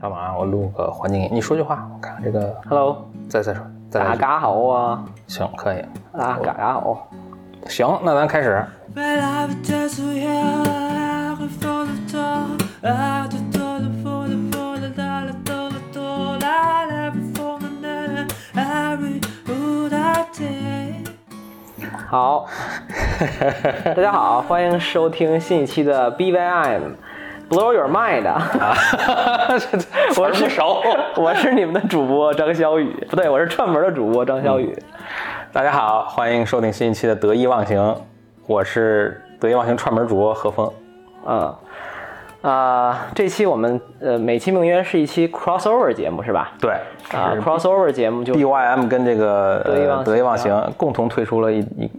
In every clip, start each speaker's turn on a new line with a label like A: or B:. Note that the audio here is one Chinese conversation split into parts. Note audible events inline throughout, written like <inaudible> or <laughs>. A: 干嘛？我录个环境音，你说句话，我看看这个。
B: Hello，
A: 再再说，再来
B: 大
A: 一句
B: 家好啊，
A: 行，可以，
B: 嗯大家好，
A: 行，那咱开始。
C: Weil habe das so her, von der Tor, ah, du Tolle, von der Volle, da, la, da, la, da, la, la, von der Nelle, every, oh, da, day.
B: <laughs> 好，大家好，欢迎收听新一期的 BYM Blow Your Mind 啊， <laughs> 我是
A: 熟。
B: 我是你们的主播张小雨，不对，我是串门的主播张小雨。
A: 大家好，欢迎收听新一期的得意忘形，我是得意忘形串门主播何峰。
B: 嗯，啊、这期我们呃美其名曰是一期 crossover 节目是吧？
A: 对，
B: 啊，crossover 节目就
A: BYM 跟这个
B: 得意忘
A: 呃
B: 形
A: 得意忘形共同推出了一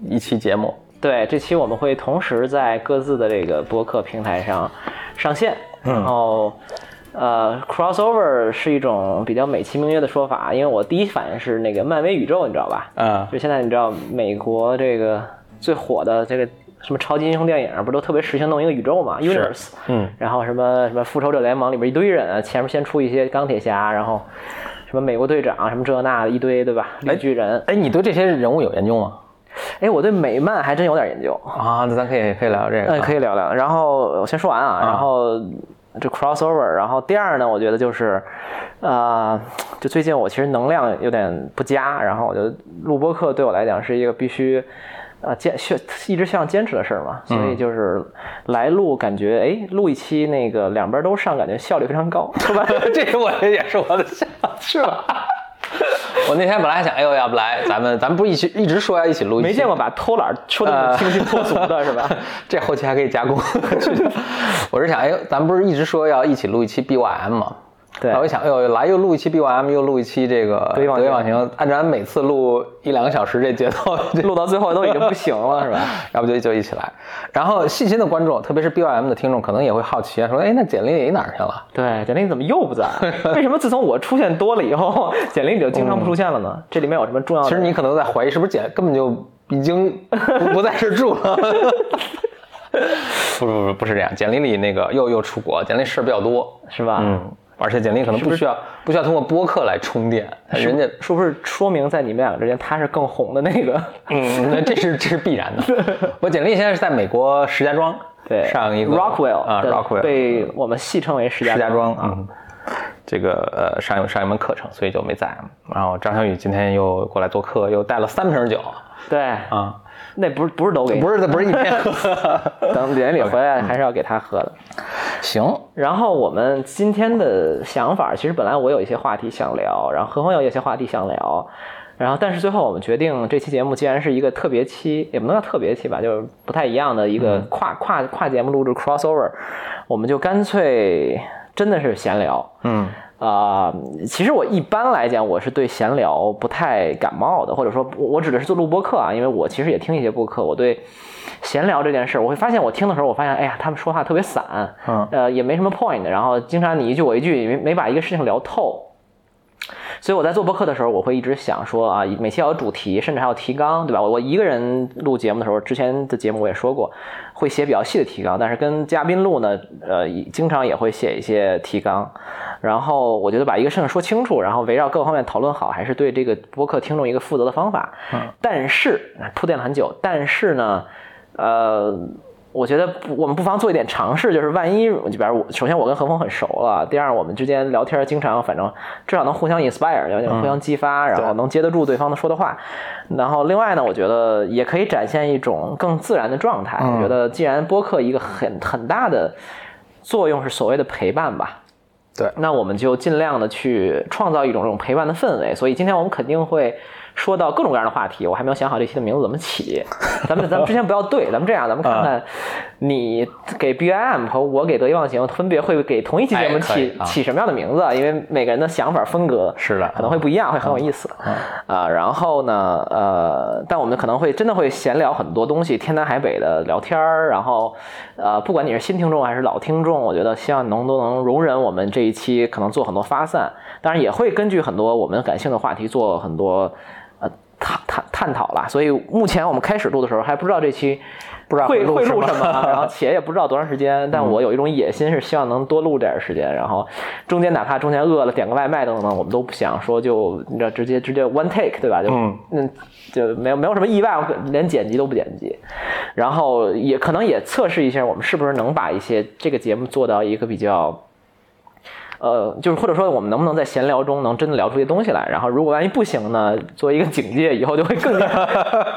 A: 一一期节目。
B: 对，这期我们会同时在各自的这个播客平台上上线，然后。呃，crossover 是一种比较美其名曰的说法，因为我第一反应是那个漫威宇宙，你知道吧？
A: 嗯，
B: 就现在你知道美国这个最火的这个什么超级英雄电影，不都特别实行弄一个宇宙嘛，universe，
A: 嗯，
B: 然后什么什么复仇者联盟里边一堆人啊，前面先出一些钢铁侠，然后什么美国队长什么这那的一堆，对吧？绿巨人，
A: 哎，你对这些人物有研究吗？
B: 哎，我对美漫还真有点研究，
A: 啊，那咱可以可以聊聊这个。
B: 嗯，可
A: 以。 <laughs>
B: 以聊聊。然后我先说完啊，然后这 crossover，然后第二呢，我觉得就是，呃，就最近我其实能量有点不佳，然后我就录播课对我来讲是一个必须。呃，坚需一直需要坚持的事儿嘛，所以
A: 嗯
B: 就是来录，感觉哎，录一期那个两边都上，感觉效率非常高，是吧？ <laughs>
A: 这个我也是我的想法。
B: 是吧？
A: <laughs> 我那天本来还想，哎呦，要不来咱们咱们不是一起一直说要一起录一期，
B: 没见过把偷懒说的清新脱俗的是吧？
A: 呃 <laughs>
B: <laughs>
A: 这后期还可以加工。 <laughs> 我是想，哎呦，咱们不是一直说要一起录一期 BYM 吗？
B: 对
A: 然后我一想，哎呦，来又录一期 BYM，又录一期这个
B: 得意忘形
A: 忘形，按照咱每次录一两个小时这节
B: <laughs>
A: 奏，这
B: 录到最后都已经不行了，是吧？
A: <laughs> 要不就就一起来。然后细心的观众，特别是 BYM 的听众，可能也会好奇啊，说，哎，那简历哪儿去了？
B: 对，简历你怎么又不在？为什么自从我出现多了以后， <laughs> 简历你就经常不出现了呢？这里面有什么重要的？
A: 其实你可能在怀疑，是不是简根本就已经不 <laughs> 不在这住了？不不不，不是这样。简历里那个又又出国，简历事儿比较多，
B: 是吧？，
A: 嗯，而且简历可能不需要不需要通过播客来充电，人家
B: 是不是说明在你们两个之间他是更红的
A: <laughs>
B: 那个？
A: 嗯，那这是这是必然的。我简历现在是在美国石家庄
B: 对，
A: 上一个
B: Rockwell
A: 啊
B: 对
A: Rockwell
B: 被我们戏称为石
A: 石家
B: 庄
A: 庄嗯，这个呃上一上一门课程，所以就没在。然后张小雨今天又过来做客，又带了三瓶酒
B: 对，
A: 啊，
B: 那不是不是都给你，
A: 不嗯是不是一
B: <laughs>
A: 天喝。
B: 等典礼回来还是要给他喝的。
A: 行，
B: 然后我们今天的想法，其实本来我有一些话题想聊，然后何方有一些话题想聊，然后但是最后我们决定，这期节目既然是一个特别期，也不能叫特别期吧，就是不太一样的一个
A: 嗯
B: 跨、跨跨节目录制 crossover，我们就干脆真的是闲聊。
A: 嗯
B: 啊、其实我一般来讲，我是对闲聊不太感冒的，或者说我我指的是做录播课啊，因为我其实也听一些播客，我对闲聊这件事儿，我会发现我听的时候，我发现哎呀，他们说话特别散，
A: 嗯
B: 呃，也没什么 point，然后经常你一句我一句，也没没把一个事情聊透。所以我在做播客的时候，我会一直想说啊，每期要有主题，甚至还有提纲，对吧？我我一个人录节目的时候，之前的节目我也说过，会写比较细的提纲，但是跟嘉宾录呢，呃，经常也会写一些提纲。然后我觉得把一个事情说清楚，然后围绕各个方面讨论好，还是对这个播客听众一个负责的方法。但是铺垫了很久，但是呢，呃。我觉得不我们不妨做一点尝试，就是万一，比如我首先我跟何峰很熟了，第二我们之间聊天经常，反正至少能互相 inspire，然后互相激发，然后能接得住对方的说的话。然后另外呢，我觉得也可以展现一种更自然的状态。我觉得既然播客一个很很大的作用是所谓的陪伴吧，
A: 对
B: 那我们就尽量的去创造一种这种陪伴的氛围。所以今天我们肯定会说到各种各样的话题。我还没有想好这期的名字怎
A: <laughs>
B: 么起，咱们咱们之前不要对，咱们这样，咱们看看你给 BIM 和我给得意忘形分别会给同一期节目
A: 哎可以
B: 起、
A: 啊
B: 起什么样的名字啊？因为每个人的想法风格
A: 是的嗯
B: 可能会不一样，会很有意思。啊、然后呢，呃，但我们可能会真的会闲聊很多东西，天南海北的聊天儿。然后，呃，不管你是新听众还是老听众，我觉得希望能都能容忍我们这一期可能做很多发散，当然也会根据很多我们感兴趣的话题做很多。呃探探探讨了。所以目前我们开始录的时候还不知道这期
A: 不知道会
B: 会
A: 录
B: 录
A: 什
B: 什
A: 么
B: 么，然后且也不知道多长时间。但我有一种野心是希望能多录点时间，然后中间哪怕中间饿了点个外卖等等，我们都不想说就你知道直接直接 one take 对吧？就
A: 嗯
B: 嗯就没有没有什么意外，我可连剪辑都不剪辑。然后也可能也测试一下我们是不是能把一些这个节目做到一个比较。呃，就是或者说我们能不能在闲聊中能真的聊出一些东西来？然后如果万一不行呢，作为一个警戒，以后就会
A: <laughs>
B: 更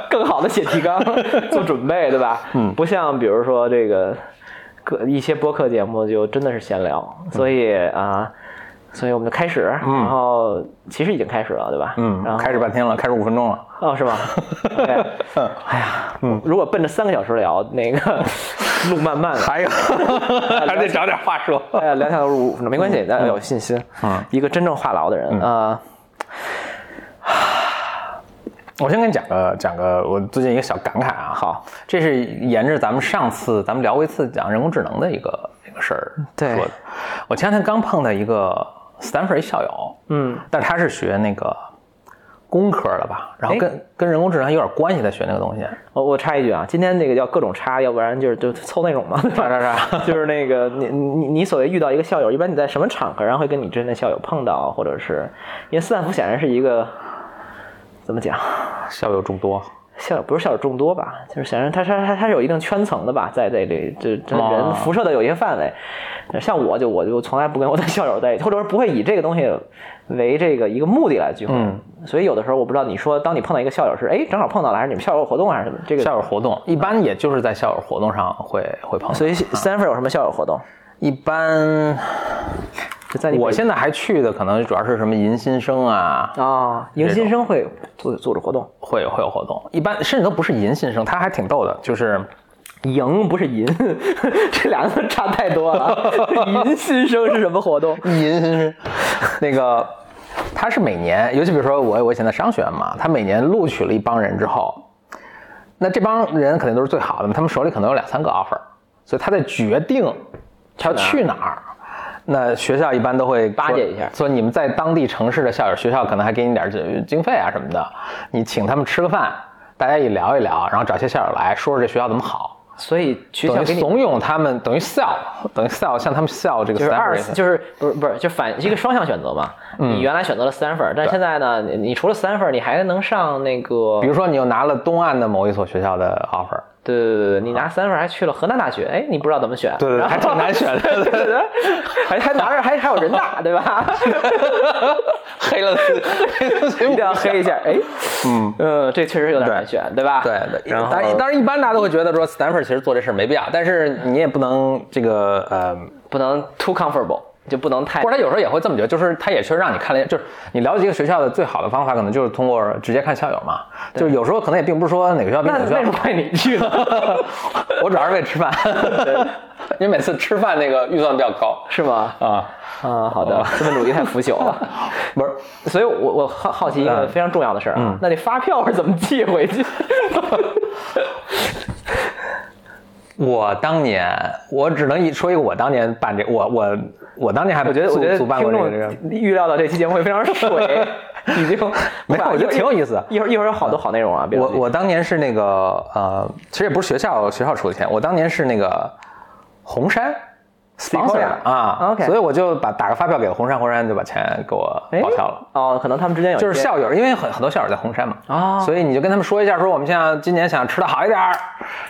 B: 更好的写提纲，做准备，对吧？嗯，不像比如说这个各一些播客节目就真的是闲聊，
A: 嗯
B: 所以啊、所以我们就开始，然后其实已经开始了，对吧？然
A: 嗯，
B: 后
A: 开始半天了，开始五分钟了，
B: 哦，是吗？对，哎呀，如果奔着三个小时聊，那个路漫漫
A: <laughs>
B: 的。
A: 还有还得找点话说。
B: 哎，两小时五分钟没关系，大家有信心。
A: 嗯
B: 一个真正话痨的人啊，
A: 我先跟你讲个讲个我最近一个小感慨啊，
B: 好，
A: 这是沿着咱们上次咱们聊过一次讲人工智能的一个一个事儿
B: 对
A: 说的。我前两天刚碰到一个斯坦福一校友，
B: 嗯，
A: 但是他是学那个工科的吧，然后
B: 哎
A: 跟跟人工智能还有点关系，他学那个东西。
B: 我我插一句啊，今天那个要各种插，要不然就是就凑那种嘛，对吧
A: 插插插
B: <laughs> 就是那个你你你所谓遇到一个校友，一般你在什么场合上会跟你真的校友碰到，或者是因为斯坦福显然是一个怎么讲，
A: 校友众多，
B: 校友不是校友众多吧，就是显然他他他他是有一定圈层的吧，在这里这这
A: 哦
B: 人辐射的有一些范围。像我就我就从来不跟我的校友在一起，或者说不会以这个东西为这个一个目的来聚会。
A: 嗯
B: 所以有的时候我不知道你说当你碰到一个校友是哎正好碰到了，还是你们校友活动还是什么这个。
A: 校友活动一般也就是在校友活动上会会碰到。
B: 所以 Stanford 有什么校友活动？
A: 一般
B: 就在你
A: 我现在还去的可能主要是什么迎新生啊，
B: 啊、迎新生会组组织活动，
A: 会有会有活动，一般甚至都不是迎新生，他还挺逗的，就是
B: 迎不是银， <laughs> 这俩字差太多了。 <laughs> 迎新生是什么活动？
A: 迎新生，那个他是每年，尤其比如说我我以前在商学院嘛，他每年录取了一帮人之后，那这帮人肯定都是最好的，他们手里可能有两三个 offer，所以他在决定他要去哪儿。那学校一般都会
B: 巴结一下
A: 说说你们在当地城市的校友，学校可能还给你点儿经经费啊什么的，你请他们吃个饭，大家一聊一聊，然后找些校友来说说这学校怎么好，
B: 所以学校
A: 等于
B: 给你
A: 怂恿他们，等于 sell，等于 sell 向他们 sell 这个
B: 就是二
A: Stanford
B: 就是不是不是就反是一个双向选择嘛？
A: 嗯
B: 你原来选择了 Stanford，但现在呢，你你除了 Stanford，你还能上那个
A: 比，如说你又拿了东岸的某一所学校的 offer，
B: 对对对对，你
A: 啊
B: 拿 Stanford 还去了河南大学，哎，你不知道怎么选，然后
A: 还挺难选
B: <laughs> 对对
A: 的， <laughs>
B: 对，还还拿着还还有人大，对吧？
A: 黑了自黑了自己
B: <laughs> 一定要黑一下，哎，
A: 嗯。
B: 嗯，这确实有点难选， <laughs> 对吧？
A: 对对，
B: 然后
A: 当然当然，一般大家都会觉得说 Stanford 其实做这事儿没必要，但是你也不能这个呃，
B: 不能 too comfortable，就不能太
A: 或者他有时候也会这么觉得，就是他也确实让你看了一，就是你了解一个学校的最好的方法，可能就是通过直接看校友嘛，就是有时候可能也并不是说哪个学校比
B: 那
A: 哪个
B: 那
A: 学校
B: 为什么派你去了？ <laughs>
A: 我主要是为了吃饭， <laughs> 因为每次吃饭那个预算比较高
B: 是吗？
A: 啊。
B: 啊，好的，资本主义太腐朽了。
A: 不是，
B: 所以我，我好好奇一个
A: 嗯
B: 非常重要的事儿啊，那这发票是怎么寄回去？
A: 我当年我只能一说一个我当年办这我我 <laughs> 我当年还
B: 我觉得，我觉得
A: 组办
B: 听
A: 过这个这个 <laughs>
B: 众预料到这期节目会非常水，已经
A: 没
B: <laughs>
A: 有，
B: 哇
A: 我觉得挺有意思的。
B: 一会儿一会儿有好多好内容啊，别
A: 我
B: 着急
A: 我当年是那个呃，其实也不是学校学校出的钱，我当年是那个红杉 sponsor 的
B: Sequoia
A: 啊
B: OK
A: 所以我就把打个发票给红杉，红杉就把钱给我
B: 哎
A: 报销了。
B: 哦，可能他们之间有一些
A: 就是校友，因为很很多校友在红山嘛，
B: <laughs> 哦
A: 所以你就跟他们说一下，说我们现在今年想吃的好一点儿，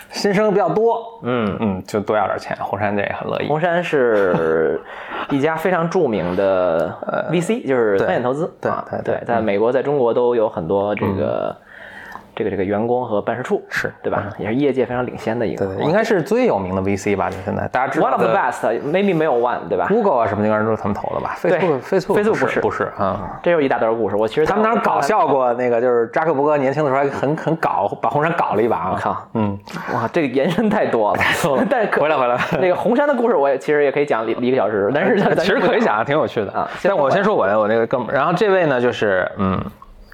A: 新生比较多，嗯嗯，就多要点钱，红山这也很乐意
B: 红。杉是一家非常著名
A: <laughs>
B: 的 VC，就
A: 呃
B: 是
A: 对
B: 风险投资，
A: 对
B: 啊
A: 对
B: 对
A: 对，嗯
B: 在美国在中国都有很多这个这个这个员工和办事处，
A: 是嗯
B: 对吧？也是业界非常领先的一个
A: 对，对，应该是最有名的 VC 吧，就现在大家知道
B: one of the
A: 的
B: best，maybe 没有 one，对吧？
A: Google 啊什么的应该都是他们投的吧？Facebook Facebook
B: Facebook
A: 不是
B: 不
A: 不是啊。
B: 这又一大段故事。我其实
A: 他们当时搞
B: 笑，
A: 笑过那个，就是扎克伯格年轻的时候还很很搞，把红杉搞了一把啊！
B: 我靠
A: 嗯，
B: 哇，这个延伸太多了。但是可
A: 回来回 <laughs> 来，
B: 那个红杉的故事，我也其实也可以讲一一个小时，但是
A: 呃其实可以讲，挺有趣的
B: 啊先
A: 但
B: 说
A: 我
B: 吧
A: 先说我的我那个哥们儿，然后这位呢，就是嗯，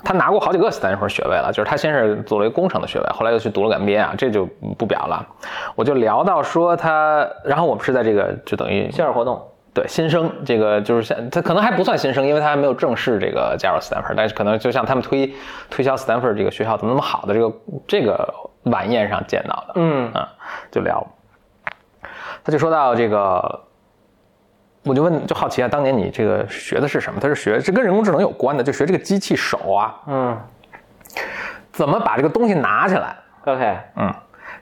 A: 他拿过好几个斯坦福学位了，就是他先是做了一个工程的学位，后来又去读了个 MBA 啊，这就不表了。我就聊到说他，然后我们是在这个就等于
B: 校友活动，
A: 对新生这个就是像他可能还不算新生，因为他还没有正式这个加入斯坦福，但是可能就像他们推推销斯坦福这个学校怎么那么好的这个这个晚宴上见到的，
B: 嗯
A: 啊，就聊，他就说到这个，我就问，就好奇啊，当年你这个学的是什么？他是学这跟人工智能有关的，就学这个机器手啊，
B: 嗯
A: 怎么把这个东西拿起来。
B: ，OK，
A: 嗯，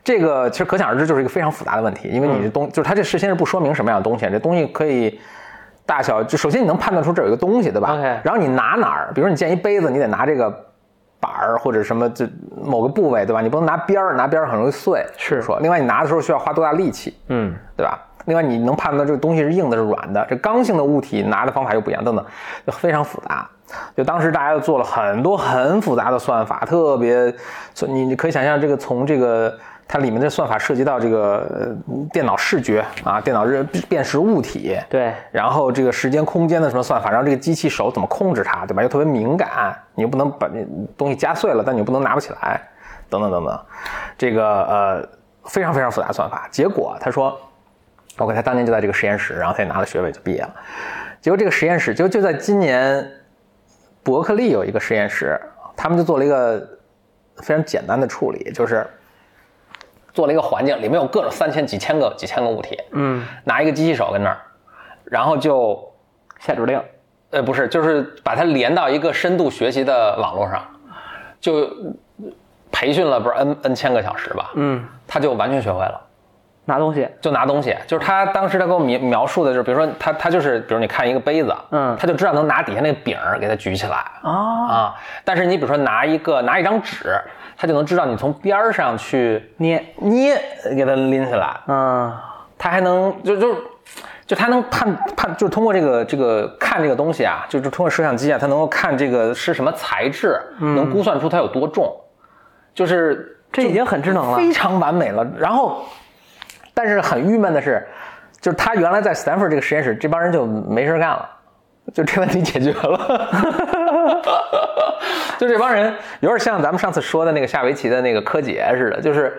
A: 这个其实可想而知，就是一个非常复杂的问题，因为你这东、就是它这事先是不说明什么样的东西，啊这东西可以大小，就首先你能判断出这儿有一个东西，对吧
B: OK
A: 然后你拿哪儿，比如你见一杯子，你得拿这个板儿或者什么这某个部位，对吧？你不能拿边儿，拿边儿很容易碎。
B: 是
A: 说，另外你拿的时候需要花多大力气，
B: 嗯
A: 对吧？另外你能判断这个东西是硬的，是软的，这刚性的物体拿的方法又不一样，等等，就非常复杂。就当时大家又做了很多很复杂的算法，特别，所以你你可以想象这个从这个它里面的算法涉及到这个呃电脑视觉啊，电脑认辨识物体，
B: 对，
A: 然后这个时间空间的什么算法，然后这个机器手怎么控制它，对吧？又特别敏感，啊你又不能把那东西夹碎了，但你又不能拿不起来，等等等等，这个呃非常非常复杂的算法。结果他说，OK，他当年就在这个实验室，然后他也拿了学位就毕业了。结果这个实验室就就在今年，伯克利有一个实验室，他们就做了一个呃非常简单的处理，就是做了一个环境，里面有各种三千几千个几千个物体，
B: 嗯，
A: 拿一个机器手跟那儿。然后就，
B: 下指令，
A: 呃，不是，就是把它连到一个深度学习的网络上，就培训了不是 n n 千个小时吧，
B: 嗯，
A: 他就完全学会了。
B: 拿东西，
A: 就拿东西，就是他当时他给我描描述的，就是比如说他他就是，比如你看一个杯子，
B: 嗯
A: 他就知道能拿底下那个柄儿给它举起来，
B: 哦
A: 啊，但是你比如说拿一个拿一张纸，他就能知道你从边儿上去
B: 捏，
A: 捏给它拎起来，
B: 嗯，
A: 他还能就就就他能判判，就是通过这个这个看这个东西啊，就是通过摄像机啊，他能够看这个是什么材质，能估算出它有多重，就是
B: 这已经很智能了，
A: 非常完美了。然后，但是很郁闷的是，就是他原来在 Stanford 这个实验室，这帮人就没事儿干了，就这问题解决了。 <laughs> 就这帮人有点像咱们上次说的那个下围棋的那个柯洁似的，就是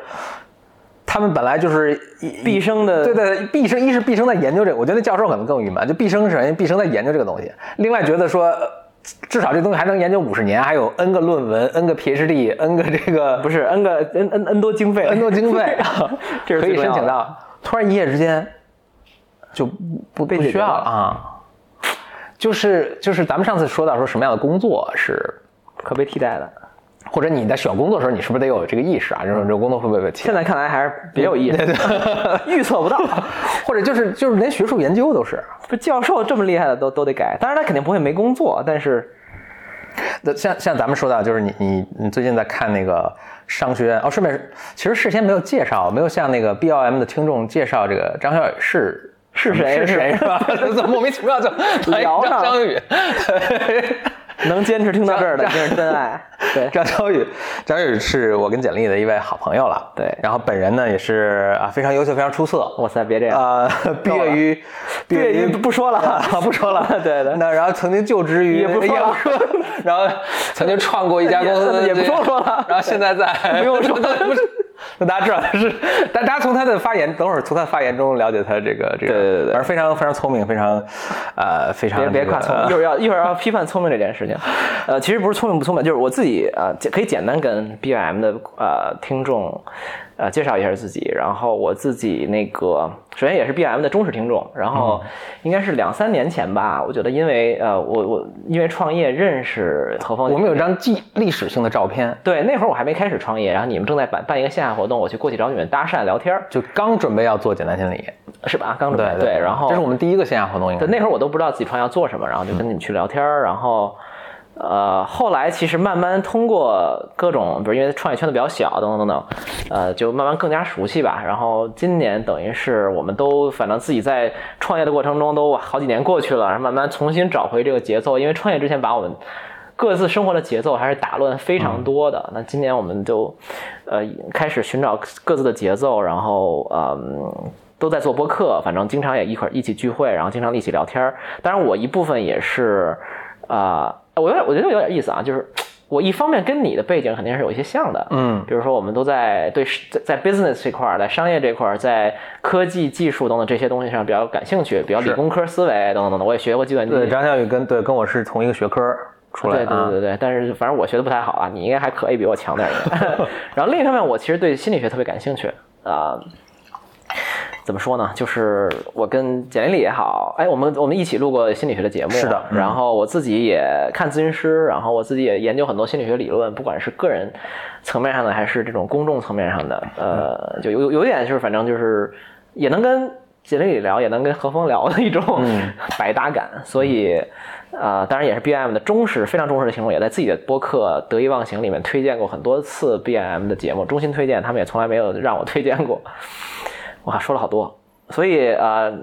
A: 他们本来就是一
B: 毕生的，
A: 对，对，毕生一是毕生在研究这个，我觉得那教授可能更郁闷，就毕生是毕生在研究这个东西。另外觉得说，呃至少这东西还能研究五十年，还有 n 个论文，n 个 PhD，n 个这个
B: 不是 n 个 n n n 多经费，
A: n 多经费
B: <laughs>
A: 啊
B: 这是
A: 可以申
B: 最重要
A: 请
B: 的
A: 到。突然一夜之间就不
B: 被
A: 不
B: 解
A: 需
B: 决
A: 要
B: 了
A: 了啊，就是就是咱们上次说到说什么样的工作是。
B: 可被替代的。
A: 或者你在选工作的时候，你是不是得有这个意识啊？就是这个工作会不会被替代
B: 现？在看来还是别有意思，预测
A: <laughs>
B: 不到。
A: 或者就是就是连学术研究都是，
B: 不，教授这么厉害的都都得改，当然他肯定不会没工作，但是
A: 那像像咱们说到，啊就是你你你最近在看那个商学院哦，顺便其实事先没有介绍，没有向那个 B L M 的听众介绍这个张小雨是
B: 是谁
A: 是谁是吧？
B: <laughs>
A: 怎么莫名其妙就来一
B: 聊
A: 张
B: 呢
A: 张宇？
B: 能坚持听到这儿的一定是真爱。
A: <laughs>
B: 对，
A: 张小雨，张小雨是我跟简历的一位好朋友了。
B: 对
A: 然后本人呢也是啊非常优秀，非常出色。
B: 哇塞，别这
A: <laughs>
B: 样，
A: 啊，毕业于毕
B: 对，
A: 业于
B: 不说了，，
A: 啊， <laughs> 不说了
B: 对对
A: 那然后曾经就职于
B: 也不说了
A: 不说 <laughs> 然后曾经创过一家公司， <laughs>
B: 也也不说说了
A: 然后现在在
B: 不用说了
A: <laughs> 不是， <laughs> 那大家知道他是， <laughs> 但大家从他的发言，等会儿从他发言中了解他这个这个，
B: 对对对对
A: 反正非常非常聪明，非常呃非常
B: 别别
A: 这个
B: 夸聪明，一会儿要一会儿要批判聪明这件事情。呃，其实不是聪明不聪明，就是我自己啊、呃简可以简单跟 B M 的呃听众呃介绍一下自己。然后我自己那个首先也是 B M 的忠实听众，然后
A: 嗯
B: 应该是两三年前吧，我觉得因为呃我我因为创业认识何峰，
A: <laughs> 我们有一张记历史性的照片，
B: 对那会儿我还没开始创业，然后你们正在办办一个线下活动，我去过去找你们搭讪聊天儿，
A: 就刚准备要做简单心理，
B: 是吧？刚准备
A: 嗯对对，
B: 然后
A: 这是我们第一个线下活动，应该
B: 对，那会儿我都不知道自己创业要做什么，然后就跟你们去聊天儿，然后，呃，后来其实慢慢通过各种，比如因为创业圈子比较小，等等等等，呃，就慢慢更加熟悉吧。然后今年等于是我们都反正自己在创业的过程中都好几年过去了，然后慢慢重新找回这个节奏，因为创业之前把我们。各自生活的节奏还是打乱非
A: 嗯
B: 常多的。那今年我们就，呃，开始寻找各自的节奏，然后嗯，都在做播客，反正经常也一块儿一起聚会，然后经常一起呃聊天儿。当然，我一部分也是，啊、我有点，我觉得有点意思啊，就是。我一方面跟你的背景肯定是有一些像的，
A: 嗯
B: 比如说我们都在对在在 business 这块儿，在商业这块儿，在科技技术等等这些东西上比较感兴趣，比较理
A: 是
B: 工科思维等等等等。我也学过计算机，
A: 对，张小雨跟对跟我是同一个学科出来
B: 对
A: 的啊
B: 对，对对，但是反正我学的不太好啊，你应该还可以比我强点儿 <laughs> 应该。然后另一方面，我其实对心理学特别感兴趣啊、怎么说呢？就是我跟简丽丽也好，哎，我们我们一起录过心理学的节目，
A: 是的嗯
B: 然后我自己也看咨询师，然后我自己也研究很多心理学理论，不管是个人层面上的，还是这种公众层面上的，
A: 嗯
B: 呃，就有有点就是反正就是也能跟简丽丽聊，也能跟何峰聊的一种
A: 嗯
B: <laughs> 百搭感，所以。啊，当然也是 B M 的忠实，非常忠实的听众，也在自己的播客《得意忘形》里面推荐过很多次 B M 的节目，衷心推荐，他们也从来没有让我推荐过。哇，说了好多，所以呃，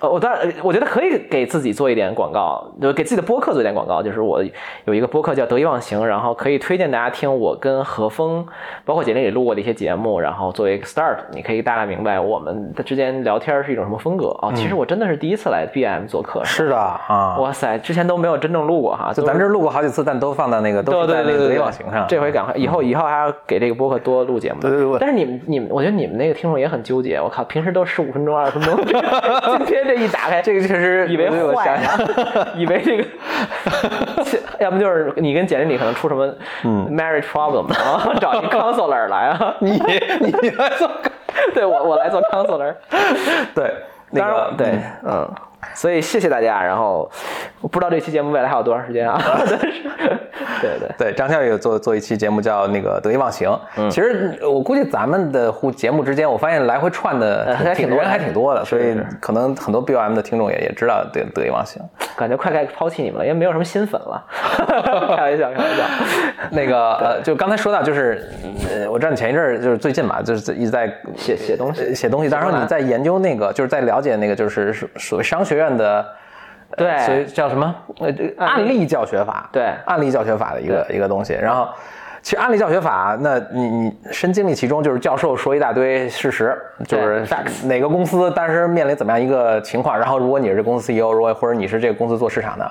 B: 呃，我当然我觉得可以给自己做一点广告，就给自己的播客做一点广告。就是我有一个播客叫《得意忘形》，然后可以推荐大家听我跟何峰，包括简历里录过的一些节目。然后作为一个 start，你可以大概明白我们的之间聊天是一种什么风格啊、其实我真的是第一次来 B M 做客，
A: 是的啊，
B: 哇塞，之前都没有真正录过哈，
A: 就咱们这儿录过好几次，但都放在那个都
B: 对
A: 是在
B: 对
A: 那个
B: 对对
A: 微
B: 对，
A: 网型上。嗯
B: 这回赶快，以后以后还要给这个播客多录节目。
A: 对对对
B: 但是你们你们，我觉得你们那个听众也很纠结。我
A: <laughs>
B: 靠，平时都十五分钟、二十分钟， <laughs> 今天这一打开，这个确实以为
A: 对我
B: 坏
A: 想
B: 了， <laughs> 以为这个，要么就是你跟简历里可能出什么 marriage problem，然后 <laughs> 找一 counselor 来啊，
A: 嗯你你来做
B: <laughs> 对我我来做 counselor。
A: 对， <laughs> 那
B: 当然
A: 个
B: 我，对，嗯，所以谢谢大家。然后我不知道这期节目未来还有多长时间啊， <laughs> 但是对对。
A: 对，张笑也有做做一期节目叫那个得意忘形。
B: 嗯
A: 其实我估计咱们的互节目之间，我发现来回串的
B: 呃还挺多
A: 人还挺多的，所以
B: 是
A: 可能很多 BOM 的听众也也知道得得意忘形。
B: 感觉快该抛弃你们了，因为没有什么新粉了。 <laughs> 开玩笑，开玩笑。
A: 那个呃，就刚才说到，就是呃，我知道你前一阵儿就是最近嘛，就是一直在
B: 写写东西
A: 呃写东西。当时
B: 专
A: 你
B: 栏
A: 在研究那个，就是在了解那个，就是所所谓商学院的，呃
B: 对
A: 所以叫什么？呃，这
B: 案
A: 案
B: 例
A: 例教学法，
B: 对
A: 案例教学法的一个一个东西。然后，其实案例教学法，那你你身经历其中，就是教授说一大堆事实，就
B: 对
A: 是
B: facts
A: 哪个公司当时面临怎么样一个情况，然后如果你是这公司 E CEO，如果或者你是这个公司做市场的，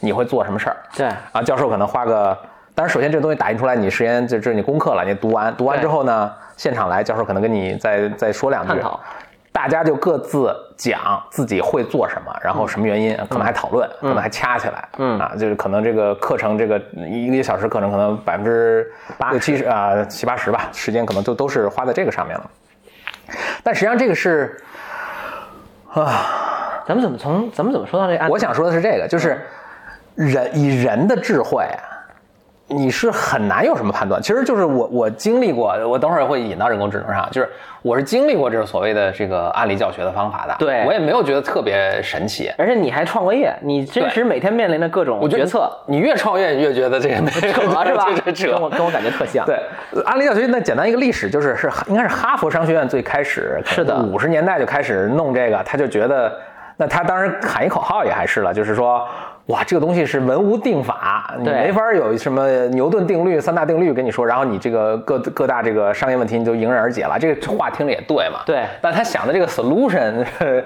A: 你会做什么事儿？
B: 对
A: 啊，教授可能花个，当然首先这个东西打印出来，你时间就这是你功课了，你读完读完
B: 对
A: 之后呢，现场来教授可能跟你再再说两句
B: 探讨，
A: 大家就各自讲自己会做什么，然后什么原因，可能还讨论，可能还掐起来，
B: 嗯
A: 啊，就是可能这个课程这个一个小时课程可能百分之八六七十啊七八十吧，时间可能都都是花在这个上面了，但实际上这个是。
B: 咱们怎么从咱们怎么说到这个案？
A: 我想说的是这个，就是
B: 嗯
A: 人以人的智慧啊，你是很难有什么判断。其实就是我我经历过，我等会儿会引到人工智能上，就是我是经历过这种所谓的这个案例教学的方法的。
B: 对
A: 我也没有觉得特别神奇。
B: 而且你还创过业，你真实每天面临着各种
A: 我觉得
B: 决策，
A: 你越创业，你越觉得 <laughs> 这个没
B: <laughs> 扯啊
A: <laughs>
B: 是吧
A: 这？扯
B: 跟我跟我感觉特像。
A: 对，呃安利教学那简单一个历史，就是是应该是哈佛商学院最开始
B: 是的
A: 五十年代就开始弄这个，他就觉得，那他当时喊一口号也还是了，就是说。哇，这个东西是文无定法，你
B: 对
A: 没法有什么牛顿定律、三大定律跟你说，然后你这个各各大这个商业问题你就迎刃而解了。这个话听着也对嘛？
B: 对
A: 但他想的这个 solution 是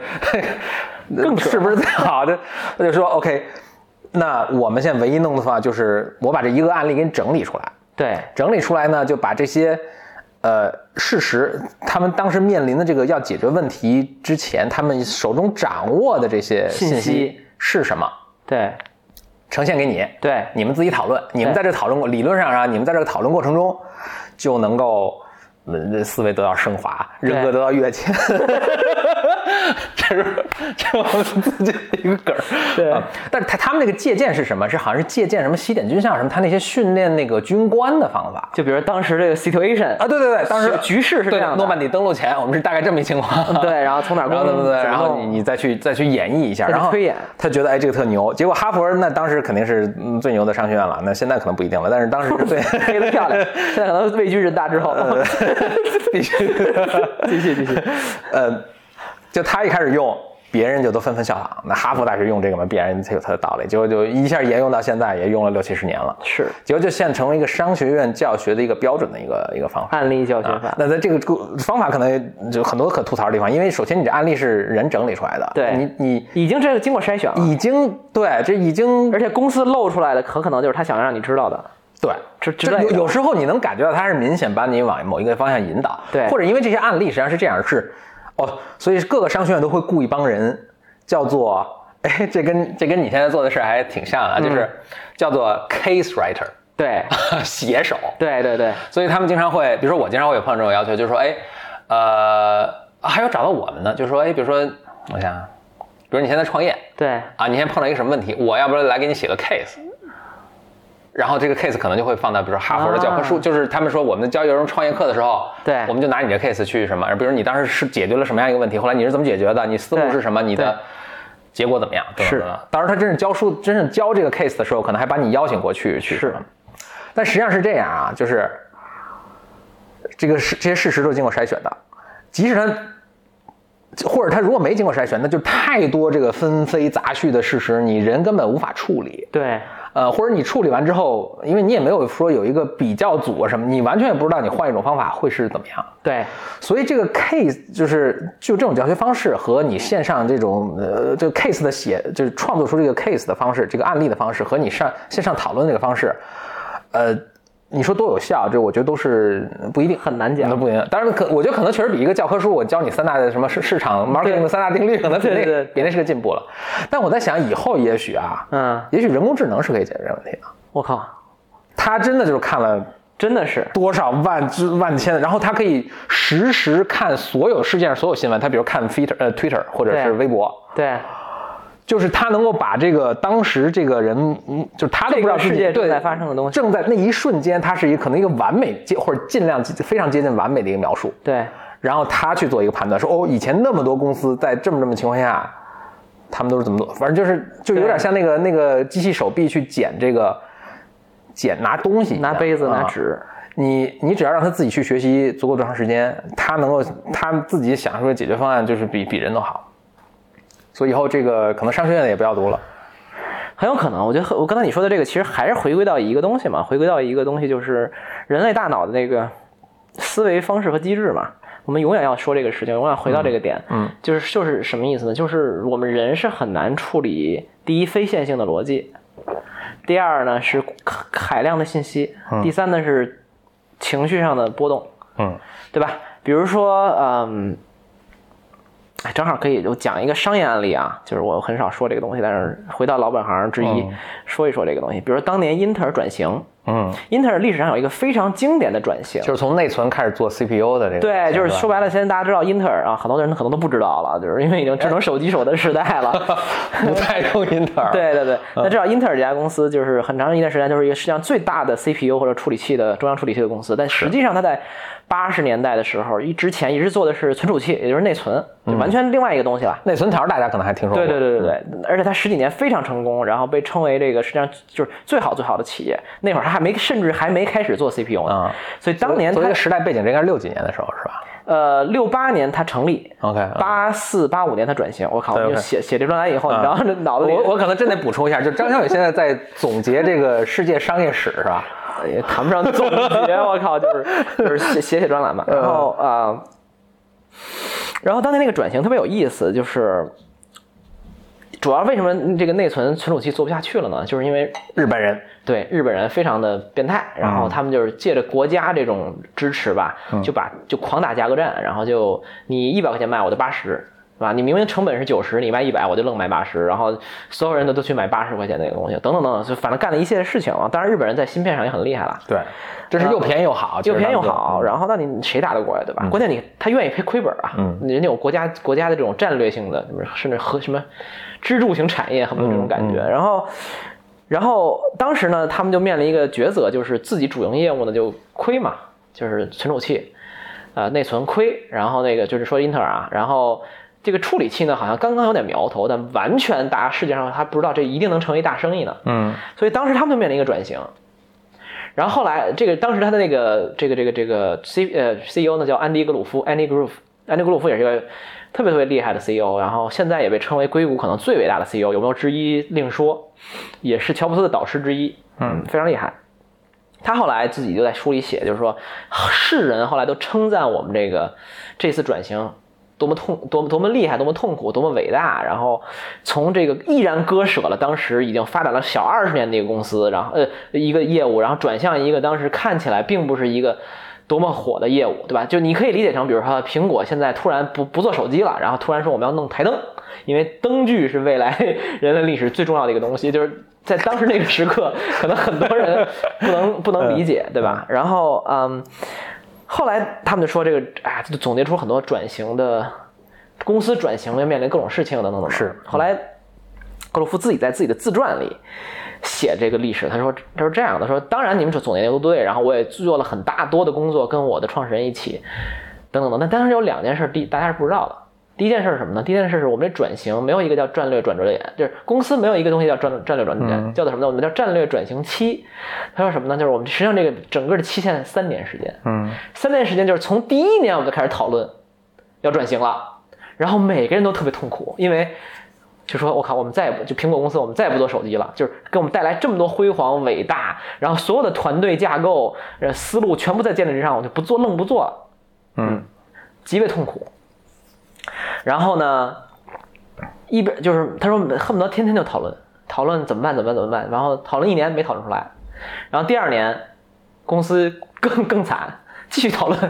B: <laughs> 更扯
A: <laughs> 是不是最好的？他就说 OK，那我们现在唯一弄的方法就是我把这一个案例给你整理出来，
B: 对
A: 整理出来呢，就把这些呃事实，他们当时面临的这个要解决问题之前，他们手中掌握的这些
B: 信息
A: 信是什么，
B: 对
A: 呈现给你，
B: 对
A: 你们自己讨论。你们在这讨论过理论上啊，你们在这个讨论过程中就能够。嗯，思维得到升华，人格得到跃迁， <laughs> 这是这是我们自己的一个梗儿。
B: 对
A: 啊但是他他们那个借鉴是什么？是好像是借鉴什么西点军校什么，他那些训练那个军官的方法。
B: 就比如当时这个 situation
A: <laughs> 啊，对对对，当时
B: 局势是这
A: 对
B: 样的嗯
A: 诺曼底登陆前，我们是大概这么一情况。
B: 对然后从哪儿
A: <laughs> 然后对
B: 攻
A: 对对，
B: 怎
A: 然
B: 么
A: 后你
B: 弄
A: 你再去再去演绎一下，
B: 再去
A: 然后
B: 推演
A: 他觉得哎这个特牛。结果哈佛那当时肯定是嗯最牛的商学院了，那现在可能不一定了，但是当时对
B: <laughs> 黑的漂亮，现在可能位居人大之后。
A: <laughs> 呃
B: <laughs>
A: 必须
B: 哦继续继续，
A: <laughs> 呃，就他一开始用别人就都纷纷笑堂。那哈佛大学用这个嘛，必然它有它的道理。结果就一下沿用到现在，也用了六七十年了。
B: 是
A: 结果就现在成为一个商学院教学的一个标准的一个一个方法。
B: 案例教学法。
A: 啊那在这个故方法可能就很多可吐槽的地方，因为首先你这案例是人整理出来的，
B: 对啊
A: 你你
B: 已经这个经过筛选了，
A: 已经对这已经
B: 而且公司露出来的很可能就是他想让你知道的，
A: 对
B: 之之
A: 这
B: 类
A: 有
B: 的
A: 有时候你能感觉到他是明显把你往某一个方向引导，
B: 对
A: 或者因为这些案例实际上是这样，是哦，所以各个商学院都会雇一帮人，叫做哎，这跟这跟你现在做的事儿还挺像啊，就是叫做 case writer， <laughs>
B: 对
A: 写手，
B: 对对对，
A: 所以他们经常会，比如说我经常会有碰到这种要求，就是说，哎，呃，啊还有找到我们呢，就是说，哎，比如说，我想啊，比如你现在创业
B: 对，
A: 啊，你现在碰到一个什么问题，我要不然来给你写个 case，然后这个 case 可能就会放到比如说哈佛的教科书，
B: 啊
A: 就是他们说我们教有人创业课的时候，
B: 对
A: 我们就拿你的 case 去什么，比如你当时是解决了什么样一个问题，后来你是怎么解决的，你思路
B: 对
A: 是什么，你的
B: 对。
A: 结果怎么样？等等
B: 是
A: 等等。当然，他真正教书，真正教这个 case 的时候，可能还把你邀请过去去什么
B: 是
A: 但实际上是这样啊，就是这个事这些事实都是经过筛选的，即使他或者他如果没经过筛选，那就太多这个纷飞杂絮的事实，你人根本无法处理。
B: 对
A: 呃，或者你处理完之后，因为你也没有说有一个比较组啊什么，你完全也不知道你换一种方法会是怎么样。
B: 对
A: 所以这个 case 就是就这种教学方式和你线上这种呃这个 case 的写就是创作出这个 case 的方式，这个案例的方式和你上线上讨论这个方式，呃，你说多有效，这我觉得都是不一定。
B: 很难讲
A: 都，不一定，当然可，我觉得可能确实比一个教科书，我教你三大的什么市市场 marketing 的三大定律，可能比那
B: 对对对
A: 比那是个进步了。但我在想，以后也许啊，
B: 嗯，
A: 也许人工智能是可以解决这个问题的。
B: 我靠，
A: 它真的就是看了
B: 真的是
A: 多少万之万千，然后它可以实时看所有世界上所有新闻，它比如看 Twitter 呃 Twitter 或者是
B: 对
A: 微博，
B: 对
A: 就是它能够把这个当时这个人，嗯，就是他都不知道
B: 这
A: 自
B: 个
A: 己
B: 世界正
A: 对
B: 在发生的东西
A: 正在那一瞬间，它是一个可能一个完美接或者尽量接非常接近完美的一个描述，
B: 对
A: 然后他去做一个判断，说哦，以前那么多公司在这么这么情况下，他们都是怎么做？反正就是就有点像那个那个机器手臂去捡这个捡拿东西一样，
B: 拿杯子拿
A: 啊
B: 纸，
A: 你你只要让他自己去学习足够多长时间，他能够他自己想出的解决方案就是比比人都好。所以以后这个可能商学院的也不要读了。
B: 很有可能，我觉得很我刚才你说的这个，其实还是回归到一个东西嘛，回归到一个东西，就是人类大脑的那个思维方式和机制嘛。我们永远要说这个事情，永远回到这个点，
A: 嗯嗯
B: 就是就是什么意思呢？就是我们人是很难处理第一非线性的逻辑，第二呢是海海量的信息，第三呢是情绪上的波动，
A: 嗯
B: 对吧？比如说，嗯，哎，正好可以我讲一个商业案例啊，就是我很少说这个东西，但是回到老本行之一，说一说这个东西。比如说当年英特尔转型，
A: 嗯，
B: 英特尔历史上有一个非常经典的转型
A: 就，是从内存开始做 CPU 的这个。
B: 对，就是说白了，现在大家知道英特尔啊，很多人可能都不知道了，就是因为已经智能手机手的时代了。
A: <laughs> <laughs> 不太用英特尔。
B: <laughs> 对对对，
A: 嗯
B: 那至少英特尔这家公司就是很长一段时间就是一个世界上最大的 CPU 或者处理器的中央处理器的公司，但实际上它在八十年代的时候，一之前一直做的是存储器，也就是内存，
A: 嗯
B: 就完全另外一个东西了。
A: 内存条大家可能还听说过。
B: 对对对对对，而且它十几年非常成功，然后被称为这个实际上就是最好最好的企业。那会儿它还没，甚至还没开始做 CPU 呢，
A: 啊
B: 所以当年
A: 作
B: 它
A: 为一个时代背景，这应该是六几年的时候是吧
B: 呃六八年它成立，
A: ？OK 嗯。
B: 八四八五年它转型。我靠，
A: 对
B: 我就
A: OK
B: 写写这专栏以后，你知道这脑子里
A: 我我可能真得补充一下，就张小雨现在在总结这个世界商业史是吧？
B: <laughs> 也谈不上总结，我靠，就是就是写写写专栏嘛。然后啊、呃然后当年那个转型特别有意思，就是主要为什么这个内存存储器做不下去了呢？就是因为
A: 日本人
B: 对日本人非常的变态，然后他们就是借着国家这种支持吧，就把就狂打价格战，然后就你一百块钱卖我就八十。是吧？你明明成本是九十，你卖一百，我就愣卖八十，然后所有人都都去买八十块钱那个东西，等等等等，就反正干了一系列事情啊。当然，日本人在芯片上也很厉害了，
A: 对，这是又便宜又好，
B: 呃又便宜又
A: 其实他们嗯就
B: 好，然后那你谁打得过呀，对吧？关键你他愿意赔亏本啊，
A: 嗯
B: 人家有国家国家的这种战略性的，甚至和什么支柱型产业，很多这
A: 嗯
B: 种感觉。然后，然后当时呢，他们就面临一个抉择，就是自己主营业务呢就亏嘛，就是存储器，呃，内存亏，然后那个就是说英特尔啊，然后。这个处理器呢，好像刚刚有点苗头，但完全大家世界上还不知道这一定能成为大生意呢。
A: 嗯
B: 所以当时他们就面临一个转型。然 E 后后来，这个当时他的那个这个这个这个 C 呃 CEO 呢叫安迪格鲁夫 Andy Grove，安迪·格鲁夫也是一个特别特别厉害的 CEO，然后现在也被称为硅谷可能最伟大的 E CEO，有没有之一另说，也是乔布斯的导师之一，嗯，非常厉害。他后来自己就在书里写，就是说世人后来都称赞我们这个这次转型多么痛，多么多么厉害，多么痛苦，多么伟大。然后从这个毅然割舍了当时已经发展了小二十年的一个公司，然后呃一个业务，然后转向一个当时看起来并不是一个。多么火的业务，对吧？就你可以理解成，比如说苹果现在突然不不做手机了，然后突然说我们要弄台灯，因为灯具是未来 <laughs> 人类历史最重要的一个东西，就是在当时那个时刻，可能很多人不能不能理解，对吧？然后嗯，后来他们就说这个，哎，就总结出很多转型的公司转型要面临各种事情等等等等。
A: 是
B: 后来格鲁夫自己在自己的自传里写这个历史，他说他说这样的，他说当然你们总结的都对，然后我也做了很大多的工作，跟我的创始人一起，等等等。但当时有两件事，第大家是不知道的。第一件事是什么呢？第一件事是我们这转型没有一个叫战略转折点，就是公司没有一个东西叫战战略转折点，叫做什么呢？我们叫战略转型期。他说什么呢？就是我们实际上这个整个的期限三年时间，
A: 嗯，
B: 三年时间就是从第一年我们就开始讨论要转型了，然后每个人都特别痛苦，因为就说我靠，我们再也不就苹果公司，我们再也不做手机了，就是给我们带来这么多辉煌伟大，然后所有的团队架构、呃思路全部在建立之上，我就不做愣不做了，
A: 嗯，
B: 极为痛苦。然后呢，一边就是他说恨不得天天就讨论讨论怎么办怎么办怎么办，然后讨论一年没讨论出来，然后第二年公司更更惨， <laughs> 继续讨论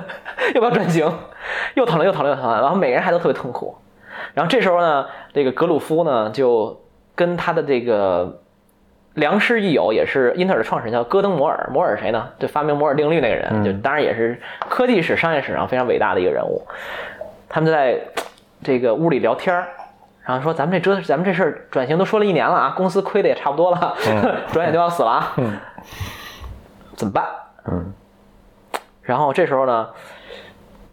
B: 要不要转型， <laughs> 又讨论又讨论又讨啊论，然后每个人还都特别痛苦。然后这时候呢，这个格鲁夫呢就跟他的这个良师益友，也是英特尔的创始人叫戈登·摩尔。摩尔谁呢？就发明摩尔定律那个人，就当然也是科技史、商业史上非常伟大的一个人物。他们就在这个屋里聊天儿，然后说咱们这折，咱们这事儿转型都说了一年了啊，公司亏的也差不多了， <laughs> 转眼就要死了啊，怎么办？
A: 嗯，
B: 然后这时候呢，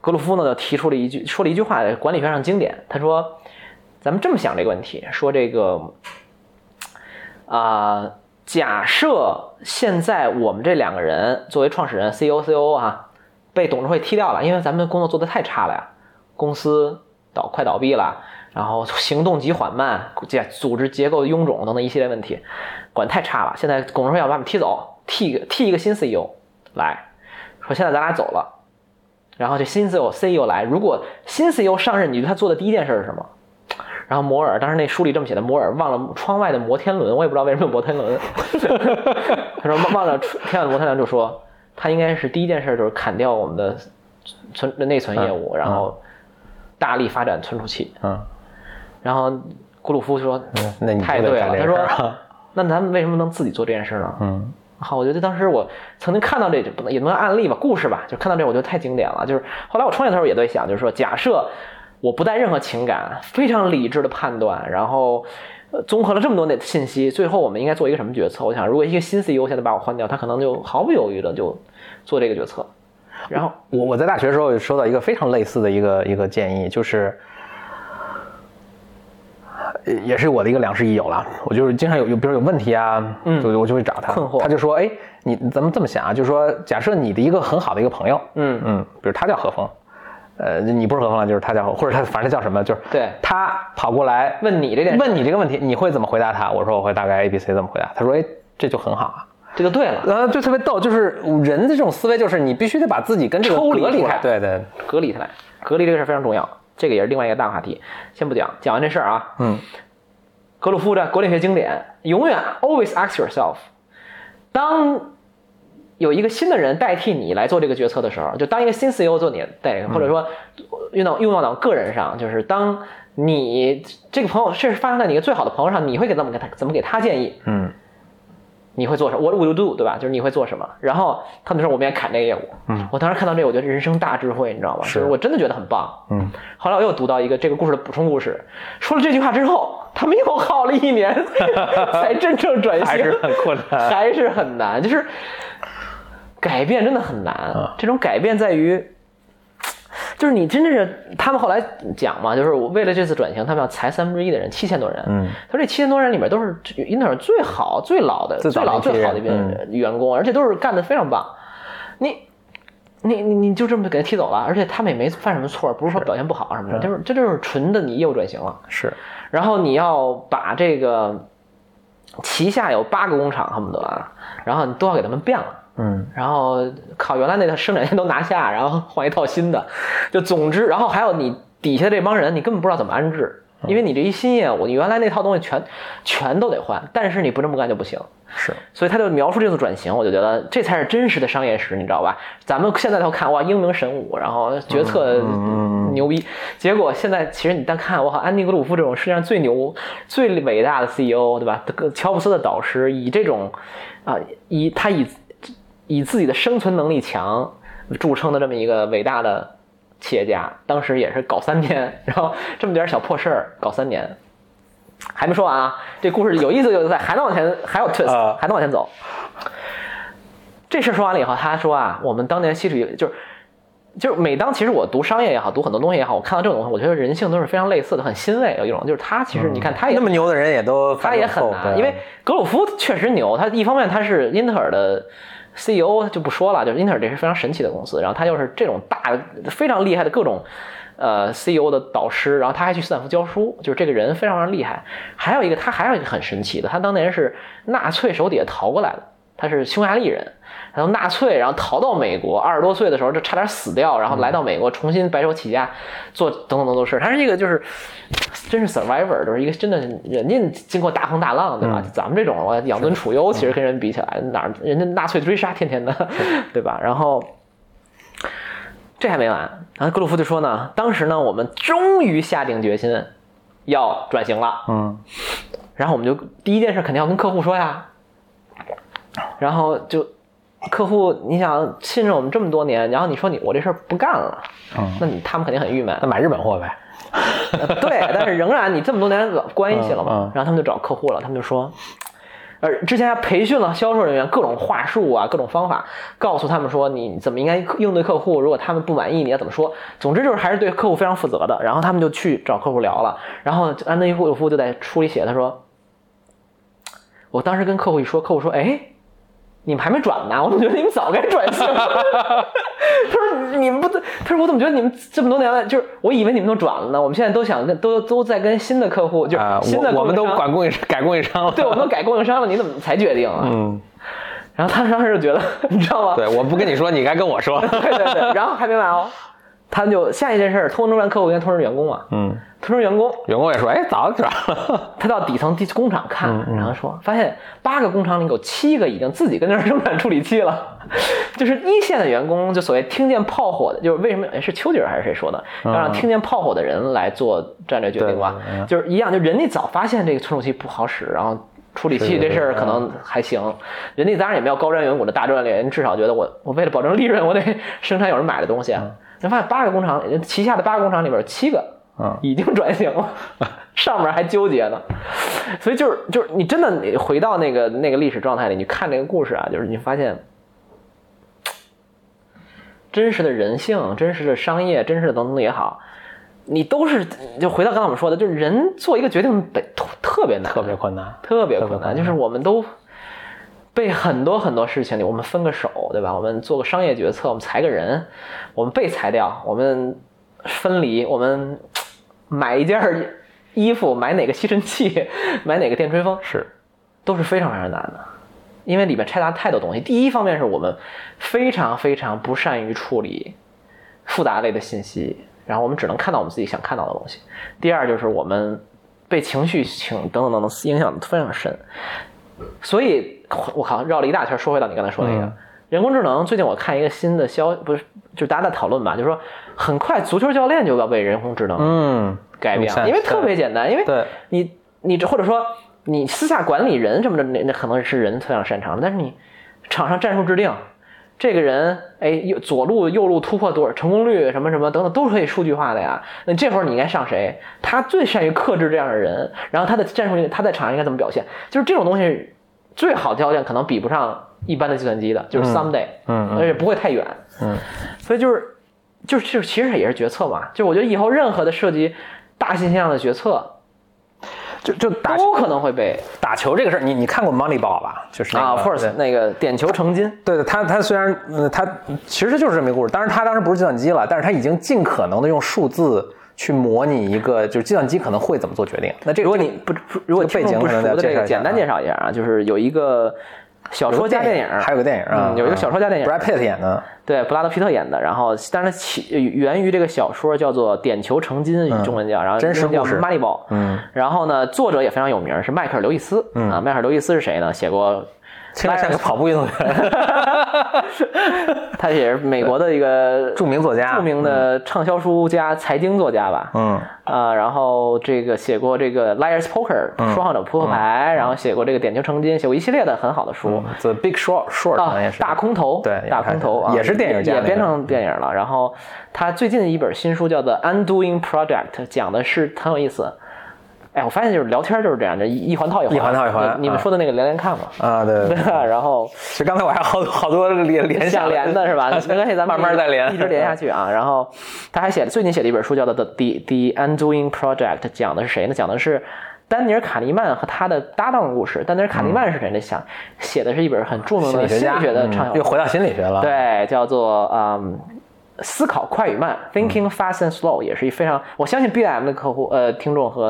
B: 格鲁夫呢就提出了一句，说了一句话，管理学上经典。他说：“咱们这么想这个问题，说这个啊、假设现在我们这两个人作为创始人 CEO、COO 啊，被董事会踢掉了，因为咱们工作做得太差了呀，公司倒快倒闭了，然后行动极缓慢，这组织结构臃肿等等一系列问题，管太差了。现在董事会要把我们踢走，替一个替一个新 CEO 来。”说现在咱俩走了，然后这新 E CEO CEO 来，如果新 CEO 上任，你对他做的第一件事是什么？然后摩尔当时那书里这么写的，摩尔望了窗外的摩天轮，我也不知道为什么有摩天轮。 <laughs> 他说望望着天上的摩天轮就说，他应该是第一件事就是砍掉我们的存内存业务，
A: 嗯
B: 然后大力发展存储器。
A: 嗯，
B: 然后古鲁夫说，
A: 那你
B: 太
A: 不得
B: 对
A: 干
B: 了，
A: 这
B: 他
A: 事儿
B: 说
A: 啊，
B: 那咱们为什么能自己做这件事呢？
A: 嗯
B: 好，我觉得当时我曾经看到这不能也不能案例吧，故事吧，就看到这我觉得太经典了。就是后来我创业的时候也在想，就是说，假设我不带任何情感，非常理智的判断，然后、呃综合了这么多的信息，最后我们应该做一个什么决策？我想，如果一个新 CEO 现在把我换掉，他可能就毫不犹豫的就做这个决策。然后，
A: <laughs> 我我在大学的时候也收到一个非常类似的一个一个建议，就是，呃也是我的一个良师益友了。我就是经常有有，比如有问题啊，
B: 嗯
A: 就我就会找他，
B: 困惑
A: 他就说，哎，你咱们这么想啊，就是说，假设你的一个很好的一个朋友，
B: 嗯
A: 嗯，比如他叫何峰，呃，你不是何峰了，就是他叫何，或者他反正他叫什么，就是
B: 对
A: 他跑过来
B: 问你这件事，
A: 问你这个问题，你会怎么回答他？我说我会大概 A B C 这么回答。他说，哎，这就很好啊。
B: 这就对了，
A: 呃，就特别逗，就是人的这种思维，就是你必须得把自己跟这个
B: 抽离
A: 隔离
B: 出来
A: 开。对对，
B: 隔离起来，隔离这个事儿非常重要，这个也是另外一个大话题，先不讲，讲完这事儿啊，
A: 嗯，
B: 格鲁夫的国力学经典，永远 always ask yourself，当有一个新的人代替你来做这个决策的时候，就当一个新 CEO 做你的代理人，或者说用到用到到个人上，就是当你这个朋友是发生在你一个最好的朋友上，你会给怎么给他怎么给他建议？
A: 嗯，
B: 你会做什么？What would you do？对吧？就是你会做什么？然后他们说我们也砍这个业务。嗯，我当时看到这个，我觉得人生大智慧，你知道吗？
A: 是
B: 就是我真的觉得很棒。
A: 嗯，
B: 后来我又读到一个这个故事的补充故事，说了这句话之后，他们又耗了一年 <laughs> 才真正转型，
A: 还是很困难
B: 还是很难，就是改变真的很难。
A: 啊
B: 这种改变在于，就是你真的是他们后来讲嘛，就是我为了这次转型，他们要裁三分之一的人，七千多人。
A: 嗯，
B: 他说这七千多人里面都是英特尔最好、呃最老的、
A: 最
B: 最
A: 早
B: 老、
A: 的一批
B: 最好的
A: 人
B: 一批员工，而且都是干得非常棒。你你你你就这么给他踢走了，而且他们也没犯什么错，不是说表现不好什么的，就是这就是纯的你业务转型了。
A: 是
B: 然后你要把这个旗下有八个工厂恨不得啊，然后你都要给他们变了。
A: 嗯，
B: 然后靠原来那套生产线都拿下，然后换一套新的，就总之，然后还有你底下这帮人，你根本不知道怎么安置，因为你这一新业务，你原来那套东西全全都得换，但是你不这么干就不行。
A: 是
B: 所以他就描述这次转型，我就觉得这才是真实的商业史，你知道吧？咱们现在都看哇，英明神武，然后决策牛逼，结果现在其实你单看哇，安妮格鲁夫这种世界上最牛、最伟大的 CEO，对吧？乔布斯的导师，以这种啊、以他以以自己的生存能力强著称的这么一个伟大的企业家，当时也是搞三年，然后这么点小破事儿搞三年。还没说完啊，这故事有意思就在还能往前，还有 twist，、
A: 啊
B: 还能往前走。这事儿说完了以后，他说啊，我们当年吸取就是就是每当其实我读商业也好，读很多东西也好，我看到这种东西，我觉得人性都是非常类似的，很欣慰。有一种就是他其实你看他也、
A: 那么牛的人也都
B: 他也很
A: 犯过错
B: 难，因为格鲁夫确实牛。他一方面他是英特尔的 CEO 就不说了，就是英特尔这是非常神奇的公司，然后他又是这种大非常厉害的各种呃 CEO 的导师，然后他还去斯坦福教书，就是这个人非常非常厉害。还有一个他还有一个很神奇的，他当年是纳粹手底下逃过来的，他是匈牙利人。然后纳粹，然后逃到美国，二十多岁的时候就差点死掉，然后来到美国重新白手起家，做等等等等事儿。他是一个就是，真是 survivor，就是一个真的人家经过大风大浪，对吧？咱们这种我养尊处优，其实跟人比起来，哪儿人家纳粹追杀天天的， <laughs> 对吧？然后。这还没完，然后格鲁夫就说呢，当时呢，我们终于下定决心要转型了，
A: 嗯
B: 然后我们就第一件事肯定要跟客户说呀，然后就客户，你想信任我们这么多年，然后你说你我这事儿不干了，
A: 嗯，
B: 那你他们肯定很郁闷
A: <laughs> 那，买日本货呗，
B: 对，但是仍然你这么多年老关系了嘛，
A: 嗯嗯
B: 然后他们就找客户了，他们就说。呃，之前还培训了销售人员各种话术啊，各种方法，告诉他们说你怎么应该应对客户，如果他们不满意你要怎么说。总之就是还是对客户非常负责的。然后他们就去找客户聊了，然后安德尼夫就在书里写，他说，我当时跟客户一说，客户说，哎，你们还没转呢，我怎么觉得你们早该转型了？ <laughs> 他说你们不，他说我怎么觉得你们这么多年来，就是我以为你们都转了呢，我们现在都想跟都都在跟新的客户，就是
A: 啊，
B: 新的、
A: 我我们都管，供应 <laughs> 商改供应商了，
B: 对，我们都改供应商了，你怎么才决定啊？
A: 嗯，
B: 然后他当时就觉得， <laughs> 你知道吗？
A: 对，我不跟你说，你该跟我说，
B: 对对对，然后还没完哦，他们就下一件事儿，通知完客户应该通知员工嘛，
A: 嗯，
B: 通知员工，
A: 员工也说，哎，早就转了，
B: 他到底层地工厂看，
A: 嗯
B: 然后说发现八个工厂里有七个已经自己跟那儿生产处理器了， <laughs> 就是一线的员工，就所谓听见炮火的，就是为什么哎是丘吉尔还是谁说的，要让听见炮火的人来做战略决定吧
A: 嗯对对，对嗯
B: 就是一样，就人家早发现这个存储器不好使，然后。处理器
A: 是
B: 这事儿
A: 是
B: 可能还行，人家当然也没有高瞻远瞩的大战略，人至少觉得我我为了保证利润，我得生产有人买的东西啊。人发现八个工厂，人旗下的八个工厂里边有七个
A: 嗯，
B: 已经转
A: <laughs>
B: 型了，上面还纠结呢，所以就是就是你真的你回到那个那个历史状态里，你看这个故事啊，就是你发现真实的人性、真实的商业、真实的等等也好，你都是就回到刚才我们说的，就是人做一个决定得特特别难，
A: 特别困难，
B: 特别
A: 特别
B: 困
A: 困
B: 难，
A: 难
B: 就是我们都被很多很多事情里，我们分个手，对吧？我们做个商业决策，我们裁个人，我们被裁掉，我们分离，我们买一件儿衣服，买哪个吸尘器， <laughs> 买哪个电吹风，
A: 是，
B: 都是非常非常难的，因为里面掺杂太多东西。第一方面是我们非常非常不善于处理复杂类的信息，然后我们只能看到我们自己想看到的东西。第二就是我们被情绪情等等等等影响的非常深，所以我靠绕了一大圈，说回到你刚才说那个。
A: 嗯
B: 人工智能最近我看一个新的消，不是就是大家在讨论吧，就是说很快足球教练就要被人工智能
A: 嗯，
B: 改变
A: 嗯
B: 了，因为特别简单，因为
A: 对
B: 你你这或者说你私下管理人什么的，那那可能是人非常擅长的，但是你场上战术制定，这个人哎右左路右路突破多少成功率什么什么等等都是可以数据化的呀。那这会儿你应该上谁？他最善于克制这样的人，然后他的战术他在场上应该怎么表现？就是这种东西最好的条件可能比不上一般的计算机的，就是 someday，
A: 嗯嗯
B: 而且不会太远，
A: 嗯，
B: 所以就是就是就是其实也是决策嘛，就是我觉得以后任何的涉及大信息量的决策，
A: 就就打
B: 都可能会被
A: 打球这个事儿，你你看过《Moneyball》吧？就是那个
B: 啊，of course，那个点球成金，
A: 对对，他他虽然呃他其实就是这么一个故事，当然他当时不是计算机了，但是他已经尽可能的用数字去模拟一个，就是计算机可能会怎么做决定。那这
B: 如果你不不如果
A: 这个
B: 听
A: 背景
B: 众不
A: 可能
B: 熟
A: 得
B: 的
A: 介
B: 这
A: 绍
B: 个，
A: 一下
B: 简单
A: 啊
B: 介绍一下啊，就是有一个小说加电影，
A: 还有个电影啊
B: 嗯，有一个小说加电影
A: ，Brad Pitt 演的，
B: 对，布拉德皮特演的。然后，当然起源于这个小说叫做《点球成金》，中文叫，然
A: 嗯
B: 后
A: 真实
B: 英文叫
A: 故事
B: 《Moneyball》。
A: 嗯，
B: 然后呢，作者也非常有名，是迈克尔·刘易斯。
A: 嗯
B: 啊，迈克尔·刘易斯是谁呢？写过。
A: 听着像个 <laughs> 跑步运动员，
B: <laughs> 他也是美国的一个
A: 著名作啊嗯家，
B: 著名的畅销书家、财经作家吧，
A: 嗯，
B: 啊，然后这个写过这个《Liar's Poker》说
A: 嗯
B: 谎者扑克牌，然后写过这个《点球成金》，写过一系列的很好的书
A: 嗯，The Big Short Short 好
B: 啊
A: 像也，是
B: 大空头，
A: 对也
B: 大
A: 看
B: 空头啊，
A: 也是电影家
B: 也
A: 那
B: 编
A: 个
B: 成电影了。然后他最近一本新书叫做《Undoing Project》，讲的是很有意思。哎，我发现就是聊天就是这样，这一一环套一环，
A: 一环套一环
B: 你你们
A: 啊
B: 说的那个连连看嘛，
A: 啊，对，对 <laughs>
B: 对
A: 对
B: 吧？ <laughs> 然后。
A: 其实刚才我还好好多联联想
B: 想连的
A: <laughs>
B: 是吧？没关系，咱们
A: 慢慢再连
B: 一直连下去啊。然后他还写最近写了一本书，叫做《The The Undoing Project》，讲的是谁呢？讲的是丹尼尔·卡尼曼和他的搭档的故事。丹尼尔·卡尼曼是谁呢？想写的是一本很著名
A: 嗯心
B: 的
A: 理学
B: 心
A: 家
B: 理学的
A: 嗯
B: 畅销
A: 又回到心理学了，，
B: 对，叫做嗯。思考快与慢，Thinking
A: 嗯
B: Fast and Slow，也是一非常，我相信 BM 的客户呃听众和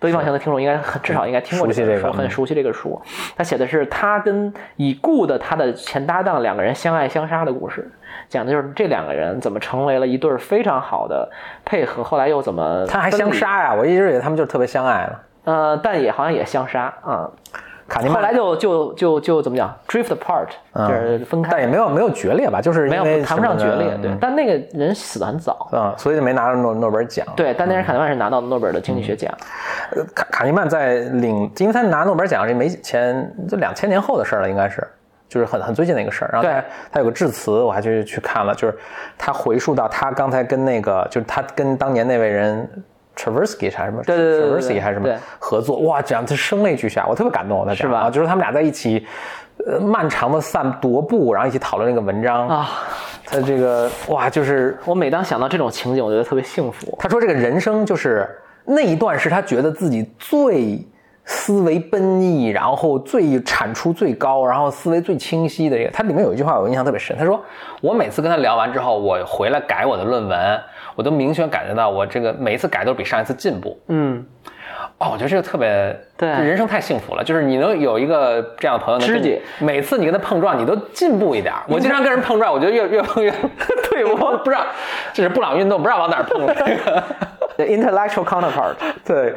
B: 德云网强的听众应该很至少应该听
A: 熟
B: 过这
A: 悉
B: 本
A: 这
B: 书，
A: 个
B: 很
A: 嗯
B: 熟悉这个书。他写的是他跟已故的他的前搭档两个人相爱相杀的故事，讲的就是这两个人怎么成为了一对儿非常好的配合，后来又怎么
A: 他还
B: 分
A: 相
B: 离，
A: 杀呀，我一直以为他们就是特别相爱呢。
B: 呃，但也好像也相杀啊、
A: 卡尼曼
B: 后来就就就就怎么讲，drift apart，、
A: 嗯
B: 就是分开，
A: 但也没有没有决裂吧，就是因
B: 没有
A: 为
B: 谈不上
A: 什
B: 决
A: 么呢
B: 裂，对，
A: 嗯
B: 但那个人死的很早。
A: 嗯，所以就没拿着诺诺贝尔奖。
B: 对，丹尼尔·卡尼曼是拿到了诺贝尔的经济学奖，
A: 呃，卡卡尼曼在领，因为他拿诺贝尔奖是没前就两千年后的事儿了，应该是，就是很很最近的一个事儿。然后他
B: 对
A: 他有个致辞，我还去去看了，就是他回溯到他刚才跟那个，就是他跟当年那位人。Traversky 还是什么？
B: 对对对对对
A: Traversky 还是什么
B: 对
A: 合作？哇，讲他声泪俱下，我特别感动。他讲
B: 是吧
A: 啊，就是他们俩在一起，呃，漫长的散踱步，然后一起讨论那个文章
B: 啊。
A: 他这个哇，就是
B: 我每当想到这种情景，我觉得特别幸福。
A: 他说这个人生就是那一段是他觉得自己最思维奔逸，然后最产出最高，然后思维最清晰的这个。他里面有一句话我印象特别深，他说我每次跟他聊完之后，我回来改我的论文，我都明显感觉到我这个每一次改都比上一次进步。
B: 嗯，
A: 哦，我觉得这个特别，
B: 对
A: 这人生太幸福了，就是你能有一个这样的朋友，能跟你
B: 知己，
A: 每次你跟他碰撞，你都进步一点儿。我经常跟人碰撞，我觉得越越碰越 <laughs> 对我不知道这是布朗运动，不知道往哪儿碰。 <laughs> 这个
B: <laughs> The intellectual counterpart，
A: <laughs> 对，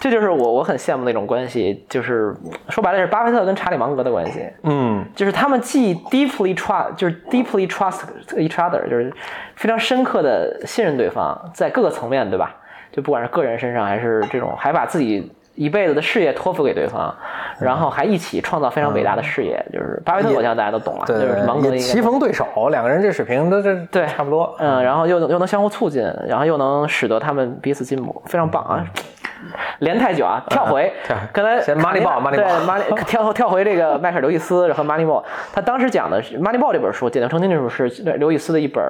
B: 这就是我我很羡慕那种关系，就是说白了是巴菲特跟查理芒格的关系，
A: 嗯，
B: 就是他们既 deeply trust，就是 deeply trust each other，就是非常深刻的信任对方，在各个层面，对吧？就不管是个人身上，还是这种，还把自己一辈子的事业托付给对方，然后还一起创造非常伟大的事业，就是巴菲
A: 嗯
B: 特，
A: 也
B: 我相信大家都懂了，
A: 对
B: 啊就是芒格
A: 也
B: 的一个
A: 棋逢对手，两个人这水平都这
B: 对
A: 差不多。
B: 嗯，然后又能又能相互促进，然后又能使得他们彼此进步，非常棒啊！ <laughs> 连太久啊，跳回
A: 嗯跳回
B: 刚才
A: 先 Moneyball，
B: 卡尼曼对
A: Moneyball <laughs>
B: 马里跳跳回这个迈克尔·刘易斯，然后 Moneyball，他当时讲的是《Moneyball》这本书，《简单成金》这本书是刘易斯的一本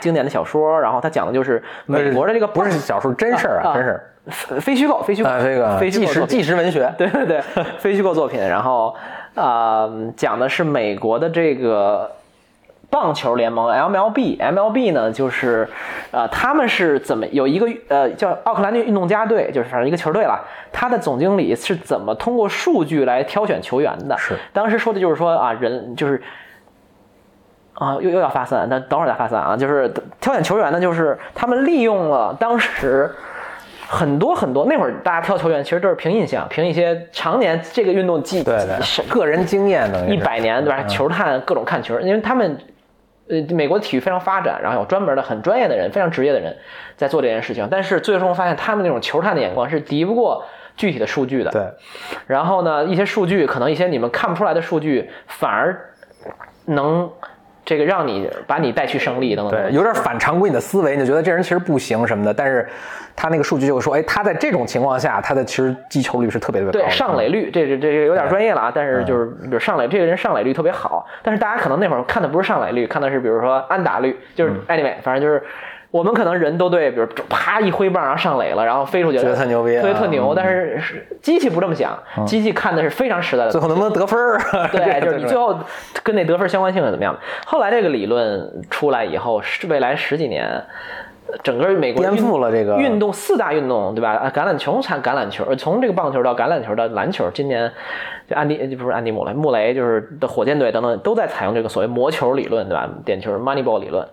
B: 经典的小说，然后他讲的就是美国的这个
A: 不是小说，真事儿
B: 啊
A: 啊，真事儿
B: 非非虚构，非虚构，
A: 啊，这个
B: 非虚
A: 纪
B: 构
A: 实
B: 作品
A: 纪实文学，
B: 对对对，非虚构作品。然后，啊、讲的是美国的这个棒球联盟 MLB。MLB 呢，就是，呃，他们是怎么有一个呃叫奥克兰运动家队，就是反正一个球队了。他的总经理是怎么通过数据来挑选球员的？
A: 是
B: 当时说的就是说啊，人就是。啊，又又要发散，但等会儿再发散啊。就是挑选球员呢，就是他们利用了当时很多很多那会儿大家挑球员，其实都是凭印象，凭一些常年这个运动记
A: 对
B: 是
A: 对，嗯个人经验等于是
B: 一百年对吧？球探各种看球，因为他们呃美国体育非常发展，然后有专门的很专业的人，非常职业的人在做这件事情，但是最终发现他们那种球探的眼光是敌不过具体的数据的。嗯
A: 对，
B: 然后呢，一些数据可能一些你们看不出来的数据，反而能这个让你把你带去胜利等等。
A: 对，有点反常规你的思维，你就觉得这人其实不行什么的，但是他那个数据就会说，哎，他在这种情况下，他的其实击球率是特别特别高嗯的，
B: 对上垒率，这这这个有点专业了啊，但是就是比如上垒，这个人上垒率特别
A: 嗯
B: 好，但是大家可能那会儿看的不是上垒率，看的是比如说安打率，就是 anyway，反正就是我们可能人都对，比如啪一挥棒，然后上垒了，然后飞出去了，
A: 觉得特牛逼
B: 特别特
A: 嗯
B: 牛。但是是机器不这么想，机器看的是非常实在的
A: 嗯最后能不能得分儿？啊 <laughs> 这
B: 对，
A: 个
B: 就是你
A: 重要
B: 最后跟那得分相关性是怎么样的？后来这个理论出来以后，是未来十几年，呃整个美国
A: 颠覆
B: 运
A: 了这个
B: 运动四大运动，对吧？啊，橄榄球产橄榄球，呃从这个棒球到橄榄球到篮球，今年就安迪呃不是安迪穆雷，穆雷就是的火箭队等等都在采用这个所谓魔球理论，对吧？点球 Moneyball 理论。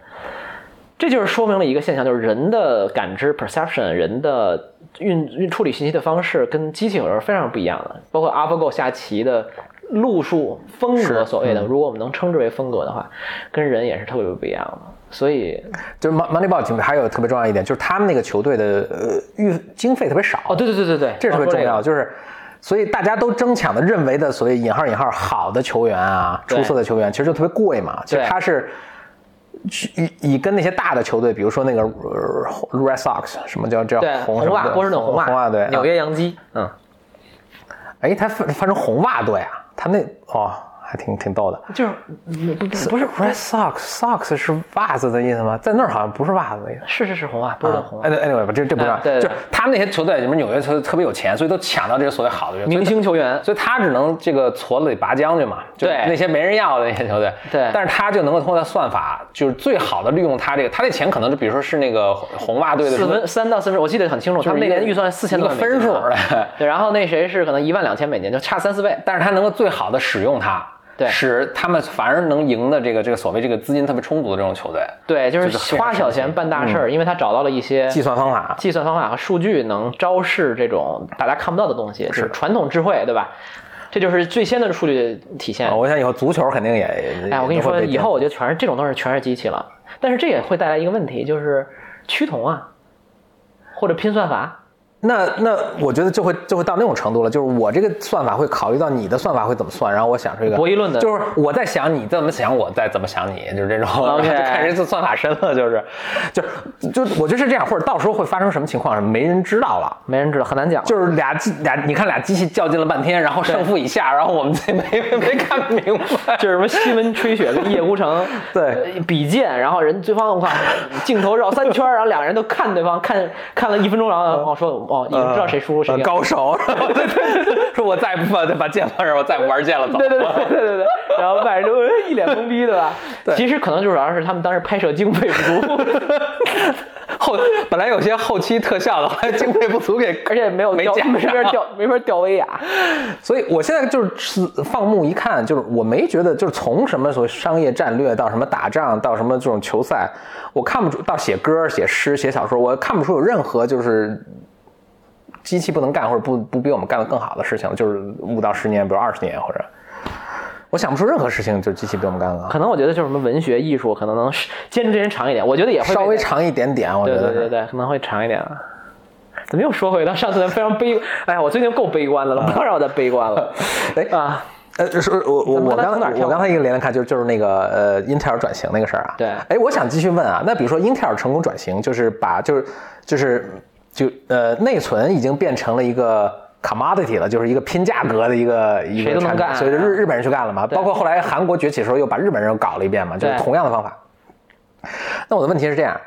B: 这就是说明了一个现象，就是人的感知 perception，人的运运处理信息的方式跟机器有时候非常不一样的。包括 AlphaGo 下棋的路数、风格，所
A: 嗯
B: 谓的，如果我们能称之为风格的话，跟人也是特别不一样的。所以，
A: 就是 Mon- Moneyball 里面还有特别重要一点，就是他们那个球队的呃预经费特别少，
B: 哦，对对对对对，
A: 这是特别重要
B: 哦
A: 的，就是。所以大家都争抢的认为的所谓引号引号好的球员啊，
B: 对
A: 出色的球员，其实就特别贵嘛。其实
B: 对
A: 他是以以跟那些大的球队，比如说那个呃 Red Sox，什么叫叫
B: 这个对
A: 红
B: 红袜，波士顿
A: 红
B: 袜，
A: 红袜队，
B: 纽约洋基，嗯，
A: 哎，他翻翻成红袜队啊，他那哦，还挺挺逗的。
B: 就是嗯不不不是
A: Red Sox Sox 是袜子的意思吗？在那儿好像不是袜子的意思。
B: 是是是红袜，波士顿红袜，
A: 哎对，anyway 吧，这这不重要。
B: 哎对对
A: 就
B: 对
A: 是他们那些球队，什么纽约球队特别有钱，所以都抢到这个所谓好的人，
B: 明星球员，
A: 所以他只能这个矬子里拔将军嘛，就
B: 对
A: 那些没人要的那些球队，
B: 对
A: 但是他就能够通过他算法，就是最好的利用他这个，他这钱可能就比如说是那个红红袜队的
B: 四
A: 什么
B: 分三到四分，我记得很清楚，
A: 就是
B: 他们那
A: 一个
B: 年预算四千
A: 一
B: 多
A: 个
B: 万美
A: 分
B: 金
A: 数
B: 啊
A: 儿
B: 对，然后那谁是可能一万两千美金，就差三四倍。
A: 但是他能够最好的使用它，
B: 对
A: 使他们反而能赢的这个这个所谓这个资金特别充足的这种球队，
B: 对，就
A: 这个
B: 是
A: 非常
B: 花小
A: 神奇
B: 钱办大事儿，因为他找到了一些
A: 计算方法
B: 计算方法和数据，能昭示这种大家看不到的东西，就是传统智慧，对吧？这就是最先的数据体现
A: 啊，。我想以后足球肯定也，也
B: 哎，我跟你
A: 也都
B: 说，
A: 会被
B: 以后我觉得全是这种东西，全是机器了。但是这也会带来一个问题，就是趋同啊，或者拼算法。
A: 那那我觉得就会就会到那种程度了，就是我这个算法会考虑到你的算法会怎么算，然后我想出一个
B: 博弈论的
A: 就是我在想你怎么想，我在怎么想你，就是这种 <laughs>
B: OK
A: 就看谁算法深了，就是就就我觉得是这样，或者到时候会发生什么情况是没人知道了。
B: 没人知道，很难讲。
A: 就是俩机俩，你看俩机器较劲了半天，然后胜负已下，然后我们这没没没看明白，
B: <laughs> 就是什么西门吹雪跟叶孤城
A: <laughs> 对
B: 呃比剑，然后人对方我靠镜头绕三圈，然后两个人都看对方，看看了一分钟，然后哦说哦已经知道谁输谁
A: 呃嗯
B: 赢。
A: 高手， <laughs> 然后对对对， <laughs> 说我再不把把剑放这儿，我再不玩剑了，走。
B: 对对对对对对对，然后外人都呃一脸懵逼，对吧？
A: <laughs> 对
B: 其实可能就主要是他们当时拍摄经费不足， <laughs>
A: 后本来有些后期特效的，后来经费不足给，
B: 而且没有
A: 没
B: 吊
A: 加上
B: 没法吊没法吊威亚。
A: 所以我现在就是放目一看，就是我没觉得，就是从什么所谓商业战略到什么打仗到什么这种球赛，我看不出到写歌、写诗、写小说，我看不出有任何就是机器不能干或者不不比我们干得更好的事情，就是五到十年，比如二十年或者。我想不出任何事情，就是机器比我们干得更好，
B: 可能我觉得就是什么文学艺术，可能能坚持时间长一点，我觉得也会
A: 稍微
B: 被
A: 长一点点，我觉
B: 对
A: 得
B: 对
A: 是
B: 对对，可能会长一点啊。怎么又说回到上次的非常悲？哎呀，我最近够悲观的
A: 啊
B: 了，不要让我再悲观
A: <laughs>
B: 了。
A: 哎
B: 啊，
A: 呃，是我我我
B: 咱们刚
A: 刚
B: 才从哪儿
A: 才
B: 跳
A: 我刚才一个连连看，就是就是那个呃，英特尔转型那个事儿啊。
B: 对
A: 哎，我想继续问啊，那比如说英特尔成功转型，就是把就是就是就呃内存已经变成了一个 commodity 了，就是一个拼价格的一个一
B: 谁
A: 个
B: 都能
A: 产品，
B: 干啊
A: 所以就日日本人去干了嘛。
B: 对
A: 包括后来韩国崛起的时候，又把日本人又搞了一遍嘛，就是
B: 对
A: 同样的方法。那我的问题是这样，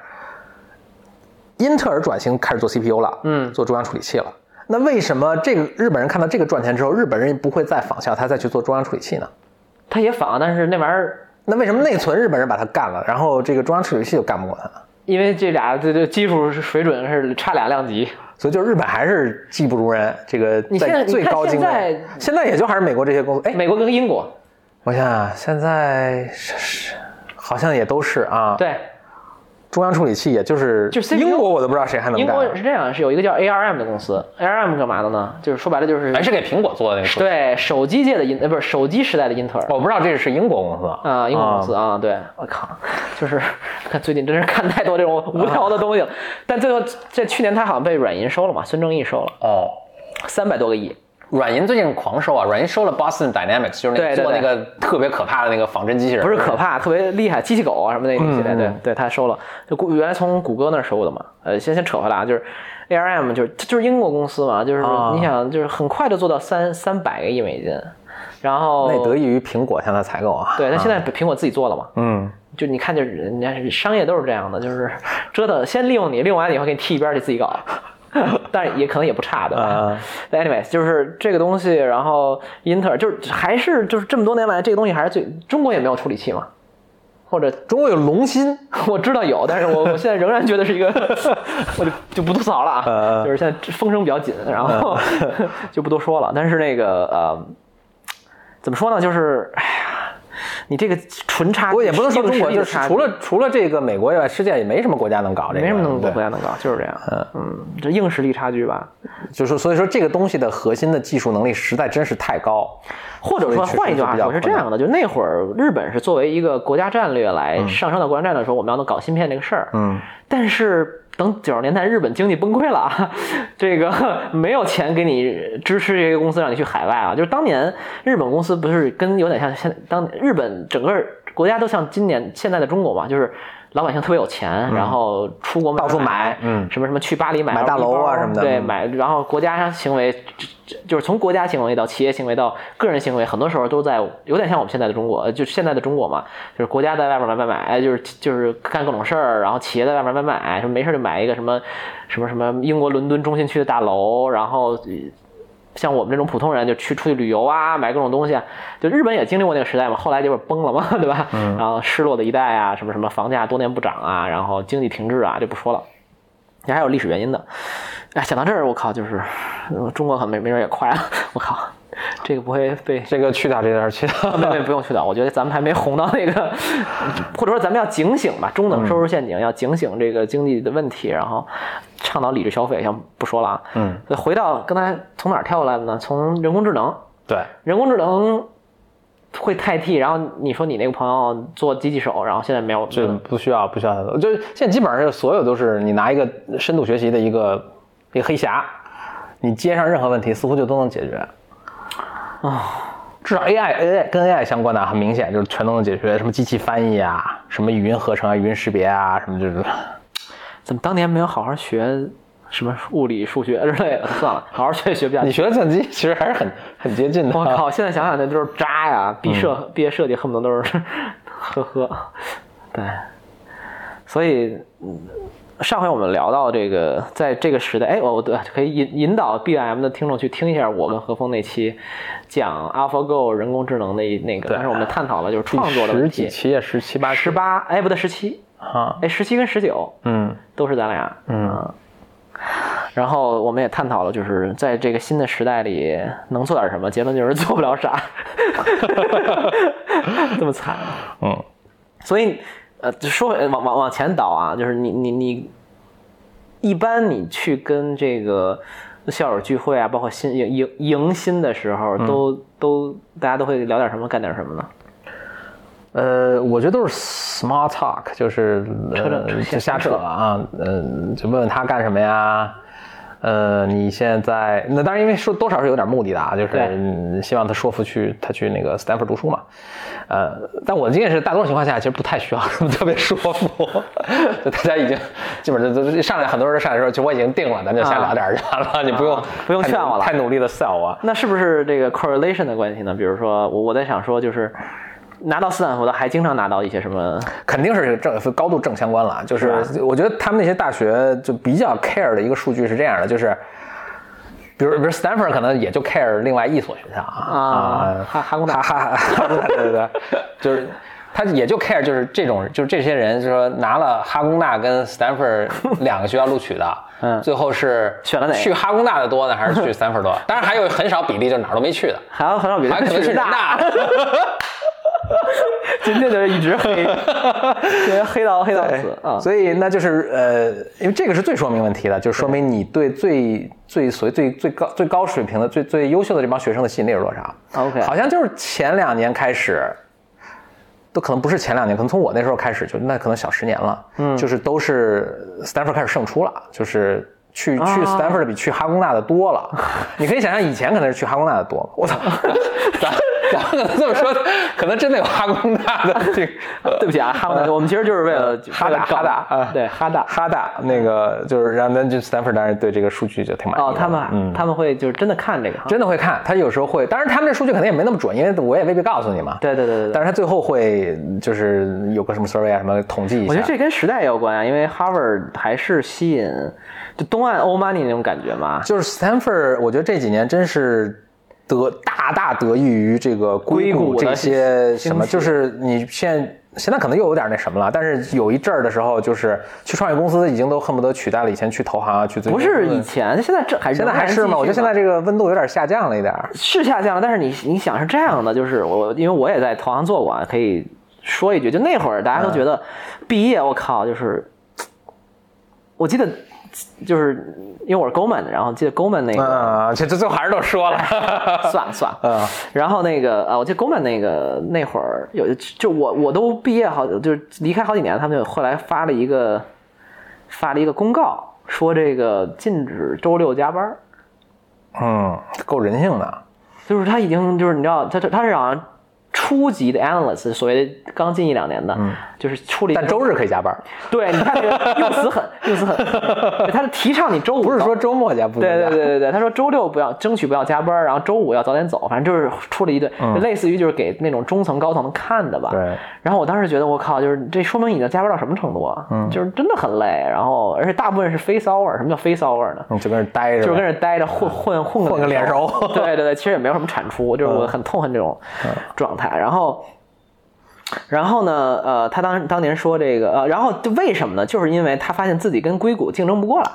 A: 英特尔转型开始做 CPU 了，
B: 嗯
A: 做中央处理器了。那为什么这个日本人看到这个赚钱之后，日本人不会再仿效它再去做中央处理器呢？
B: 他也仿，但是那玩意儿，
A: 那为什么内存日本人把它干了，然后这个中央处理器就干不过它呢？
B: 因为这俩这这技术水准是差俩量级。
A: 所以就是日本还是技不如人，这个
B: 你现
A: 在
B: 在
A: 最高精
B: 你看
A: 锐
B: 现。
A: 现在也就还是美国这些公司，哎，
B: 美国跟英国，
A: 我想想，现在是是好像也都是啊，，
B: 对，
A: 中央处理器也就是
B: 就 CPU
A: 英国我都不知道谁还能
B: 英
A: 干，啊
B: 国是这样，是有一个叫 ARM 的公司，ARM 干嘛的呢？就是说白了就是，
A: 是给苹果做的那个对，
B: 对手机界的英，呃，不是手机时代的英特尔。
A: 我不知道这是英国公司
B: 啊，英国公司啊，对，我靠，就是看最近真是看太多这种无聊的东西了。但最后这去年他好像被软银收了嘛，孙正义收了
A: 哦。
B: 三百多个亿，
A: 软银最近狂收啊！软银收了 Boston Dynamics，就是那个
B: 对对
A: 做那个特别可怕的那个仿真机器人，
B: 不是可怕，特别厉害，机器狗啊什么那种系列，
A: 嗯
B: 对
A: 嗯
B: 对，他收了，就谷原来从谷歌那儿收的嘛。呃，先先扯回来啊，就是 ARM 就是就是英国公司嘛，就是
A: 啊
B: 你想就是很快就做到三三百个亿美金，然后
A: 那得益于苹果向他采购啊。
B: 对，那
A: 啊
B: 现在苹果自己做了嘛，
A: 嗯，
B: 就你看，就是人家是商业都是这样的，就是折腾，先利用你，利用完了以后给你踢一边儿去自己搞， <laughs> 但是也可能也不差的吧
A: 啊。
B: 但 anyways，就是这个东西，然后英特尔就是还是就是这么多年来，这个东西还是最中国也没有处理器嘛，或者 <laughs>
A: 中国有龙芯，
B: 我知道有，但是我我现在仍然觉得是一个， <laughs> 我就就不吐槽了啊，
A: 嗯
B: 就是现在风声比较紧，然
A: 啊
B: 后 <laughs> 就不多说了。但是那个呃，怎么说呢，就是哎呀，你这个纯差距，
A: 我也不能说中国，
B: 硬实力
A: 就
B: 的
A: 是
B: 差距
A: 除了除了这个美国以外，世界也没什么国家能搞这个，
B: 没什么能
A: 对
B: 国家能搞，就是这样。嗯嗯，这硬实力差距吧，
A: 就是所以说这个东西的核心的技术能力实在真是太高，
B: 或者
A: 所以
B: 说
A: 确实
B: 换一句话
A: 比较
B: 说，是这样的，就那会儿日本是作为一个国家战略来上升到国家战略的时候，我们要能搞芯片这个事儿。
A: 嗯，
B: 但是等九十年代日本经济崩溃了啊， <laughs> 这个没有钱给你支持这些公司让你去海外啊。就是当年日本公司不是跟有点像现当日本整个国家都像今年现在的中国嘛，就是。老百姓特别有钱，然后出国
A: 嗯到处
B: 买
A: 买，嗯
B: 什么什么去巴黎买
A: 买大楼啊什么的
B: 对，
A: 嗯
B: 买，然后国家行为，这这就是从国家行为到企业行为到个人行为，很多时候都在有点像我们现在的中国，呃就是现在的中国嘛，就是国家在外面买买买，哎就是就是干各种事儿，然后企业在外面买买买，什么没事儿就买一个什么什么什么英国伦敦中心区的大楼，然后呃像我们这种普通人就去出去旅游啊，买各种东西啊，就日本也经历过那个时代嘛，后来就是崩了嘛， <laughs> 对吧？
A: 嗯
B: 然后失落的一代啊，什么什么房价多年不涨啊，然后经济停滞啊，就不说了。也还有历史原因的。哎，讲到这儿，我靠，就是呃中国可能没没准也快了，我靠，这个不会被。
A: 这个去掉这点儿去 <laughs> 掉，
B: 没没不用去掉，我觉得咱们还没红到那个，或者说咱们要警醒吧，中
A: 嗯
B: 等收入陷阱、要警醒这个经济的问题，然后倡导理智消费，像不说了啊。
A: 嗯，
B: 所以回到刚才从哪儿跳过来的呢？从人工智能，
A: 对，
B: 人工智能会代替，然后你说你那个朋友做机器手，然后现在没有，
A: 这不需要不需要太多，就是现在基本上是所有都是你拿一个深度学习的一个一个黑匣，你接上任何问题似乎就都能解决。啊、至少 AI AI 跟 AI 相关的啊很明显就是全都能解决，什么机器翻译啊，什么语音合成啊，语音识别啊，什么这种。
B: 怎么当年没有好好学什么物理、数学之类的？ <laughs> 算了，好好学也学不下
A: 你
B: 去。
A: 学计算机其实还是很很接近的。啊
B: 我！靠！现在想想那都是渣呀！毕设、
A: 嗯
B: 毕业设计恨不得都是 <laughs> 呵呵，对。所以，嗯上回我们聊到这个，在这个时代，哎，我我对可以引引导 BIM 的听众去听一下我跟何峰那期讲 AlphaGo 人工智能那一那个，
A: 对
B: 但是我们探讨了就是创作的问
A: 十几
B: 题。
A: 期啊，十七八
B: 十八，哎，不对，十七，
A: 啊，
B: 哎，十七跟十九，
A: 嗯
B: 都是咱俩。
A: 嗯，
B: 然后我们也探讨了，就是在这个新的时代里能做点什么，结论就是做不了啥， <laughs> 这么惨。啊
A: 嗯，
B: 所以，呃，就说回往往往前倒啊，就是你你你，一般你去跟这个校友聚会啊，包括新迎迎迎新的时候，都、都大家都会聊点什么，干点什么呢？
A: 呃，我觉得都是 small talk，就是
B: 扯扯
A: 呃
B: 扯
A: 就瞎扯啊，嗯，就问问他干什么呀？呃，你现在那当然，因为说多少是有点目的的啊，就是
B: 对
A: 嗯希望他说服去他去那个斯坦福读书嘛。呃，但我的经验是，大多数情况下其实不太需要 <laughs> 什么特别说服， <laughs> 就大家已经基本上都都上来，很多人上来说，就我已经定了，咱就先聊点儿就完了，你不用
B: 啊不用
A: 太
B: 劝我了
A: 太努力的 sell 我。
B: 那是不是这个 correlation 的关系呢？比如说，我我在想说，就是拿到斯坦福的，还经常拿到一些什么？
A: 肯定是正高度正相关了。啊就是是我觉得他们那些大学就比较 care 的一个数据是这样的，就是。比如，比如 Stanford 可能也就 care 另外一所学校啊
B: 啊哈哈工大
A: 哈哈哈工大，对对对，就是他也就 care 就是这种，就是这些人，就是说拿了哈工大跟 Stanford 两个学校录取的，
B: <laughs> 嗯
A: 最后是
B: 选了哪个
A: 去哈工大的多呢，还是去 Stanford 多？当然还有很少比例就是哪儿都没去的，
B: 还有很少比
A: 还
B: 人
A: 有可能
B: 去
A: 去人大， <laughs>
B: 今天就是一直黑，对黑到黑到死啊！
A: 所以那就是呃，因为这个是最说明问题的，就是说明你对最最所谓最最高最高水平的最最优秀的这帮学生的吸引力是多少
B: OK
A: 好像就是前两年开始。都可能不是前两年，可能从我那时候开始就那可能小十年了，嗯，就是都是 Stanford 开始胜出了，就是去
B: 啊
A: 去斯坦福的比去哈工大的多
B: <laughs>
A: 了。你可以想象，以前可能是去哈工大的多。我操， <laughs> 咱咱们可能这么说，可能真的有哈工大的这个。
B: <laughs>
A: <laughs>
B: 对不起啊，哈大，我们其实就是为了
A: 呃哈大哈大啊，
B: 对哈大。
A: 哈大那个就是让咱就斯坦福，当然对这个数据就挺满意的。
B: 哦，他们、
A: 嗯，
B: 他们会就是真的看这个哈，
A: 真的会看，他有时候会，当然他们这数据可能也没那么准，因为我也未必告诉你嘛。
B: 对对对对对
A: 但是他最后会就是有个什么 survey 啊什么统计一下。
B: 我觉得这跟时代也有关啊，因为 Harvard 还是吸引就东岸欧 money 那种感觉嘛。
A: 就是 Stanford，我觉得这几年真是得大大得益于这个硅
B: 硅谷
A: 谷
B: 的
A: 这些什么，
B: 兴起
A: 就是你现在现在可能又有点那什么了，但是有一阵儿的时候，就是去创业公司已经都恨不得取代了以前去投行啊去做。
B: 不是以前，现在这还
A: 现在还是吗？我觉得现在这个温度有点下降了一点儿。
B: 是下降了，但是你你想是这样的，就是我因为我也在投行做过，啊，可以说一句，就那会儿大家都觉得毕业，我靠，就是我记得就是因为我是 Goldman，的然后记得 Goldman 那个、
A: 嗯，这这最后还是都说
B: <laughs>
A: 了。
B: 算了算了，
A: 嗯
B: 然后那个啊，我记得 Goldman 那个那会儿有，就我我都毕业好，就是离开好几年，他们就后来发了一个发了一个公告，说这个禁止周六加班儿，
A: 嗯，够人性的。
B: 就是他已经就是你知道，他他他是好像初级的 analyst，所谓的刚进一两年的，就是出了一
A: 嗯
B: 个，
A: 但周日可以加班，
B: 对，你看这
A: <laughs>
B: 个用词狠，用词狠，对他是提倡你周五
A: 不是
B: 早
A: 说周末加不能
B: 对
A: 加
B: 对对对对，他说周六不要争取不要加班儿，然后周五要早点走，反正就是出了一顿，类似于就是给那种中层高层看的吧。
A: 嗯对。
B: 然后我当时觉得我靠，就是这说明你能加班到什么程度啊？嗯。就是真的很累，然后而且大部分是 face hour，什么叫 face hour 呢？
A: 你嗯就跟这儿待着呗，
B: 就是跟这待着混混混
A: 嗯混个脸熟
B: <laughs>
A: 嗯
B: 对对对，其实也没有什么产出，就是我很痛恨这种状态。然后，然后呢，呃，他当当年说这个，呃，然后就为什么呢？就是因为他发现自己跟硅谷竞争不过了，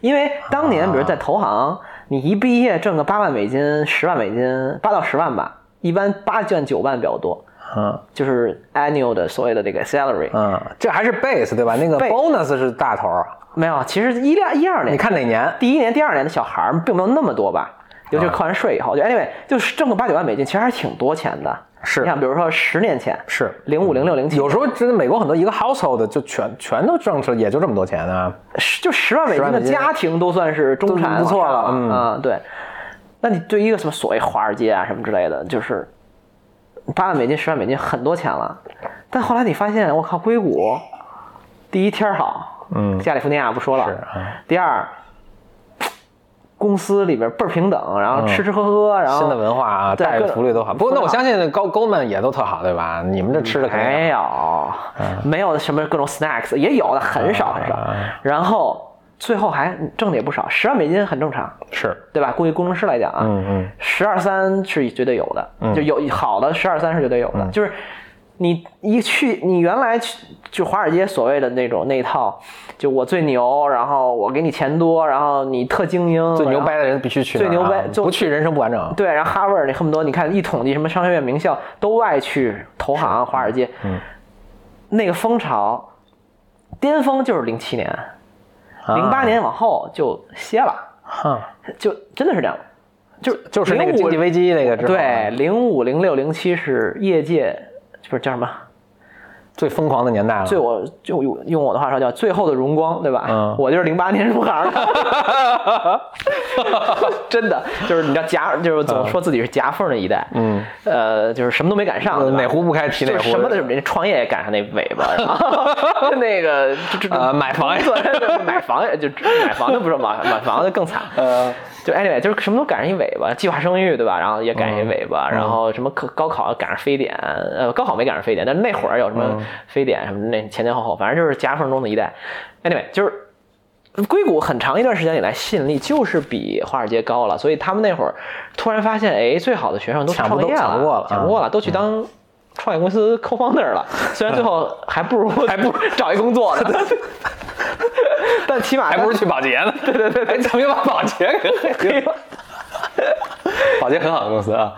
B: 因为当年比如在
A: 啊
B: 投行，你一毕业挣个八万美金、十万美金，八到十万吧，一般八万九万比较多，
A: 嗯
B: 就是 annual 的所谓的这个 salary。
A: 嗯，这还是 base 对吧？那个
B: Base
A: bonus 是大头儿，啊
B: 没有，其实一六一二年
A: 你看哪年？
B: 第一年、第二年的小孩儿并没有那么多吧，尤其是
A: 啊
B: 扣完税以后，就 anyway 就是挣个八九万美金，其实还是挺多钱的。
A: 是
B: 你想，比如说十年前
A: 是
B: 零五、零六、零七，
A: 有时候真的美国很多一个 household 就全全都挣出也就这么多钱啊。
B: 十就十万美金
A: 10万
B: 的
A: 美金
B: 家庭都算是中产
A: 都不错了
B: 往上
A: 嗯
B: 啊，对。那你对于一个什么所谓华尔街啊什么之类的，就是八万美金、十万美金很多钱了，但后来你发现，我靠，硅谷第一天儿好，
A: 嗯
B: 加利福尼亚不说了，啊
A: 是嗯
B: 第二。公司里边倍儿平等，然
A: 嗯
B: 后吃吃喝喝，然后
A: 新的文化啊，
B: 对
A: 待遇
B: 各
A: 福利都好。不过那我
B: 福利好
A: 相信高高们也都特好，对吧？你们这吃啊的肯定嗯
B: 没有，没有什么各种 snacks，也有的很少很少。然后最后还挣的也不少，十万美金很正常，
A: 是，
B: 对吧？雇一工程师来讲啊，
A: 嗯嗯，
B: 十二三是绝对有的，就有好的十二三是绝对有的，
A: 嗯
B: 就是你一去，你原来去就华尔街所谓的那种那一套，就我最牛，然后我给你钱多，然后你特精英，
A: 最牛
B: 然后
A: 掰的人必须去那
B: 最
A: 儿啊，
B: 牛掰就
A: 不去人生不完整。
B: 对，然后哈佛，你恨不得你看一统计什么商学院名校都爱去投行、华尔街，嗯，那个风潮巅峰就是零七年、
A: 啊
B: 零八年往后就歇了，
A: 哼，
B: 就真的是这样，就
A: 就是那个
B: 05
A: 经济危机那个之后，啊
B: 对，，零五、零六、零七是业界不是叫什么？
A: 最疯狂的年代了。
B: 最我就用用我的话说叫最后的荣光，对吧？
A: 嗯
B: 我就是零八年入行的， <laughs> 真的就是你知道夹，就是总
A: 嗯
B: 说自己是夹缝的一代，嗯，呃，就是什么都没赶上，
A: 呃
B: 对吧
A: 哪壶不开提哪
B: 就
A: 壶
B: 是什么的，人创业也赶上那尾巴，
A: <laughs>
B: 然后那个这这
A: 呃买房也
B: 对买房也就买房就不说买买房就更惨，
A: <laughs> 呃，
B: 就 anyway 就是什么都赶上一尾巴，计划生育对吧？然后也赶上
A: 嗯
B: 一尾巴，然后什么科高考赶上非典，呃，高考没赶上非典，但是那会儿有什么
A: 嗯
B: 非典什么那前前后后，反正就是夹缝中的一代。anyway 就是硅谷很长一段时间以来吸引力就是比华尔街高了，所以他们那会儿突然发现，哎，最好的学生都去
A: 抢不
B: 创业
A: 都抢不过了嗯
B: 抢不过了，都去当。创业公司 co-founder 了，虽然最后还不
A: <laughs>
B: 如还不如 <laughs> 找一工作呢， <laughs> 但起码
A: 还
B: 他
A: 不如去保洁
B: <laughs>
A: 呢。哎对对对对，怎么又把保洁给黑了？保洁很好的公司啊。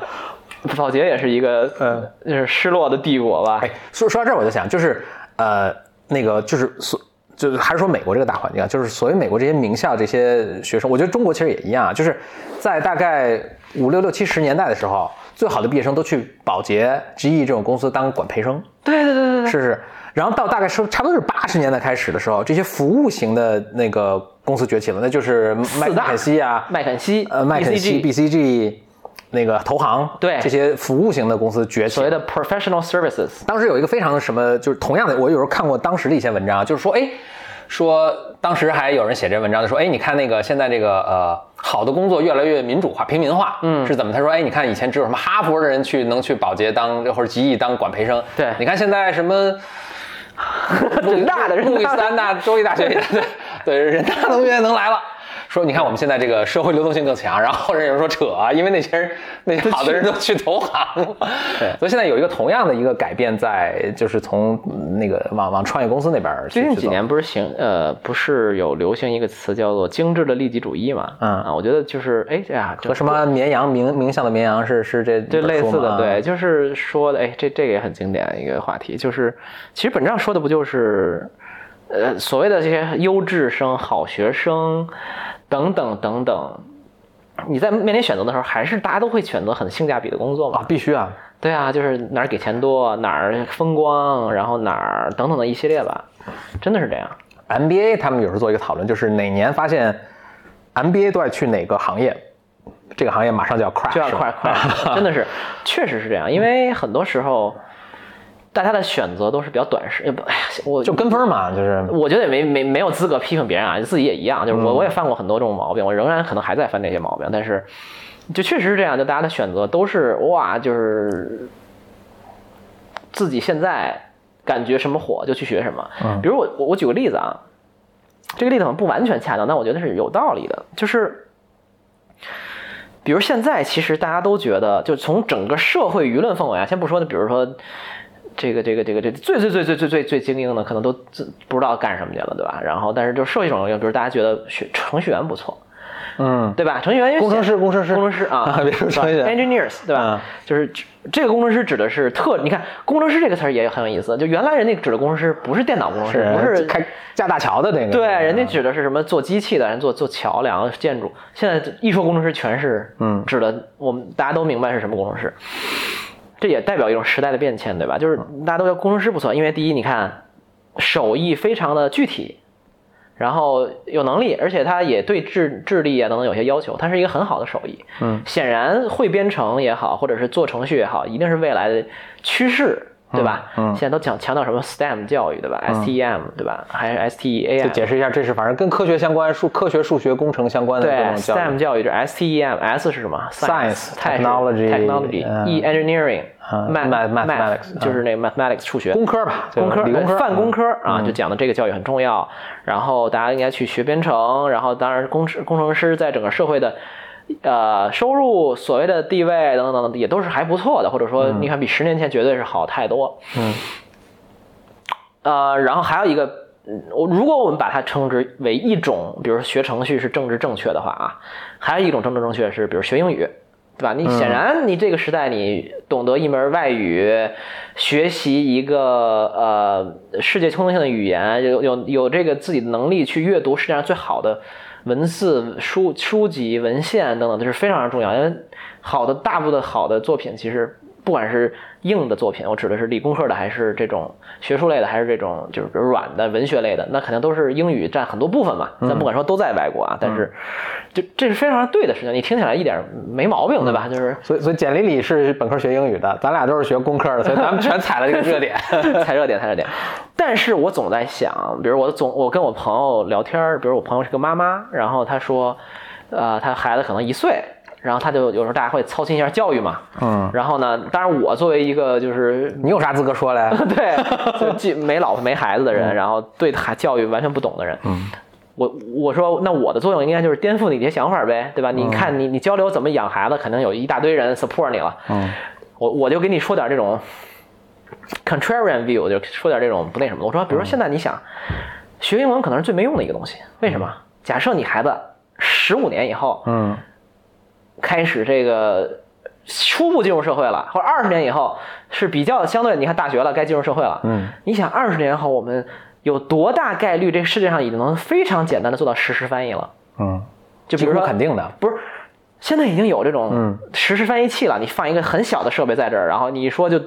B: 保洁也是一个，
A: 嗯，
B: 就是失落的帝国吧。
A: 哎，说说到这儿，我就想，就是呃，那个就是所。就是还是说美国这个大环境啊，就是所谓美国这些名校这些学生，我觉得中国其实也一样啊，就是在大概五六六七十年代的时候，最好的毕业生都去保洁、GE 这种公司当管培生，
B: 对对对对对，
A: 是是。然后到大概说差不多是八十年代开始的时候，这些服务型的那个公司崛起了，那就是麦
B: 四大
A: 肯锡啊，
B: 麦肯锡、，E
A: 呃，麦肯锡、
B: BCG
A: BCG 那个投行，
B: 对
A: 这些服务型的公司崛起
B: 所。谓的 professional services，
A: 当时有一个非常什么，就是同样的，我有时候看过当时的一些文章，就是说，哎，说当时还有人写这文章，就说，哎，你看那个现在这个呃，好的工作越来越民主化、平民化，嗯，是怎么？他说，哎，你看以前只有什么哈佛的人去能去保洁当，或者吉义当管培生，
B: 对
A: 你看现在什
B: <laughs>
A: 么。
B: 人大的人大的
A: 路易斯安那州立大学，对人大同学能来了。说你看我们现在这个社会流动性更强，然后人有人说扯啊，因为那些人那些好的人都去投行了，
B: 对
A: 所以现在有一个同样的一个改变在，就是从嗯那个往往创业公司那边儿去
B: 最近
A: 去
B: 几
A: 走
B: 年不是行呃，不是有流行一个词叫做精致的利己主义嘛？
A: 嗯
B: 啊，我觉得就是哎哎呀，
A: 和
B: 这
A: 什么绵羊名名相的绵羊是是这
B: 这
A: 本
B: 类
A: 书嗯
B: 似
A: 吗
B: 的，对，，就是说的，哎，这这个也很经典的一个话题，就是其实本质上说的不就是，呃，所谓的这些优质生、好学生等等等等，你在面临选择的时候，还是大家都会选择很性价比的工作嘛
A: 啊？必须啊，
B: 对啊，就是哪儿给钱多，哪儿风光，然后哪儿等等的一系列吧，真的是这样。
A: MBA 他们有时候做一个讨论，就是哪年发现 MBA 都爱去哪个行业，这个行业马上就要 crash，
B: 就要快快，
A: 啊
B: 真的是，确实是这样，因为很多时候大家的选择都是比较短视，呃不，哎呀，我
A: 就跟风嘛，就是
B: 我觉得也没没没有资格批评别人啊，自己也一样，
A: 嗯
B: 就是我我也犯过很多这种毛病，我仍然可能还在犯这些毛病，但是就确实是这样，就大家的选择都是哇，就是自己现在感觉什么火就去学什么，
A: 嗯
B: 比如我我我举个例子啊，这个例子可能不完全恰当，但我觉得是有道理的，就是。比如现在，其实大家都觉得，就从整个社会舆论氛围啊，先不说，比如说这个这个这个这个最最最最最最最精英的，可能都自不知道干什么去了，对吧？然后，但是就社会这种，比如大家觉得学程序员不错，
A: 嗯，
B: 对吧？程序员因为
A: 工程
B: 显
A: 师工程师，
B: 工程师
A: <laughs>
B: 啊
A: 别说程序员
B: 对吧，engineers 对
A: 嗯
B: 吧？就是这个工程师指的是特，你看工程师这个词儿也很有意思，就原来人家指的工程师不是电脑工程师，不是
A: 开架大桥的那个，
B: 对，人家指的是什么做机器的，人做做桥梁、建筑。现在一说工程师，全是
A: 嗯
B: 指的我们大家都明白是什么工程师。这也代表一种时代的变迁，对吧？就是
A: 嗯
B: 大家都叫工程师不错，因为第一，你看手艺非常的具体，然后有能力，而且他也对智智力啊等等有些要求，它是一个很好的手艺。
A: 嗯，
B: 显然会编程也好，或者是做程序也好，一定是未来的趋势。对吧？
A: 嗯嗯嗯
B: 现在都讲强调什么 STEM 教育，对吧、s t e m 对吧？还是 E STEAM？
A: 就解释一下，这是反正跟科学相关、数科学、数学、工程相关的
B: 对
A: 这种教
B: STEM
A: 育。
B: 教育，这 S T E M S 是什么
A: Science，
B: 太是
A: technology，
B: technology
A: 嗯
B: E engineering
A: 嗯
B: math
A: math-
B: math-
A: mathematics，
B: 就是那 mathematics 数学
A: 工科吧，
B: 工科
A: 理工
B: 对
A: 科、
B: 泛工科啊，
A: 嗯
B: 就讲的这个教育很重要。然后大家应该去学编程，然后当然工程工程师在整个社会的。呃，收入、所谓的地位等等等等，也都是还不错的，或者说，你看比十年前绝对是好太多。
A: 嗯，
B: 呃，然后还有一个，嗯我如果我们把它称之为一种，比如说学程序是政治正确的话啊，还有一种政治正确是，比如学英语，对吧？你显然你这个时代你懂得一门外语，学习一个呃世界通用性的语言，有有有这个自己的能力去阅读世界上最好的。文字书书籍、文献等等，这是非常非常重要。因为好的大部分好的作品，其实不管是硬的作品，我指的是理工科的，还是这种学术类的，还是这种就是比如软的文学类的，那肯定都是英语占很多部分嘛。
A: 嗯
B: 咱不敢说都在外国啊，但是就这是非常对的事情，你听起来一点没毛病，对吧？就是
A: 所以所以简历里是本科学英语的，咱俩都是学工科的，所以咱们全踩了这个热点。
B: <laughs> 踩热点，踩热点。但是我总在想，比如我总我跟我朋友聊天儿，比如我朋友是个妈妈，然后她说，呃，她孩子可能一岁，然后她就有时候大家会操心一下教育嘛，
A: <laughs> 嗯，
B: 然后呢，当然我作为一个就是
A: 你有啥资格说嘞？
B: <laughs> 对，就既没老婆没孩子的人，然后对孩教育完全不懂的人，
A: 嗯，
B: 我我说那我的作用应该就是颠覆你这些想法呗，对吧？你看你你交流怎么养孩子，肯定有一大堆人 support 你了，
A: 嗯，
B: 我我就给你说点这种 contrarian view，就说点这种不那什么的。我说，比如说现在你想学英文可能是最没用的一个东西，为什么？假设你孩子十五年以后，
A: 嗯，
B: 开始这个初步进入社会了，或者二十年以后是比较相对，你看大学了，该进入社会了。
A: 嗯，
B: 你想二十年后我们有多大概率这世界上已经能非常简单的做到实时翻译了？
A: 嗯，
B: 就比
A: 几
B: 如
A: 乎
B: 说
A: 肯定的。
B: 不是，现在已经有这种
A: 嗯
B: 实时翻译器了，你放一个很小的设备在这儿，然后你一说就。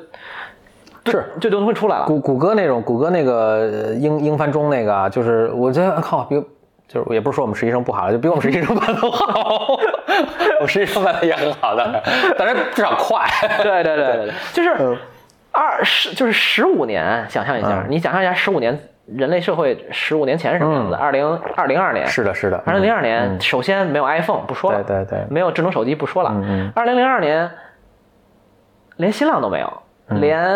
B: 就是就都会出来了，
A: 谷谷歌那种，谷歌那个呃英英翻中那个啊，就是我觉得靠，比如就是也不是说我们实习生不好，就比我们实习生办的好。 <laughs> 我们实习生办的也很好的，当然至少快。
B: <laughs> 对对对对对，就是
A: 嗯
B: 二十就是十五年，想象一下，
A: 嗯
B: 你想象一下十五年人类社会十五年前是什么样子？二零二零二年
A: 嗯是的，是的。
B: 二零零
A: 嗯
B: 二年，首先没有 iPhone 不说了，
A: 对对对
B: 没有智能手机不说了
A: 嗯嗯。
B: 二零零二年，连新浪都没有，
A: 嗯
B: 连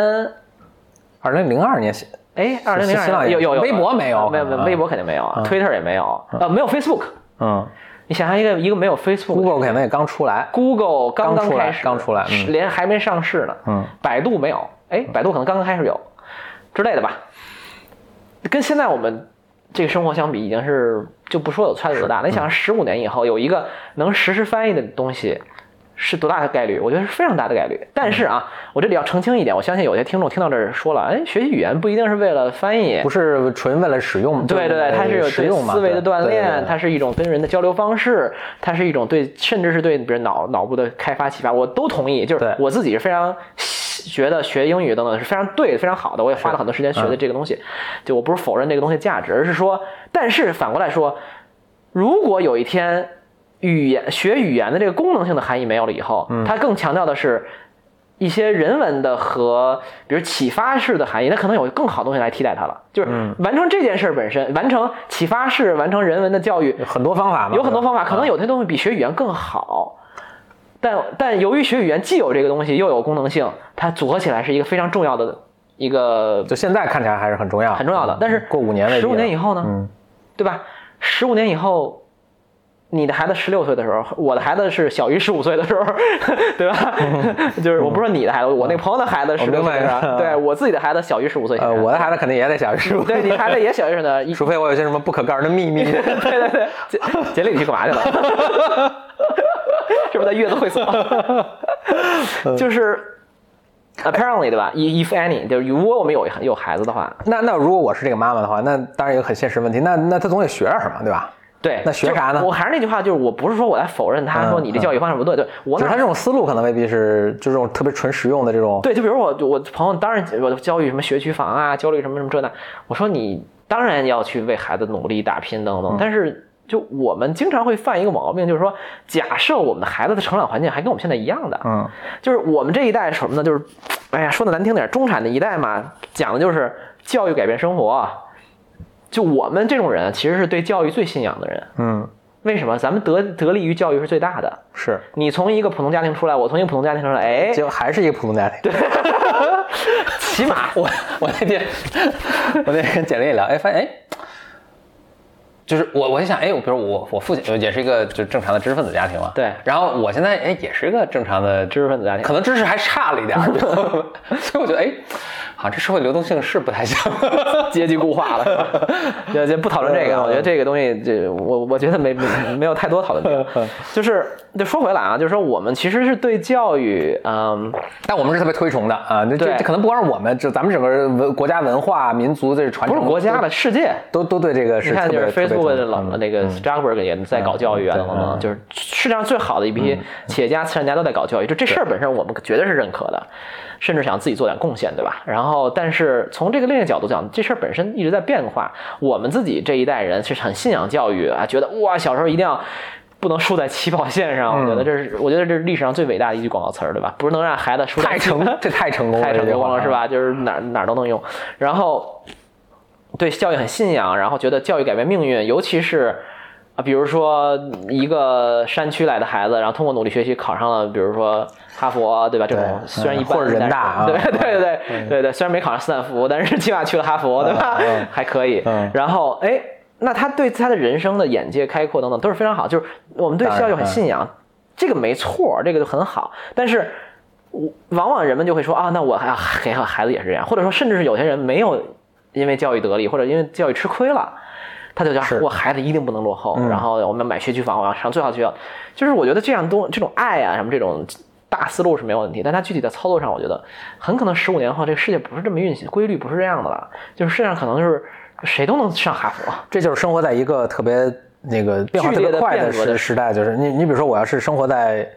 A: 二零零二年
B: 哎，二零零
A: 新
B: 二
A: 浪
B: 有
A: 也
B: 有有
A: 微博没有
B: 没有没有
A: 嗯
B: 微博肯定没有啊
A: 嗯
B: ，Twitter 也没有，呃，没有 Facebook。
A: 嗯
B: 你想象一个一个没有 Facebook。
A: ，Google 可能也刚出来。
B: Google 刚
A: 刚出来
B: 开始，
A: 刚出来嗯
B: 是连还没上市呢。
A: 嗯，
B: 百度没有，哎，百度可能刚刚开始有之类的吧。跟现在我们这个生活相比，已经是就不说有差距多大。你想，十五年以后有一个能实时翻译的东西，是多大的概率？我觉得是非常大的概率。但是啊，我这里要澄清一点，我相信有些听众听到这儿说了，哎，学习语言不一定是为了翻译，
A: 不是纯为了使用，
B: 对对
A: 对
B: 对，它是有
A: 实
B: 对
A: 用嘛，
B: 思维的锻
A: 对对
B: 炼
A: 对，
B: 它是一种跟人的交流方式，它是一种对，甚至是对比如脑脑部的开发启发，我都同意。就是
A: 对
B: 我自己是非常喜觉得学英语等等是非常对、非常好的，我也花了很多时间学
A: 嗯
B: 的这个东西。就我不是否认这个东西价值，而是说，但是反过来说，如果有一天语言学语言的这个功能性的含义没有了以后，它更强调的是。一些人文的和比如启发式的含义，它可能有更好的东西来替代它了。就是完成这件事儿本身，完成启发式、完成人文的教育，
A: 有很多方法嘛，
B: 有很多方法，
A: 对吧
B: 可能有些东西比学语言更好。但但由于学语言既有这个东西，又有功能性，它组合起来是一个非常重要的一个
A: 就现在看起来还是很重要，
B: 很重要的
A: 嗯。
B: 但是
A: 过五年为例
B: 十五年以
A: 了
B: 后呢？
A: 嗯，
B: 对吧？十五年以后，你的孩子十六岁的时候，我的孩子是小于十五岁的时候， <laughs> 对
A: <laughs>
B: 吧？就是我不是说你的孩子，我那个朋友的孩子十六岁的时
A: 嗯我明白嗯
B: 候，对我自己的孩子小于十五岁。
A: 呃，我的孩子肯定也得小于十五，
B: 对你孩子也小于十呢，一
A: <laughs> 除非我有些什么不可告人的秘密。
B: <laughs> 对对对， <laughs> 杰杰里你去干嘛去 <laughs> 了？是不是在月子会
A: 嗯
B: 所？就是 apparently 对吧？If any，就是如果我们有有孩子的话，
A: 那那如果我是这个妈妈的话，那当然有个很现实问题，那那她总得学点什么，对吧？
B: 对，
A: 那学啥呢
B: 就我还是那句话，就是我不是说我在否认他
A: 嗯
B: 说你的
A: 嗯
B: 教育方式不对，对我
A: 只是
B: 哪
A: 她这种思路可能未必是就这种特别纯实用的这种。
B: 对，就比如我我朋友，当然我教育什么学区房啊，教育什么什么这那，我说你当然要去为孩子努力打拼等
A: 嗯
B: 等，但是就我们经常会犯一个毛病，就是说，假设我们的孩子的成长环境还跟我们现在一样的，
A: 嗯，
B: 就是我们这一代是什么呢？就是，哎呀，说的难听点，中产的一代嘛，讲的就是教育改变生活。就我们这种人，啊其实是对教育最信仰的人。
A: 嗯，
B: 为什么？咱们得得利于教育是最大的。
A: 是，
B: 你从一个普通家庭出来，我从一个普通家庭出来，哎，
A: 结果还是一个普通家 <laughs> 庭。对，
B: 起码
A: 我我那天我那天跟简历也聊，哎，发现哎，就是我我就想，哎，我比如我我父亲也是一个就正常的知识分子家庭嘛，
B: 对
A: 然后我现在哎也是一个正常的
B: 知识分子家庭
A: 可 <laughs> 能知识还差了一点儿，你知道吗所以我觉得哎，好像这社会流动性是不太像。
B: 阶级固化了是吧。就就不讨论这个，啊
A: 嗯
B: 我觉得这个东西，这我我觉得没没没有太多讨论点。
A: 嗯
B: <laughs> 就是就说回来啊，就是说我们其实是对教育，嗯，
A: 但我们是特别推崇的啊，这
B: 对
A: 这这可能不光是我们，就咱们整个文国家文化、民族这传
B: 不
A: 承，
B: 是国家的世界。
A: 都，都都对这个
B: 你
A: 是
B: 看，
A: 特
B: 就
A: 别
B: 是
A: 特别推
B: Facebook
A: 崇
B: 的老
A: 嗯
B: 那个 Zuckerberg 也在搞教育
A: 嗯
B: 啊，等等等等，
A: 嗯
B: 就是世界上最好的一批企业家、慈善家都在搞教育，就这事儿本身我们绝对是认可的，甚至想自己做点贡献，对吧？然后，但是从这个另一个角度讲，这事儿本身一直在变化。我们自己这一代人是很信仰教育啊，觉得哇，小时候一定要。不能输在起跑线上，我觉得
A: 嗯
B: 这是，我觉得这是历史上最伟大的一句广告词儿，对吧？不是能让孩子输在
A: 太
B: 起跑
A: 成这太成功了，
B: <laughs> 太成功
A: 这
B: 了
A: 句话嗯
B: 是？吧？就是哪儿哪儿都能用，然后对教育很信仰，然后觉得教育改变命运，尤其是啊，比如说一个山区来的孩子，然后通过努力学习考上了，比如说哈佛，啊对吧？这种
A: 对
B: 虽然
A: 嗯
B: 一般，
A: 或者人大啊
B: 但是对对对对对对，虽然没考上斯坦福，但是起码去了哈佛，对吧
A: 嗯嗯？
B: <laughs> 还可以
A: 嗯，
B: 然后哎。那他对他的人生的眼界开阔等等都是非常好，就是我们对
A: 当然
B: 教育很
A: 嗯
B: 信仰，这个没错，这个就很好。但是，我往往人们就会说啊，那我还 <laughs> 孩孩子也是这样，或者说甚至是有些人没有因为教育得利，或者因为教育吃亏了，他就觉
A: 是
B: 得我孩子一定不能落后，
A: 嗯
B: 然后我们买学区房，我要上最好的学校。就是我觉得这样东这种爱啊什么这种。大思路是没有问题，但它具体的操作上，我觉得很可能十五年后这个世界不是这么运行，规律不是这样的了。就是世界上可能就是谁都能上哈佛，
A: 这就是生活在一个特别那个变化特别快
B: 剧烈地变革
A: 时
B: 的
A: 时代，就是你你比如说我要是生活在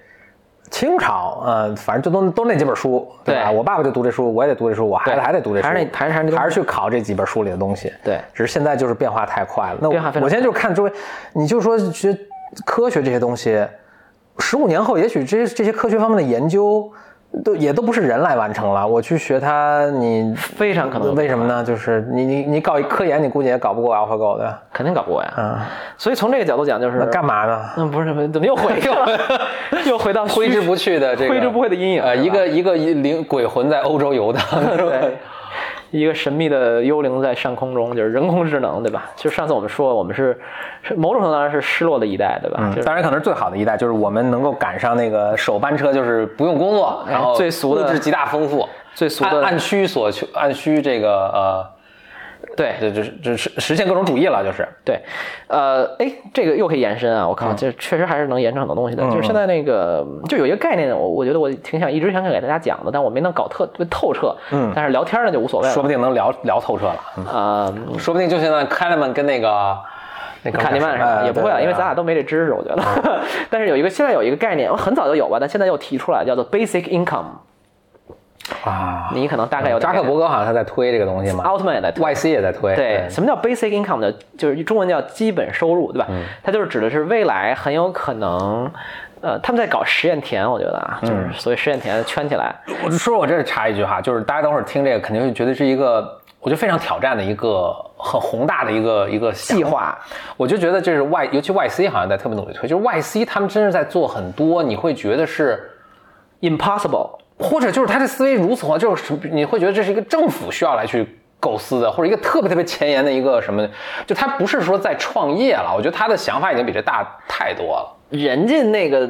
A: 清朝，嗯、反正就都都那几本书，对吧？
B: 对
A: 我爸爸就读这书，我也得读这书，我孩子
B: 对
A: 还得读这书，
B: 还是那还是还是那
A: 还是去考这几本书里的东西。
B: 对
A: 只是现在就是变化太快了。那我
B: 变化非常
A: 我现在就看周围，你就说学科学这些东西，十五年后也许这些这些科学方面的研究都也都不是人来完成了。我去学它，你
B: 非常可能
A: 为什么呢？就是你你你搞一科研，你估计也搞不过 AlphaGo 的，
B: 肯定搞不过呀。
A: 嗯，
B: 所以从这个角度讲，就是
A: 那干嘛
B: <laughs>
A: 呢？
B: 嗯，不是，不是怎么又回去 <laughs> 了？又回到
A: 挥之不
B: 去。
A: 去的这个
B: <laughs> 挥之不去的阴影
A: 呃，
B: 是吧
A: 一个一个灵鬼魂在欧洲游
B: <laughs>
A: 荡，
B: 对，一个神秘的幽灵在上空中，就是人工智能，对吧？就上次我们说，我们是是某种程度上是失落的一代，对吧？
A: 嗯
B: 就是
A: 当然可能是最好的一代，就是我们能够赶上那个首班车，就是不用工作，然后
B: 哎最俗的
A: 物质极大丰富，
B: 最俗
A: 按
B: 的，
A: 按需所求，按需这个
B: 对
A: 呃，这这这实实现各种主义了，就是
B: 对，呃，哎，这个又可以延伸啊！我靠，这确实还是能延伸很多东西的。就是现在那个，就有一个概念，我我觉得我挺想一直想给大家讲的，但我没能搞特透彻。嗯，但是聊天呢就无所谓了。
A: 说不定能聊聊透彻了，嗯
B: 啊、
A: 说不定就现在开 n 曼跟那个那哥们儿
B: 卡尼曼
A: 什
B: 什
A: 么
B: 么
A: 的
B: 也不会啊，因为咱俩
A: 都
B: 都没这知识，我觉得。 <laughs> 但是有一个现在有一个概念，我很早就有吧，但现在又提出来，叫做 basic income。
A: 啊，
B: 你可能大概有
A: 扎克伯
B: 格、
A: 格好像他在推这个东西嘛
B: 奥特曼也在推。
A: ，YC 也在推，
B: 对，什么叫 basic income 呢？就是中文叫基本收入，对吧？
A: 嗯
B: 它就是指的是未来很有可能，呃，他们在搞实验田，我觉得啊，
A: 嗯
B: 就是所以实验田圈起来，
A: 我就说我这儿插一句哈，就是大家等会儿听这个肯定会觉得是一个，我觉得非常挑战的一个很宏大的一个一个
B: 计划。
A: 我就觉得这是 Y，尤其 YC 好像在特别努力推，就是 YC 他们真是在做很多，你会觉得是，
B: impossible。
A: 或者就是他的思维如此宏大，就是什么你会觉得这是一个政府需要来去。构思的，或者一个特别特别前沿的一个什么，就他不是说在创业了，我觉得他的想法已经比这大太多了。
B: 人家那个，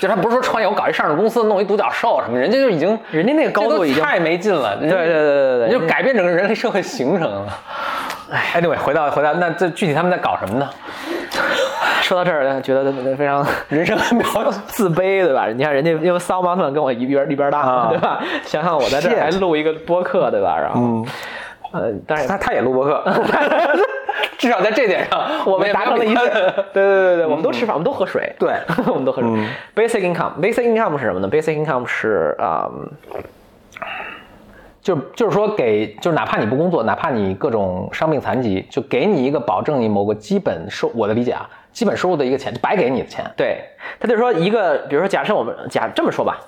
A: 就他不是说创业，我搞一上市公司，弄一独角兽什么，人家就已经，
B: 人家那个高
A: 这
B: 度
A: 都
B: 已经，
A: 太没劲了。对
B: 对对对对对，
A: 你就改变整个人类社会形成了。哎，anyway，回到回到那这具体他们在搞什么呢？
B: 说到这儿，觉得非常
A: 人生很渺
B: 自卑，对吧？你看人家因为萨马特跟我一边一边大，
A: 啊
B: 对吧？想想我在这
A: Shit
B: 儿还录一个播客，对吧？然后，呃，当然
A: <laughs>
B: 也
A: 嗯他他也录播客， <laughs> 至少在这点上，
B: 我们
A: 也
B: 达成了一
A: 没
B: 致
A: 有比他。
B: <laughs> 对对对对，我们都吃饭，我们都喝水。
A: 嗯对
B: <laughs>
A: 嗯
B: 我们都喝水。Basic income，basic income 是什么呢？Basic income 是啊、嗯
A: 就就是说给，就是哪怕你不工作，哪怕你各种伤病残疾，就给你一个保证你某个基本收，我的理解啊，基本收入的一个钱，就白给你的钱。
B: 对，他就说一个，比如说假设我们假这么说吧，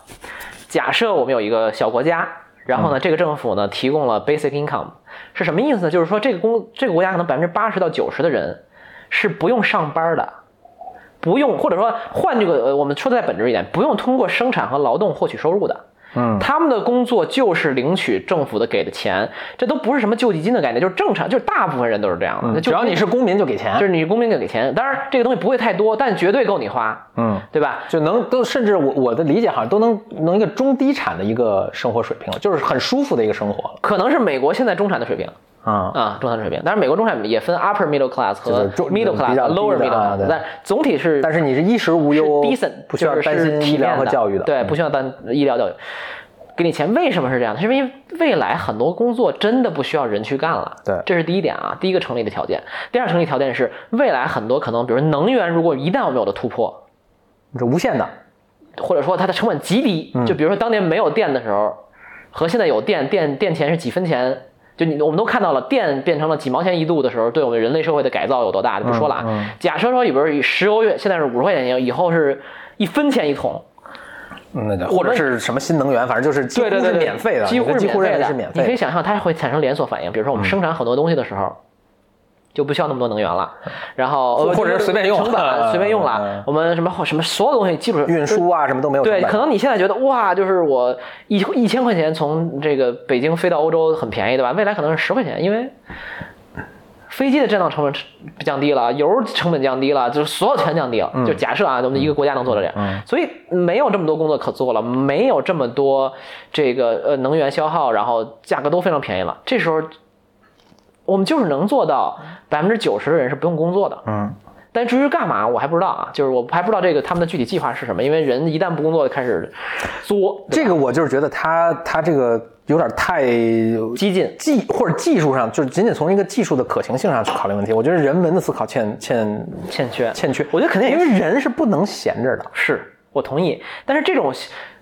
B: 假设我们有一个小国家，然
A: 嗯
B: 后呢，这个政府呢提供了 basic income 是什么意思呢？就是说这个公这个国家可能百分之八十到九十的人是不用上班的。不用，或者说换这个，呃，我们说的再本质一点，不用通过生产和劳动获取收入的，
A: 嗯
B: 他们的工作就是领取政府的给的钱，这都不是什么救济金的概念，就是正常，就是大部分人都是这样的。
A: 嗯，
B: 那就
A: 只要你是公民就给钱，
B: 就是你公民给钱，当然这个东西不会太多，但绝对够你花，
A: 嗯，
B: 对吧？
A: 就能都甚至我我的理解好像都能能一个中低产的一个生活水平了，就是很舒服的一个生活了
B: 可能是美国现在中产的水平
A: 啊。
B: 啊，中产的水平。但是美国中产也分 upper middle class
A: 就
B: 和
A: 是中
B: middle
A: 比
B: class、呃
A: 较低的
B: lower
A: 啊
B: middle class，
A: 对
B: 但总体是
A: 但是你是衣食无
B: 是
A: 忧
B: decent，
A: 不需要
B: 就是
A: 担
B: 是
A: 心
B: 体
A: 医疗
B: 面
A: 和教育的。嗯
B: 对，不需要担医疗教育。给你钱为什么是这样的？是因为未来很多工作真的不需要人去干了。
A: 对
B: 这是第一点啊，第一个成立的条件。第二个成立条件是，未来很多可能，比如能源，如果一旦我们有了突破，
A: 这无限的，
B: 或者说它的成本极低，
A: 嗯
B: 就比如说当年没有电的时候，和现在有电，电电钱是几分钱。就你我们都看到了，电变成了几毛钱一度的时候，对我们人类社会的改造有多大，就不说了啊。
A: 嗯
B: 假设说，比如十欧元，现在是五十块钱，以后是一分钱一桶，
A: 嗯那就或者是什么新能源，反正就是几乎
B: 对对对
A: 是
B: 对，
A: 免费的，
B: 几乎
A: 你
B: 是
A: 几乎认为
B: 的，
A: 是免
B: 你可
A: 费
B: 以
A: 的。
B: 想象它会产生连锁反应，比如说我们
A: 嗯
B: 生产很多东西的时候。就不需要那么多能源了，然后呃
A: 或者是随便用
B: 成
A: <laughs>
B: 本
A: 嗯
B: 随便
A: 嗯
B: 用
A: 嗯
B: 了，我们什么后什么所有东西基本上
A: 运输啊什么都没有成本。
B: 对，可能你现在觉得哇，就是我一一千块钱从这个北京飞到欧洲很便宜，对吧？未来可能是十块钱，因为飞机的占到成本降低了，油成本降低了，就是所有全降低了。
A: 嗯
B: 就假设啊，我们一个国家能做到这样，所以没有这么多工作可做了，没有这么多这个呃能源消耗，然后价格都非常便宜了。这时候我们就是能做到百分之九十的人是不用工作的，
A: 嗯，
B: 但至于干嘛，我还不知道啊，就是我还不知道这个他们的具体计划是什么，因为人一旦不工作就开始作，
A: 这个我就是觉得他他这个有点太
B: 激进。
A: 技或者技术上，就是仅仅从一个技术的可行性上去考虑问题。我觉得人文的思考欠欠
B: 欠缺
A: 欠缺。
B: 我觉得肯定也
A: 因为人是不能闲着的。
B: 是我同意。但是这种，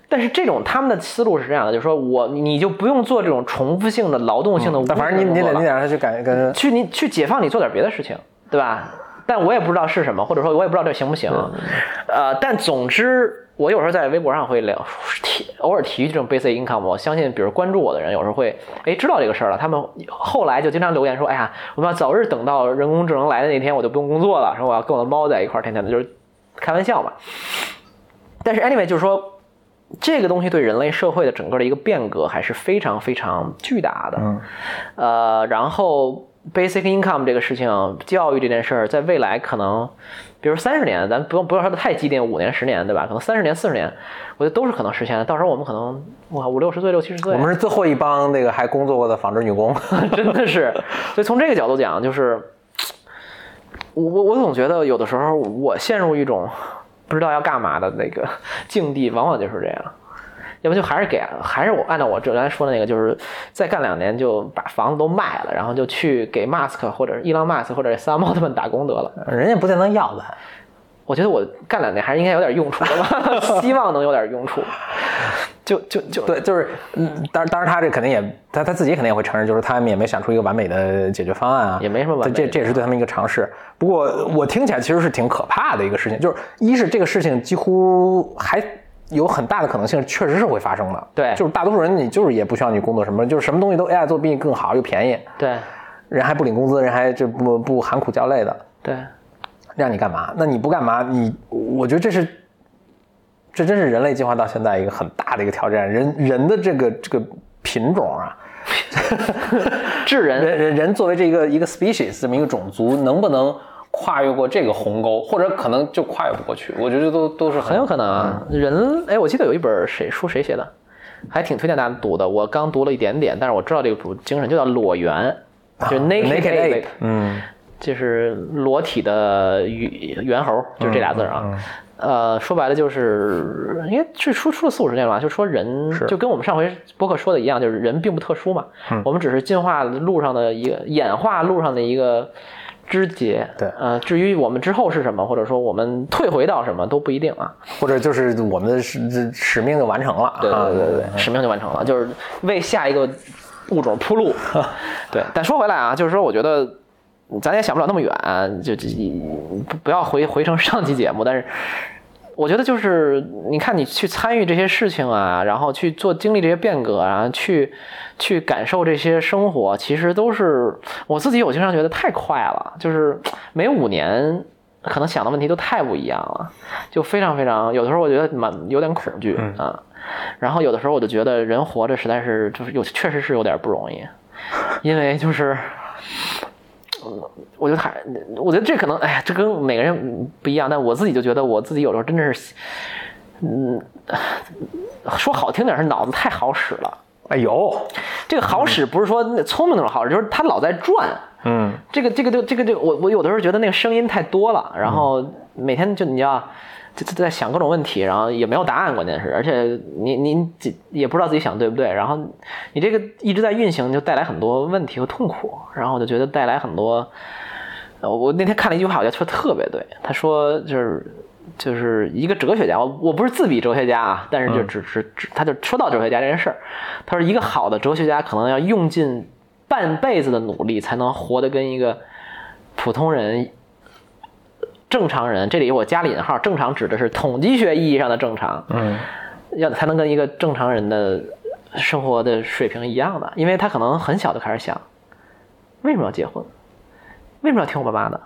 B: 但是这种他们的思路是这样的，就是说我你就不用做这种重复性的劳动性的无
A: 嗯但
B: 用的工作
A: 反
B: 了，
A: 正你你得你得让他去感跟
B: 去你去解放你做点别的事情，对吧？但我也不知道是什么，或者说我也不知道这行不行。呃，但总之，我有时候在微博上会聊提，偶尔提这种 basic income。我相信，比如关注我的人，有时候会哎知道这个事儿了，他们后来就经常留言说：“哎呀，我们要早日等到人工智能来的那天，我就不用工作了，说我要跟我的猫在一块儿，天天的，就是开玩笑嘛。”但是 anyway，就是说。这个东西对人类社会的整个的一个变革还是非常非常巨大的，
A: 嗯
B: 呃，然后 basic income 这个事情，教育这件事儿，在未来可能，比如三十年，咱不用不要说的太激进，五年、十年，对吧？可能三十年、四十年，我觉得都是可能实现的。到时候我们可能哇五六十岁、六七十岁，
A: 我们是最后一帮那个还工作过的纺织女
B: <laughs>
A: 工，
B: 真的是。所以从这个角度讲，就是我我我总觉得有的时候我陷入一种不知道要干嘛的那个 <laughs> 境地，往往就是这样。要不就还是给，还是我按照我这刚才说的那个，就是再干两年就把房子都卖了，然后就去给 Mask 或者伊朗 Mask 或者萨姆奥特曼打工得了。
A: 人家不见得要咱。
B: 我觉得我干两年还是应该有点用处的吧，希望能有点用处。就就就
A: 对，就是，嗯，当当然他这肯定也，他他自己肯定也会承认，就是他们也没想出一个完美的解决方案啊，
B: 也没什么完美的
A: 这这也是对他们一个尝试。不过我听起来其实是挺可怕的一个事情，就是一是这个事情几乎还有很大的可能性确实是会发生的，
B: 对
A: 就是大多数人你就是也不需要你工作什么，就是什么东西都 AI 做比你更好又便宜，
B: 对
A: 人还不领工资，人还这不不含苦教累的，
B: 对，
A: 让你干嘛？那你不干嘛？你我觉得这是，这真是人类进化到现在一个很大的一个挑战。人人的这个这个品种啊，
B: 智人
A: 人人人作为这个一个 species 这么一个种族，能不能跨越过这个鸿沟，或者可能就跨越不过去？我觉得这都都是很
B: 很有可能啊。
A: 嗯
B: 人哎，我记得有一本谁书谁写的，还挺推荐大家读的。我刚读了一点点，但是我知道这个主精神，就叫裸猿，就是 naked
A: 啊 naked
B: ape，
A: ape，嗯，
B: 就是裸体的猿猿猴，就是
A: 嗯
B: 这俩字儿啊。呃，说白了就是，因为这书出了四五十年了吧，就说人就跟我们上回播客说的一样，就是人并不特殊嘛，
A: 嗯
B: 我们只是进化路上的一个演化路上的一个枝节。
A: 对
B: 呃，至于我们之后是什么，或者说我们退回到什么都不一定啊。
A: 或者就是我们的使使命就完成了啊。
B: 对对对对，使命就完成了，就是为下一个物种铺路。 <laughs> 对，但说回来啊，就是说，我觉得咱也想不了那么远，就就不不要回回成上期节目，但是。我觉得就是，你看你去参与这些事情啊，然后去做经历这些变革啊，去去感受这些生活，其实都是我自己有经常觉得太快了，就是每五年可能想的问题都太不一样了，就非常非常有的时候我觉得蛮有点恐惧啊，然后有的时候我就觉得人活着实在是就是有确实是有点不容易，因为就是。我觉得还，我觉得这可能，哎呀，这跟每个人不一样。但我自己就觉得，我自己有时候真的是，嗯，说好听点是脑子太好使了。
A: 哎有，
B: 这个好使不是说那聪明那种好使，就是他老在转。
A: 嗯，
B: 这个这个这个这个这个，我我有的时候觉得那个声音太多了，然后每天就你要就就在想各种问题，然后也没有答案，关键是，而且你你自也不知道自己想对不对，然后你这个一直在运行，就带来很多问题和痛苦，然后我就觉得带来很多。呃我那天看了一句话，我觉得说得特别对，他说就是。就是一个哲学家，我我不是自比哲学家啊，但是就只只只，他就说到哲学家这件事儿，他说一个好的哲学家可能要用尽半辈子的努力才能活得跟一个普通人、正常人，这里我加了引号，正常指的是统计学意义上的正常，嗯，要才能跟一个正常人的生活的水平一样的，因为他可能很小就开始想，为什么要结婚？为什么要听我爸妈的？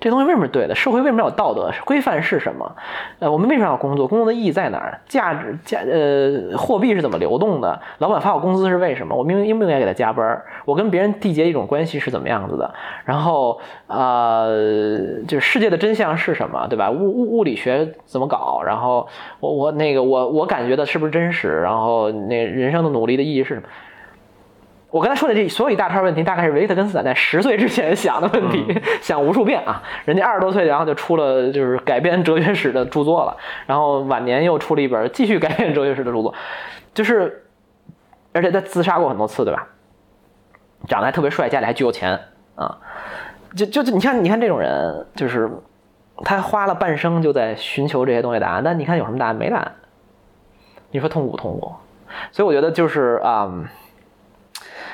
B: 这东西为什么是对的？社会为什么要有道德？规范是什么？呃，我们为什么要工作？工作的意义在哪儿？价值价呃，货币是怎么流动的？老板发我工资是为什么？我明应不应该给他加班儿？我跟别人缔结一种关系是怎么样子的？然后呃，就是世界的真相是什么？对吧？物物物理学怎么搞？然后我我那个我我感觉的是不是真实？然后那人生的努力的意义是什么？我刚才说的这所有一大串问题，大概是维特根斯坦在十岁之前想的问题，想无数遍啊。人家二十多岁，然后就出了就是改变哲学史的著作了，然后晚年又出了一本继续改变哲学史的著作，就是，而且他自杀过很多次，对吧？长得还特别帅，家里还巨有钱啊，就就就你看你看这种人，就是他花了半生就在寻求这些东西答案，但你看有什么答案？没答案。你说痛苦不痛苦？所以我觉得就是啊、嗯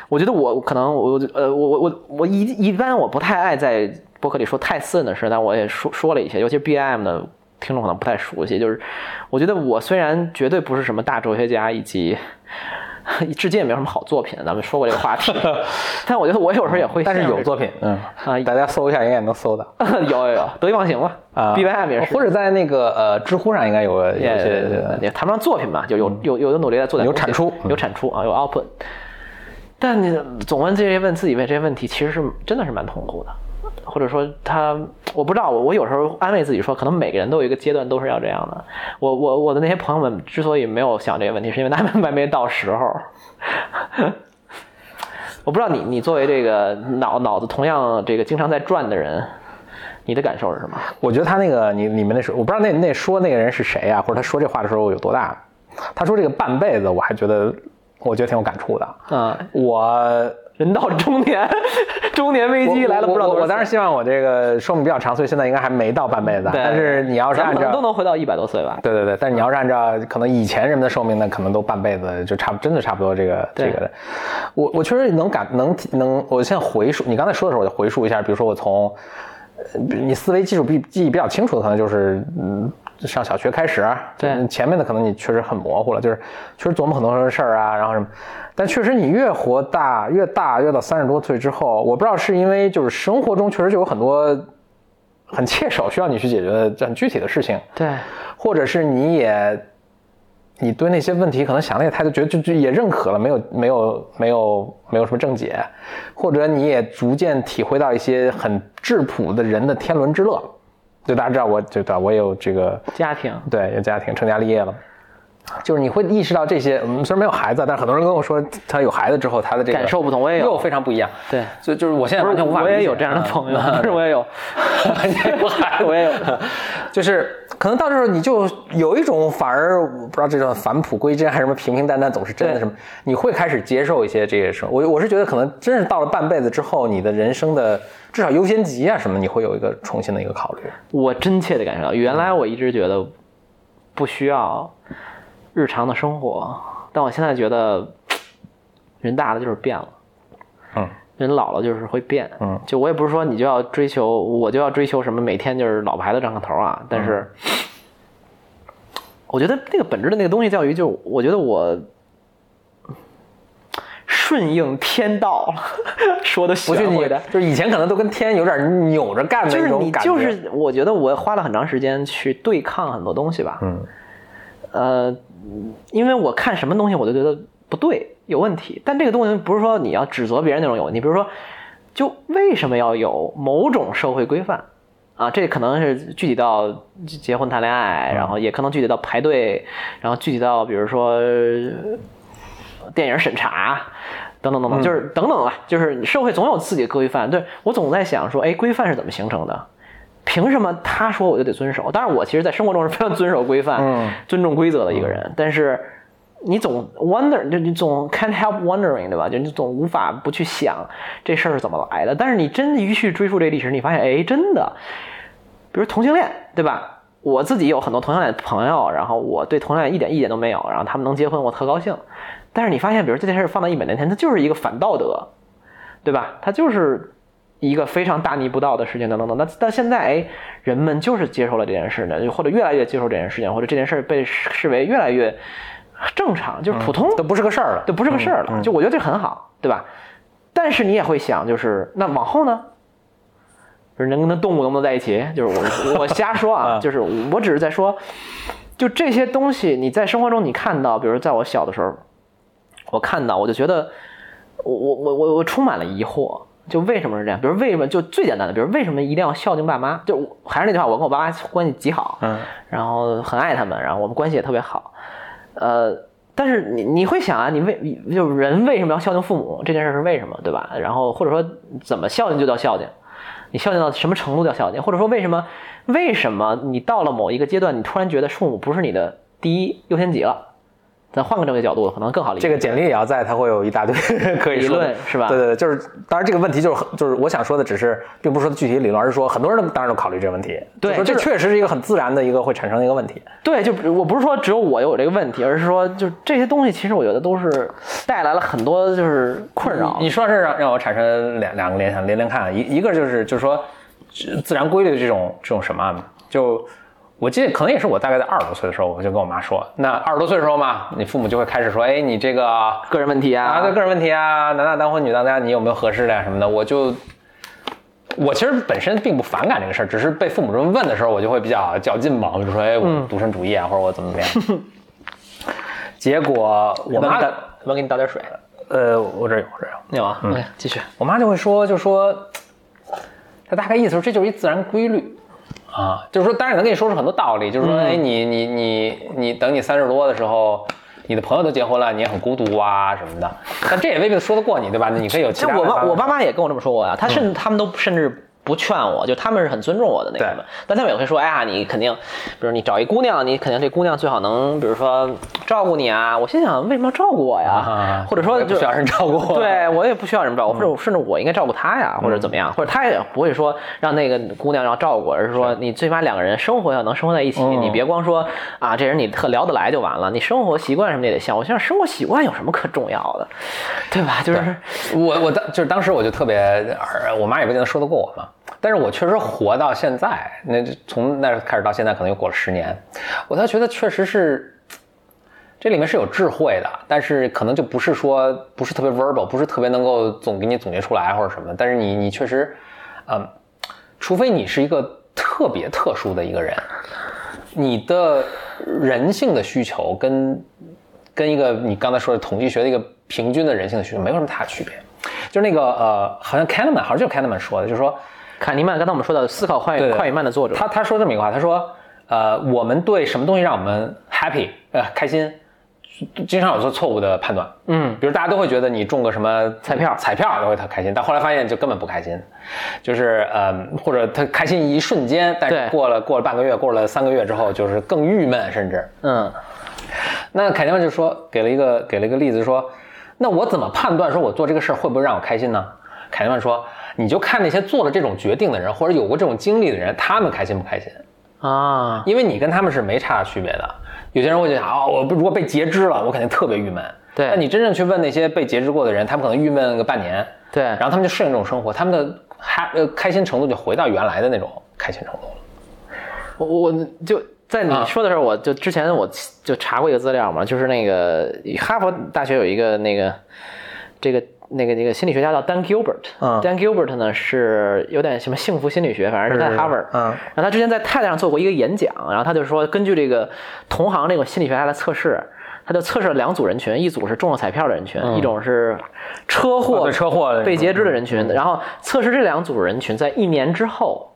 B: 我觉得我可能我呃我我我我一一般我不太爱在博客里说太私人的事，但我也说说了一些，尤其是 BIM 的听众可能不太熟悉。就是我觉得我虽然绝对不是什么大哲学家，以及至今也没有什么好作品，咱们说过这个
A: <laughs>
B: 话题，但我觉得我有时候也会
A: 但
B: 陷入这种，
A: 是有作品，嗯，
B: 啊
A: 大家搜一下应该也能搜到
B: 有有有得意忘形嘛
A: 啊。
B: ，BIM 也是，
A: 或者在那个呃知乎上应该有个有
B: 也
A: 些
B: 也谈不上作品吧，就有有有有努力在做点
A: 嗯有
B: 东西
A: 产出嗯
B: 有产出啊，有 output。但你总问这些问自己问这些问题，其实是真的是蛮痛苦的，或者说他我不知道，我我有时候安慰自己说，可能每个人都有一个阶段都是要这样的。我我我的那些朋友们之所以没有想这些问题，是因为他们还没到时候。 <laughs> 我不知道你你作为这个脑脑子同样这个经常在转的人，你的感受是什么？
A: 我觉得他那个你你们那时候，我不知道那那说那个人是谁啊，或者他说这话的时候有多大。他说这个半辈子，我还觉得我觉得挺有感触的。
B: 啊、
A: 我
B: 人到中年，中年危机
A: 我
B: 来了，不知道
A: 我
B: 多
A: 我
B: 少
A: 我当然
B: 次
A: 希望我这个寿命比较长，所以现在应该还没到半辈子啊。
B: 对
A: 但是你要是
B: 咱
A: 按
B: 们可能都
A: 照
B: 能回到一百多岁吧。
A: 对对对，但是你要是按照可能以前人们的寿命呢，可能都半辈子就差不真的差不多这个这
B: 对
A: 个。我我确实能感能能，我现在回溯你刚才说的时候，我就回溯一下，比如说我从呃你思维基础比记忆比较清楚的，可能就是嗯上小学开始，啊
B: 对
A: 前面的可能你确实很模糊了，就是确实琢磨很多事儿啊，然后什么，但确实你越活大越大，越到三十多岁之后，我不知道是因为就是生活中确实就有很多。很切手需要你去解决的很具体的事情，
B: 对，
A: 或者是你也你对那些问题可能想的也太多，觉得就就也认可了，没有没有没有没有什么正解，或者你也逐渐体会到一些很质朴的人的天伦之乐。就大家知道我，对吧？我也有这个，
B: 家庭，
A: 对，有家庭，成家立业了。就是你会意识到这些，嗯，虽然没有孩子，但是很多人跟我说，他有孩子之后，他的这个
B: 感受不同我也有
A: 又非常不一样。
B: 对
A: 所以就是我现在
B: 不
A: 完
B: 是
A: 全无法理
B: 我
A: 解，
B: 也有这样的
A: 嗯
B: 朋友，
A: 嗯
B: 不是 <laughs> 我也有， <laughs> 我也有，
A: 就是可能到这时候你就有一种反而我不知道这种返璞归真还是什么平平淡淡总是真的
B: 对
A: 什么，你会开始接受一些这些事。我我是觉得可能真是到了半辈子之后，你的人生的至少优先级啊什么，你会有一个重新的一个考虑。
B: 我真切的感受到，原
A: 嗯
B: 来我一直觉得不需要日常的生活，但我现在觉得人大了就是变了，
A: 嗯，
B: 人老了就是会变，
A: 嗯，
B: 就我也不是说你就要追求，我就要追求什么每天就是老牌子张个头啊，
A: 嗯
B: 但是、我觉得那个本质的那个东西在于，就我觉得我。顺应天道了， <laughs> 说的
A: 不去
B: 玄
A: 你
B: 乎一点，
A: 就是以前可能都跟天有点扭着干的
B: 就
A: 那
B: 是
A: 种
B: 你
A: 感觉，
B: 就是我觉得我花了很长时间去对抗很多东西吧，
A: 嗯
B: 呃，因为我看什么东西我就觉得不对，有问题。但这个东西不是说你要指责别人那种有问题，比如说，就为什么要有某种社会规范啊？这可能是具体到结婚谈恋爱，然后也可能具体到排队，然后具体到比如说呃电影审查。等等等等，就是等等吧，就是社会总有自己的规范。对我总在想说，哎，规范是怎么形成的？凭什么他说我就得遵守？当然，我其实，在生活中是非常遵守规范、
A: 嗯
B: 尊重规则的一个人，但是你总 wonder，就你总 can't help wondering，对吧？就你总无法不去想这事儿是怎么来的。但是你真的一去追溯这历史，你发现，哎，真的，比如同性恋，对吧？我自己有很多同性恋的朋友，然后我对同性恋一点意见都没有，然后他们能结婚，我特高兴。但是你发现，比如这件事放到一百年前，它就是一个反道德，对吧？它就是一个非常大逆不道的事情，等等等。那但现在，哎，人们就是接受了这件事呢，或者越来越接受这件事情，或者这件事被视视为越来越正常，就是普通，
A: 都不是个事儿了。
B: 对，不是个事儿了。就我觉得这很好，对吧？但是你也会想，就是那往后呢？就是人跟动物能不能在一起？就是我 <laughs> 我瞎说啊，就是我只是在说，就这些东西你在生活中你看到，比如在我小的时候，我看到我就觉得我我我我我充满了疑惑，就为什么是这样？比如为什么就最简单的，比如为什么一定要孝敬爸妈？就我还是那句话，我跟我爸妈关系极好，
A: 嗯，
B: 然后很爱他们，然后我们关系也特别好，呃，但是你你会想啊，你为你就是人为什么要孝敬父母这件事是为什么，对吧？然后或者说怎么孝敬就叫孝敬，你孝敬到什么程度叫孝敬？或者说为什么为什么你到了某一个阶段，你突然觉得父母不是你的第一优先级了？咱换个这么一个角度，可能更好理解。
A: 这个简历也要在，它会有一大堆 <laughs> 可以说的
B: 理论是吧
A: 对对对，就是当然这个问题就是很就是我想说的，只是并不是说具体理论，而是说很多人都当然都考虑这个问题。
B: 对
A: 就说这
B: 就是
A: 确实是一个很自然的一个会产生的一个问题。
B: 对，就比如我不是说只有我有这个问题，而是说就这些东西，其实我觉得都是带来了很多就是困扰。
A: 嗯你说到这儿让让我产生两两个联想，连连看，啊一一个就是就是说自自然规律的这种这种什么，啊就我记得可能也是我大概在二十多岁的时候，我就跟我妈说，那二十多岁的时候嘛，你父母就会开始说，哎，你这个
B: 个人问题啊，
A: 啊，对个人问题啊，男大当婚，女当嫁，你有没有合适的呀、什么的？我就，我其实本身并不反感这个事儿，只是被父母这么问的时候，我就会比较较劲嘛，我就说，哎，
B: 嗯
A: 我独身主义啊，或者我怎么怎么
B: <laughs>
A: 样。结果我妈，
B: 我给你倒点水，
A: 呃，我这儿有，我这儿有，
B: 有啊，嗯，继续。
A: 我妈就会说，就说，她大概意思说，这就是一自然规律。啊，就是说，当然能跟你说出很多道理，就是说，哎，你你你你，等你三十多的时候，你的朋友都结婚了，你也很孤独啊什么的，但这也未必说得过你，对吧？你可以有其他
B: 但
A: 的
B: 我
A: 方
B: 爸
A: 法
B: 我爸妈也跟我这么说过啊，他甚
A: 嗯
B: 至、他们都甚至不劝我，就他们是很尊重我的那
A: 对
B: 什么，但他们也会说，哎呀，你肯定，比如你找一姑娘，你肯定这姑娘最好能，比如说照顾你啊。我心想，为什么要照顾我呀？
A: 啊
B: 或者说
A: 我也不
B: 就
A: 需要人照顾我
B: 对我也不需要人
A: 嗯
B: 照顾，或者我甚至我应该照顾她呀，或者怎么样，或者她也不会说让那个姑娘让照顾，而是说你最起码两个人生活要能生活在一起，
A: 嗯
B: 你别光说啊，这人你特聊得来就完了，你生活习惯什么的也得像。我想生活习惯有什么可重要的，对吧？就是。
A: 我我当就是当时我就特别，呃我妈也不见得说得过我嘛。但是我确实活到现在，那就从那开始到现在，可能又过了十年，我才觉得确实是，这里面是有智慧的，但是可能就不是说不是特别 verbal，不是特别能够总给你总结出来或者什么的。但是你你确实，嗯，除非你是一个特别特殊的一个人，你的人性的需求跟跟一个你刚才说的统计学的一个平均的人性的需求没有什么太大区别。就是那个呃，好像 Kahneman 好像就是 Kahneman 说的，就是说
B: 坎尼曼，刚才我们说到《思考快
A: 对对
B: 快与慢》的作者，
A: 他他说这么一句话，他说呃，我们对什么东西让我们 happy 呃开心，经常有做错误的判断。
B: 嗯，
A: 比如大家都会觉得你中个什么
B: 彩票
A: 彩票都会特开心，但后来发现就根本不开心，就是呃，或者他开心一瞬间，但是
B: 对
A: 过了过了半个月，过了三个月之后，就是更郁闷，甚至
B: 嗯，
A: 那凯尼曼就说，给了一个给了一个例子说，那我怎么判断说我做这个事儿会不会让我开心呢？凯尼曼说，你就看那些做了这种决定的人，或者有过这种经历的人，他们开心不开心？
B: 啊，
A: 因为你跟他们是没差区别的。有些人会觉得啊、我不如果被截肢了，我肯定特别郁闷。
B: 对
A: 但你真正去问那些被截肢过的人，他们可能郁闷个半年，
B: 对，
A: 然后他们就适应这种生活，他们的哈呃开心程度就回到原来的那种开心程度了。
B: <laughs> 我我我就在你
A: 啊
B: 说的时候，我就之前我就查过一个资料嘛，就是那个哈佛大学有一个那个这个那个那个心理学家叫 Dan Gilbert，
A: 嗯
B: d a n Gilbert 呢是有点什么幸福心理学，反正是
A: 是
B: 在
A: 是
B: 哈佛，
A: 嗯
B: 然后他之前在 TED 上做过一个演讲，然后他就说，根据这个同行这个心理学家的测试。他就测试了两组人群，一组是中了彩票的人群，一种是车
A: 哦
B: 祸、
A: 嗯对车祸的那嗯
B: 被
A: 种
B: 截肢的人群。然后测试这两组人群在一年之后，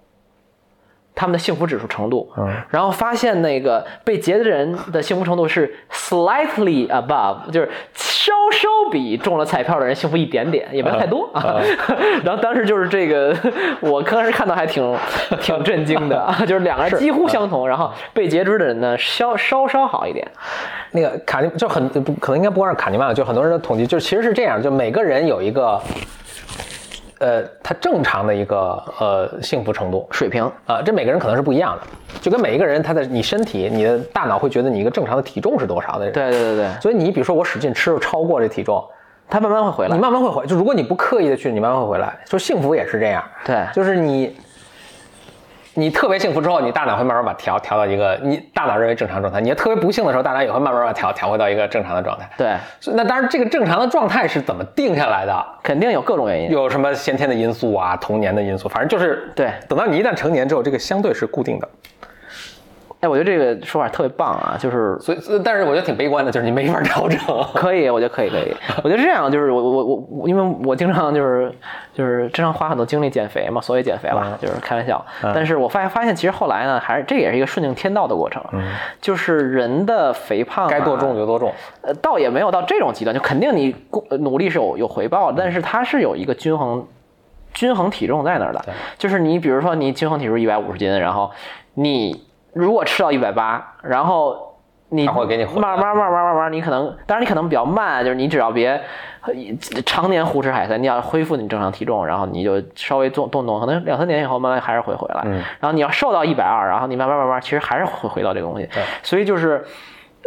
B: 他们的幸福指数程度，嗯，然后发现那个被截的人的幸福程度是 slightly above，就是稍稍比中了彩票的人幸福一点点，也没有太多啊。 <laughs> 然后当时就是这个， <laughs> 我当时看到还挺挺震惊的， <laughs> 啊，就是嗯两个人几乎相同，然后被截肢的人呢稍稍稍好一点，
A: 那个卡尼就很不可能应该不光是卡尼曼了，就很多人的统计，就是其实是这样，就每个人有一个，呃，他正常的一个呃幸福程度
B: 水平
A: 啊、这每个人可能是不一样的，就跟每一个人他的你身体你的大脑会觉得你一个正常的体重是多少的，，
B: 对对对对，
A: 所以你比如说我使劲吃，超过这体重，
B: 他慢慢会回来
A: 你，慢慢会回，就如果你不刻意的去，你慢慢会回来。就幸福也是这样，
B: 对
A: 就是你，你特别幸福之后，你大脑会慢慢把调调到一个你大脑认为正常状态；你要特别不幸的时候，大脑也会慢慢把调调回到一个正常的状态。
B: 对，
A: 所以那当然，这个正常的状态是怎么定下来的？
B: 肯定有各种原因，
A: 有什么先天的因素啊，童年的因素，反正就是
B: 嗯对
A: 等到你一旦成年之后，这个相对是固定的。
B: 哎，我觉得这个说法特别棒啊，就是
A: 所以，所以但是我觉得挺悲观的，就是你没法调整。
B: 可以，我觉得可以，
A: <laughs>
B: 可以。我觉得是这样，就是我我我我，因为我经常就是就是经常花很多精力减肥嘛，所以减肥
A: 嗯
B: 吧，就是开玩笑。但是我发现发现，其实后来呢，还是这也是一个顺应天道的过程，就是人的肥胖、
A: 嗯该多重，就多重，
B: 呃，倒也没有到这种极端，就肯定你过呃努力是有有回
A: 嗯
B: 报的，但是它是有一个均衡均衡体重在那儿的，就是你比如说你均衡体重一百五十斤，然后你如果吃到一百八，然后你
A: 他会给你回来
B: 慢慢慢慢慢慢，你可能当然你可能比较慢，就是你只要别呃常年胡吃海塞，你要恢复你正常体重，然后你就稍微动动动，可能两三年以后慢慢还是会回来。然后你要瘦到一百二，然后你慢慢慢慢其实还是会回到这个东西。所以就是。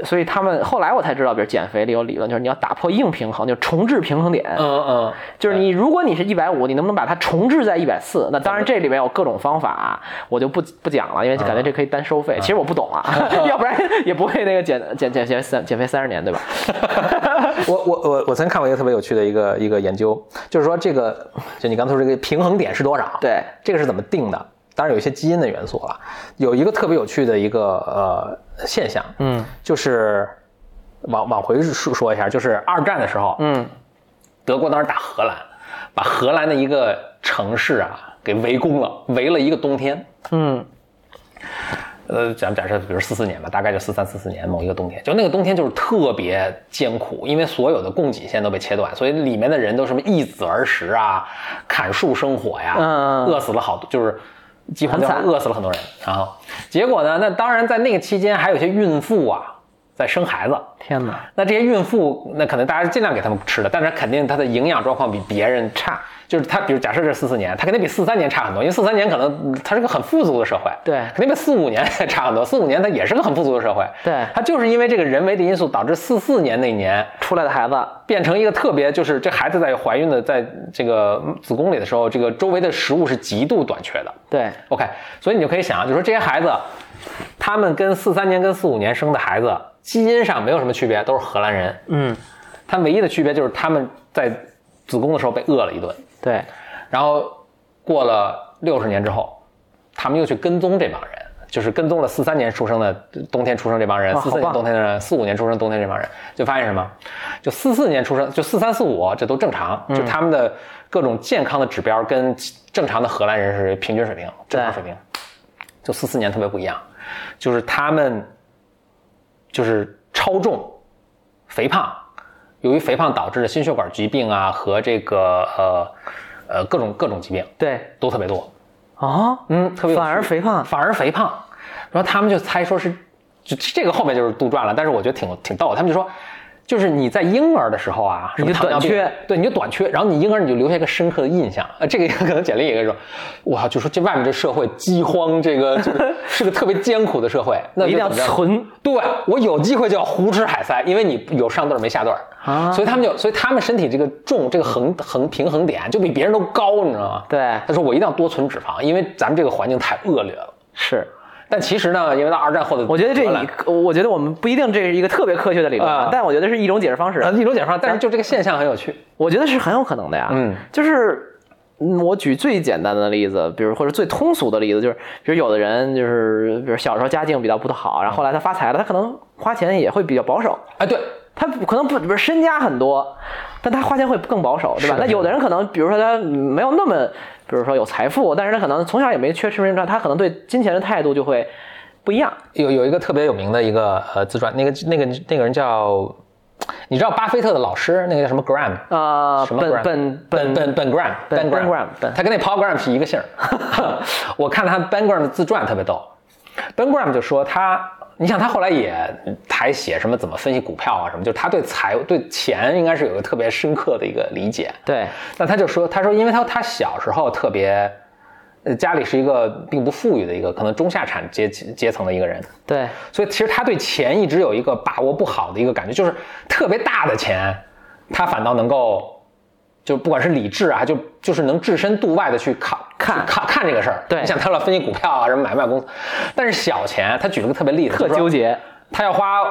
B: 所以他们后来我才知道，比如减肥里有理论，就是你要打破硬平衡，就重置平衡点。
A: 嗯嗯，
B: 就是你，如果你是一百五，你能不能把它重置在一百四？那当然，这里面有各种方法，啊我就不不讲了，因为感觉这可以单收费。其实我不懂啊， <laughs> 要不然也不会那个减减减减三减肥三十年，对吧？
A: 我我我我曾经看过一个特别有趣的一个一个研究，就是说这个就你刚才说这个平衡点是多少？
B: 对，
A: 这个是怎么定的？当然有一些基因的元素了。有一个特别有趣的一个呃现象，
B: 嗯
A: 就是往往回说说一下，就是二战的时候，
B: 嗯，
A: 德国当时打荷兰，把荷兰的一个城市啊给围攻了，围了一个冬天。
B: 嗯
A: 呃，咱们假设，比如四四年吧，大概就四三四四年某一个冬天，就那个冬天就是特别艰苦，因为所有的供给线都被切断，所以里面的人都什么易子而食啊，砍树生火呀，
B: 嗯
A: 饿死了好多，就是饥荒
B: 很
A: 就
B: 惨
A: 饿死了很多人。然后结果呢，那当然在那个期间还有一些孕妇啊在生孩子，
B: 天哪，
A: 那这些孕妇，那可能大家尽量给他们吃的，但是肯定她的营养状况比别人差。就是她，比如假设是四四年，她肯定比四三年差很多，因为四三年可能嗯它是个很富足的社会，
B: 对
A: 肯定比四五年 <laughs> 差很多。四五年它也是个很富足的社会，
B: 对
A: 它就是因为这个人为的因素导致四四年那年
B: 出来的孩子，
A: 变成一个特别，就是这孩子在怀孕的在这个子宫里的时候，这个周围的食物是极度短缺的。
B: 对，
A: OK，所以你就可以想啊，就说这些孩子，他们跟四三年跟四五年生的孩子基因上没有什么区别，都是荷兰人。
B: 嗯
A: 他唯一的区别就是他们在子宫的时候被饿了一顿，
B: 对，
A: 然后过了六十年之后，他们又去跟踪这帮人，就是跟踪了四三年出生的冬天出生这帮人，
B: 哇
A: 四
B: 好
A: 四年
B: 棒
A: 冬天的人，四五年出生冬天这帮人，就发现什么？就四四年出生，就四三四五这都正常，
B: 嗯
A: 就他们的各种健康的指标跟正常的荷兰人是平均水平，正常水平。就四四年特别不一样，就是他们就是超重、肥胖，由于肥胖导致的心血管疾病啊和这个呃呃各种各种疾病
B: 对
A: 都特别多，
B: 啊，
A: 嗯，特别有
B: 反而
A: 趣
B: 肥胖，
A: 反而肥胖，然后他们就猜说是就这个后面就是杜撰了，但是我觉得挺挺逗的，他们就说。就是你在婴儿的时候啊，什么
B: 你就
A: 糖尿病
B: 短缺，
A: 对，你就短缺，然后你婴儿你就留下一个深刻的印象。呃，这个可能简历也跟说，哇，就说这外面这社会饥荒，这个就是 <laughs> 是个特别艰苦的社会，那
B: 一定要
A: 就怎么着
B: 存，
A: 对我有机会就要胡吃海塞，因为你有上顿儿没下顿儿
B: 啊
A: 所以他们就，所以他们身体这个重这个恒恒平衡点就比别人都高，你知道吗？
B: 对
A: 他说我一定要多存脂肪，因为咱们这个环境太恶劣了。
B: 是。但
A: 但其实呢，因为到二战后的，
B: 我觉得这
A: 荷兰
B: 一，我觉得我们不一定这是一个特别科学的理论，
A: 啊
B: 但我觉得是一种解释方式。
A: 呃一种解放，但是就这个现象很有趣。
B: 我觉得是很有可能的呀。
A: 嗯，
B: 就是嗯我举最简单的例子，比如或者最通俗的例子，就是比如有的人就是比如小时候家境比较不好，然后后来他发财了，他可能花钱也会比较保守。
A: 哎，对，
B: 他可能不不是身家很多，但他花钱会更保守，对吧
A: 是？的
B: 那有的人可能，比如说他没有那么，比如说有财富，但是他可能从小也没缺吃没穿，他可能对金钱的态度就会不一样。
A: 有有一个特别有名的一个呃自传，那个那个那个人叫，你知道巴菲特的老师那个叫什么 Graham？
B: 啊、
A: 什么 Graham？
B: 本
A: 本
B: 本本
A: 本本 Graham，Graham，
B: 本 Ben Graham，本
A: 他跟那 Paul Graham 是一个姓
B: <laughs>
A: 儿。我看他 Ben Graham 的自传特别逗，Ben Graham 就说他，你想他后来也还写什么怎么分析股票啊什么，就是他对财对钱应该是有一个特别深刻的一个理解。
B: 对
A: 那他就说，他说因为他他小时候特别，呃，家里是一个并不富裕的一个可能中下产阶级阶层的一个人，
B: 对
A: 所以其实他对钱一直有一个把握不好的一个感觉，就是特别大的钱，他反倒能够，就不管是理智啊，就就是能置身度外的去看
B: 看
A: 去看看这个事儿。
B: 对
A: 你想他要分析股票啊，什么买卖公司，但是小钱，他举了个特别例子，
B: 特
A: 就说
B: 纠结，
A: 他要花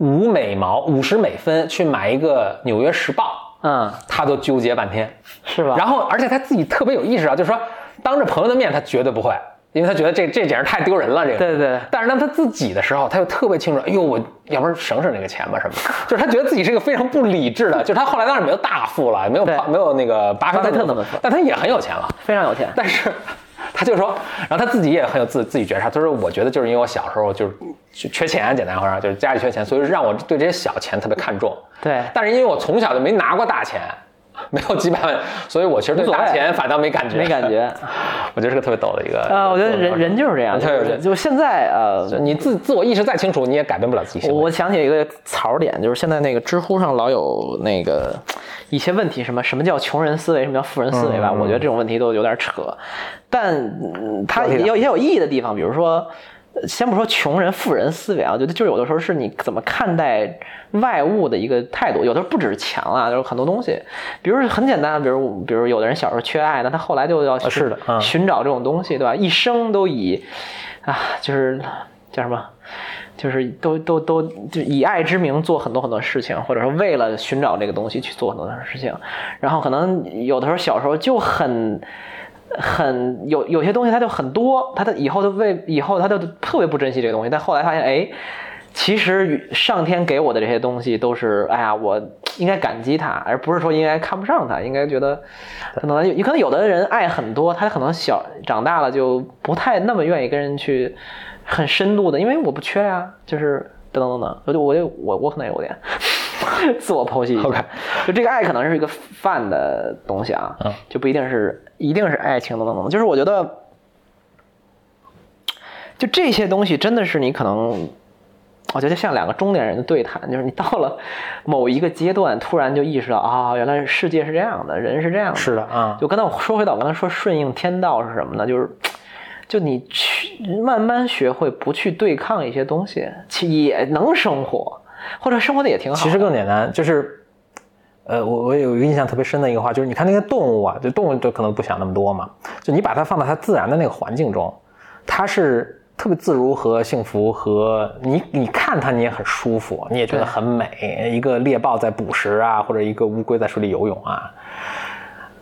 A: 五美毛五十美分去买一个《纽约时报》，
B: 嗯，
A: 他都纠结半天。
B: 是吧？
A: 然后，而且他自己特别有意识啊，就是说，当着朋友的面，他绝对不会，因为他觉得这这简直太丢人了。这个，
B: 对对
A: 但是当他自己的时候，他又特别清楚，哎呦，我要不然省省这个钱吧，什么的，就是他觉得自己是一个非常不理智
B: <laughs>
A: 的，就是他后来当然没有大富了，没有
B: 对
A: 巴没有那个巴菲
B: 巴菲特
A: 特
B: 那
A: 那
B: 么
A: 么
B: 富
A: 富，但他也很有钱了。
B: 非常有钱。
A: <laughs> 但是他就说，然后他自己也很有自自己觉察，他说我觉得就是因为我小时候就是缺缺钱，简单说啊，就是家里缺钱，所以让我对这些小钱特别看重。
B: 对
A: 但是因为我从小就没拿过大钱，没有几百万，所以我其实对
B: 无所谓
A: 大钱反倒没感觉，
B: 没感。
A: <laughs>
B: 觉。
A: 我觉得是个特别逗的一个
B: 啊，我觉得人人就是这样，就
A: 对对
B: 是
A: 对
B: 就现在呃，
A: 你自自我意识再清楚，你也改变不了自己行为。
B: 我想起一个槽点，就是现在那个知乎上老有那个一些问题，什么什么叫穷人思维，什么叫富人思维
A: 嗯
B: 吧？我觉得这种问题都有点扯，但嗯它也有也有意义的地方，比如说。呃先不说穷人、富人思维啊，我觉得就是有的时候是你怎么看待外物的一个态度，有的时候不只是强啊，就是很多东西，比如很简单的，比如比如有的人小时候缺爱，那他后来就要去
A: 是的嗯
B: 寻找这种东西，对吧？一生都以啊，就是叫什么，就是都都都就以爱之名做很多很多事情，或者说为了寻找这个东西去做很多很多事情。然后可能有的时候小时候就很。很有有些东西，它就很多，它的以后的为以后他就特别不珍惜这个东西，但后来发现，哎，其实上天给我的这些东西都是，哎呀，我应该感激他，而不是说应该看不上他，应该觉得可能有可能有的人爱很多，他可能小长大了就不太那么愿意跟人去很深度的，因为我不缺呀、就是等等等等，我就我就我我可能有点自我剖析一下
A: OK
B: 就这个爱可能是一个泛的东西啊，
A: 嗯
B: 就不一定是一定是爱情等等等等，就是我觉得。就这些东西真的是你可能，我觉得像两个中年人的对谈，就是你到了某一个阶段，突然就意识到啊、原来世界是这样的，人是这样的。
A: 是的啊，
B: 就刚才我说回到我刚才说顺应天道是什么呢？就是，就你去慢慢学会不去对抗一些东西，其也能生活，或者生活的也挺好的。
A: 其实更简单，就是，呃，我我有一个印象特别深的一个话，就是你看那个动物啊，就动物就可能不想那么多嘛，就你把它放到它自然的那个环境中，它是特别自如和幸福，和你你看它你也很舒服，你也觉得
B: 对
A: 很美，一个猎豹在捕食啊，或者一个乌龟在水里游泳啊。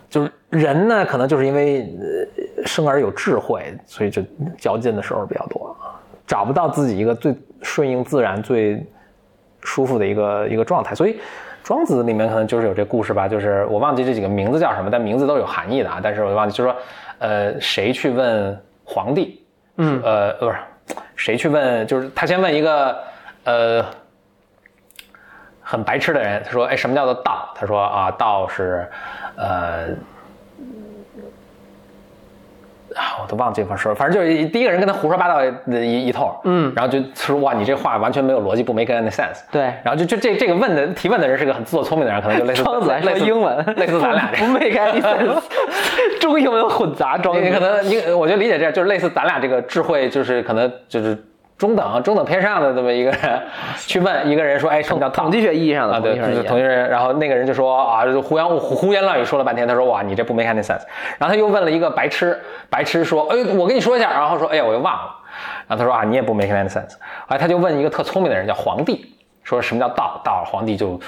A: 就是人呢，可能就是因为呃生而有智慧，所以就较劲的时候比较多，啊找不到自己一个最顺应自然、最舒服的一个一个状态。所以，庄子里面可能就是有这故事吧，就是我忘记这几个名字叫什么，但名字都有含义的啊。但是我忘记，就是说，呃，谁去问皇帝？嗯，呃，不是，谁去问？就是他先问一个，呃。很白痴的人，他说：“哎，什么叫做道？”他说：“啊，道是，呃，啊，我都忘记这么说，反正就是一第一个人跟他胡说八道的一一通，嗯，然后就说哇，你这话完全没有逻辑，不 make any sense。
B: 对
A: 然后就就这这个问的提问的人是个很自作聪明的人，可能就类似
B: 庄子还说
A: 类似
B: 英文，
A: 类似咱俩这 <laughs>
B: 不
A: 样。
B: 没概念， <laughs> 中英文混杂。庄
A: 你可
B: 子
A: 能你我觉得理解这样，就是类似咱俩这个智慧，就是可能就是中等中等偏上的这么一个人，去问一个人说，哎，什么叫道
B: 统计学意义上的
A: 啊，对，就是同
B: 学
A: 学人，然后那个人就说啊，就胡言胡胡言乱语说了半天，他说哇，你这不 make any sense。然后他又问了一个白痴，白痴说，哎，我跟你说一下，然后说，哎呀，我又忘了。然后他说啊，你也不 make any sense。哎，他就问一个特聪明的人，叫皇帝，说什么叫道？道，皇帝就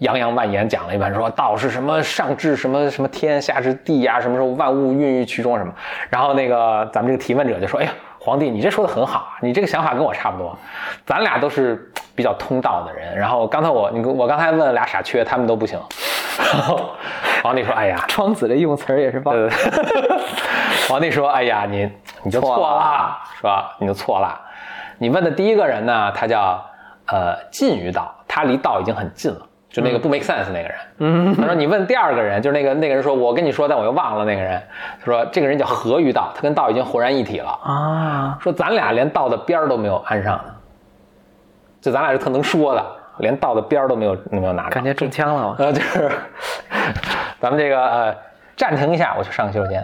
A: 洋洋万言讲了一番，说道是什么，上至什么什么天，下至地呀、什么时候万物孕育其中什么。然后那个咱们这个提问者就说，哎呀。皇帝，你这说的很好啊，你这个想法跟我差不多，咱俩都是比较通道的人。然后刚才我你跟我刚才问了俩傻缺，他们都不行。 <laughs> 然后皇帝说：“哎呀，
B: 庄子这用词儿也是棒。
A: 呃，皇帝说：哎呀，你你就错
B: 错
A: 了
B: 了，
A: 是吧？你就错了。你问的第一个人呢，他叫呃近于道，他离道已经很近了。”就那个不 make sense 那个人，嗯，他说你问第二个人，就是那个那个人说，我跟你说，但我又忘了那个人，他说这个人叫何于道，他跟道已经浑然一体了，
B: 啊，
A: 说咱俩连道的边儿都没有安上呢，就咱俩是特能说的，连道的边儿都没有没有拿着
B: 感。觉中枪了，
A: 呃，就是 <laughs> 咱们这个呃，暂停一下，我去上个洗手间。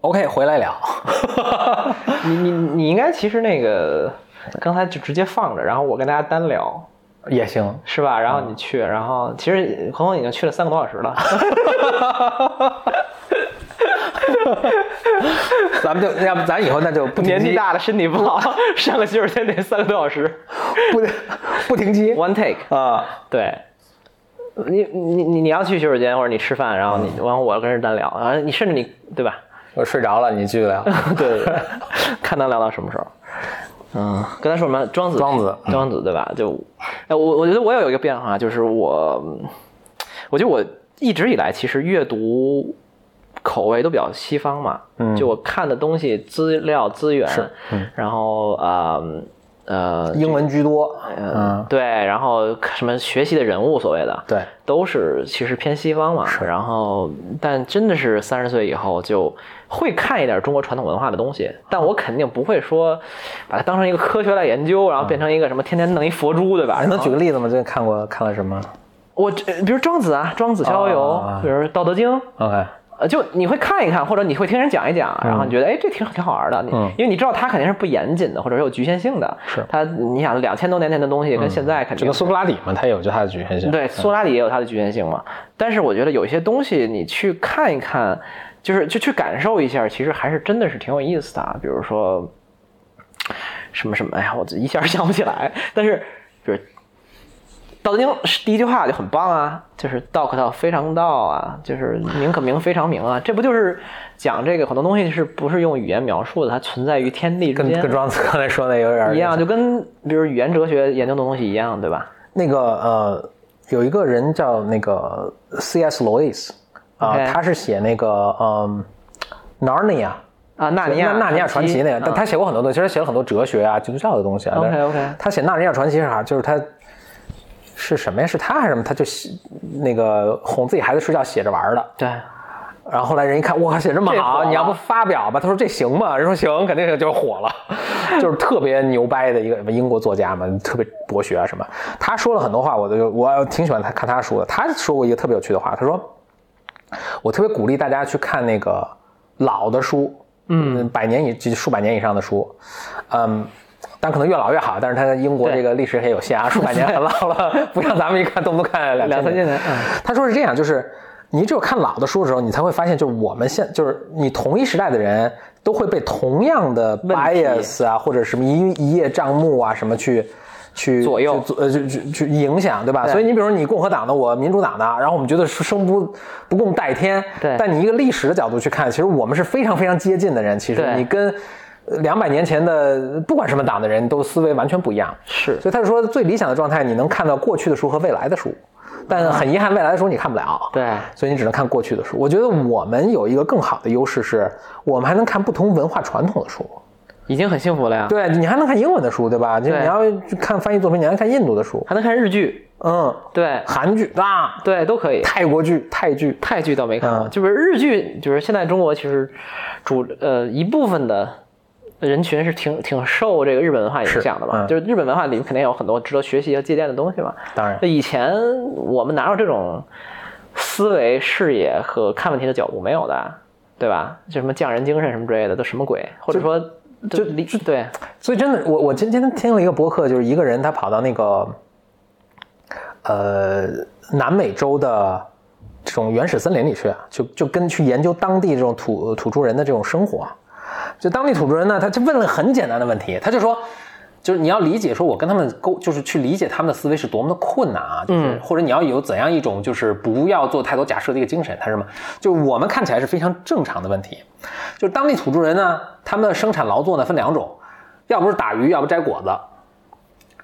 A: OK，回来了。
B: 我你你你应该其实那个刚才就直接放着，然后我跟大家单聊。
A: 也行，
B: 是吧？然后你去，然后其实黄黄已经去了三个多小时 <laughs> 了。
A: 咱们就要不咱以后那就不停
B: 年纪
A: 机，
B: 大了，身体不 <laughs> 好，上个洗手间得三个多小时
A: 不不停机
B: ，one take。
A: 啊、
B: 对，你你你你要去洗手间或者你吃饭，然后你然后我跟人单聊，然后你甚至你对吧？
A: 我睡着了，你继续聊。
B: <laughs> 对，看能聊到什么时候。嗯，刚才说什么？庄子，
A: 庄子嗯
B: 庄子，对吧？就，哎，我我觉得我有一个变化，就是我，我觉得我一直以来其实阅读口味都比较西方嘛，
A: 嗯
B: 就我看的东西、资料、资源，
A: 是嗯
B: 然后啊、呃呃，
A: <laughs> 英文居多，嗯，
B: 对，然后什么学习的人物所谓的，
A: 对，
B: 都是其实偏西方嘛。然后，但真的是三十岁以后就会看一点中国传统文化的东西，但我肯定不会说把它当成一个科学来研究，然后变成一个什么天天弄一佛珠，对吧？
A: 哎，能举
B: 然后
A: 个例子吗？最近看过看了什么
B: 我这，比如庄子啊，庄子逍遥游，
A: 啊
B: 比如《道德经》。
A: ？OK，
B: 呃，就你会看一看，或者你会听人讲一讲，然后你觉得哎，这挺挺好玩的。你
A: 嗯
B: 因为你知道它肯定是不严谨的，或者是有局限性的。
A: 是嗯
B: 它，你想两千多年前的东西跟现在肯
A: 这
B: 定
A: 个苏格拉底嘛，他有就他的局限性。
B: 对，苏拉里也有它的局限性嘛。但是我觉得有一些东西你去看一看，就是就去感受一下，其实还是真的是挺有意思的啊。比如说什么什么，哎呀，我一下儿想不起来。但是，比如《道德经》是第一句话就很棒啊，就是“道可道，非常道啊，就是名可名，非常名啊。”这不就是讲这个很多东西是不是用语言描述的？它存在于天地之
A: 跟
B: 间，
A: 跟庄子刚才说的有点
B: 一样，
A: 意思
B: 就跟比如语言哲学研究的东西一样，对吧？
A: 那个呃，有一个人叫那个 C.S. Lewis 啊、
B: OK
A: 他是写那个嗯、Narnia。
B: 啊，纳尼亚，
A: 纳尼亚传奇那个，
B: 嗯
A: 但他写过很多东西，其实写了很多哲学啊、基督教的东西啊。但是
B: OK，OK
A: 他写《纳尼亚传奇》是啥？就是他是什么呀？是他还是什么？他就写那个哄自己孩子睡觉写着玩儿的。
B: 对，
A: 然后后来人一看，我靠，写这么
B: 这火
A: 好，
B: 了
A: 你要不发表吧？他说这行吗？人说行，肯定行，就火了， <laughs> 就是特别牛掰的一个英国作家嘛，特别博学啊什么。他说了很多话，我就我挺喜欢他看他说的。他说过一个特别有趣的话，他说我特别鼓励大家去看那个老的书，嗯，百年以及数百年以上的书，嗯。但可能越老越好，但是他在英国
B: 对
A: 这个历史也有限啊，数百年很老
B: <laughs>
A: 了，不像咱们一看动不动看两
B: 两三千年，嗯。
A: 他说是这样，就是你只有看老的书的时候，你才会发现，就是我们现就是你同一时代的人都会被同样的
B: 问题
A: bias 啊，或者什么一一叶障目啊什么去。去
B: 左右
A: 去呃，去去去影响，对吧？
B: 对
A: 所以你比如说你共和党的，我民主党的，然后我们觉得是生不不共戴天。
B: 对
A: 但你一个历史的角度去看，其实我们是非常非常接近的人。其实
B: 对
A: 你跟呃两百年前的不管什么党的人都思维完全不一样。
B: 是
A: 所以他就说，最理想的状态，你能看到过去的书和未来的书，但很遗憾，未来的书你看不了。
B: 嗯对
A: 所以你只能看过去的书。我觉得我们有一个更好的优势是，我们还能看不同文化传统的书。
B: 已经很幸福了呀。，
A: 对你还能看英文的书，对吧？就
B: 对
A: 你要看翻译作品，你还能看印度的书，
B: 还能看日剧，
A: 嗯，
B: 对
A: 韩剧啊，
B: 对都可以。
A: 泰国剧、泰剧，
B: 泰剧倒没看过，
A: 嗯
B: 就是日剧，就是现在中国其实主呃一部分的人群是挺挺受这个日本文化影响的嘛，
A: 是嗯
B: 就是日本文化里面肯定有很多值得学习和借鉴的东西嘛。
A: 当然
B: 就以前我们哪有这种思维、视野和看问题的角度没有的，对吧？就什么匠人精神什么之类的，都什么鬼？或者说就理对
A: 所以真的，我我今天听了一个博客，就是一个人他跑到那个，呃，南美洲的这种原始森林里去，啊就就跟去研究当地这种土土著人的这种生活。啊就当地土著人呢，他就问了很简单的问题，他就说，就是你要理解说，我跟他们沟，就是去理解他们的思维是多么的困难啊，就是、或者你要有怎样一种就是不要做太多假设的一个精神，他是什么？就是我们看起来是非常正常的问题，就是当地土著人呢，他们的生产劳作呢分两种，要不是打鱼，要不摘果子。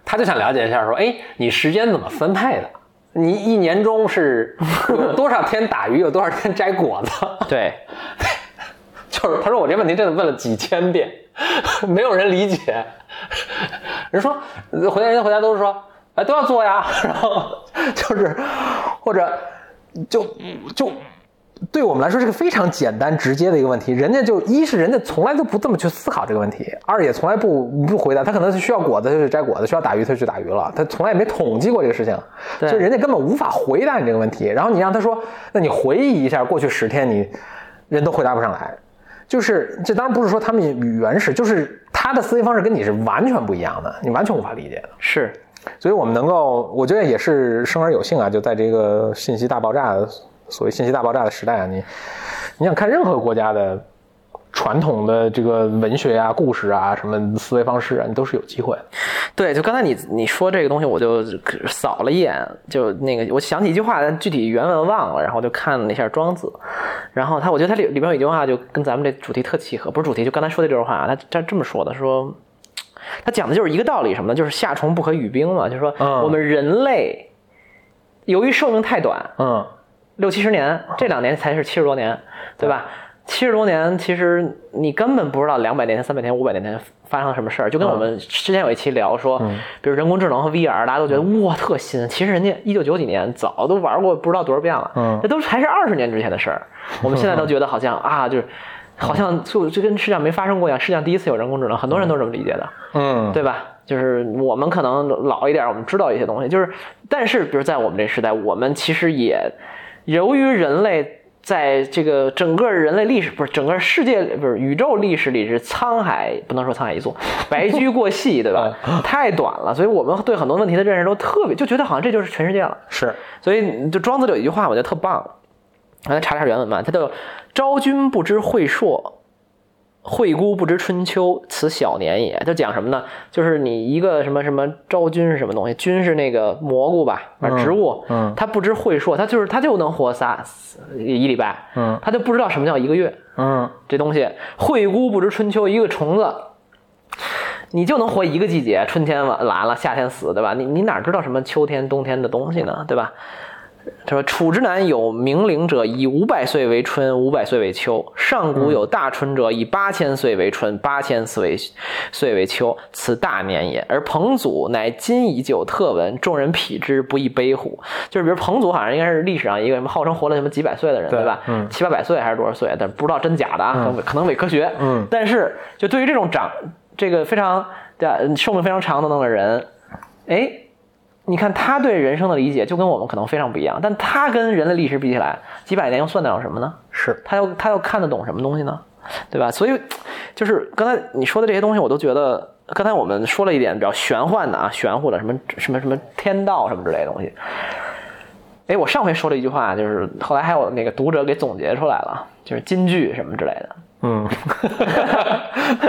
A: 他就想了解一下，说，哎，你时间怎么分配的？你一年中是有多少天打鱼，有多少天摘果子？
B: 对，
A: <laughs> 就是他说我这问题真的问了几千遍，没有人理解。人说回答人家回答都是说，哎都要做呀，然后就是或者就就对我们来说是个非常简单直接的一个问题，人家就一是人家从来都不这么去思考这个问题，二也从来不不回答，他可能是需要果子他就去摘果子，需要打鱼他就去打鱼了，他从来也没统计过这个事情，
B: 对
A: 所以人家根本无法回答你这个问题。然后你让他说，那你回忆一下过去十天你，人都回答不上来，就是这当然不是说他们原始，就是他的思维方式跟你是完全不一样的，你完全无法理解的。
B: 是
A: 所以我们能够，我觉得也是生而有幸啊，就在这个信息大爆炸的所谓信息大爆炸的时代啊，你你想看任何国家的传统的这个文学啊、故事啊、什么思维方式啊，你都是有机会的。
B: 对，就刚才你你说这个东西，我就扫了一眼，就那个我想起一句话，但具体原文忘了，然后就看了一下庄子，然后他我觉得他里里边有一句话就跟咱们这主题特契合，不是主题，就刚才说的这句话，啊他他这么说的，说他讲的就是一个道理，什么呢？就是夏虫不可语冰嘛，就是说
A: 嗯
B: 我们人类由于寿命太短，
A: 嗯，
B: 六七十年，这两年才是七十多年，对吧？七十多年，其实你根本不知道两百年前、三百年、五百年前发生了什么事儿。就跟我们之前有一期聊说，比如人工智能和 VR，大家都觉得哇特新，其实人家一九九几年早都玩过不知道多少遍了，
A: 嗯
B: 这都是还是二十年之前的事儿。我们现在都觉得好像啊，就是好像就就跟世界上没发生过一样，世界上第一次有人工智能，很多人都是这么理解的。
A: 嗯，
B: 对吧？就是我们可能老一点，我们知道一些东西，就是但是，比如在我们这时代，我们其实也由于人类在这个整个人类历史不是整个世界不是宇宙历史里是沧海不能说沧海一粟，白驹过隙，对吧？太短了，所以我们对很多问题的认识都特别，就觉得好像这就是全世界了。
A: 是，
B: 所以就庄子里有一句话，我觉得特棒，让咱查查原文吧。它叫“昭君不知晦朔，惠姑不知春秋，此小年也”。就讲什么呢？就是你一个什么什么昭君是什么东西？君是那个蘑菇吧，啊，植物。
A: 嗯
B: 它不知晦朔，它就是它就能活仨一礼拜。
A: 嗯
B: 它就不知道什么叫一个月。
A: 嗯
B: 这东西，惠姑不知春秋，一个虫子，你就能活一个季节，春天完完了，夏天死，对吧？你你哪知道什么秋天、冬天的东西呢，对吧？他说：“楚之南有明陵者，以五百岁为春，五百岁为秋；上
A: 嗯
B: 古有大春者，以八千岁为春，八千岁为岁为秋，此大年也。而彭祖乃今以久特闻，众人匹之，不亦悲乎？”就是，比如彭祖好像应该是历史上一个什么号称活了什么几百岁的人，
A: 对
B: 对吧？
A: 嗯
B: 七八百岁还是多少岁？但不知道真假的啊，可能伪可能伪科学。
A: 嗯
B: 但是就对于这种长这个非常对吧寿命非常长的那种人，哎，你看他对人生的理解就跟我们可能非常不一样，但他跟人类历史比起来，几百年又算得了什么呢？
A: 是，
B: 他又他又看得懂什么东西呢？对吧？所以，就是刚才你说的这些东西，我都觉得，刚才我们说了一点比较玄幻的啊，玄乎的什么什么什么天道什么之类的东西。哎，我上回说了一句话，就是后来还有那个读者给总结出来了，就是金句什么之类的。
A: 嗯，
B: <laughs>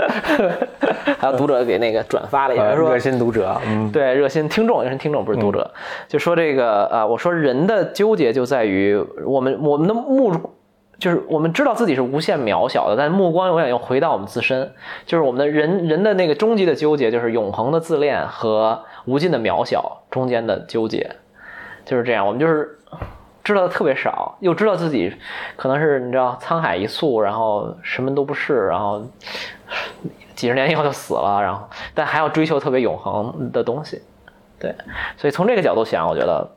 B: 还有读者给那个转发了一下，
A: 呃
B: 说
A: 热心读者，嗯
B: 对，热心听众，热心听众不是读者，就说这个啊、呃我说人的纠结就在于我们我们的目，就是我们知道自己是无限渺小的，但目光永远要回到我们自身，就是我们的人人的那个终极的纠结，就是永恒的自恋和无尽的渺小中间的纠结，就是这样，我们就是。知道的特别少，又知道自己可能是你知道沧海一粟，然后什么都不是，然后几十年以后就死了，然后但还要追求特别永恒的东西，对，所以从这个角度想，我觉得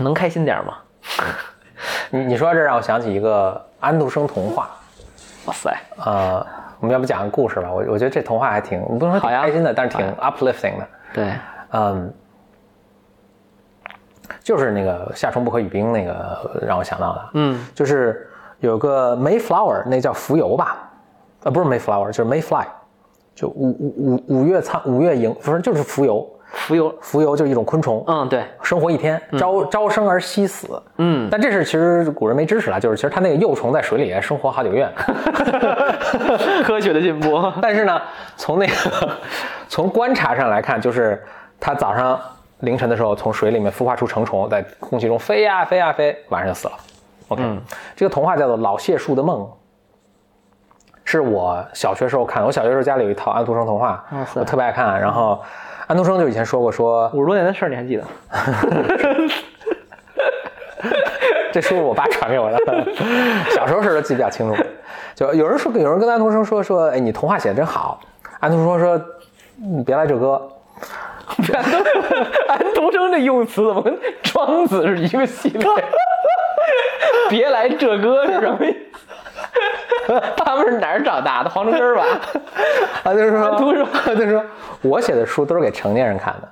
B: 能开心点吗？
A: 你你说这让我想起一个安徒生童话，
B: 哇塞，
A: 呃，我们要不讲个故事吧？我我觉得这童话还挺，不能说挺
B: 好呀
A: 开心的，但是挺
B: 好
A: uplifting 的。
B: 对，
A: 嗯，就是那个夏虫不可语冰那个让我想到的，
B: 嗯
A: 就是有个 Mayflower，那叫浮游吧？呃，不是 Mayflower，就是 Mayfly，就五五五五月苍五月萤，不是就是浮游，
B: 浮游，
A: 浮游就是一种昆虫，
B: 嗯，对， <laughs>
A: 生活一天，朝朝生而夕死。
B: 嗯，
A: 但这是其实古人没知识啊，就是其实它那个幼虫在水里生活好几个
B: <laughs>
A: 月，
B: 科学的进步， <laughs>
A: 但是呢，从那个从观察上来看，就是它早上凌晨的时候从水里面孵化出成虫，在空气中飞呀、飞呀、飞，晚上就死了。OK，、这个
B: 嗯
A: 童话叫做《老谢树的梦》，是我小学时候看的。我小学时候家里有一套安徒生童话
B: 哇，塞
A: 我特别爱看。啊然后安徒生就以前说过说，
B: 五十多年的事儿你还记得？
A: <laughs> 这书是我爸传给我的，小时候事儿都记不了清楚。就有人说，有人跟安徒生说说，哎，你童话写的真好。安徒生说说，嗯别来这歌。
B: <laughs> 安徒生哎这用词怎么跟庄子是一个系列？ <laughs> 别来这歌是什么意思？ <laughs> 他们是哪儿长大的？黄城根儿吧？
A: 安徒生说，
B: 安徒生
A: 安徒生说，我写的书都是给成年人看的。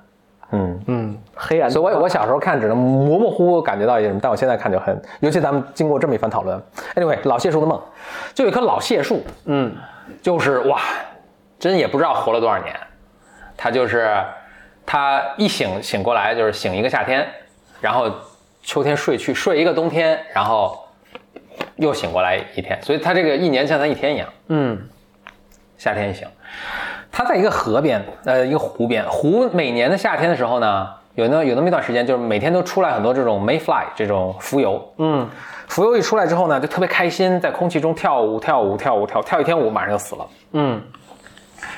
A: 嗯，
B: 嗯，黑暗。
A: 所以我我小时候看只能模模糊糊感觉到一些什么，但我现在看就很，尤其咱们经过这么一番讨论。Anyway，老谢树的梦，就有一棵老谢树，
B: 嗯，
A: 就是哇，真也不知道活了多少年。他就是他一醒醒过来就是醒一个夏天，然后秋天睡去睡一个冬天，然后又醒过来一天，所以他这个一年像他一天一样，
B: 嗯，
A: 夏天一醒。他在一个河边，呃，一个湖边，湖每年的夏天的时候呢，有那有那么一段时间，就是每天都出来很多这种 mayfly 这种浮游，
B: 嗯，
A: 浮游一出来之后呢，就特别开心，在空气中跳舞跳舞跳舞跳跳一天舞，马上就死了。
B: 嗯，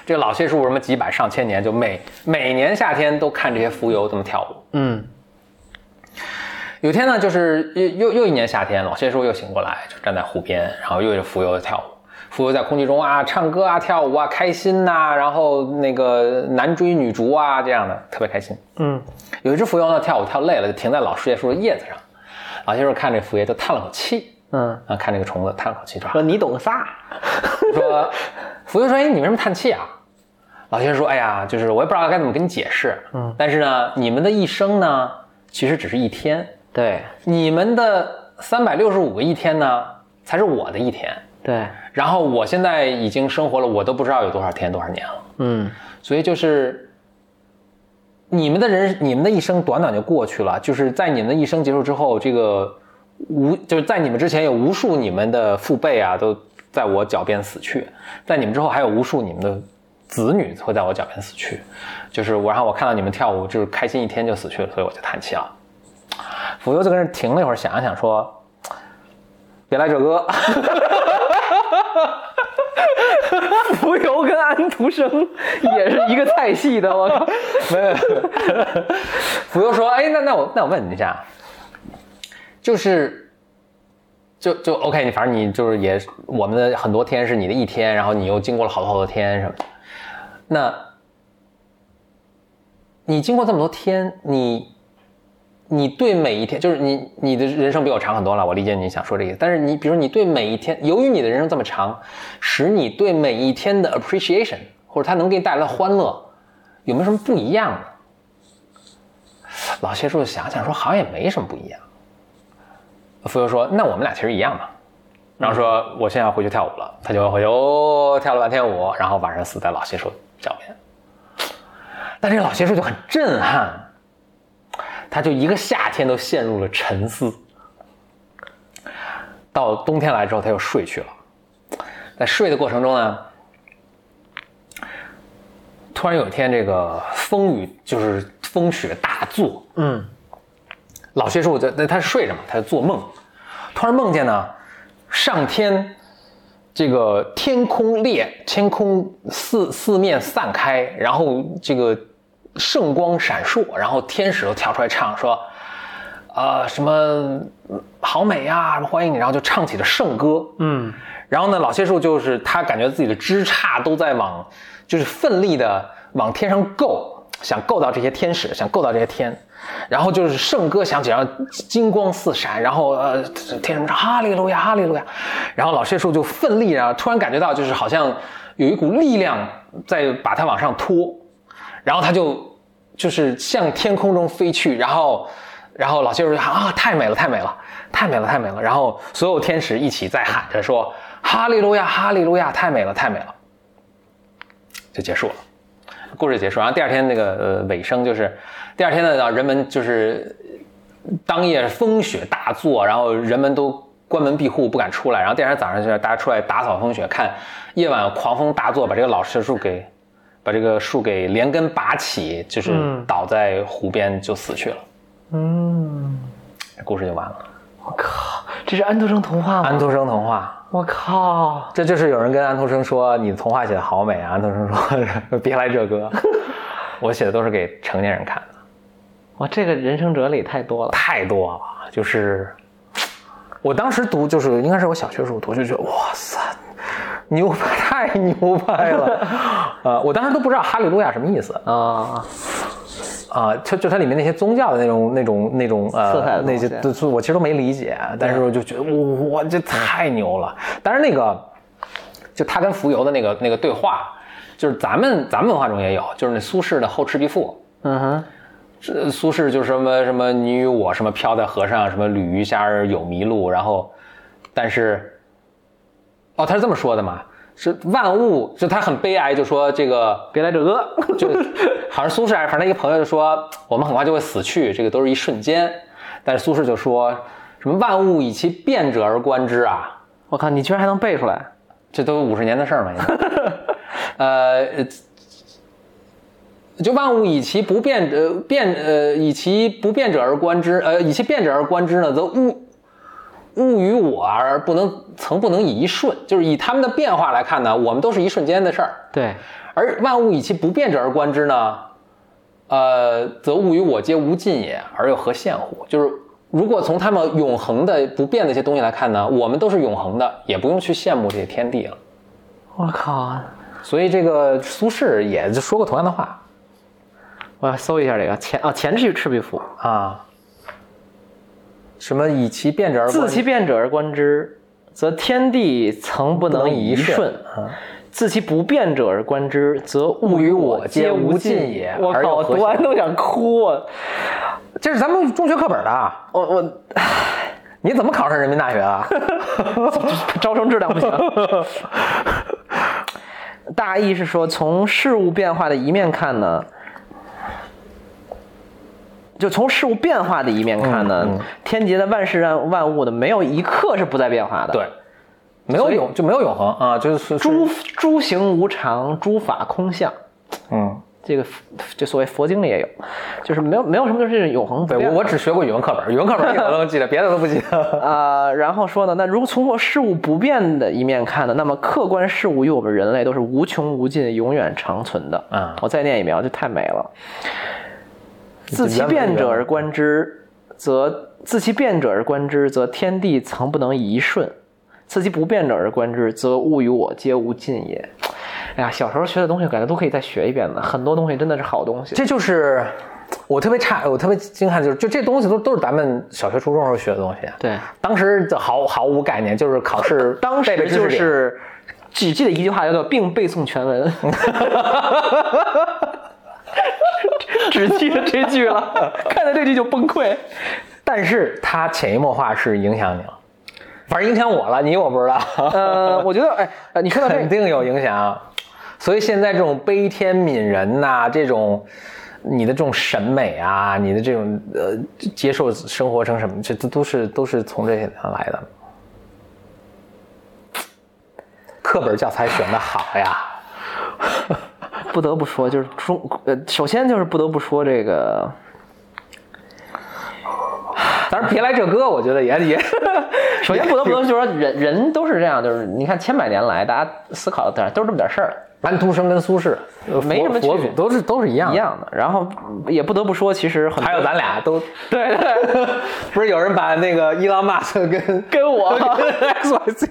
A: 这个老谢树什么几百上千年，就每每年夏天都看这些浮游这么跳舞。
B: 嗯，
A: 有一天呢，就是又又又一年夏天，老谢叔又醒过来，就站在湖边，然后又是浮游跳舞，浮游在空气中啊，唱歌啊，跳舞啊，开心呐、然后那个男追女逐啊，这样的特别开心。
B: 嗯，
A: 有一只浮游呢，跳舞跳累了，就停在老谢叔的叶子上。老谢叔看这浮游，就叹了口气，
B: 嗯，
A: 啊，看这个虫子叹了口气，说
B: 说你懂啥？
A: 说，浮游说：“哎，你为什么叹气啊？”老先生说：“哎呀，就是我也不知道该怎么跟你解释。
B: 嗯，
A: 但是呢，你们的一生呢，其实只是一天，
B: 对
A: 你们的三百六十五个一天呢，才是我的一天。
B: 对，
A: 然后我现在已经生活了，我都不知道有多少天多少年了。
B: 嗯
A: 所以就是，你们的人，你们的一生短短就过去了。就是在你们的一生结束之后，这个无就是在你们之前有无数你们的父辈啊，都在我脚边死去，在你们之后还有无数你们的子女会在我脚边死去。就是我，然后我看到你们跳舞，就是开心一天就死去了，所以我就叹气了。浮游就跟这儿停了一会儿，想了想说：“别来这歌。”
B: 浮游跟安徒生也是一个菜系的，我靠，
A: 没有， <laughs> 浮游说：“哎，那那我那我问你一下，就是，就就 OK，你反正你就是也是我们的很多天是你的一天，然后你又经过了好多好多天什么的。那，你经过这么多天，你你对每一天，就是你你的人生比我长很多了，我理解你想说这个意思。但是你比如你对每一天，由于你的人生这么长，使你对每一天的 appreciation 或者它能给你带来的欢乐，有没有什么不一样的？老谢叔想想说，好像也没什么不一样。浮游说：“那我们俩其实一样嘛。”然后说：“我现在要回去跳舞了。”他就回去哦，跳了半天舞，然后晚上死在老谢叔脚边。但这个老谢叔就很震撼，他就一个夏天都陷入了沉思。到冬天来之后，他又睡去了。在睡的过程中呢，突然有一天，这个风雨就是风雪大作，
B: 嗯，
A: 老谢叔就那他睡着嘛，他就做梦，突然梦见呢，上天这个天空裂，天空四四面散开，然后这个圣光闪烁，然后天使都跳出来唱说，呃什么嗯好美呀、什么欢迎你，然后就唱起了圣歌，
B: 嗯，
A: 然后呢，老谢树就是他感觉自己的枝杈都在往，就是奋力的往天上够，想够到这些天使，想够到这些天。然后就是圣歌响起，然后金光四闪，然后呃，天上说哈利路亚，哈利路亚。然后老谢树就奋力啊，突然感觉到就是好像有一股力量在把他往上拖，然后他就就是向天空中飞去，然后，然后老谢叔就喊啊，太美了，太美了，太美了，太美了。然后所有天使一起在喊着说哈利路亚，哈利路亚，太美了，太美了，就结束了。故事结束，然后第二天那个呃尾声就是，第二天呢，人们就是当夜风雪大作，然后人们都关门闭户不敢出来，然后第二天早上就是大家出来打扫风雪，看夜晚狂风大作把这个老柿树给把这个树给连根拔起，就是
B: 嗯
A: 倒在湖边就死去了，
B: 嗯，
A: 故事就完了。
B: 我靠， <laughs> 这是安徒生童话
A: 安
B: 吗？
A: 徒生童话，
B: 我靠，
A: 啊这就是有人跟安徒生说你童话写的好美啊，安徒生说 <laughs> 别来这歌，我写的都是给成年人看的。
B: 哇，这个人生哲理太多了。
A: 太多了，就是我当时读，就是应该是我小学时候读，就觉得哇塞，牛掰， <laughs> 太牛掰了。呃，我当时都不知道哈利路亚什么意思
B: 啊、
A: 啊、就就它里面那些宗教的那种、那种、那种
B: 色彩
A: 呃
B: 的，东
A: 那
B: 西
A: 些都我其实都没理解，但是我就觉得哇，这太牛了。但是那个，就他跟浮游的那个那个对话，就是咱们咱们文化中也有，就是那苏轼的《后赤壁赋》。
B: 嗯哼，
A: 这呃苏轼就是什么什么你与我什么飘在河上，什么鲤鱼虾儿有麋鹿，然后，但是，哦，他是这么说的嘛？是万物，就他很悲哀，就说这个
B: 别来这个，
A: 就好像苏轼还是反正一个朋友就说，我们很快就会死去，这个都是一瞬间。但是苏轼就说什么万物以其变者而观之啊，
B: 我靠，你居然还能背出来？
A: 这都五十年的事儿嘛，应该 <laughs> 呃，就万物以其不变呃变呃以其不变者而观之，呃以其变者而观之呢，则物物与我而不能曾不能以一瞬，就是以他们的变化来看呢，我们都是一瞬间的事儿，
B: 对，
A: 而万物以其不变者而观之呢，呃，则物与我皆无尽也，而又何羡乎？就是如果从他们永恒的、不变的一些东西来看呢，我们都是永恒的，也不用去羡慕这些天地了。
B: 我靠！
A: 所以这个苏轼也就说过同样的话
B: 我要搜一下这个钱啊，钱是赤壁赋，
A: 啊，什么以其变者而
B: 自
A: 观
B: 其变者而观之，则天地曾不
A: 不
B: 能
A: 能
B: 一
A: 一
B: 瞬；
A: 啊
B: 自其不变者而观之，则物
A: 与
B: 与
A: 我
B: 我
A: 皆
B: 皆
A: 无
B: 无
A: 尽
B: 尽
A: 也
B: 我
A: 而又
B: 靠，我
A: 何
B: 读完
A: 暇
B: 都想哭啊！
A: 这是咱们中学课本的啊，
B: 我我
A: <sighs> 你怎么考上人民大学 <laughs> 啊？
B: 招生质量 <laughs> 不行。大意是说，从事物变化的一面看呢，就从事物变化的一面看呢，天劫的万事万万物呢，没有一刻是不再变化的。
A: 对，没有永就没有永恒啊，就是
B: 诸诸行无常，诸法空相。
A: 嗯，
B: 这个就所谓佛经里也有，就是没有没有什么东西是永恒不
A: 对
B: 变
A: 我
B: 的。
A: 我只学过语文课本，语文课本这个我都能记得，别的都不记得。
B: 呃，然后说呢，那如果从我事物不变的一面看呢，那么客观事物与我们人类都是无穷无尽、永远长存的。
A: 嗯
B: 我再念一遍，这太美了。自
A: 这
B: 其
A: 原文
B: 变
A: 原
B: 者
A: 文
B: 而观之，则自其变者而观之，则天地曾不能一瞬；自其不变者而观之，则物与我皆无尽也。哎呀，小时候学的东西，感觉都可以再学一遍的，很多东西真的是好东
A: <laughs>
B: 西。
A: 这就是我特别差，我特别惊叹，就是就这东西都都是咱们小学、初中时候学的东西。，啊
B: 对，
A: 当时就毫毫无概念，就是考试
B: 当
A: 背背知
B: 时
A: 识
B: 就
A: 点
B: 是只记得一句话，叫做“并背诵全文”， <laughs> 只记得这句 <laughs> 了，看到这句就崩溃。 <laughs>
A: 但是它潜移默化是影响你了，反正影响我了，你我不知道，
B: 呃，我觉得，哎，呃你说到这
A: 肯
B: 个，
A: 定有影响。所以现在这种悲天悯人呐、这种你的这种审美啊，你的这种呃接受生活成什么，这都都是都是从这些上来的。课本教材选的好呀，
B: 不得不说，就是中，呃，首先就是不得不说这 <laughs> 个，
A: 当然别来这歌，我觉得也也，
B: 首先
A: <laughs>
B: 不得不说，就是说人人都是这样，就是你看千百年来，大家思考的点儿都是这么点事儿。
A: 安徒生跟苏轼呃
B: 没什么
A: 佛
B: 区别
A: 祖都是都是一样
B: 一
A: 的。
B: 样的，然后也不得不说，其实很多
A: 还有咱
B: <laughs>
A: 俩都
B: 对对，
A: <laughs> 不是有人把那个伊朗马斯跟
B: <laughs>
A: <laughs>
B: 跟我
A: XYZ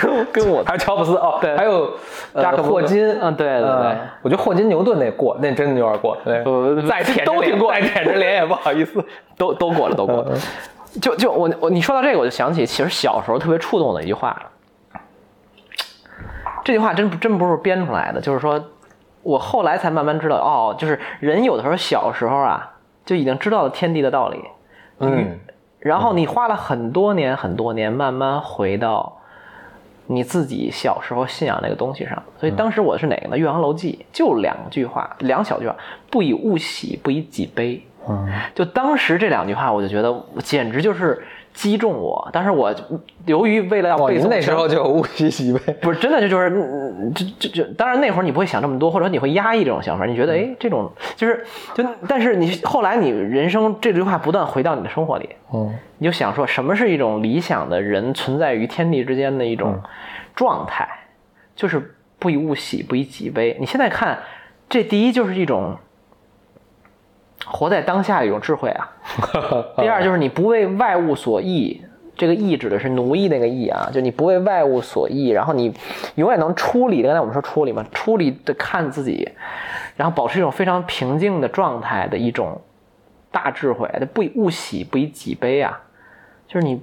B: 跟我跟 <laughs> 我
A: 还有乔布斯哦，
B: 对
A: 还有呃
B: 扎克伯格
A: 霍金，
B: 嗯对对对
A: 嗯我觉得霍金牛顿那过，那真的有点过，对
B: 不不 <laughs> 不
A: 再呃舔着
B: 都
A: 脸
B: 挺过
A: 再舔着脸也不好意思。
B: <laughs>
A: 嗯
B: 都都过了，都过了。就就我我你说到这个，我就想起其实小时候特别触动我的一句话，这句话真不真不是编出来的，就是说我后来才慢慢知道，哦，就是人有的时候小时候啊就已经知道了天地的道理，
A: 嗯，
B: 然后你花了很多年很多年，慢慢回到你自己小时候信仰那个东西上。所以
A: 嗯
B: 当时我是哪个呢？《岳阳楼记》就两句话，两小句话：不以物喜，不以己悲。嗯，就当时这两句话，我就觉得简直就是击中我。当时我由于为了要
A: 哇，
B: 背诵
A: 您那
B: 全
A: 时候就有物喜喜呗。
B: 不是真的，这就是嗯嗯这这这，当然那会儿你不会想这么多，或者你会压抑这种想法，你
A: 嗯
B: 觉得哎，这种就是就，但是你后来你人生这句话不断回到你的生活里，
A: 嗯，
B: 你就想说什么是一种理想的人存在于天地之间的一种状态，就是不以物喜，不以己悲。你现在看，这第一就是一种活在当下的一种智慧啊，第二就是你不为外物所役，这个役指的是奴役那个役啊，就你不为外物所役，然后你永远能出离。刚才我们说出离嘛，出离的看自己，然后保持一种非常平静的状态的一种大智慧，不以物喜，不以己悲啊，就是你。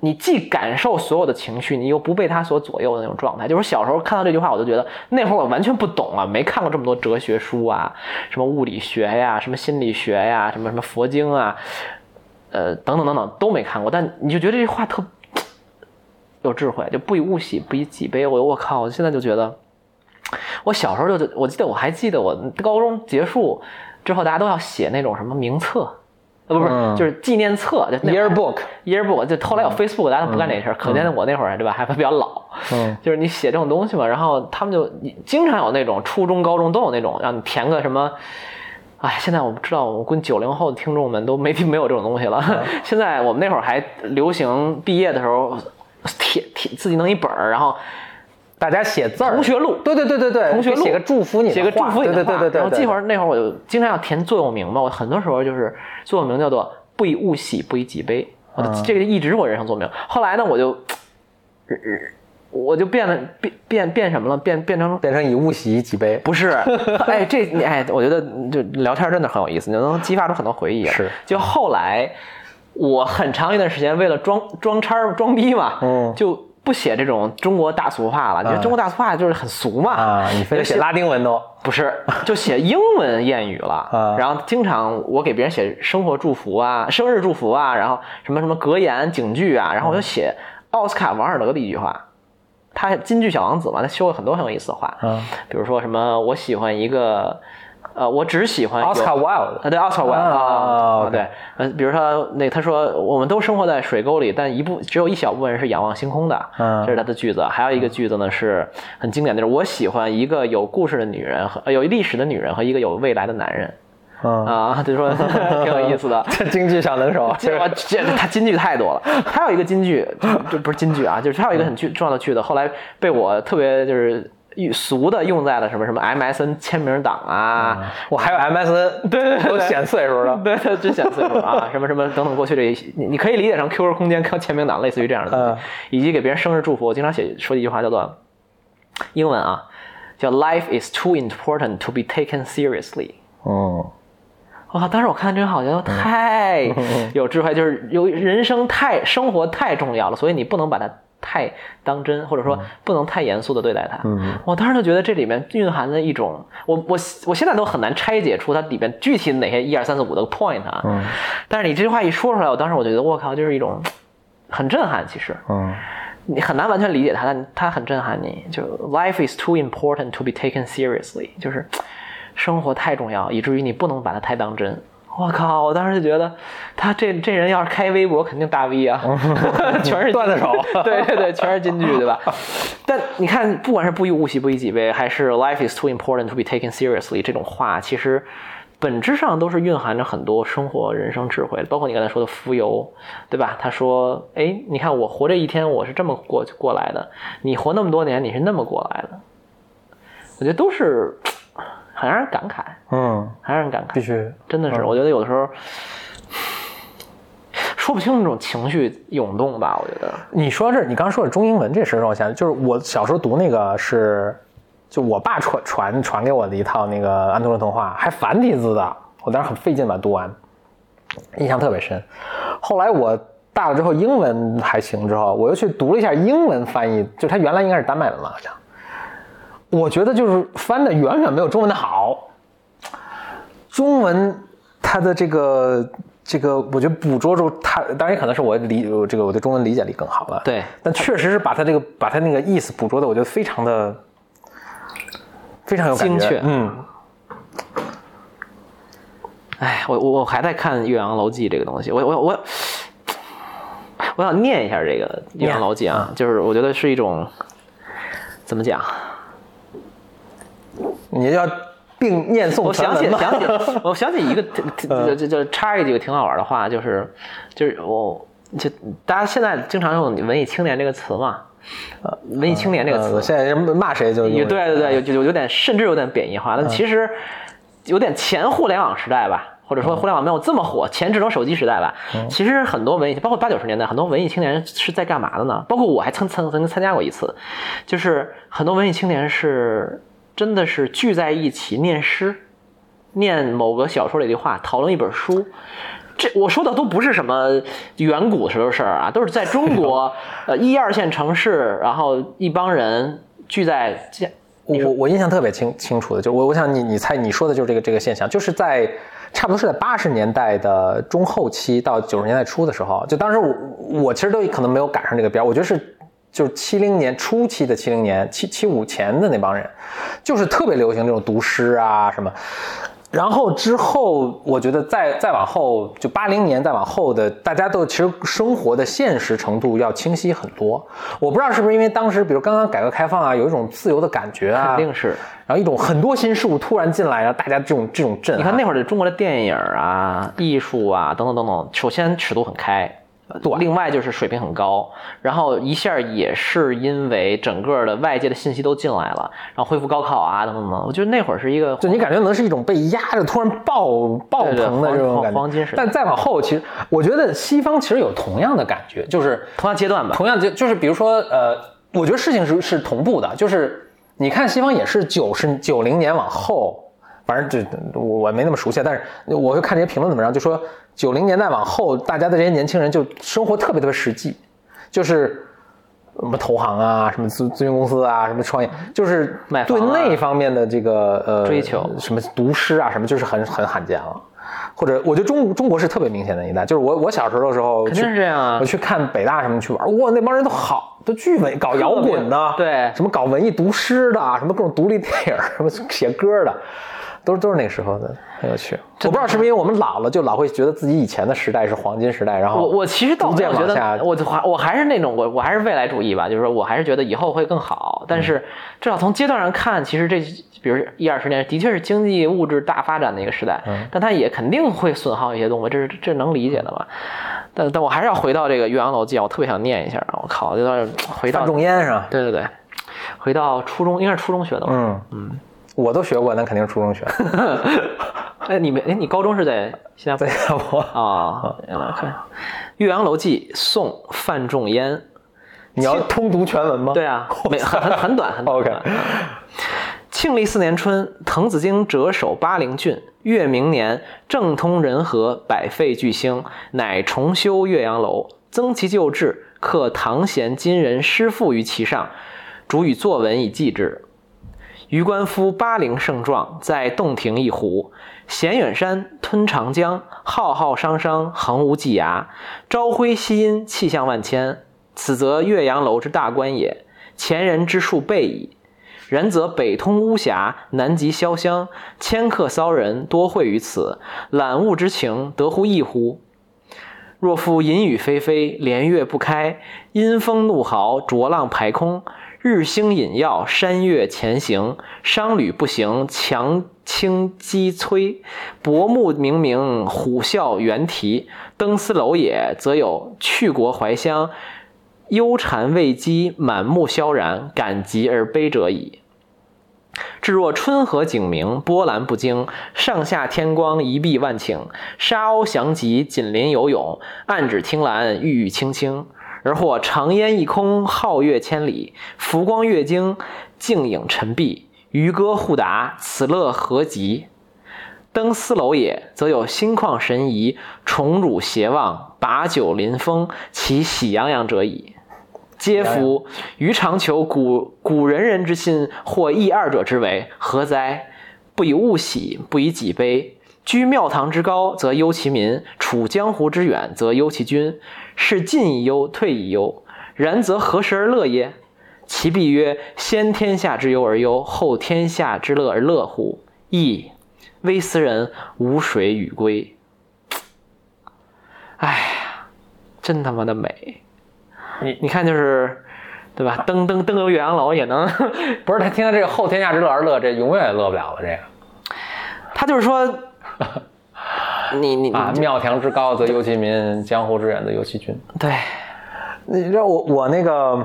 B: 你既感受所有的情绪，你又不被它所左右的那种状态。就是小时候看到这句话，我就觉得那会儿我完全不懂啊，没看过这么多哲学书啊，什么物理学呀、什么心理学呀、什么什么佛经啊，呃，等等等等都没看过，但你就觉得这句话特有智慧，就不以物喜，不以己悲。我我靠，我现在就觉得，我小时候就我记得我还记得我高中结束之后，大家都要写那种什么名册，呃，不是，
A: 嗯
B: 就是纪念册，就那会
A: <laughs>
B: 儿 <laughs>
A: Yearbook，
B: yearbook，就后来有 Facebook，大家不干这事儿，可见我那会儿对吧，还比较老。
A: 嗯，
B: 就是你写这种东西嘛，然后他们就经常有那种初中、高中都有那种让你填个什么。哎，现在我不知道，我估计九零后的听众们都没听没有这种东西了。 <laughs> 现在我们那会儿还流行毕业的时候贴贴自己弄一本儿，然后
A: 大家写字儿，
B: 同学录
A: 对对对对对，
B: 同学呃录
A: 写个祝福你的话，
B: 写个祝福你的
A: 对对对
B: 话
A: 对对对。
B: 然后
A: 对
B: 记会儿那会儿我就经常要填座右铭嘛，我很多时候就是座右铭叫做不以物喜，不以己悲。我
A: 嗯
B: 的这个一直是我人生座右铭。后来呢，我就，呃我就变了，变变变什么了？变
A: <laughs>
B: 变成
A: 变成以物喜己
B: <laughs>
A: 悲，
B: 不是，哎，这你哎，我觉得就聊天真的很有意思，你能激发出很多回忆。啊
A: 是，
B: 就后来我很长一段时间为了装装叉儿装逼嘛，
A: 嗯
B: 就不写这种中国大俗话了。你觉得
A: 嗯
B: 中国大俗话就是很俗嘛？
A: 啊，你非得写拉丁文都
B: 不是， <laughs> 就写英文谚语了。
A: 啊
B: 然后经常我给别人写生活祝福啊、生日祝福啊，然后什么什么格言警句啊，然后我就写奥斯卡王尔德的一句话，他金句小王子嘛，他说过很多很有意思的话，
A: 啊
B: 比如说什么我喜欢一个，呃，我只喜欢有
A: ，Oscar Wilde
B: 啊，对，奥斯卡王
A: 啊
B: 啊，
A: ，OK
B: 对，呃，比如说那他说我们都生活在水沟里，但一部只有一小部分人是仰望星空的，
A: 嗯
B: 这是他的句子。还有一个句子呢是很经典的，就是我喜欢一个有故事的女人和呃有历史的女人和一个有未来的男人
A: 嗯，
B: 啊， <laughs> 就说挺有意思的。
A: <laughs> 这京剧小能手，
B: 这我这他金句太多了，还有一个金句，这不是金句啊，就是还有一个很句重要的句子，后来被我特别就是俗的用在了什么什么 MSN 签名档啊， <laughs>
A: 我还有 MSN，对 <laughs> 对都显岁数了，
B: 对对，真显岁数啊，什么什么等等，过去这一些你你可以理解成 QQ 空间、Q 签名档，类似于这样的东西
A: 嗯，
B: 以及给别人生日祝福。我经常写说一句话叫做英文啊，叫 “Life is too important to be taken seriously”。
A: 嗯，
B: 哇、当时我看这好像
A: <laughs>
B: 太有智慧，就是由于人生太生活太重要了，所以你不能把它太当真，或者说不能太严肃的对待它。
A: 嗯，
B: 我当时就觉得这里面蕴含的一种，我我我现在都很难拆解出它里面具体哪些一二三四五的 point 啊。
A: 嗯，
B: 但是你这句话一说出来，我当时我觉得我靠，就是一种很震撼，其实。
A: 嗯，
B: 你很难完全理解它，但它很震撼你。就 life is too important to be taken seriously，就是生活太重要，以至于你不能把它太当真。我靠！我当时就觉得，他这这人要是开微博，肯定大 V
A: <laughs>
B: 啊，全是金句
A: 段子手
B: <laughs> 对对对，全是金句，
A: <laughs>
B: 对吧？但你看，不管是不以物喜，不以己悲，还是 life is too important to be taken seriously 这种话，其实本质上都是蕴含着很多生活、人生智慧的，包括你刚才说的浮游，对吧？他说：“哎，你看我活这一天，我是这么过过来的，你活那么多年，你是那么过来的。”我觉得都是很让人感慨，
A: 嗯，
B: 很让人感慨
A: 必。须，
B: 真的是，我觉得有的时候说不清那种情绪涌动吧。我觉得
A: 你说这，你刚说的中英文这事儿让我想起，就是我小时候读那个是，就我爸传传传给我的一套那个安徒生童话，还繁体字的，我当时很费劲把它读完，印象特别深。后来我大了之后，英文还行，之后我又去读了一下英文翻译，就它原来应该是丹麦文吧，好像，我觉得就是翻的远远没有中文的好。中文它的这个这个，我觉得捕捉住它，当然也可能是我理我这个我对中文理解力更好了。
B: 对
A: 但确实是把它这个把它那个意思捕捉的，我觉得非常的非常有感觉。
B: 精确
A: 嗯，
B: 哎，我我我还在看《岳阳楼记》这个东西，我我我我想念一下这个《岳阳楼记》啊，就是我觉得是一种怎么讲？
A: 你要并念诵
B: 我
A: 全
B: 想起
A: 文吗？
B: 想起
A: <laughs>
B: 我想起一个
A: 嗯
B: 这这这插一句挺好玩的话，就是就是我就大家现在经常用“文艺青年”这个词嘛，呃，“文艺青年”这个
A: 嗯
B: 词，
A: 我现在是骂谁就
B: 有
A: 用
B: 对对对，有有有点甚至有点贬义化，但其实有点前互联网时代吧，或者说互联网没有这么火，前智能手机时代吧。其实很多文艺，包括八九十年代，很多文艺青年是在干嘛的呢？包括我还曾曾曾经参加过一次，就是很多文艺青年是真的是聚在一起念诗，念某个小说里的话，讨论一本书。这我说的都不是什么远古时候的事儿啊，都是在中国呃一二线城市，然后一帮人聚在这
A: 我我印象特别清清楚的，就是我我想你你猜你说的就是这个这个现象，就是在差不多是在八十年代的中后期到九十年代初的时候，就当时我我其实都可能没有赶上这个边儿，我觉得是就是七零年初期的七零年七七五前的那帮人，就是特别流行这种读诗啊什么。然后之后，我觉得再再往后，就八零年再往后的，大家都其实生活的现实程度要清晰很多。我不知道是不是因为当时，比如刚刚改革开放啊，有一种自由的感觉啊，
B: 肯定是。
A: 然后一种很多新事物突然进来，然后大家这种这种震
B: 你
A: 撼。
B: 啊看那会儿的中国的电影啊、艺术啊等等等等，首先尺度很开，
A: 对
B: 另外就是水平很高，然后一下也是因为整个的外界的信息都进来了，然后恢复高考啊等等等，我觉得那会儿是一个
A: 就你感觉能是一种被压着突然爆爆
B: 对对
A: 棚的
B: 黄
A: 这种感觉，
B: 黄金时代
A: 但再往后，其实我觉得西方其实有同样的感觉，就是
B: 同样阶段吧。
A: 同样就就是比如说呃，我觉得事情是是同步的，就是你看西方也是九十九零年往后，反正这我我没那么熟悉，但是我就看这些评论怎么着，就说九零年代往后，大家的这些年轻人就生活特别特别实际，就是。什么投行啊，什么咨咨询公司啊，什么创业，就是
B: 卖房
A: 对
B: 啊
A: 那方面的这个呃
B: 追求
A: 什么读诗啊，什么就是很很罕见了。或者我觉得中中国是特别明显的一代，就是我我小时候的时候
B: 肯定
A: 去
B: 是这样啊
A: 我去看北大什么去玩，哇，那帮人都好，都巨文，搞摇滚的，
B: 特别 <laughs> 对
A: 什么搞文艺读诗的，什么各种独立电影，什么写歌的，都是都是那个时候的，很有趣。我不知道是不是因为我们老了，就老会觉得自己以前的时代是黄金时代，然后
B: 我我其实倒
A: 哦逐
B: 没
A: 渐
B: 有觉
A: 往下
B: 得，我就还我还是那种我我还是未来主义吧，就是说我还是觉得以后会更好。但
A: 嗯
B: 是至少从阶段上看，其实这比如一二十年的确是经济物质大发展的一个时代，
A: 嗯
B: 但它也肯定会损耗一些东西，这是这是能理解的吧？
A: 嗯
B: 但但我还是要回到这个《岳阳楼记》啊，我特别想念一下啊！我靠，有点回到
A: 范仲淹是吧？
B: 对对对，回到初中应该是初中学的吧？
A: 嗯嗯，我都学过，那肯定是初
B: <laughs>
A: 中学，
B: 哎，你没哎，你高中是在新加
A: 嗯在
B: 坡
A: 嗯新加坡。
B: 啊？原来看《岳阳楼记》宋范仲淹。
A: 你要通读全文吗？
B: 对啊，没很很很短，很短。
A: OK
B: 很短庆历四年春，滕子京谪守巴陵郡。越明年，政通人和，百废俱兴，乃重修岳阳楼，增其旧制，刻唐贤今人诗赋于其上，主与作文以记之。于官夫巴陵胜状，在洞庭一湖，衔远山，吞长江，浩浩汤汤，横无际涯，朝晖夕阴，气象万千。此则岳阳楼之大观也，前人之述备矣。然则北通巫峡，南极潇湘，迁客骚人多会于此，览物之情，得乎异乎？若夫淫雨霏霏，连月不开，阴风怒号，浊浪排空，日星隐曜，山岳前行，商旅不行，强倾击摧，薄暮冥冥，虎啸猿啼，登斯楼也，则有去国怀乡。忧谗畏讥，满目萧然，感极而悲者矣。至若春和景明，波澜不惊，上下天光，一碧万顷，沙鸥翔集，锦鳞游泳，暗指汀兰，郁郁青青。而或长烟一空，皓月千里，浮光跃经，静影沉璧，渔歌互答，此乐何极！登斯楼也，则有心旷神怡，宠辱偕忘，把酒临风，其喜洋洋者矣。嗟夫！余常求古古人人之心，或异二者之为，何哉？不以物喜，不以己悲。居庙堂之高，则忧其民；处江湖之远，则忧其君。是进以忧，退以忧。然则何时而乐耶？其必曰：先天下之忧而忧，后天下之乐而乐乎？亦微斯人，无谁与归。哎呀，真他妈的美！
A: 你
B: 你看，就是对吧？登登登个岳阳楼也能，
A: 不是他听到这个“后天下之乐而乐”，这永远也乐不了了。这个
B: 他就是说， <laughs> 你你
A: 啊，庙堂之高则忧其民，江湖之远则忧其君。
B: 对，
A: 你知道我我那个，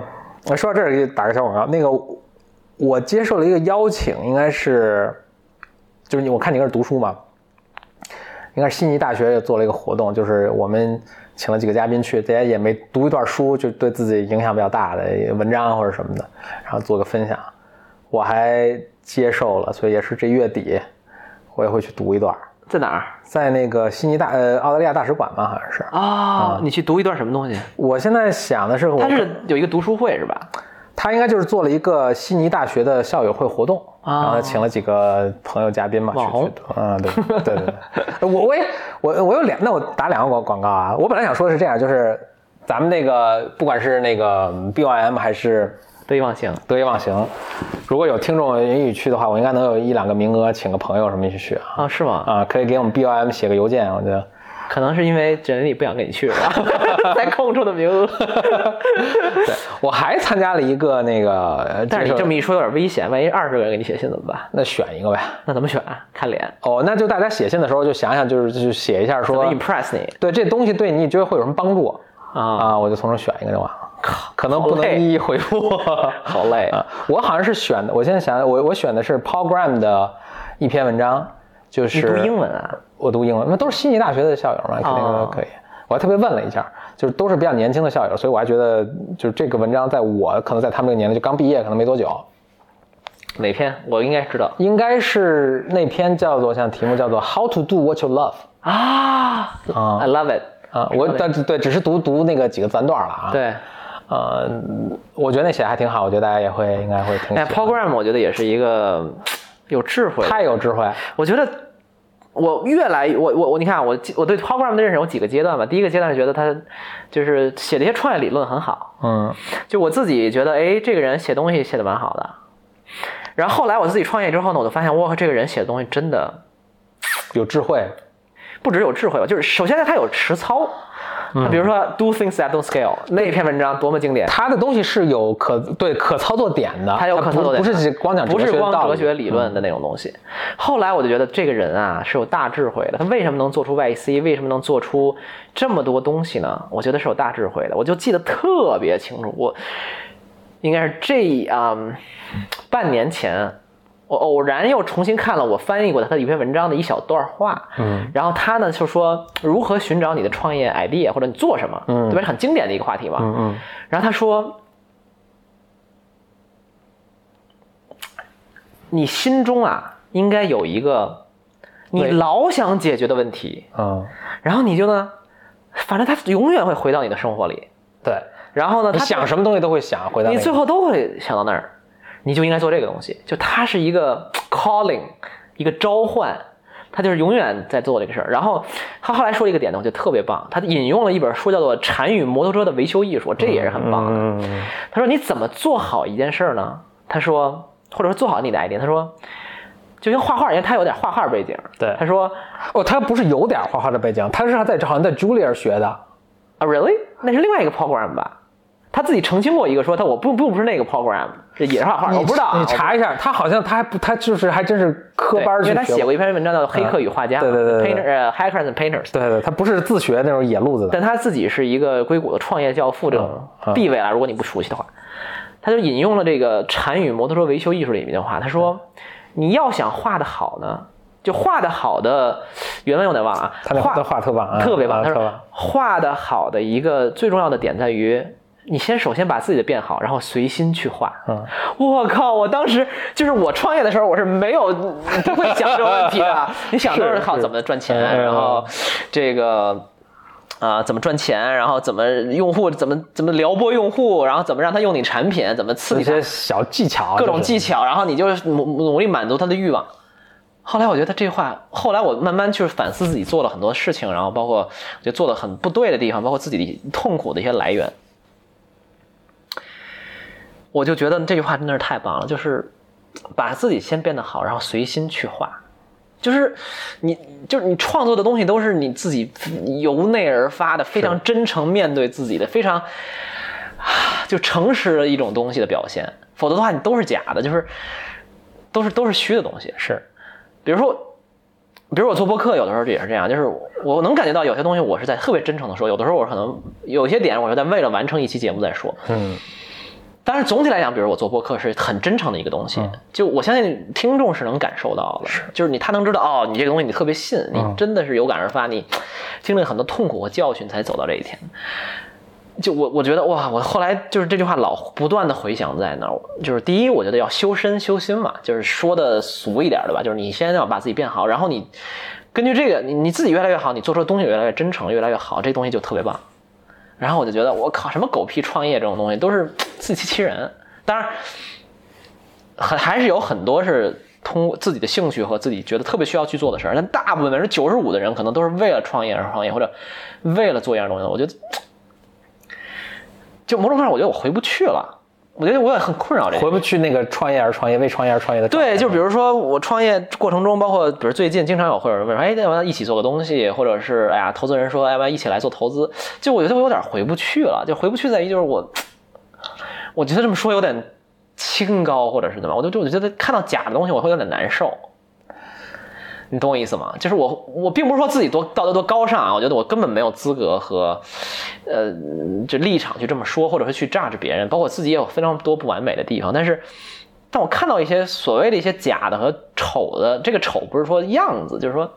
A: 我说到这儿给打个小广告，那个我接受了一个邀请，应该是就是你我看你那是读书嘛，应该是悉尼大学也做了一个活动，就是我们请了几个嘉宾去，大家也没读一段书，就对自己影响比较大的文章或者什么的，然后做个分享。我还接受了，所以也是这月底我也会去读一段，
B: 在哪儿
A: 在那个悉尼大呃澳大利亚大使馆吧，好像是。
B: 啊、你去读一段什么东西？
A: 我现在想的是我，
B: 他是有一个读书会是吧？
A: 他应该就是做了一个悉尼大学的校友会活动，
B: 啊
A: 然后请了几个朋友嘉宾嘛，
B: 网
A: 去
B: 红
A: 去的嗯，对对对对， <laughs> 我我也我我有两，那我打两个广广告啊，我本来想说的是这样，就是咱们那个不管是那个 BYM 还是
B: 得意忘形，
A: 得意忘形，如果有听众允许去的话，我应该能有一两个名额，请个朋友什么一起去啊
B: 啊，是吗？
A: 啊，可以给我们 BYM 写个邮件，我觉得。 <laughs>
B: 可能是因为人力不想跟你去了， <laughs> 才空出的名额。
A: 对，我还参加了一个那个，呃
B: 但是你
A: 接
B: 这
A: 受
B: 么一说有点危险，万一二十个人给你写信怎么办？
A: 那选一个呗。
B: 那怎么选？啊看脸，
A: 哦，那就大家写信的时候就想想，就是就写一下
B: 怎
A: 说
B: 么 impress 你？
A: 对这东西对你觉得会有什么帮助？
B: 啊，
A: 啊，我就从中选一个就完了。可能不
B: 好
A: 能
B: 累
A: 一一回复，
B: <laughs> 好累
A: 啊！我好像是选的，我现在想，我我选的是 Paul Graham 的一篇文章，就是
B: 你读英文啊？
A: 我读英文，那都是悉尼大学的校友嘛，肯定都
B: 哦
A: 可以。我还特别问了一下，就是都是比较年轻的校友，所以我还觉得，就是这个文章在我可能在他们这个年龄就刚毕业，可能没多久，
B: 哪篇？我应该知道
A: 应该是那篇叫做像题目叫做 How to Do What You Love
B: 啊
A: 啊
B: ，I love it。
A: 啊，我但对只是读读那个几个字段段了啊。，
B: 对，
A: 呃，我觉得那写的还挺好，我觉得大家也会应该会挺喜
B: 哎
A: 欢。
B: ，Paul Graham 我觉得也是一个嗯有智慧的，
A: 太有智慧，
B: 我觉得我越来我我我，你看我我对 Paul Graham 的认识有几个阶段吧。第一个阶段是觉得他就是写这些创业理论很好，
A: 嗯
B: 就我自己觉得，哎，这个人写东西写的蛮好的。然后后来我自己创业之后呢，我就发现，哇，这个人写的东西真的
A: 有智慧，
B: 不只有智慧吧，就是首先他有实操，比如说 Do things that don't scale 那篇文章多么经典，
A: 他的东西是有可对可操作点的，
B: 他有可操作
A: 它
B: 点
A: 不
B: 的，
A: 不是光讲哲
B: 不是
A: 学的
B: 光
A: 道理
B: 哲学理论的那种东西。后来我就觉得这个人啊是有大智慧的，他为什么能做出 YC，为什么能做出这么多东西呢？我觉得是有大智慧的，我就记得特别清楚，我应该是这啊、嗯半年前。我偶然又重新看了我翻译过他的一篇文章的一小段话，嗯，然后他呢就说如何寻找你的创业 idea 或者你做什么，
A: 嗯
B: 对吧？是很经典的一个话题嘛，
A: 嗯嗯，
B: 然后他说：“你心中啊，应该有一个你
A: 对
B: 老想解决的问题，
A: 嗯，
B: 然后你就呢，反正它永远会回到你的生活里。
A: 对，
B: 然后呢，
A: 你
B: 它
A: 想什么东西都会想回到
B: 你
A: 那个
B: 最后都会想到那儿，你就应该做这个东西。就它是一个 calling，一个召唤，他就是永远在做这个事儿。然后他后来说了一个点呢，我觉得特别棒，他引用了一本书叫做《禅与摩托车的维修艺术》，这也是很棒的。
A: 嗯，嗯
B: 他说你怎么做好一件事儿呢？他说，或者说做好你的 idea。他说，就跟画画一样，他有点画画背景。
A: 对
B: 他说
A: 哦，他不是有点画画的背景，他是在好像在 Julia 学的，
B: 啊，really？那是另外一个 program 吧？他自己澄清过一个说他我不并不是那个 program，这也是画画，
A: 你
B: 我不知道，
A: 你查一下，他好像他还不他就是还真是科
B: 对
A: 班儿
B: 因为
A: 去
B: 他
A: 学
B: 写过一篇文章叫《黑客与画家》
A: 对对对对对
B: p a i n t e r 呃，hackers and painters。
A: 对对，他不是自学那种野路子的，
B: 但他自己是一个硅谷的创业教父这种
A: 嗯嗯
B: 地位啊，如果你不熟悉的话，他就引用了这个《禅语摩托车维修艺术》里面的话，他说：“
A: 嗯
B: 你要想画的好呢，就画的好的，原文我得忘了啊，
A: 他那
B: 画
A: 画画特棒啊，
B: 特别棒。
A: 啊
B: 他
A: 特
B: 说
A: 棒，
B: 画的好的一个最重要的点在于。”你先首先把自己的变好，然后随心去画。
A: 嗯，
B: 我靠！我当时就是我创业的时候，我是没有不会想这种问
A: <laughs>
B: 题的。你想都是
A: 是
B: 靠
A: 是
B: 怎么赚钱，啊
A: 嗯嗯嗯
B: 然后这个啊、怎么赚钱，然后怎么用户怎么怎么撩拨用户，然后怎么让他用你产品，怎么刺
A: 一
B: 激他
A: 些，小技巧，啊
B: 各种
A: 就是
B: 技巧，然后你就是努努力满足他的欲望。后来我觉得这话，后来我慢慢去反思自己做了很多事情，然后包括我觉得做的很不对的地方，包括自己的痛苦的一些来源，我就觉得这句话真的是太棒了，就是把自己先变得好，然后随心去画。就是你，就是你创作的东西都是你自己由内而发的，非常真诚面对自己的，非常啊就诚实的一种东西的表现。否则的话，你都是假的，就是都是都是虚的东西。
A: 是
B: 比如说，比如我做播客，有的时候也是这样，就是我能感觉到有些东西我是在特别真诚的说，有的时候我可能有些点我是在为了完成一期节目在说。
A: 嗯。
B: 但是总体来讲，比如我做播客是很真诚的一个东西，就我相信听众是能感受到的，就是你他能知道哦，你这个东西你特别信，你真的是有感而发，你经历了很多痛苦和教训才走到这一天。就我我觉得哇，我后来就是这句话老不断的回想在那儿，就是第一，我觉得要修身修心嘛，就是说的俗一点对吧？就是你先要把自己变好，然后你根据这个你你自己越来越好，你做出的东西越来越真诚，越来越好，这东西就特别棒。然后我就觉得我靠，什么狗屁创业这种东西都是自欺欺人。当然，很还是有很多是通过自己的兴趣和自己觉得特别需要去做的事儿，但大部分百分之九十五的人可能都是为了创业而创业，或者为了做一样东西。我觉得，就某种程度上，我觉得我回不去了。我觉得我也很困扰这个。
A: 回不去那个创业而创业，为创业而创业的状态。
B: 对，就比如说我创业过程中，包括比如最近经常有会有人问说，哎，要不要一起做个东西？或者是哎呀，投资人说，哎要不要一起来做投资？就我觉得我有点回不去了，就回不去在于就是我，我觉得这么说有点清高，或者是怎么样，我就就我就觉得看到假的东西我会有点难受。你懂我意思吗？就是我我并不是说自己多道德多高尚啊，我觉得我根本没有资格和，呃，这立场去这么说，或者是去榨着别人，包括我自己也有非常多不完美的地方，但是。但我看到一些所谓的一些假的和丑的，这个丑不是说样子，就是说，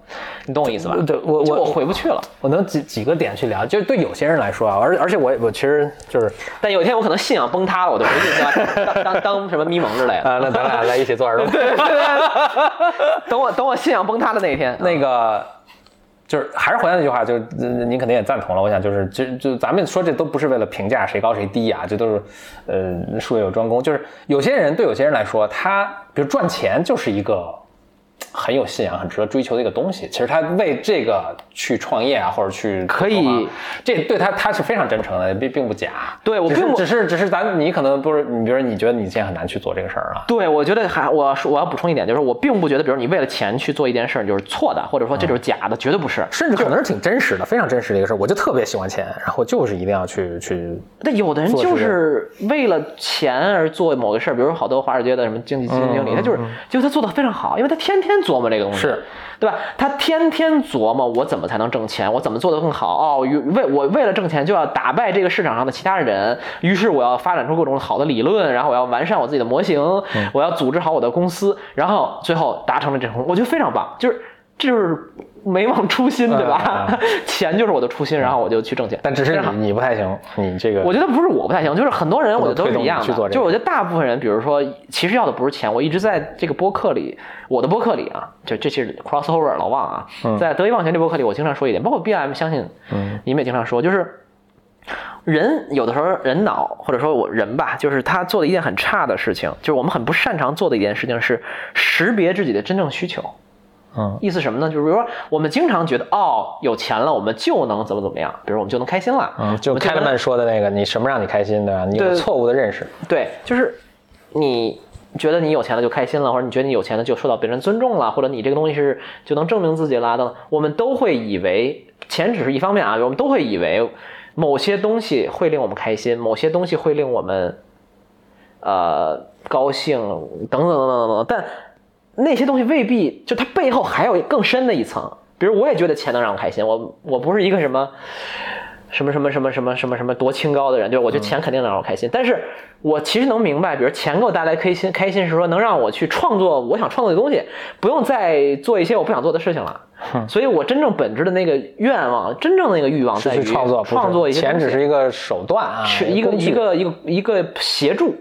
B: 你懂我意思吧？
A: 对我
B: 就
A: 我
B: 我回不去了。
A: 我能几几个点去聊，就是对有些人来说啊，而而且我我其实就是
B: 但有一天我可能信仰崩塌了，我就回去对吧？当当当什么咪蒙之类 <laughs> 的。
A: 啊，那咱俩来一起做耳朵。
B: <laughs> 等我等我信仰崩塌的那一天，
A: 那个就是还是回到那句话，就是呃您肯定也赞同了。我想就是就就咱们说这都不是为了评价谁高谁低啊，这都是呃术业有专攻。就是有些人对有些人来说，他比如赚钱就是一个很有信仰、很值得追求的一个东西。其实他为这个去创业啊，或者去
B: 可以
A: 做啊这对他他是非常真诚的，并并不假。
B: 对我
A: 只是
B: 并不
A: 只是只是咱你可能不是，你比如说你觉得你现在很难去做这个事儿啊。
B: 对我觉得还我我要补充一点，就是我并不觉得，比如你为了钱去做一件事儿就是错的，或者说这就是假的，绝对不是。
A: 甚至可能是挺真实的，非常真实的一个事儿。我就特别喜欢钱，然后就是一定要去去
B: 但有的人
A: 做
B: 就
A: 这个
B: 是为了钱而做某个事儿，比如说好多华尔街的什么经济基金经理，他就是就是他做的非常好，因为他天天琢磨这个东西，
A: 嗯是
B: 对吧？他天天琢磨我怎么才能挣钱，我怎么做得更好哦。于为我为了挣钱就要打败这个市场上的其他人，于是我要发展出各种好的理论，然后我要完善我自己的模型，
A: 嗯
B: 我要组织好我的公司，然后最后达成了这种，我觉得非常棒，就是这就是没忘初心，对吧？
A: 嗯
B: <laughs> 钱就是我的初心，然后我就去挣钱，
A: 但只
B: 非
A: 是
B: 常好
A: 你你不太行，你这个
B: 我觉得不是我不太行，就是很多人我觉得都是一样的，
A: 不能推动你去做这个
B: 就是我觉得大部分人，比如说，其实要的不是钱。我一直在这个播客里，我的播客里啊，就这是 crossover 老忘啊，
A: 嗯
B: 在德云忘情这播客里，我经常说一点，包括 BM，相信你们也经常说，就是。人有的时候人脑或者说我人吧，就是他做的一件很差的事情，就是我们很不擅长做的一件事情是识别自己的真正需求。
A: 嗯，
B: 意思是什么呢？就是比如说我们经常觉得哦，有钱了我们就能怎么怎么样，比如我们就能开心了，
A: 嗯，就
B: 我们
A: 开
B: 能
A: 了曼说的那个，你什么让你开心对吧？你有
B: 对
A: 错误的认识，
B: 对，就是你觉得你有钱了就开心了，或者你觉得你有钱了就受到别人尊重了，或者你这个东西是就能证明自己啦等等，我们都会以为钱只是一方面啊，我们都会以为某些东西会令我们开心，某些东西会令我们呃高兴等等等等等等，但那些东西未必就它背后还有更深的一层。比如我也觉得钱能让我开心，我我不是一个什么。什么什么什么什么什么什么多清高的人，就是我觉得钱肯定能让我开心，但是我其实能明白，比如钱给我带来开心，开心是说能让我去创作我想创作的东西，不用再做一些我不想做的事情了。所以我真正本质的那个愿望，真正的那个欲望
A: 是
B: 啊在于
A: 去创作，不是
B: 创作一些
A: 钱
B: 东西
A: 只是一个手段啊，
B: 是一个
A: 工具
B: 一个一个一个协助，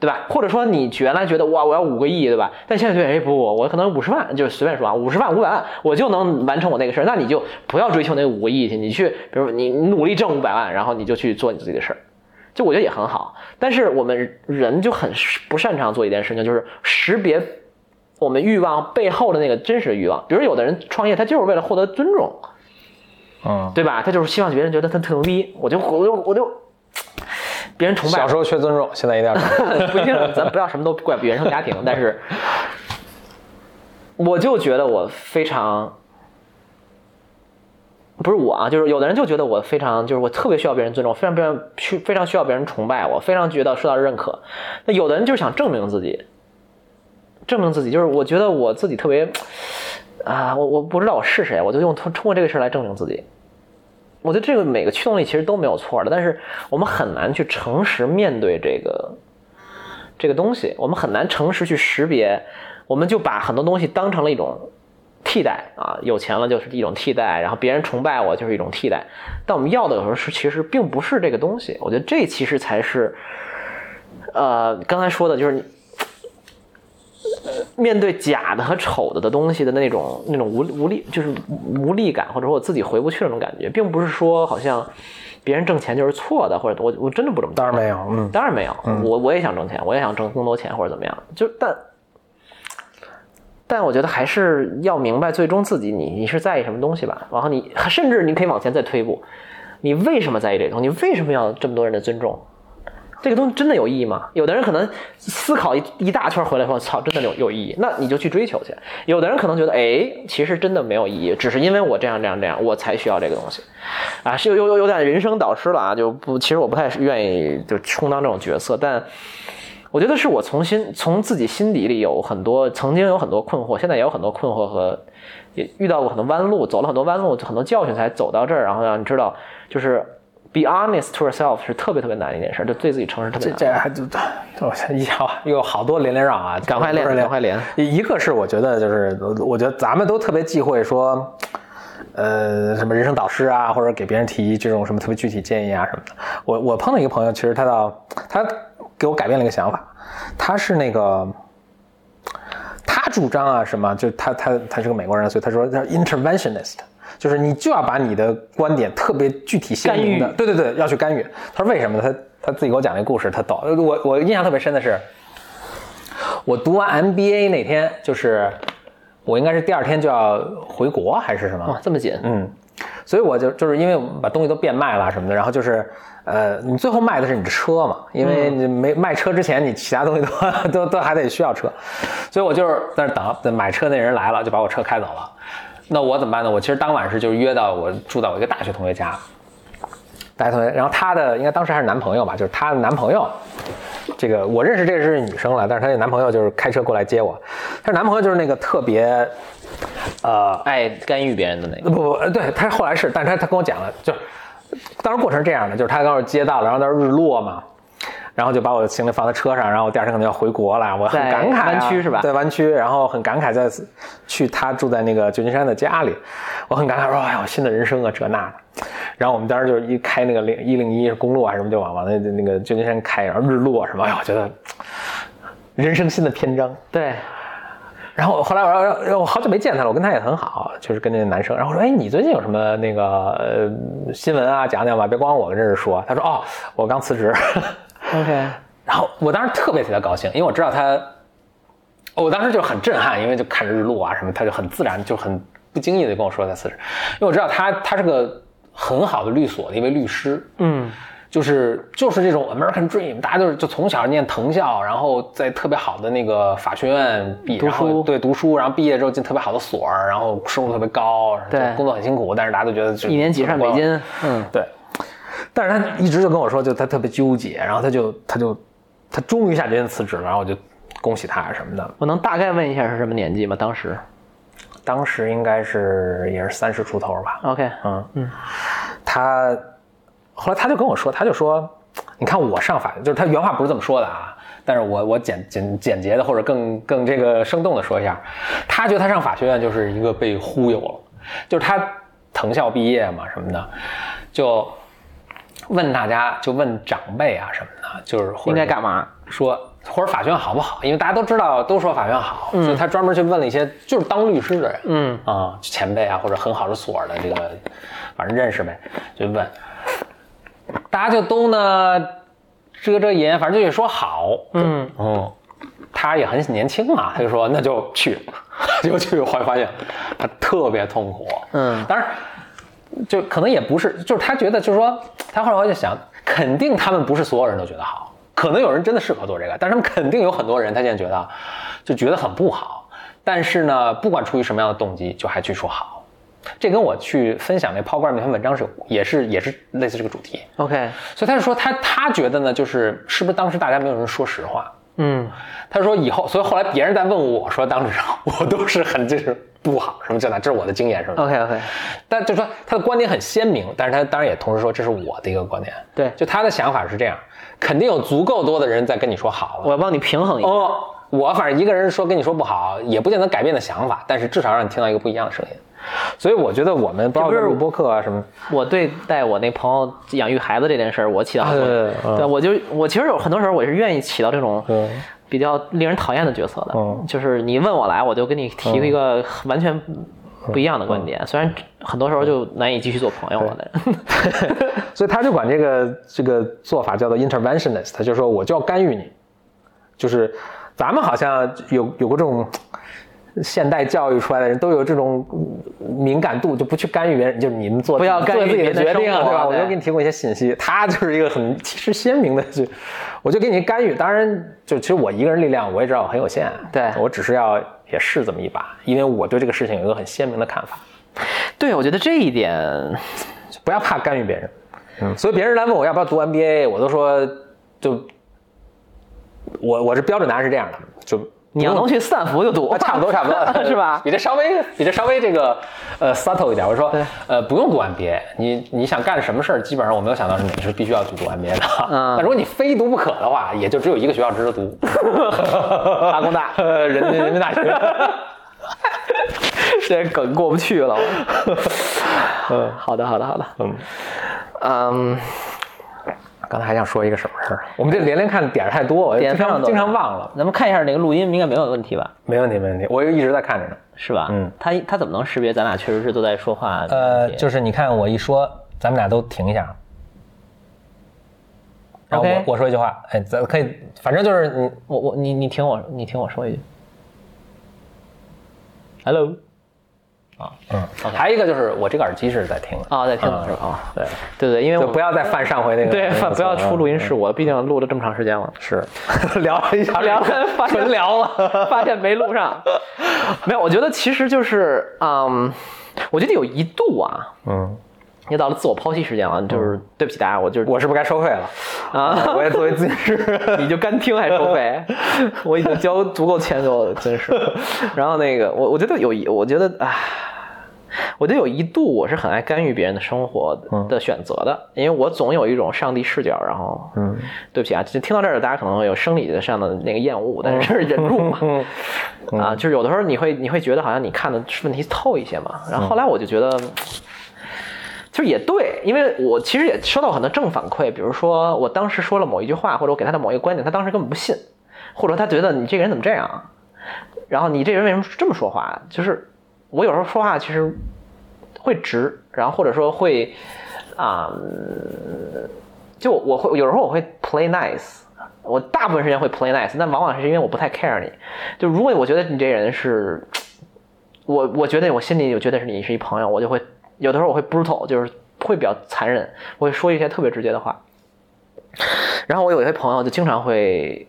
B: 对吧？或者说你原来觉得哇，我要五个亿，对吧？但现在觉得哎不，我可能五十万，就是随便说啊，五十万、五百万，我就能完成我那个事儿。那你就不要追求那五个亿去，你去，比如说你努力挣五百万，然后你就去做你自己的事儿。就我觉得也很好，但是我们人就很不擅长做一件事情，就是识别我们欲望背后的那个真实的欲望。比如有的人创业，他就是为了获得尊重，
A: 嗯。
B: 对吧？他就是希望别人觉得他特牛逼，我就我就我就别人崇拜我
A: 小时候缺尊重，现在一定要
B: <laughs> 不一定，咱不要什么都怪原生家庭，但是我就觉得我非常。不是我啊，就是有的人就觉得我非常，就是我特别需要别人尊重，非常非常需非常需要别人崇拜我，非常觉得受到认可。那有的人就是想证明自己，证明自己，就是我觉得我自己特别，啊，我我不知道我是谁，我就用通通过这个事儿来证明自己。我觉得这个每个驱动力其实都没有错的，但是我们很难去诚实面对这个这个东西，我们很难诚实去识别，我们就把很多东西当成了一种替代啊，有钱了就是一种替代，然后别人崇拜我就是一种替代，但我们要的有时候是其实并不是这个东西，我觉得这其实才是，呃，刚才说的就是你。呃面对假的和丑的的东西的那种那种无无力，就是无力感，或者说我自己回不去那种感觉，并不是说好像别人挣钱就是错的，或者我我真的不这么
A: <laughs> 当然没有，嗯，
B: 当然没有，我我也想挣钱，我也想挣更多钱或者怎么样，就但但我觉得还是要明白最终自己你你是在意什么东西吧，然后你 <laughs> 甚至你可以往前再推一步，你为什么在意这个东西？你为什么要这么多人的尊重？这个东西真的有意义吗？有的人可能思考一一大圈回来说，操，真的有有意义，那你就去追求去。有的人可能觉得，哎，其实真的没有意义，只是因为我这样这样这样，我才需要这个东西，啊，是有有有有点人生导师了啊，就不，其实我不太愿意就充当这种角色，但。我我觉得是我从心从自己心底里有很多曾经有很多困惑，现在也有很多困惑和也遇到过很多弯路，走了很多弯路，很多教训才走到这儿，然后让你知道，就是 be honest to yourself 是特别特别难的一件事，就对自己诚实特别
A: 这
B: 难。
A: 这还就我一下又好多连连让啊，
B: 赶快练
A: 就是
B: 赶快练
A: 一个是我觉得就是，我觉得咱们都特别忌讳说，呃，什么人生导师啊，或者给别人提这种什么特别具体建议啊什么的。我我碰到一个朋友，其实他到他给我改变了一个想法，他是那个。他主张啊什么，就他他他是个美国人，所以他说他是 interventionist，就是你就要把你的观点特别具体鲜明的
B: 干预，
A: 对对对，要去干预。他说为什么呢？他他自己给我讲那故事，他懂。我我印象特别深的是，我读完 MBA 那天，就是我应该是第二天就要回国还是什么？
B: 哇，这么紧，
A: 嗯，所以我就就是因为我们把东西都变卖了什么的，然后就是呃，你最后卖的是你的车嘛，因为你没卖车之前，你其他东西都 <laughs> 都都还得需要车，所以我就是在那儿等，等买车那人来了，就把我车开走了。那我怎么办呢？我其实当晚是就是约到我住到我一个大学同学家，大学同学，然后她的应该当时还是男朋友吧，就是她的男朋友，这个我认识这个是女生了，但是她的男朋友就是开车过来接我，她的男朋友就是那个特别，呃，
B: 啊爱干预别人的那个。
A: 不不，呃对他后来是，但是他他跟我讲了，就是当时过程是这样的，就是他当时接到了，然后那时候日落嘛，然后就把我的行李放在车上，然后我第二天可能要回国了，我很
B: 在
A: 感慨、啊，
B: 湾区是吧
A: 在湾区，然后很感慨在去他住在那个旧金山的家里，我很感慨说，哎呦，新的人生啊，这那的。然后我们当时就是一开那个零一零一公路啊什么，就往往那那个旧金山开，然后日落什么，哎呦，我觉得人生新的篇章。
B: 对，
A: 然后后来我让让我好久没见他了，我跟他也很好，就是跟那男生。然后我说，哎，你最近有什么那个呃新闻啊，讲讲吧，别光我跟这儿说。他说，哦，我刚辞职。
B: OK，
A: <laughs> 然后我当时特别替他高兴，因为我知道他，我当时就很震撼，因为就看着日落啊什么，他就很自然，就很不经意的跟我说他辞职，因为我知道他他是个很好的律所的一位律师，
B: 嗯，
A: 就是就是这种 American Dream，大家就是就从小念藤校，然后在特别好的那个法学院毕，
B: 读
A: 然后
B: 书
A: 对读书，然后毕业之后进特别好的所儿，然后收入特别高，
B: 对
A: 就工作很辛苦，但是大家都觉得就
B: 一年几上北
A: 光
B: 京，嗯，
A: 对，但是他一直就跟我说，就他特别纠结，然后他就他就他终于下决心辞职了，然后我就恭喜他什么的。
B: 我能大概问一下是什么年纪吗？当时
A: 当时应该是也是三十出头吧，
B: ，OK，
A: 嗯他后来他就跟我说，他就说，你看我上法，就是他原话不是这么说的啊，但是我我简简简洁的或者更更这个生动的说一下，他觉得他上法学院就是一个被忽悠了，就是他藤校毕业嘛什么的，就问大家就问长辈啊什么的，就是或者
B: 应该干嘛？
A: 说或者法学院好不好，因为大家都知道都说法学院好，所以他专门去问了一些就是当律师的人，
B: 嗯
A: 啊、前辈啊或者很好的所儿的这个，反正认识呗，就问，大家就都呢遮遮掩，反正就也说好，
B: 嗯，
A: 嗯，他也很年轻嘛，他就说那就去， <laughs> 就去，后来发现他特别痛苦，
B: 嗯
A: 当然就可能也不是，就是他觉得就是说，他后来我就想，肯定他们不是所有人都觉得好，可能有人真的适合做这个，但是他们肯定有很多人他现在觉得就觉得很不好，但是呢，不管出于什么样的动机，就还去说好。这跟我去分享那抛罐那篇文章是有也是也是类似这个主题，
B: OK，
A: 所以他就说他他觉得呢，就是是不是当时大家没有人说实话，
B: 嗯，
A: 他说以后，所以后来别人在 <laughs> 问我说，当时我都是很就是不好什么这那，这是我的经验什么的。
B: OK OK，
A: 但就说他的观点很鲜明，但是他当然也同时说这是我的一个观点。
B: 对
A: 就他的想法是这样，肯定有足够多的人在跟你说好了。
B: 我要帮你平衡一下。
A: 哦，我反正一个人说跟你说不好，也不见得改变的想法，但是至少让你听到一个不一样的声音。所以我觉得我们包括
B: 这不是
A: 录播客啊什么，
B: 我对待我那朋友养育孩子这件事儿，我起到
A: 啊
B: 作
A: 对
B: 用
A: 对对
B: 对，我就我其实有很多时候我是愿意起到这种
A: 对
B: 比较令人讨厌的角色的，
A: 嗯
B: 就是你问我来，我就跟你提一个完全不一样的观点，
A: 嗯
B: 虽然很多时候就难以继续做朋友了。但
A: <laughs> 所以他就管这个这个做法叫做 interventionist，他就说我就要干预你，就是咱们好像有有过这种呃现代教育出来的人都有这种呃敏感度，就不去干预别人，就是你们做
B: 不要干预
A: 做自己
B: 别
A: 的
B: 人的
A: 决定啊，
B: 生活
A: 对吧？我
B: 对
A: 就给你提供一些信息，他就是一个很其实鲜明的去，我就给你干预。当然，就其实我一个人力量我也知道我很有限，
B: 对
A: 我只是要也试这么一把，因为我对这个事情有一个很鲜明的看法。
B: <laughs> 对，我觉得这一点，
A: 不要怕干预别人。嗯，所以别人来问我要不要读 MBA，我都说就我我是标准答案是这样的，就
B: 你要能去斯坦福就读
A: 啊，， <laughs> 差不多，差
B: <laughs>
A: 不多，
B: 是
A: <laughs>
B: 吧？
A: 比这稍微比这稍微这个呃 subtle 一点。我说
B: 对，
A: 呃，不用读 MBA，你你想干什么事儿，基本上我没有想到是你是必须要去读 MBA 的。
B: 嗯
A: 那如果你非读不可的话，也就只有一个学校值得
B: <laughs>
A: 读，哈
B: 工大
A: <laughs> 人民人民大学。 <laughs>
B: 这梗过不去了。 <laughs> 好的，好的，好的。
A: 嗯，
B: 嗯，
A: 刚才还想说一个什么事儿？我们这连连看点儿太多，我
B: 点
A: 经
B: 非哎常
A: 常
B: 多
A: 经常忘了。
B: 咱们看一下那个录音，应该没有问题吧？
A: 没问题，没问题，我一直在看着呢。
B: 是吧？
A: 嗯，
B: 他他怎么能识别咱俩确实是都在说话？
A: 呃，就是你看我一说，咱们俩都停一下。然后我
B: OK
A: 我说一句话，哎，咱可以，反正就是你
B: 我我你你听我你听我说一句，Hello
A: 嗯，还有一个就是我这个耳机是在听的
B: 啊，在听
A: 嗯
B: 是吧？啊，
A: 对，
B: 对对，因为
A: 就
B: 我
A: 不要再犯上回那个，
B: 对
A: 那个
B: 不要
A: 错误
B: 出录音
A: 嗯
B: 事故，毕竟录了这么长时间了。
A: 是 <laughs> 聊了一下，
B: 啊 <laughs> 聊了 <laughs> 发现
A: 纯聊了，
B: 发现没录上，没有，我觉得其实就是，嗯，我觉得有一度啊，
A: 嗯，
B: 又到了自我剖析时间了，就是对不起大家，我就是
A: 我是不是该收费了？
B: 啊，
A: 我也作为咨询 <laughs> 师，
B: 你就干听还
A: <laughs>
B: 收费，我已经交足够钱给我了，真是。然后那个，我我觉得有一，我觉得啊，我觉得有一度我是很爱干预别人的生活
A: 嗯
B: 的选择的，因为我总有一种上帝视角。然后，
A: 嗯，
B: 对不起啊，就听到这儿，大家可能会有生理上的那个厌恶，但是忍住嘛。
A: 嗯
B: 啊，就是有的时候你会你会觉得好像你看的问题透一些嘛，然后后来我就觉得。就是也对，因为我其实也收到很多正反馈，比如说我当时说了某一句话，或者我给他的某一个观点，他当时根本不信，或者他觉得你这个人怎么这样，然后你这人为什么这么说话？就是我有时候说话其实会直，然后或者说会啊、嗯就我会有时候我会 play nice，我大部分时间会 play nice，但往往是因为我不太 care 你。就如果我觉得你这人是，我我觉得我心里有觉得是你是一朋友，我就会有的时候我会 brutal，就是会比较残忍，我会说一些特别直接的话。然后我有一些朋友就经常会，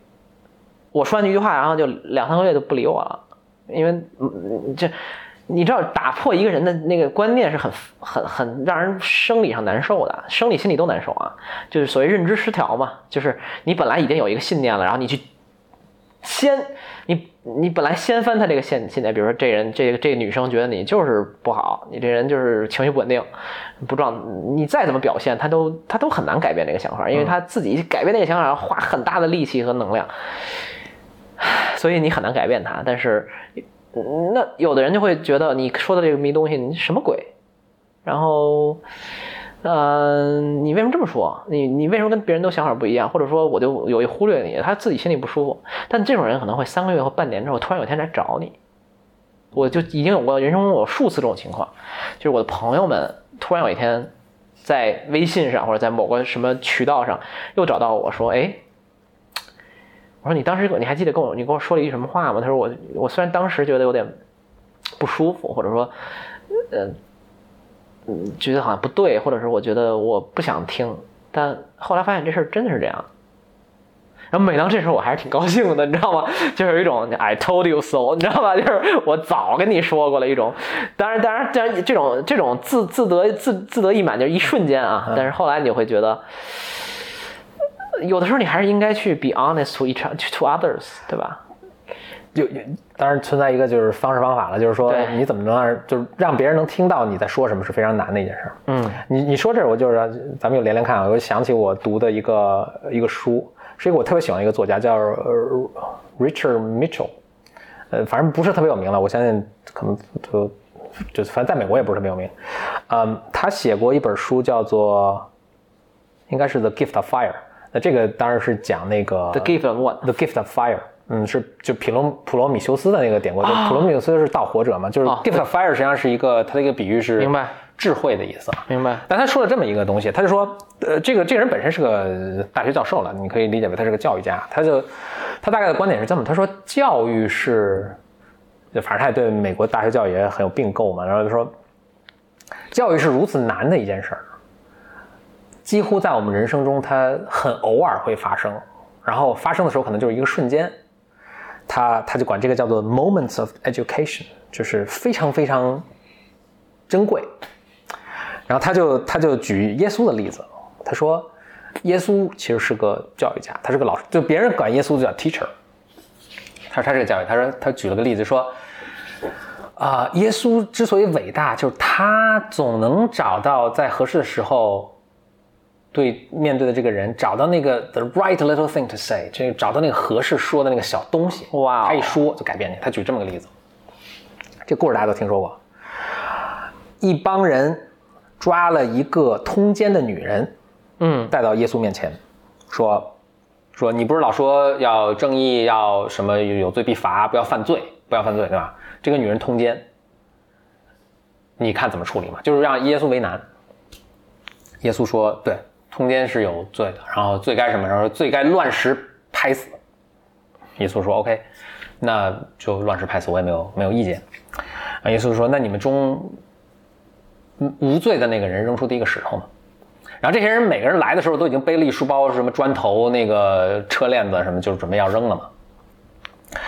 B: 我说完一句话，然后就两三个月就不理我了，因为嗯这。你知道打破一个人的那个观念是很很很让人生理上难受的，生理心理都难受啊，就是所谓认知失调嘛，就是你本来已经有一个信念了，然后你去先你你本来掀翻他这个信信念，比如说这人这个这个女生觉得你就是不好，你这人就是情绪不稳定，不状，你再怎么表现，他都他都很难改变这个想法，因为他自己改变这个想法要花很大的力气和能量，唉所以你很难改变他。但是嗯那有的人就会觉得你说的这个迷东西，你什么鬼？然后。呃，你为什么这么说？你你为什么跟别人都想法不一样？或者说，我就有意忽略你，他自己心里不舒服。但这种人可能会三个月或半年之后，突然有一天来找你。我就已经有过人生中有数次这种情况，就是我的朋友们突然有一天在微信上或者在某个什么渠道上又找到我说，哎，我说你当时你还记得跟我你跟我说了一句什么话吗？他说我我虽然当时觉得有点不舒服，或者说，呃，嗯，觉得好像不对，或者是我觉得我不想听，但后来发现这事儿真的是这样。然后每当这时候，我还是挺高兴的，你知道吗？ <laughs> 就是有一种 I told you so，你知道吧？就是我早跟你说过了一种，当然，当然，当然，这种这种自自得自自得意满，就是一瞬间啊。但是后来你会觉得，呃有的时候你还是应该去 be honest to each to others，对吧？
A: 有有，当然存在一个就是方式方法了，就是说
B: 对
A: 你怎么能让就是让别人能听到你在说什么是非常难的一件事儿。
B: 嗯
A: 你你说这儿我就是咱们有连连看啊，我就想起我读的一个一个书，是一个我特别喜欢的一个作家叫呃 Richard Mitchell，呃，反正不是特别有名了，我相信可能就就反正在美国也不是特别有名。嗯，他写过一本书叫做应该是 The Gift of Fire，那这个当然是讲那个
B: ，the gift of one，
A: The Gift of Fire，嗯，是就普罗普罗米修斯的那个典故，就普罗米修斯是盗火者嘛，就是
B: 啊哦
A: Gift of Fire 实际上是一个它的一个比喻是
B: 明白
A: 智慧的意思啊。
B: 明白？
A: 但他说了这么一个东西，他就说，呃，这个这个人本身是个呃大学教授了，你可以理解为他是个教育家。他就他大概的观点是这么，他说教育是，就反正他也对美国大学教育也很有并购嘛，然后就说，教育是如此难的一件事儿，几乎在我们人生中它很偶尔会发生，然后发生的时候可能就是一个瞬间。他他就管这个叫做 moments of education，就是非常非常啊珍贵。然后他就他就举耶稣的例子，他说，耶稣其实是个教育家，他是个老师，就别人管耶稣就叫 teacher，他说他是个教育，他说他举了个例子说，啊、耶稣之所以伟大，就是他总能找到在合适的时候。对面对的这个人，找到那个 the right little thing to say，这个找到那个合适说的那个小东西，
B: 哇哦
A: 他一说就改变你。他举这么个例子，这故事大家都听说过，一帮人抓了一个通奸的女人，
B: 嗯，
A: 带到耶稣面前，说说你不是老说要正义，要什么有罪必罚，不要犯罪，不要犯罪，对吧？这个女人通奸，你看怎么处理嘛？就是让耶稣为难。耶稣说，对，通奸是有罪的，然后罪该什么？然后罪该乱石拍死。耶稣说，OK，那就乱石拍死，我也没有没有意见。啊，耶稣说，那你们中无无罪的那个人扔出第一个石头嘛？然后这些人每个人来的时候都已经背了一书包，什么砖头、那个车链子什么，就是准备要扔了嘛。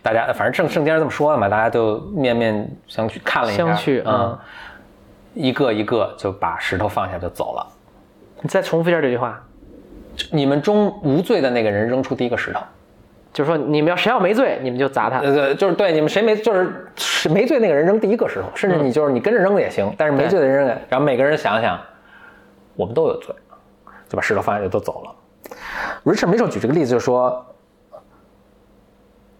A: 大家反正圣圣经上这么说的嘛，大家就面面相觑看了一下，
B: 相觑
A: 嗯
B: 嗯，
A: 一个一个就把石头放下就走了。
B: 你再重复一下这句话，
A: 你们中无罪的那个人扔出第一个石头，
B: 就是说你们要谁要没罪，你们就砸他。
A: 呃，就是对你们谁没就是是没罪那个人扔第一个石头，甚
B: 嗯
A: 至你就是你跟着扔也行，但是没罪的人扔也，然后每个人想想，我们都有罪，就把石头放下就都走了。Richard Mitchell 举这个例子就说，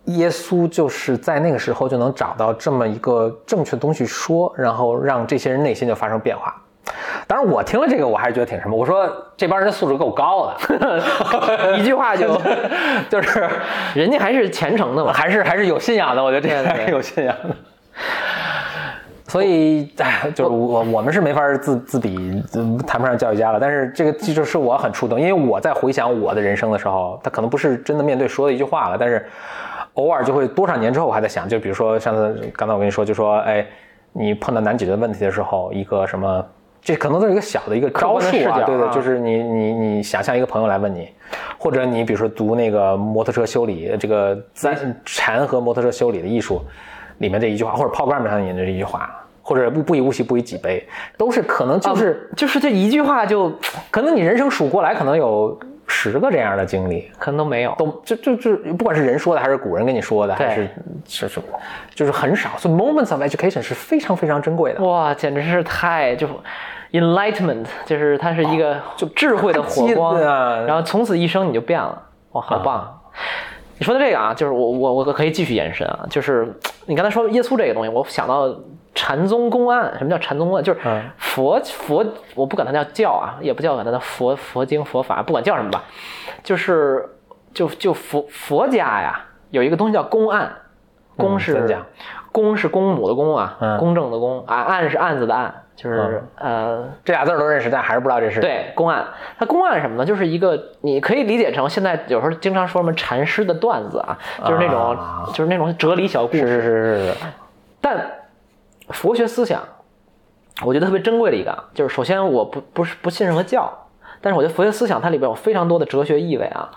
A: 耶稣就是在那个时候就能找到这么一个正确的东西说，然后让这些人内心就发生变化。当然，我听了这个，我还是觉得挺什么。我说这帮人的素质够高的，
B: <laughs> 一句话就
A: <laughs> 就是
B: 人家还是虔诚的嘛。
A: 还是还是有信仰的，我觉得这个
B: 对对对
A: 还是有信仰的。所以，哎，就是我我们是没法自自比，嗯谈不上教育家了。但是这个这就是我很触动，因为我在回想我的人生的时候，他可能不是真的面对说的一句话了，但是偶尔就会多少年之后我还在想，就比如说上次刚才我跟你说，就说哎，你碰到难解决的问题的时候，一个什么，这可能都是一个小的一个招
B: 观的
A: 数
B: 视
A: 啊，
B: 角
A: 对对，
B: 啊
A: 就是你你你想象一个朋友来问你，或者你比如说读那个摩托车修理这个三禅和摩托车修理的艺术里面这一句话，或者 program 上引的这一句话。或者不不以物喜，不以己悲，都是可能哦就是、
B: 就是这一句话就
A: 可能你人生数过来，可能有十个这样的经历，
B: 可能都没有。
A: 都就就就不管是人说的，还是古人跟你说的，
B: 对
A: 还是是什么，就是很少。所以 moments of education 是非常非常珍贵的。
B: 哇，简直是太就 enlightenment，就是它是一个就智慧的火光，
A: 太激烈了啊
B: 然后从此一生你就变了，哇，好棒！你说的这个啊，就是我我我可以继续延伸啊，就是你刚才说耶稣这个东西，我想到禅宗公案，什么叫禅宗公案？就是
A: 嗯
B: 佛、佛，我不管它叫教啊，也不叫管它叫佛佛经佛法，不管叫什么吧，就是就就佛佛家呀，有一个东西叫公案，公
A: 嗯
B: 是、
A: 怎讲
B: 公是公母的公啊，
A: 嗯
B: 公正的公啊，案是案子的案，就是、呃，
A: 这俩字儿都认识，但还是不知道这是
B: 对，公案。它公案是什么呢？就是一个你可以理解成现在有时候经常说什么禅师的段子啊，就是那种、
A: 啊
B: 就是那种哲理小故事。
A: 是是是是是，
B: 但佛学思想，我觉得特别珍贵的一个啊，就是首先我不不是不信任何教，但是我觉得佛学思想它里边有非常多的哲学意味啊，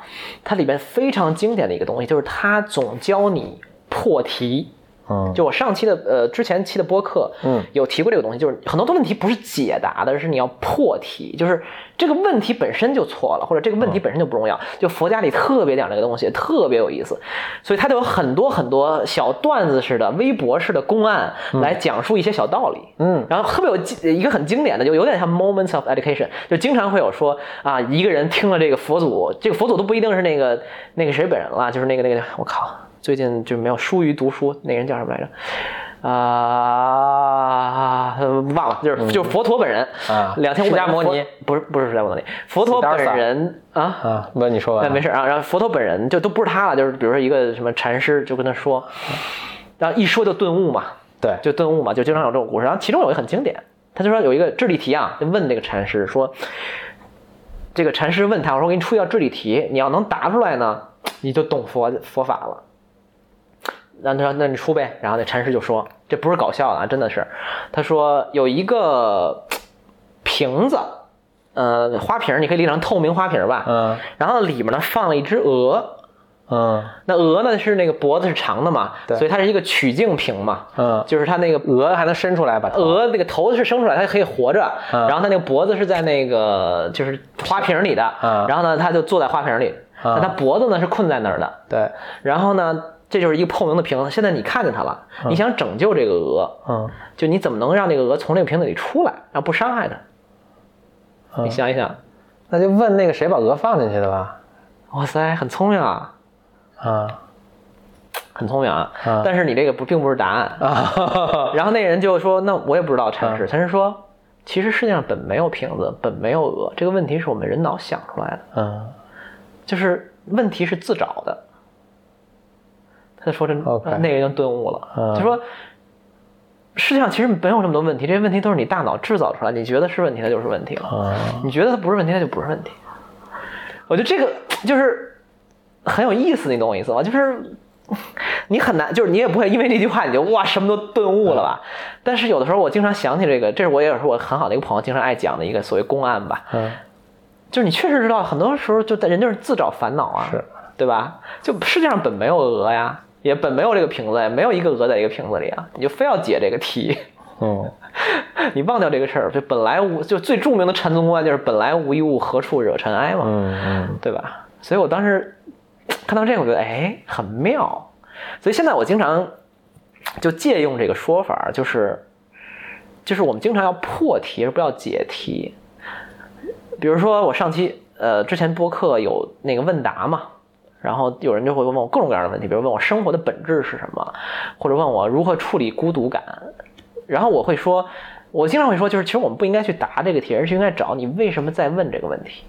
B: 它里边非常经典的一个东西就是它总教你破题。
A: 嗯，
B: 就我上期的呃之前期的播客，
A: 嗯
B: 有提过这个东西，就是很多的问题不是解答的，是你要破题，就是这个问题本身就错了，或者这个问题本身就不重要。就佛家里特别讲这个东西，特别有意思，所以它就有很多很多小段子似的、微博式的公案来讲述一些小道理。
A: 嗯
B: 然后特别有经一个很经典的，就有点像 moments of education，就经常会有说啊，一个人听了这个佛祖，这个佛祖都不一定是那个那个谁本人了，就是那个那个我靠，最近就没有疏于读书，那个人叫什么来着？啊、呃忘了，就是就是佛陀本人
A: 嗯啊
B: 两千五
A: 释
B: 百
A: 迦摩尼
B: 不是不是释迦摩尼，佛陀本
A: Siddhartha
B: 人啊，
A: 啊，不，你说完
B: 那
A: 了，
B: 没事啊。然后佛陀本人就都不是他了，就是比如说一个什么禅师就跟他说，然后一说就顿悟嘛，
A: 对，
B: 就顿悟嘛，就经常有这种故事。然后其中有一个很经典，他就说有一个智力题啊，就问这个禅师说，这个禅师问他，我说我给你出一道智力题，你要能答出来呢，你就懂佛佛法了。然后他说：“那你出呗。”然后那禅师就说：“这不是搞笑的啊，真的是。”他说：“有一个瓶子，呃，花瓶儿，你可以理解成透明花瓶儿吧。
A: 嗯
B: 然后里面呢放了一只鹅，
A: 嗯
B: 那鹅呢是那个脖子是长的嘛，
A: 对
B: 所以它是一个曲径屏嘛，
A: 嗯，
B: 就是它那个
A: 鹅还能伸出来把头，
B: 鹅那个头是生出来，它可以活着，
A: 嗯
B: 然后它那个脖子是在那个就是花瓶里的，
A: 嗯
B: 然后呢它就坐在花瓶里，
A: 嗯
B: 但它脖子呢是困在那儿的，
A: 对，
B: 然后呢这就是一个透明的瓶，现在你看见它了，你想拯救这个鹅，
A: 嗯
B: 就你怎么能让这个鹅从这个瓶子里出来，然后不伤害它？
A: 嗯
B: 你想一想，
A: 那就问那个谁把鹅放进去的吧，
B: 哇塞，很聪明啊，
A: 啊
B: 很聪明啊
A: 嗯，
B: 但是你这个不并不是答案。
A: 啊，
B: <laughs> 然后那人就说：“那我也不知道禅师。”禅师说：“其实世界上本没有瓶子，本没有鹅，这个问题是我们人脑想出来的，
A: 嗯
B: 就是问题是自找的。”他就说这
A: OK
B: 那个人就顿悟了，
A: 嗯
B: 就说世界上其实没有这么多问题，这些问题都是你大脑制造出来，你觉得是问题，它就是问题了。
A: 嗯
B: 你觉得它不是问题，它就不是问题。我觉得这个就是很有意思，你懂我意思吗？就是你很难，就是你也不会因为这句话你就哇什么都顿悟了吧。但是有的时候我经常想起这个，这是我也是我很好的一个朋友经常爱讲的一个所谓公案吧，
A: 嗯，
B: 就是你确实知道，很多时候就在人就是自找烦恼啊，
A: 是
B: 对吧？就世界上本没有鹅呀，也本没有这个瓶子，也没有一个鹅在这个瓶子里啊，你就非要解这个题。
A: 嗯
B: 你忘掉这个事儿，就本来无就最著名的禅宗公案就是本来无一物，何处惹尘埃嘛，
A: 嗯
B: 对吧？所以我当时看到这个，我觉得哎很妙，所以现在我经常就借用这个说法儿，就是就是我们经常要破题，而不要解题。比如说我上期呃之前播客有那个问答嘛，然后有人就会问我各种各样的问题，比如问我生活的本质是什么，或者问我如何处理孤独感，然后我会说，我经常会说，就是其实我们不应该去答这个题，而是应该找你为什么在问这个问题，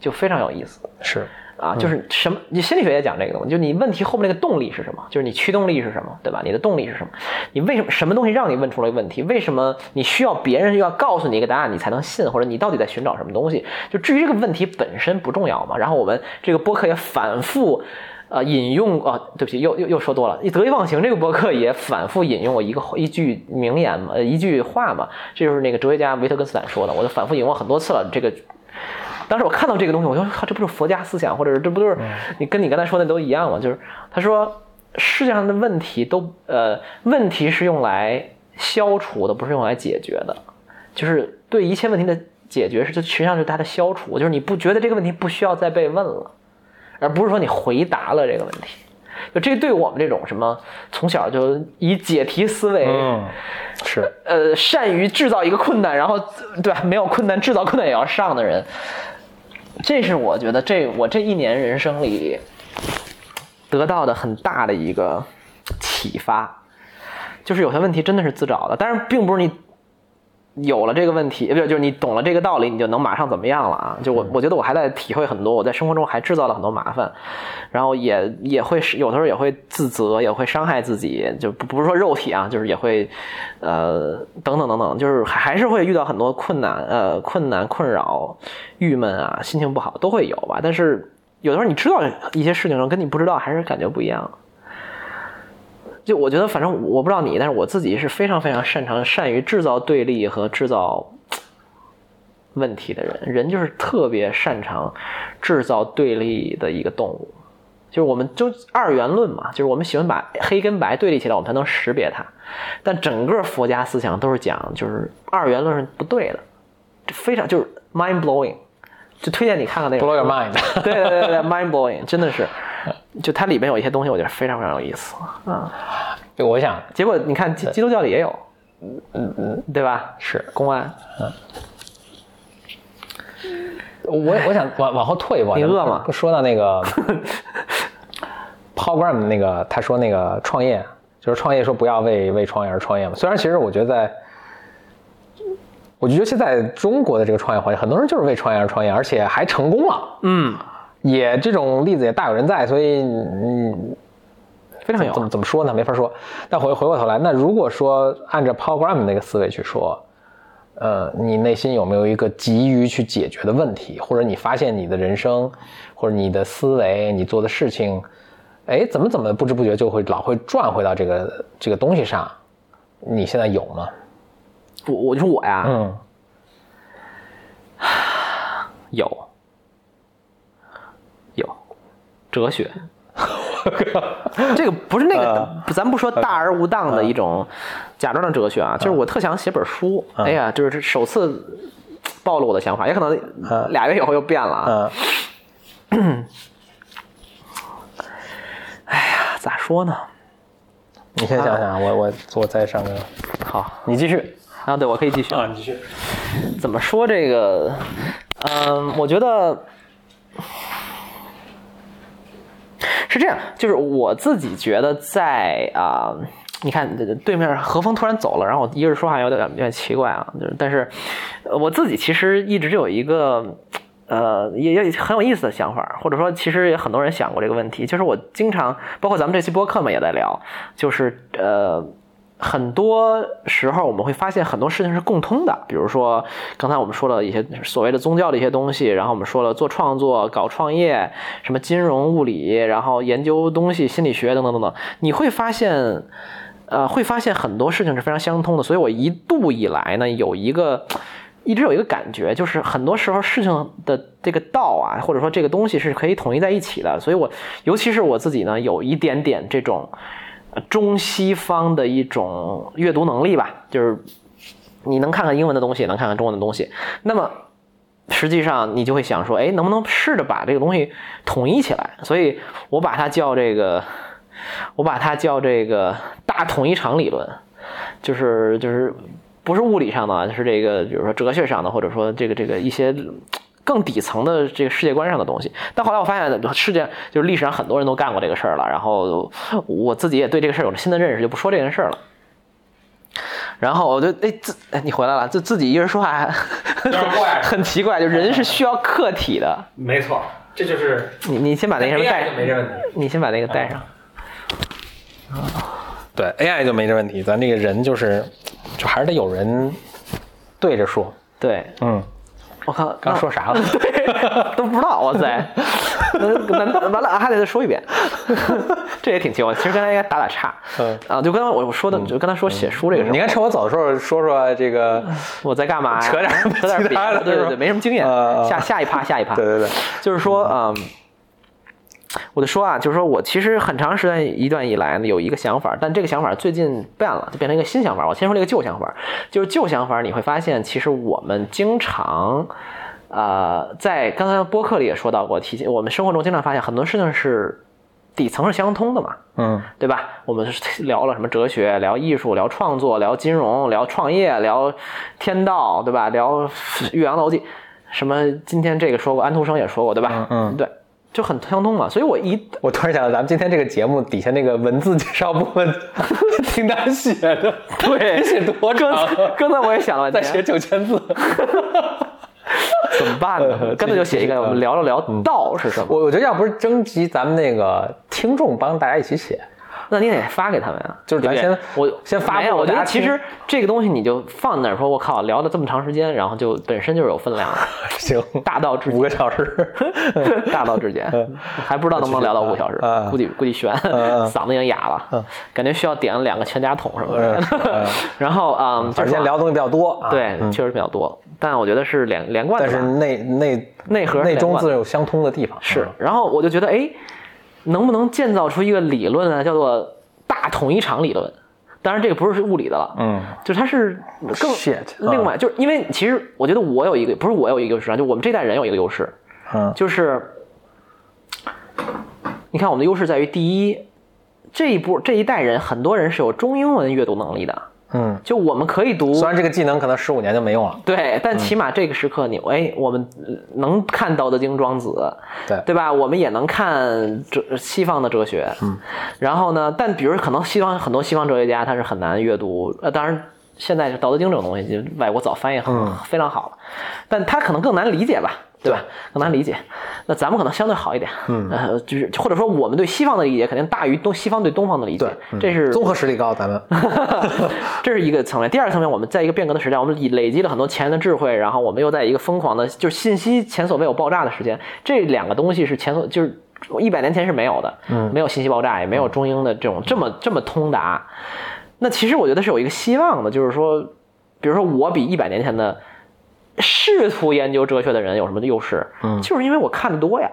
B: 就非常有意思。
A: 嗯，是，
B: 啊，就是什么？你心理学也讲这个东西，就是你问题后面那个动力是什么？就是你驱动力是什么，对吧？你的动力是什么？你为什么什么东西让你问出了问题？为什么你需要别人要告诉你一个答案，你才能信？或者你到底在寻找什么东西？就至于这个问题本身不重要嘛。然后我们这个播客也反复。呃，引用啊、对不起，又又又说多了。得意忘形这个播客也反复引用我一个一句名言嘛，呃，一句话嘛，这就是那个哲学家维特根斯坦说的，我就反复引用很多次了。这个当时我看到这个东西，我就说靠，这不就是佛家思想，或者是这不就是你跟你刚才说的都一样吗？就是他说世界上的问题都呃，问题是用来消除的，不是用来解决的，就是对一切问题的解决是，就实际上是它的消除，就是你不觉得这个问题不需要再被问了，而不是说你回答了这个问题。就这对我们这种什么从小就以解题思维，
A: 嗯是，
B: 呃，善于制造一个困难，然后对吧？没有困难，制造困难也要上的人，这是我觉得这我这一年人生里得到的很大的一个启发，就是有些问题真的是自找的，当然并不是你有了这个问题，呃不是就是你懂了这个道理，你就能马上怎么样了啊？就我我觉得我还在体会很多，我在生活中还制造了很多麻烦，然后也也会是有的时候也会自责，也会伤害自己，就不不是说肉体啊，就是也会呃等等等等，就是还还是会遇到很多困难呃困难困扰、郁闷啊、心情不好都会有吧，但是。有的时候你知道一些事情的时候，跟你不知道还是感觉不一样。就我觉得，反正我不知道你，但是我自己是非常非常擅长、善于制造对立和制造嘖问题的人。人就是特别擅长制造对立的一个动物，就是我们就二元论嘛，就是我们喜欢把黑跟白对立起来，我们才能识别它。但整个佛家思想都是讲，就是二元论是不对的，这非常就是 mind blowing，就推荐你看看那个
A: blow your mind，
B: 对对对对，mind blowing，真的是，就它里面有一些东西，我觉得非常非常有意思啊。
A: 就我想
B: 结果你看，基基督教里也有，嗯嗯，对吧？
A: 是，
B: 公安，
A: 我我想往往后退一步啊，
B: 你
A: 咱们
B: 饿吗
A: 不说到那 <laughs> 个 Paul Graham 那个，他说那个创业，就是创业说不要为为创业而创业嘛。虽然其实我觉得在，我觉得现在中国的这个创业环境，很多人就是为创业而创业，而且还成功了，
B: 嗯，
A: 也这种例子也大有人在，所以嗯，
B: 非常
A: 怎么
B: 有，
A: 怎么说呢？没法说。但回回过头来，那如果说按照 Paul Graham 那个思维去说，呃，你内心有没有一个急于去解决的问题，或者你发现你的人生，或者你的思维，你做的事情，哎，怎么怎么不知不觉就会老会转回到这个这个东西上？你现在有吗？
B: 我我就说我呀，
A: 嗯
B: <laughs> 有，有，哲学，这个不是那个，咱不说大而无当的一种假装的哲学啊，就是我特想写本书，哎呀，就是首次暴露我的想法，也可能俩月以后又变了啊。
A: 嗯，
B: 咋说呢？
A: 你先想想，我我我再上个，
B: 好
A: 你继续
B: 啊，对我可以继续。
A: 啊，你继续。
B: 怎么说这个？嗯，我觉得是这样，就是我自己觉得在啊、你看这个对面何峰突然走了，然后我一个人说话有点有点奇怪啊，就是但是呃我自己其实一直有一个。呃，也也很有意思的想法，或者说，其实也很多人想过这个问题。就是我经常，包括咱们这期播客嘛，也在聊，就是呃，很多时候我们会发现很多事情是共通的，比如说刚才我们说了一些所谓的宗教的一些东西，然后我们说了做创作、搞创业，什么金融、物理，然后研究东西、心理学等等等等，你会发现。呃，会发现很多事情是非常相通的，所以我一度以来呢，有一个一直有一个感觉，就是很多时候事情的这个道啊，或者说这个东西是可以统一在一起的。所以我，尤其是我自己呢，有一点点这种呃中西方的一种阅读能力吧，就是你能看看英文的东西，也能看看中文的东西。那么，实际上你就会想说，哎，能不能试着把这个东西统一起来？所以我把它叫这个，我把它叫这个大统一场理论，就是就是不是物理上的啊，就是这个比如说哲学上的，或者说这个这个一些。更底层的这个世界观上的东西，但后来我发现世界就是历史上很多人都干过这个事儿了，然后我自己也对这个事儿有了新的认识，就不说这件事儿了。然后我就哎自哎你回来了，就自己一个人说话还
A: 点怪
B: 很奇怪，就人是需要客体的。
A: 没错，这就是
B: 你你先把那个什么
A: AI
B: 带
A: 就没这嗯问题。
B: 你先把那个带上。
A: 对 AI 就没这问题，咱这个人就是，就还是得有人对着说。
B: 对，
A: 嗯，
B: 我靠，
A: 刚说啥
B: 哦
A: 了？
B: 那 <laughs> 都不知道，哇塞！难道完了还得再说一遍？ <laughs> 这也挺奇怪。其实刚才应该打打岔。
A: 嗯
B: 啊，就刚才我我说的，就刚才说写书这个事儿，
A: 你看趁我走的时候说说这个，
B: 我在干嘛呀？
A: 扯点儿
B: 扯点儿
A: 其
B: 别
A: 他的
B: 对对
A: 是
B: 对，
A: 吧
B: 没什么经验
A: 啊啊。
B: 下下一趴，下一趴。
A: 对对对，
B: 就是说，嗯，我就说啊，就是说我其实很长时间一段以来呢，有一个想法，但这个想法最近变了，就变成一个新想法。我先说这个旧想法，就是旧想法，你会发现，其实我们经常。呃，在刚才播客里也说到过，提及我们生活中经常发现很多事情是底层是相通的嘛，
A: 嗯，
B: 对吧？我们是聊了什么哲学，聊艺术，聊创作，聊金融，聊创业，聊天道，对吧？聊 <laughs> 岳阳楼记，什么今天这个说过，安徒生也说过，对吧？
A: 嗯嗯
B: 对，就很相通嘛。所以
A: <laughs>
B: 我一
A: 我突然想到，咱们今天这个节目底下那个文字介绍部分 <laughs> 挺难写的，
B: <laughs> 对
A: 写多
B: 刚
A: 长
B: 才
A: 啊？
B: 刚才我也想了
A: 再
B: 半
A: 写
B: 天，
A: 九千字。
B: 嗯怎么办
A: 呃
B: 呢？干脆就写一个，我们聊了聊道是什么。
A: 嗯我我觉得要不是征集咱们那个听众帮大家一起写，
B: 那你得发给他们啊，
A: 就是咱
B: 对不对
A: 先
B: 我
A: 先发
B: 没有
A: 布
B: 我觉
A: 大
B: 得
A: 家
B: 其
A: 听
B: 实这个东西你就放那儿说，我靠，聊了这么长时间，然后就本身就是有分量
A: <laughs>
B: 的，
A: 行，
B: 大道至
A: 五个
B: 简，
A: 小
B: <laughs>
A: 时。
B: 大道至简，还不知道能不能聊到五个小时
A: 嗯，
B: 估计估计悬，
A: 嗯
B: <laughs> 嗓子已经哑了，感觉需要点两个全家桶什么
A: 嗯
B: <laughs> 的。然后啊，嗯
A: 反正
B: 就是
A: 今天聊的东西比较多啊，
B: 对，
A: 嗯
B: 确实比较多，但我觉得是连连贯
A: 但
B: 的
A: 是
B: 吧，
A: 内内
B: 内核是
A: 内
B: 连
A: 中
B: 贯的
A: 自有相通的地方。
B: 是，然后我就觉得，哎，能不能建造出一个理论啊呢？叫做大统一场理论。当然，这个不是物理的了，
A: 嗯，
B: 就是它是更
A: Shit，嗯
B: 另外，就是因为其实我觉得我有一个，不是我有一个优势啊，就我们这代人有一个优势，
A: 嗯
B: 就是你看我们的优势在于，第一，这一波这一代人很多人是有中英文阅读能力的，
A: 嗯，
B: 就我们可以读
A: 虽然这个技能可能十五年就没用了，
B: 对，但起码这个时刻你，哎，我们呃能看《道德经》《庄子》，
A: 对
B: 对吧？我们也能看哲西方的哲学，嗯。然后呢，但比如可能西方很多西方哲学家他是很难阅读，呃，当然现在《道德经》这种东西，就外国早翻译很、非常好了，但他可能更难理解吧。对吧？更难理解，那咱们可能相对好一点，嗯，呃，就是或者说我们对西方的理解肯定大于东西方对嗯东方的理解，这是
A: 综合实力高，咱 <laughs> 们
B: <laughs> 这是一个层面。第二个层面，我们在一个变革的时代，我们累累积了很多前人的智慧，然后我们又在一个疯狂的，就是信息前所未有爆炸的时间，这两个东西是前所就是。一百年前是没有的，嗯，没有信息爆炸，也没有中英的这种这么这么通达。那其实我觉得是有一个希望的，就是说，比如说我比一百年前的试图研究哲学的人有什么优势？嗯，就是因为我看的多呀，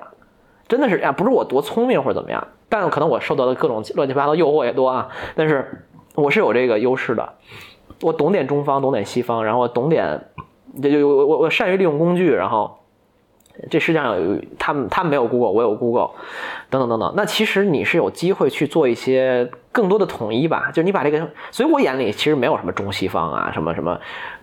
B: 真的是这样，不是我多聪明或者怎么样，但可能我受到的各种乱七八糟诱惑也多啊。但是我是有这个优势的，我懂点中方，懂点西方，然后懂点，这就我我我善于利用工具，然后这世界上有他们他们没有 Google，我有 Google，等等等等。那其实你是有机会去做一些更多的统一吧，就是你把这个，所以我眼里其实没有什么中西方啊，什么什么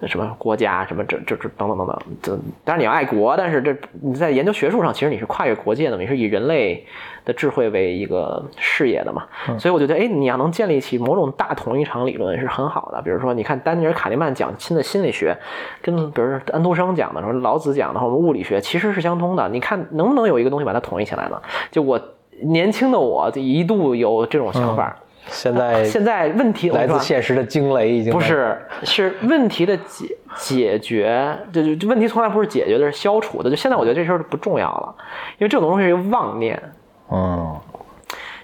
B: 什么国家，什么这这这等等等等。这当然你要爱国，但是这你在研究学术上，其实你是跨越国界的嘛，你是以人类的智慧为一个视野的嘛。
A: 嗯
B: 所以我觉得，哎，你要能建立起某种大同一场理论是很好的。比如说，你看丹尼尔·卡尼曼讲新的心理学，跟比如说安徒生讲的，什么老子讲的，或者我们物理学，其实是相通的。你看能不能有一个东西把它统一起来呢？就我。年轻的我一度有这种想法，
A: 现在
B: 现在问题
A: 嗯哎来
B: 我
A: 自
B: 说
A: 现实的惊雷已经
B: 不是是问题的解解决，就就就问题从来不是解决的，是消除的。就现在我觉得这事儿不重要了，因为这种东西是一个妄念，
A: 嗯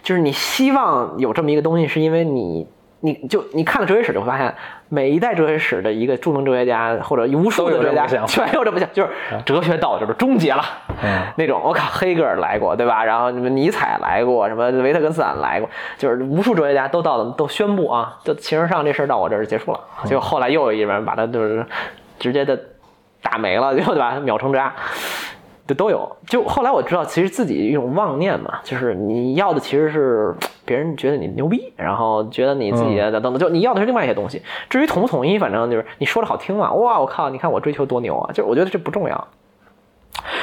B: 就是你希望有这么一个东西，是因为你。你就你看了哲学史，就会发现每一代哲学史的一个著名哲学家或者无数
A: 都
B: 的
A: 有
B: 哲学家
A: 这么想啊
B: 全有这么想，就是哲学到这儿终结了。
A: 嗯
B: 那种我靠，黑格尔来过，对吧？然后什么尼采来过，什么维特根斯坦来过，就是无数哲学家都到了，都宣布啊，就形而上这事儿到我这儿就结束了。
A: 嗯
B: 结果后来又有一人把他就是直接的打没了，就对吧？秒成渣。就都有。就后来我知道，其实自己一种妄念嘛，就是你要的其实是别人觉得你牛逼，然后觉得你自
A: 嗯
B: 己等等，就你要的是另外一些东西。至于统不统一，反正就是你说的好听嘛，哇，我靠，你看我追求多牛啊！就是我觉得这不重要。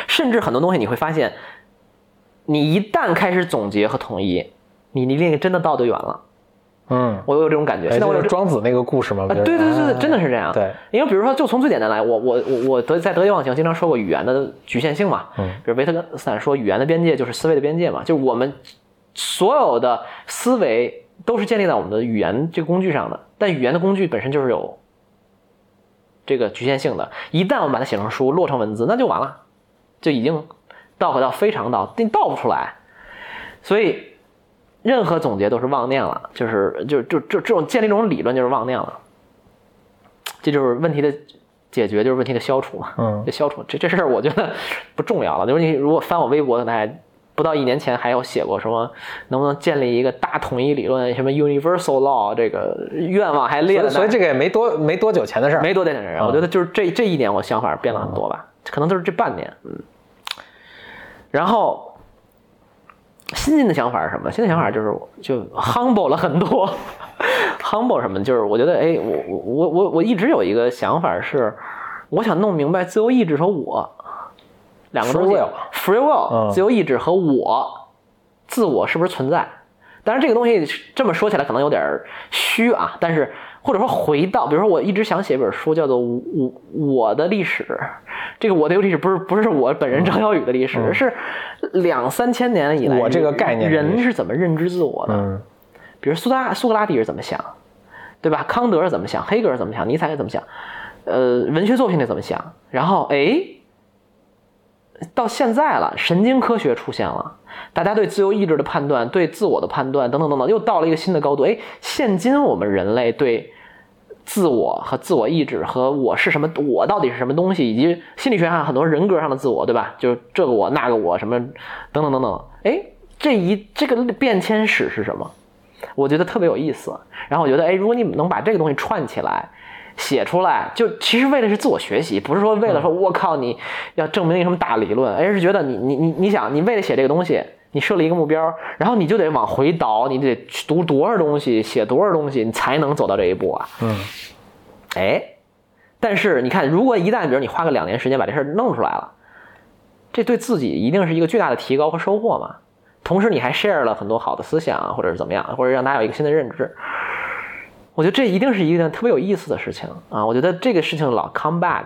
B: 甚至很多东西你会发现，你一旦开始总结和统一，你离那个真的道德远了。
A: 嗯，
B: 我有这种感觉。
A: 哎
B: 现在我
A: 就
B: 有
A: 是
B: 这
A: 庄子那个故事嘛，不
B: 啊，
A: 就是
B: 对对对对，真的是这样。
A: 对，
B: 因为比如说，就从最简单来，我我我我得在得意忘形经常说过语言的局限性嘛，
A: 嗯
B: 比如维特根斯坦说语言的边界就是思维的边界嘛，就是我们所有的思维都是建立在我们的语言这个工具上的，但语言的工具本身就是有这个局限性的，一旦我们把它写成书，落成文字，那就完了，就已经倒回到非常倒，你倒不出来，所以任何总结都是妄念了，就是就就就这种建立这种理论就是妄念了，这就是问题的解决，就是问题的消除嘛。
A: 嗯
B: 这消除这这事儿我觉得不重要了。就是你如果翻我微博，大概不到一年前还有写过什么能不能建立一个大统一理论，什么 universal law 这个愿望还列
A: 所
B: 了
A: 以
B: 呢，
A: 所以这个也没多没多久前的事儿，
B: 没多点人，我
A: 嗯
B: 觉得就是这这一年我想法变了很多吧，可能就是这半年，嗯。然后新进的想法是什么？新的想法就是就 humble 了很多，humble 什么？就是我觉得哎，我我我我我一直有一个想法是，我想弄明白自由意志和我两个东西
A: Free will
B: free will，、
A: 嗯
B: 自由意志和我自我是不是存在？当然，这个东西是这么说起来可能有点儿虚啊，但是或者说回到，比如说我一直想写一本书，叫做《我我的历史》， <laughs> 这个我的历史不是不是我本人张小雨的历史，是两三千年以来
A: 嗯我这个概念的历
B: 人
A: 史
B: 是怎么认知自我的？
A: 嗯
B: 比如苏拉苏格拉底是怎么想，对吧？康德是怎么想，黑格尔怎么想，尼采是怎么想，呃，文学作品里怎么想，然后哎，到现在了，神经科学出现了，大家对自由意志的判断、对自我的判断等等等等，又到了一个新的高度。哎，现今我们人类对自我和自我意志和我是什么，我到底是什么东西，以及心理学上很多人格上的自我，对吧？就是这个我、那个我什么等等等等。哎，这一这个变迁史是什么？我觉得特别有意思。然后我觉得，哎，如果你能把这个东西串起来。写出来，就其实为的是自我学习，不是说为了说我靠你要证明一个什么大理论，而是觉得你你你你想，你为了写这个东西，你设了一个目标，然后你就得往回倒，你得去读多少东西，写多少东西，你才能走到这一步啊？
A: 嗯，
B: 哎，但是你看，如果一旦比如你花个两年时间把这事儿弄出来了，这对自己一定是一个巨大的提高和收获嘛。同时，你还 share 了很多好的思想啊，或者是怎么样，或者让大家有一个新的认知。我觉得这一定是一件特别有意思的事情啊！我觉得这个事情老 come back，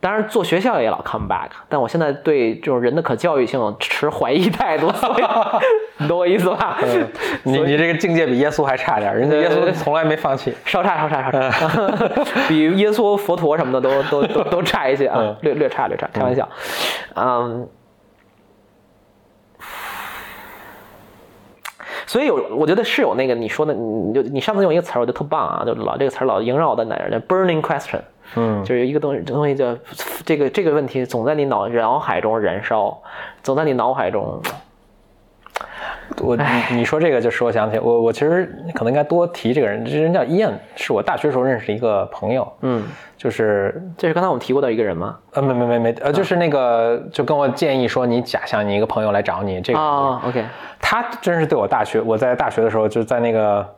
B: 当然做学校也老 come back，但我现在对这种人的可教育性持怀疑态度，所以 <laughs> 你懂我意思吧？
A: 嗯你你这个境界比耶稣还差点儿，人家耶
B: 对对
A: 稣
B: 对
A: 从来没放弃。
B: 稍差稍差稍差， <laughs> 比耶稣、佛陀什么的都都都都差一些啊
A: 嗯，
B: 略略差略差，开玩笑。嗯，所以有我觉得是有那个你说的，你你就你上次用一个词儿，我觉得特棒啊，就老这个词儿老萦绕我的脑袋，叫 burning question。
A: 嗯
B: 就是有一个东西，这东西叫这个这个问题总在你脑脑海中燃烧，总在你脑海中
A: 我你你说这个就使我想起我我其实可能应该多提这个人，这人叫伊恩，是我大学时候认识的一个朋友，
B: 嗯，
A: 就是
B: 这是刚才我们提过的一个人吗？
A: 呃没没没没呃就是那个就跟我建议说你假想你一个朋友来找你这个
B: 啊，OK、o k
A: 他真是对我大学，我在大学的时候就在那个，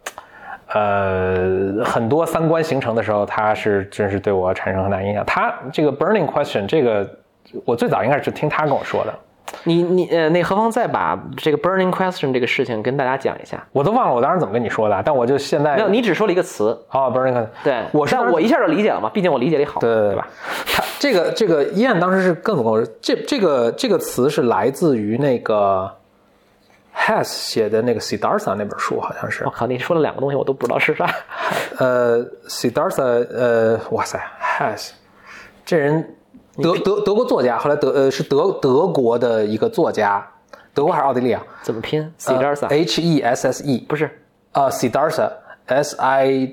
A: 呃，很多三观形成的时候，他是真是对我产生很大影响。他这个 burning question 这个，我最早应该是听他跟我说的，
B: 你你呃，那何方再把这个 burning question 这个事情跟大家讲一下？
A: 我都忘了我当时怎么跟你说的，但我就现在
B: 没有，你只说了一个词，
A: 哦 burning question，
B: 对，
A: 我是
B: 但我一下就理解了嘛，毕竟我理解力好，
A: 对对对
B: 吧？？
A: 他这个这个伊恩当时是更怎么回事？这这个这个词是来自于那个 Hess 写的那个 Siddhartha 那本书，好像是
B: 我。靠，你说了两个东西，我都不知道是啥。
A: 呃，Siddhartha，呃，哇塞，Has，这人德德德国作家，后来德呃是德德国的一个作家，德国还是奥地利啊
B: 怎么拼 s i d a r s a
A: ？H E S S E，
B: 不是
A: 啊，Siddhartha，S I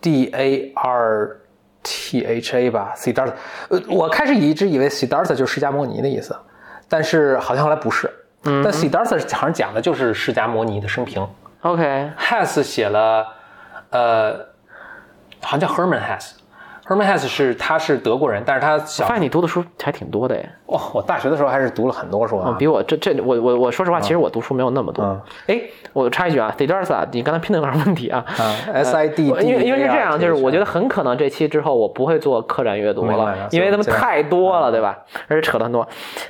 A: D A R T H A 吧，Siddhartha，呃，我开始一直以为 Siddhartha 就是释迦摩尼的意思，但是好像后来不是。嗯，但 Siddhartha 好像讲的就是释迦摩尼的生平。
B: ，OK，
A: Hess 写了，呃，好像叫 Herman Hess。Herman Hess 是他是德国人，但是他
B: 我
A: 小
B: 发现你读的书还挺多的耶。
A: 哦，我大学的时候还是读了很多书啊
B: 嗯，。比我这这我我我说实话，其实我读书没有那么多
A: 嗯。
B: 哎、我插一句啊 s i d a r s a 你刚才拼的有点问题啊。
A: 啊，S I D，
B: 我因为因为是这样，就是我觉得很可能这期之后我不会做客栈阅读
A: 明
B: 了
A: 白了，
B: 因为他们
A: 这样
B: 太多
A: 嗯
B: 了，对吧？而且扯了很多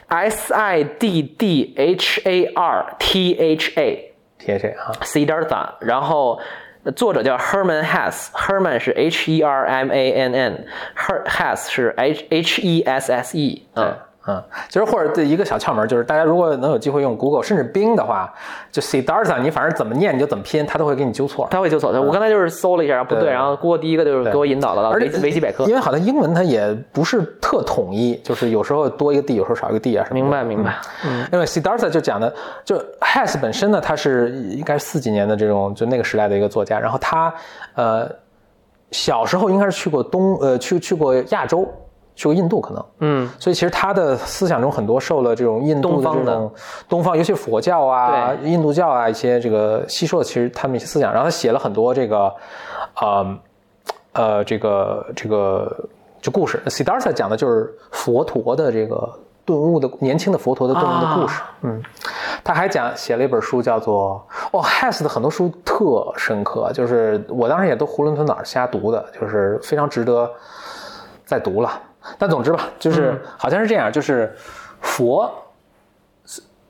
B: ，S I D D H A R T H A
A: T H 啊
B: Siddhartha，然后呃作者叫 Herman Hess，Herman 是 H E R M A N N，Her Hess 是 H H E S S E，嗯，
A: 嗯，其实或者这一个小窍门就是，大家如果能有机会用 Google 甚至冰的话，就 Siddhartha，你反正怎么念你就怎么拼，他都会给你纠错。
B: 他会纠错的。我刚才就是搜了一下，不对，
A: 嗯对
B: 然后给我第一个就是
A: 对
B: 给我引导到了
A: 而
B: 维
A: 且
B: 维基百科
A: 因。为好像英文它也不是特统一，就是有时候多一个 d，有时候少一个 d 啊什么的。
B: 明白明白，
A: 因为 Siddhartha 就讲的，就 Hess 本身呢，他是应该是四几年的这种就那个时代的一个作家，然后他呃小时候应该是去过东呃去去过亚洲，去过印度可能，
B: 嗯，
A: 所以其实他的思想中很多受了这种印度
B: 东
A: 的
B: 方
A: 这
B: 的
A: 种东方，尤其佛教啊、
B: 对
A: 印度教啊一些这个吸收了其实他们一些思想，然后他写了很多这个，呃呃这个这个就故事。Siddhartha 讲的就是佛陀的这个顿悟的年轻的佛陀的顿悟的故
B: 啊
A: 事。嗯，他还讲写了一本书叫做哦 Hess 的很多书特深刻，就是我当时也都囫囵吞枣瞎读的，就是非常值得再读了。但总之吧，
B: 嗯
A: 就是、好像是这样，就是佛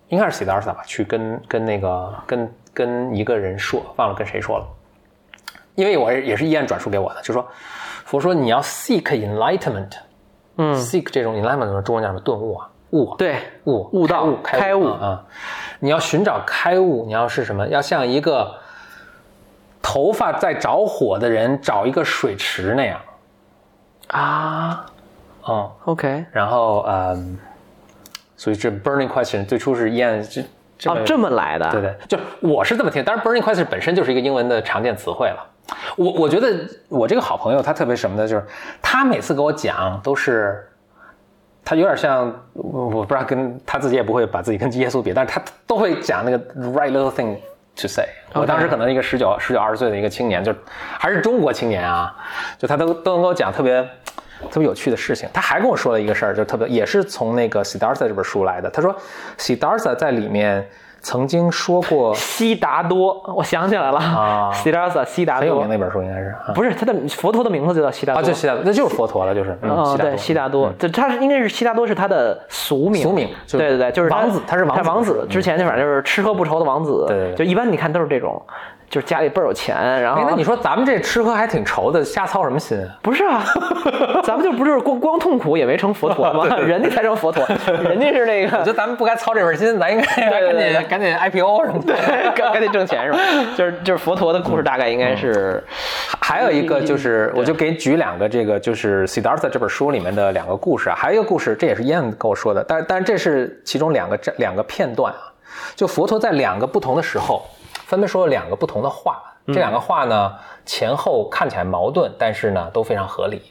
A: 应该是喜达尔萨吧，去跟跟那个跟跟一个人说，忘了跟谁说了，因为我也是医院转述给我的，就说佛说你要 seek enlightenment，嗯，seek 这种 enlightenment 中文叫什么顿悟啊，悟啊，
B: 对，
A: 悟
B: 悟道
A: 开悟
B: 开悟
A: 啊、嗯嗯你要寻找开悟，你要是什么？要像一个头发在着火的人找一个水池那样，
B: 啊
A: 嗯，
B: ，OK，
A: 然后嗯，所以这 burning question 最初是验这这么
B: 哦，这么来的，
A: 对对，就是我是这么听。当然，burning question 本身就是一个英文的常见词汇了。我我觉得我这个好朋友他特别什么呢？就是他每次给我讲都是，他有点像我我不知道跟他自己也不会把自己跟耶稣比，但是他都会讲那个 right little thing to say。我当时可能一个十九十九二十岁的一个青年，就还是中国青年啊，就他都都能给我讲特别。特别有趣的事情，他还跟我说了一个事儿，就特别也是从那个 Siddhartha 这本书来的。他说 Siddhartha 在里面曾经说 <laughs> 过，
B: 悉达多，我想起来了
A: 啊
B: s i d a r t a 悉达
A: 很有
B: 多
A: 名，的一本书，应该是啊
B: 不是他的佛陀的名字就叫悉达多，
A: 啊，就悉达多，那就是佛陀了，就是嗯，
B: 哦，
A: 悉达
B: 对，
A: 多，
B: 悉达多，这他是应该是悉达多是他的俗名，
A: 俗名就是
B: 对对对，就是
A: 王子他是王子
B: 王子之前就反正就是吃喝不愁的王子，
A: 对对对
B: 就一般你看都是这种，就是家里倍儿有钱，然后
A: 哎，那你说咱们这吃喝还挺愁的，瞎操什么心 <laughs> 啊？
B: 不是啊，咱们就不就是光光痛苦也没成
A: <laughs>
B: 佛陀吗？人家才成佛陀，人家是那
A: 我 <laughs> 觉
B: 个
A: 得咱们不该操这份心，咱应该
B: 对
A: 赶
B: 对
A: 紧赶紧 IPO 什么的。
B: <laughs> 赶赶紧挣钱是吧？就是就是佛陀的故事大概应该是，
A: 嗯还有一个就是，我就给你举两个这个就是 Siddhartha 这本书里面的两个故事啊，还有一个故事，这也是燕跟我说的，但但是这是其中两个这两个片段啊，就佛陀在两个不同的时候，分别说了两个不同的话，这两个话呢前后看起来矛盾，但是呢都非常合理。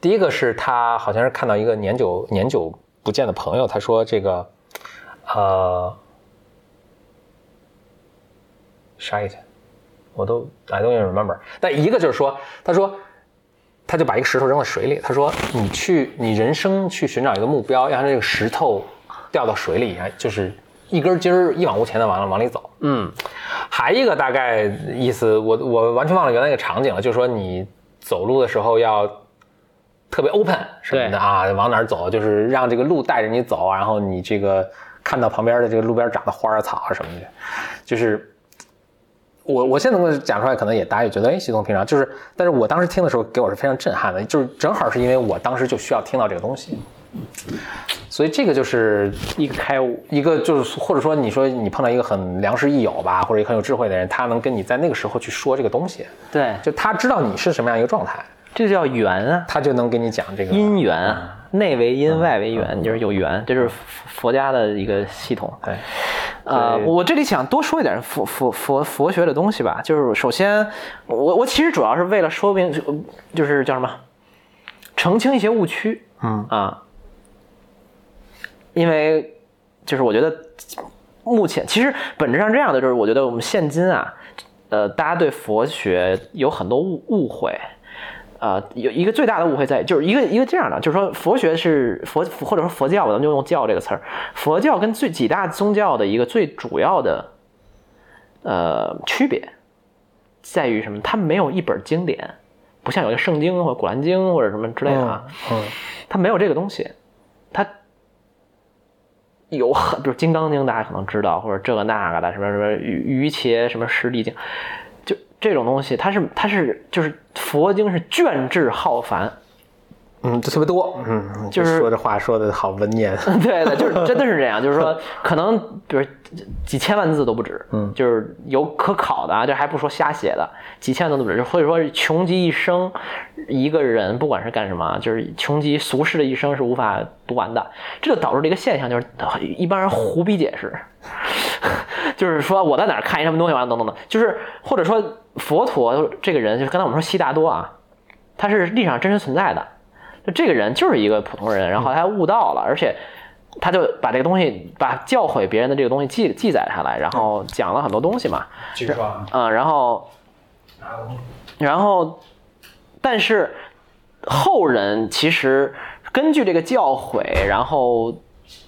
A: 第一个是他好像是看到一个年久年久不见的朋友，他说这个，呃，啥意思？我都 I don't even remember。但一个就是说，他说，他就把一个石头扔到水里，他说，你去，你人生去寻找一个目标，让这个石头掉到水里，哎就是一根筋儿一往无前的往往里走。
B: 嗯，
A: 还一个大概意思，我我完全忘了原来那个场景了，就是说你走路的时候要特别 open 什么
B: 对
A: 的啊，往哪儿走，就是让这个路带着你走，然后你这个看到旁边的这个路边长的花啊草啊什么的，就是我我现在能够讲出来，可能也大家也觉得哎稀松平常，就是但是我当时听的时候给我是非常震撼的，就是正好是因为我当时就需要听到这个东西，所以这个就是
B: 一个开悟，
A: 一个就是，或者说你说你碰到一个很良师益友吧，或者一个很有智慧的人，他能跟你在那个时候去说这个东西，
B: 对，
A: 就他知道你是什么样一个状态，
B: 这叫缘啊，
A: 他就能给你讲这个。
B: 因缘啊，内为因，外为缘，就是有缘，这是佛佛家的一个系统。
A: 对，
B: 呃，
A: 对
B: 我这里想多说一点佛佛佛佛学的东西吧。就是首先，我我其实主要是为了说明，就是叫什么，澄清一些误区。嗯啊，因为就是我觉得目前其实本质上这样的，就是我觉得我们现今啊，呃，大家对佛学有很多误误会。啊，有一个最大的误会在，就是一个一个这样的，就是说佛学是佛，或者说佛教吧，咱们就用“教”这个词儿。佛教跟最几大宗教的一个最主要的呃区别，在于什么？它没有一本经典，不像有一个圣经或者古兰经或者什么之类的啊，
A: 嗯，
B: 它没有这个东西，它有很， <laughs> 比如《金刚经》，大家可能知道，或者这个那个的，什么什么瑜瑜伽，什么十地经，就这种东西，它是它是就是佛经是卷帙浩繁，
A: 嗯，就特别多，嗯，
B: 就是啊
A: 说这话说的好文言，
B: <laughs> 对的，就是真的是这样，就是说，可能比如几千万字都不止，嗯，就是有可考的啊，这还不说瞎写的，几千万字都不止，就所以说穷极一生，一个人不管是干什么，啊就是穷极俗世的一生是无法读完的，这就导致了一个现象，就是一般人胡逼解释， <laughs> 就是说我在哪儿看一什么东西完了等等等，就是或者说佛陀这个人，就是刚才我们说悉达多啊，他是历史上真实存在的，就这个人就是一个普通人，然后他悟道了，而且他就把这个东西，把教诲别人的这个东西记记载下来，然后讲了很多东西嘛，
A: 继续说，啊
B: 嗯，然后，然后，但是后人其实根据这个教诲，然后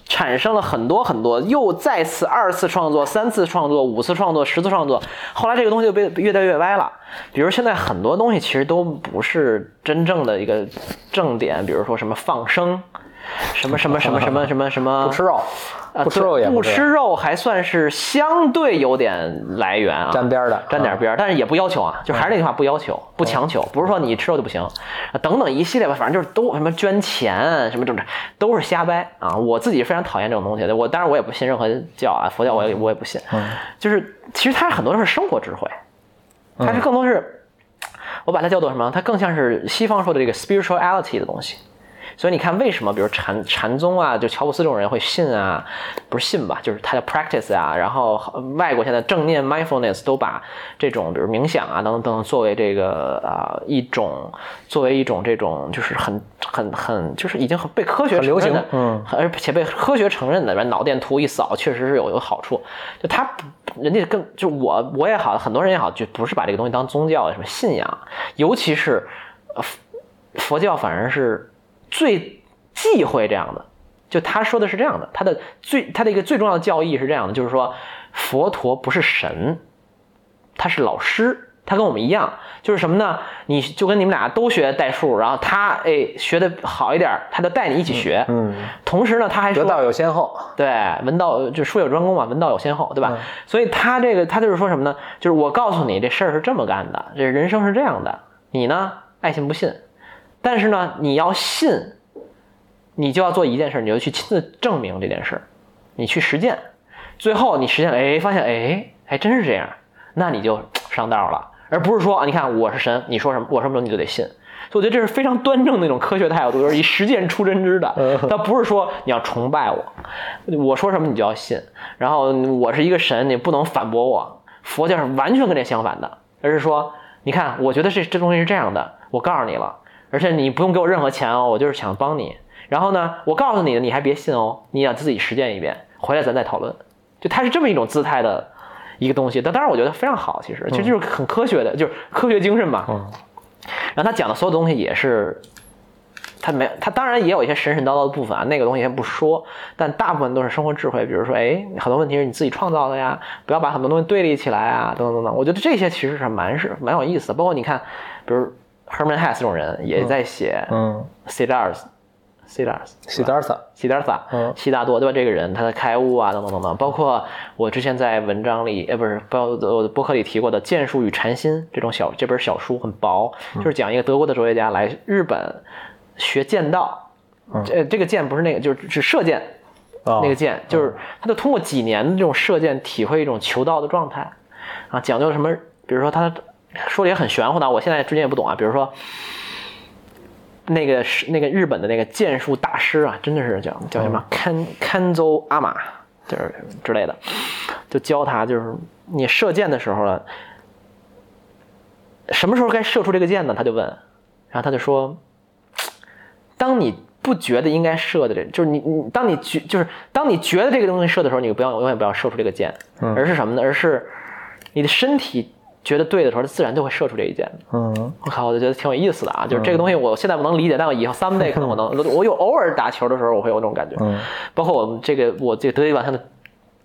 B: 产生了很多很多，又再次二次创作、三次创作、五次创作、十次创作，后来这个东西就被越带越歪了。比如现在很多东西其实都不是真正的一个正点，比如说什么放生。什么什么什么什么什么什么
A: 不吃肉，
B: 啊，
A: 不吃肉也
B: 不
A: 是
B: 吃肉还算是相对有点来源啊，
A: 沾边儿的嗯
B: 沾点边儿，但是也不要求啊，就还是那句话，不要求，不强求，不是说你吃肉就不行，啊等等一系列吧，反正就是都什么捐钱什么这种，都是瞎掰啊。我自己非常讨厌这种东西，我当然我也不信任何教啊，佛
A: 嗯
B: 教我也我也不信，就是其实它很多都是生活智慧，它是
A: 嗯
B: 更多是。我把它叫做什么？它更像是西方说的这个 spirituality 的东西。所以你看，为什么比如禅禅宗啊，就乔布斯这种人会信啊，不是信吧，就是他的 practice 啊，然后外国现在正念 mindfulness 都把这种比如冥想啊等等等等作为这个啊、一种作为一种这种就是很很很就是已经很被科学
A: 很流
B: 承认的
A: 行嗯
B: 而且被科学承认的，然后脑电图一扫，确实是有有好处。就他不，人家更就我我也好，很多人也好，就不是把这个东西当宗教什么信仰，尤其是呃佛佛教反而是最忌讳这样的。就他说的是这样的，他的最他的一个最重要的教义是这样的，就是说佛陀不是神，他是老师，他跟我们一样，就是什么呢？你就跟你们俩都学代数，然后他哎学的好一点，他就带你一起学。
A: 嗯，
B: 同时呢，他还说
A: 得道有先后，
B: 对，文道就术有专攻嘛，文道有先后，对吧？
A: 嗯
B: 所以他这个他就是说什么呢？就是我告诉你这事儿是这么干的，这人生是这样的，你呢爱信不信，但是呢你要信，你就要做一件事，你就去亲自证明这件事儿，你去实践，最后你实践了，哎，发现哎还真是这样，那你就上道了，而不是说啊你看我是神，你说什么我什么时候你就得信。所以我觉得这是非常端正的那种科学态度，就是以实践出真知的。他不是说你要崇拜我，我说什么你就要信，然后我是一个神，你不能反驳我。佛教是完全跟这相反的，而是说，你看，我觉得这这东西是这样的，我告诉你了，而且你不用给我任何钱哦，我就是想帮你。然后呢，我告诉你的，你还别信哦，你要自己实践一遍，回来咱再讨论。就他是这么一种姿态的一个东西。但当然，我觉得非常好，其实这就是很科学的，就是科学精神嘛。然后他讲的所有东西也是，他没他当然也有一些神神叨叨的部分啊，那个东西先不说，但大部分都是生活智慧，比如说，哎，很多问题是你自己创造的呀，不要把很多东西对立起来啊，等等等等。我觉得这些其实是蛮是蛮有意思的，包括你看，比如 Herman Hesse 这种人也在写，
D: 嗯
B: c i d a r s c i d a r s
D: 西达尔萨，
B: 悉达萨
D: 嗯，
B: 悉达多对吧？这个人他的开悟啊，等等等等，包括我之前在文章里，呃，不是，包括我的博客里提过的《剑术与禅心》这种小这本小书很薄，就是讲一个德国的哲学家来日本学剑道，这这个剑不是那个，就是是射箭，
A: 哦
D: 啊
B: 那个剑，就是他就通过几年的这种射箭，体会一种求道的状态，啊，讲究什么？比如说他说的也很玄乎的，我现在之前也不懂啊。比如说那个是那个日本的那个剑术大师啊，真的是叫叫什么堪堪州阿玛，就是之类的，就教他就是你射箭的时候呢，什么时候该射出这个箭呢？他就问，然后他就说。当你不觉得应该射的这，就是你你，当你觉就是当你觉得这个东西射的时候，你不要永远不要射出这个箭，
D: 嗯
B: 而是什么呢？而是你的身体觉得对的时候，它自然就会射出这一箭。
D: 嗯
B: 我靠，我就觉得挺有意思的啊！就是这个东西，我现在不能理解，但我以后 someday 可能我能，我有偶尔打球的时候，我会有那种感觉。
D: 嗯，
B: 包括我们这个，我这个德语晚上的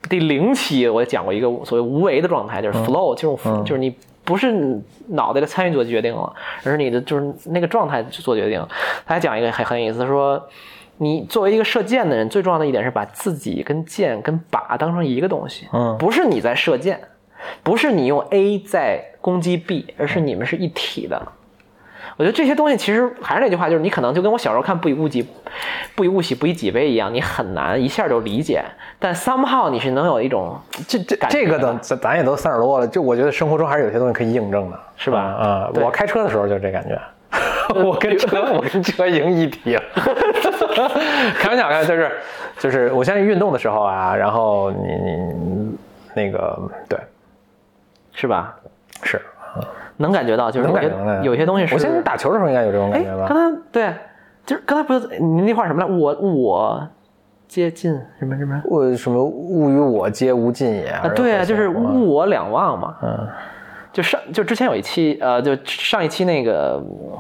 B: 第零期，我也讲过一个所谓无为的状态，就是 flow，这种、就是你不是脑袋的参与做决定了，而是你的就是那个状态去做决定。他还讲一个很很有意思，他说你作为一个射箭的人，最重要的一点是把自己跟箭跟靶当成一个东西，
D: 嗯
B: 不是你在射箭，不是你用 A 在攻击 B，而是你们是一体的。我觉得这些东西其实还是那句话，就是你可能就跟我小时候看不以物喜，不以物喜，不以己悲一样，你很难一下就理解。但 somehow 你是能有一种，
D: 这这
B: 感觉
D: 这个等咱咱也都三十多了，就我觉得生活中还是有些东西可以印证的，
B: 是吧
D: 啊、
B: 对
D: 我开车的时候就这感
B: <laughs>
D: 觉。我跟车，我跟车赢一体了。 <laughs> 开玩笑，开玩笑，就是就是，我现在运动的时候啊，然后你你那个对
B: 是吧？
D: 是，
B: 能感觉到，就是
D: 能
B: 我
D: 感
B: 觉
D: 觉到
B: 得
D: 的。
B: 有些东西是。
D: 我相信打球的时候应该有这种感
B: 哎
D: 觉，
B: 刚
D: 吧？
B: 才对，就是刚才不是你那话什么来？我我接近什么什么？
D: 我什么物与我皆无尽也
B: 啊，
D: 啊
B: 对啊，就是物我两忘嘛。
D: 嗯，
B: 就上就之前有一期，呃，就上一期那个嗯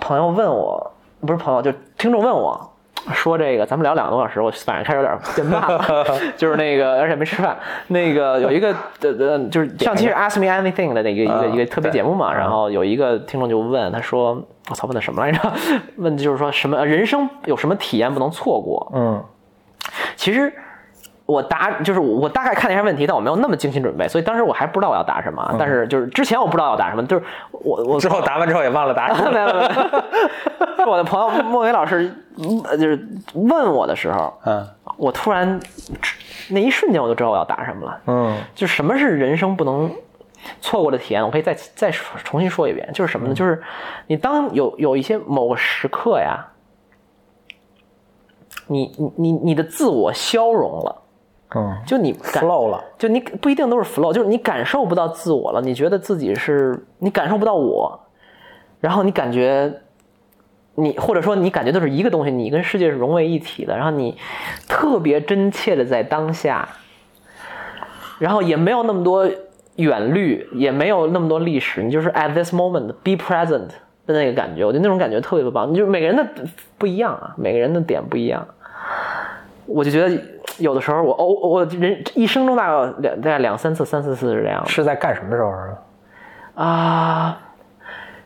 B: 朋友问我，不是朋友，就听众问我。说这个，咱们聊两个多小时，我反正开始有点变慢了，就是那个，而且没吃饭。那个有一个呃呃，就是上期是 Ask Me Anything 的那个一个一个一个特别节目嘛，然后有一个听众就问他说，我操，问的什么来着？ <laughs> 问的就是说什么人生有什么体验不能错过？
D: 嗯
B: 其实我答就是我我大概看了一下问题，但我没有那么精心准备，所以当时我还不知道我要答什么。但是就是之前我不知道要答什么，就是我我
D: 之后答完之后也忘了答
B: <laughs> 没有没有，没有是我的朋友莫伟老师嗯就是问我的时候，
D: 嗯
B: 我突然那一瞬间我就知道我要答什么了。
D: 嗯
B: 就什么是人生不能错过的体验？我可以再再说重新说一遍，就是什
D: 嗯
B: 么呢？就是你当有有一些某个时刻呀，你你你你的自我消融了，
D: 嗯
B: 就你感
D: ，flow 了，
B: 就你不一定都是 flow，就是你感受不到自我了，你觉得自己是你感受不到我，然后你感觉你或者说你感觉都是一个东西，你跟世界是融为一体的，然后你特别真切的在当下，然后也没有那么多远虑，也没有那么多历史，你就是 at this moment be present 的那个感觉，我觉得那种感觉特别棒，就是每个人的不一样啊，每个人的点不一样。我就觉得有的时候我哦我人一生中大概两大概两三次三四次是这样的
D: 是在干什么时候啊？
B: 啊。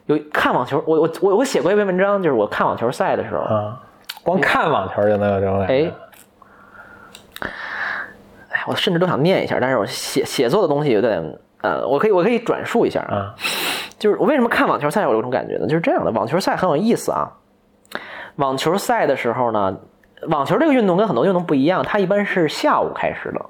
B: 有看网球，我我我我写过一篇文章，就是我看网球赛的时候，
D: 啊，光看网球就能有这种感觉。
B: 哎，哎，我甚至都想念一下，但是我写写作的东西有点呃，我可以我可以转述一下啊，
D: 啊，
B: 就是我为什么看网球赛我有种感觉呢？就是这样的，网球赛很有意思啊。网球赛的时候呢，网球这个运动跟很多运动不一样，它一般是下午开始的。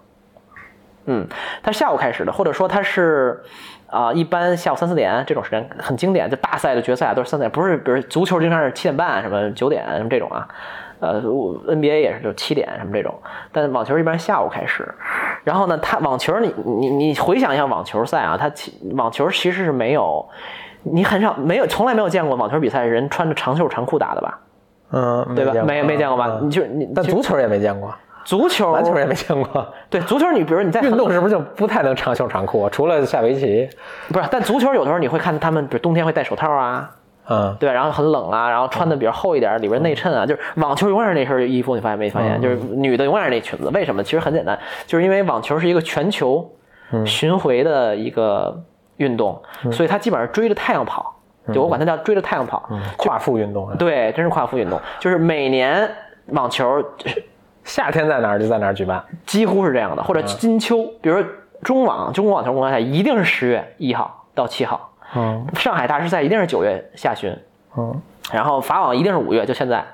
B: 嗯，它是下午开始的，或者说它是啊、一般下午三四点这种时间很经典，就大赛的决赛啊都是三点，不是比如足球经常是七点半什么九点什么这种啊，呃我，NBA 也是就七点什么这种，但网球一般是下午开始。然后呢，它网球你你你回想一下网球赛啊，它其网球其实是没有，你很少没有从来没有见过网球比赛人穿着长袖长裤打的吧，
D: 嗯，
B: 对吧？没没见过吧？
D: 嗯
B: 你就你哦
D: 但
B: 就
D: 足球也没见过，
B: 足球，
A: 篮球也没见过。
B: <laughs> 对足球，你比如说你在
A: 运动是不是就不太能长袖长裤啊？除了下围棋，
B: 不是，但足球有的时候你会看他们，比如冬天会戴手套啊，
A: 嗯，
B: 对吧？然后很冷啊，然后穿的比较厚一点，里边内衬啊，就是网球永远是那身衣服，你发现没发现？就是女的永远是那裙子，为什么？其实很简单，就是因为网球是一个全球巡回的一个运动，所以它基本上追着太阳跑，就我管它叫追着太阳跑。
A: 跨腹运动啊。
B: 对，真是跨服运动，就是每年网球
A: 夏天在哪儿就在哪儿举办。
B: 几乎是这样的，或者金秋，比如说中网中国网球公开赛一定是十月一号到七号，
A: 嗯
B: 上海大师赛一定是九月下旬，
A: 嗯，
B: 然后法网一定是五月，就现在，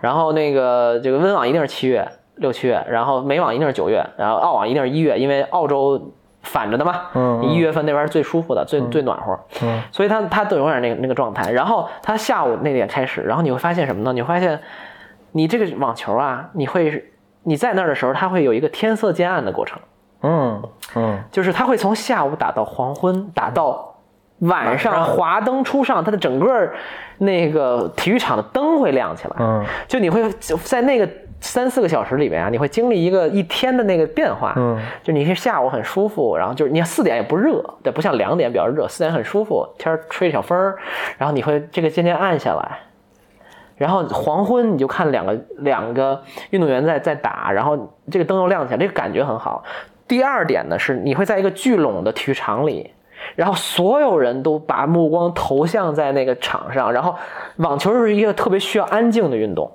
B: 然后那个这个温网一定是七月六七月，然后美网一定是九月，然后澳网一定是一月，因为澳洲反着的嘛，
A: 嗯嗯
B: 一月份那边是最舒服的，最最暖和，
A: 嗯，
B: 所以它它都永远是那个那个状态。然后它下午那点开始，然后你会发现什么呢？你会发现你这个网球啊，你会你在那儿的时候，它会有一个天色渐暗的过程，
A: 嗯嗯，
B: 就是它会从下午打到黄昏，打到晚上华灯初上，它的整个那个体育场的灯会亮起来。
A: 嗯，
B: 就你会就在那个三四个小时里面啊，你会经历一个一天的那个变化。
A: 嗯，
B: 就你是下午很舒服，然后就是你看四点也不热，对，不像两点比较热，四点很舒服，天儿吹小风儿，然后你会这个渐渐暗下来。然后黄昏你就看两个两个运动员在在打，然后这个灯又亮起来，这个感觉很好。第二点呢是你会在一个聚拢的体育场里，然后所有人都把目光投向在那个场上，然后网球是一个特别需要安静的运动。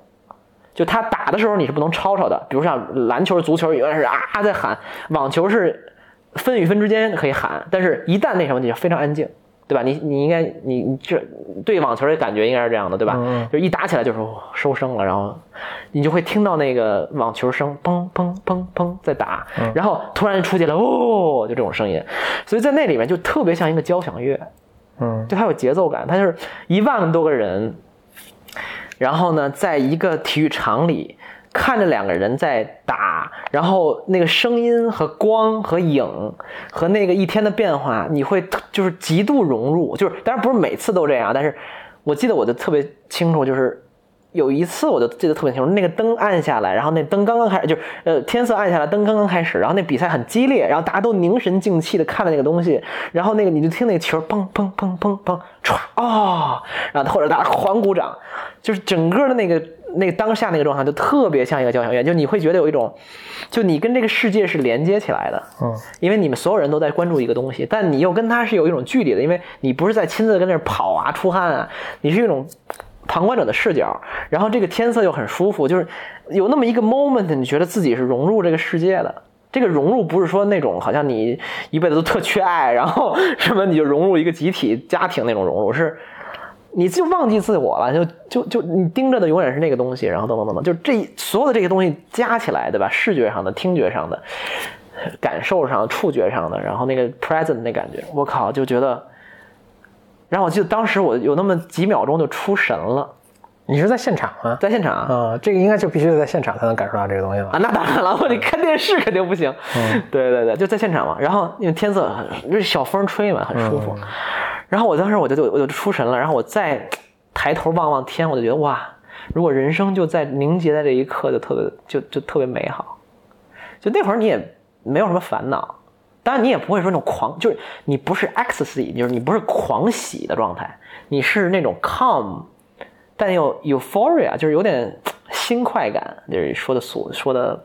B: 就他打的时候你是不能吵吵的，比如像篮球、足球永远是啊啊在喊，网球是分与分之间可以喊，但是一旦那什么你就非常安静，对吧？你你应该你你这对网球的感觉应该是这样的，对吧？就一打起来就是、哦收声了，然后你就会听到那个网球声，砰砰砰砰在打，然后突然出去了哦，就这种声音，所以在那里面就特别像一个交响乐，
A: 嗯，
B: 就它有节奏感，它就是一万多个人。然后呢，在一个体育场里看着两个人在打，然后那个声音和光和影和那个一天的变化，你会特就是极度融入。就是当然不是每次都这样，但是我记得我就特别清楚，就是有一次我就记得特别清楚，那个灯暗下来，然后那灯刚刚开始，就是呃天色暗下来，灯刚刚开始，然后那比赛很激烈，然后大家都凝神静气的看着那个东西，然后那个你就听那个球砰砰砰砰砰歘哦，然后或者大家狂鼓掌，就是整个的那个那个当下那个状态就特别像一个交响乐，就你会觉得有一种，就你跟这个世界是连接起来的，
A: 嗯，
B: 因为你们所有人都在关注一个东西，但你又跟他是有一种距离的，因为你不是在亲自跟那儿跑啊、出汗啊，你是一种旁观者的视角，然后这个天色又很舒服，就是有那么一个 moment，你觉得自己是融入这个世界的。这个融入不是说那种好像你一辈子都特缺爱，然后什么你就融入一个集体家庭那种融入，是你就忘记自我了，就就就你盯着的永远是那个东西，然后等等等等，就这所有的这些东西加起来，对吧？视觉上的、听觉上的、感受上的、触觉上的，然后那个 present 那感觉，我靠，就觉得。然后我记得当时我有那么几秒钟就出神了，
A: 你是在现场吗？
B: 在现场啊，
A: 啊、这个应该就必须得在现场才能感受到这个东西了。
B: 那当然了，我得看电视肯定不行。对对对，就在现场嘛。然后因为天色很，就是小风吹嘛，很舒服。然后我当时我就我就出神了，然后我再抬头望望天，我就觉得哇，如果人生就在凝结在这一刻，就特别就就特别美好。就那会儿你也没有什么烦恼，当然你也不会说那种狂，就是你不是 ecstasy，就是你不是狂喜的状态，你是那种 calm。但又 euphoria，就是有点新快感，就是说的俗说的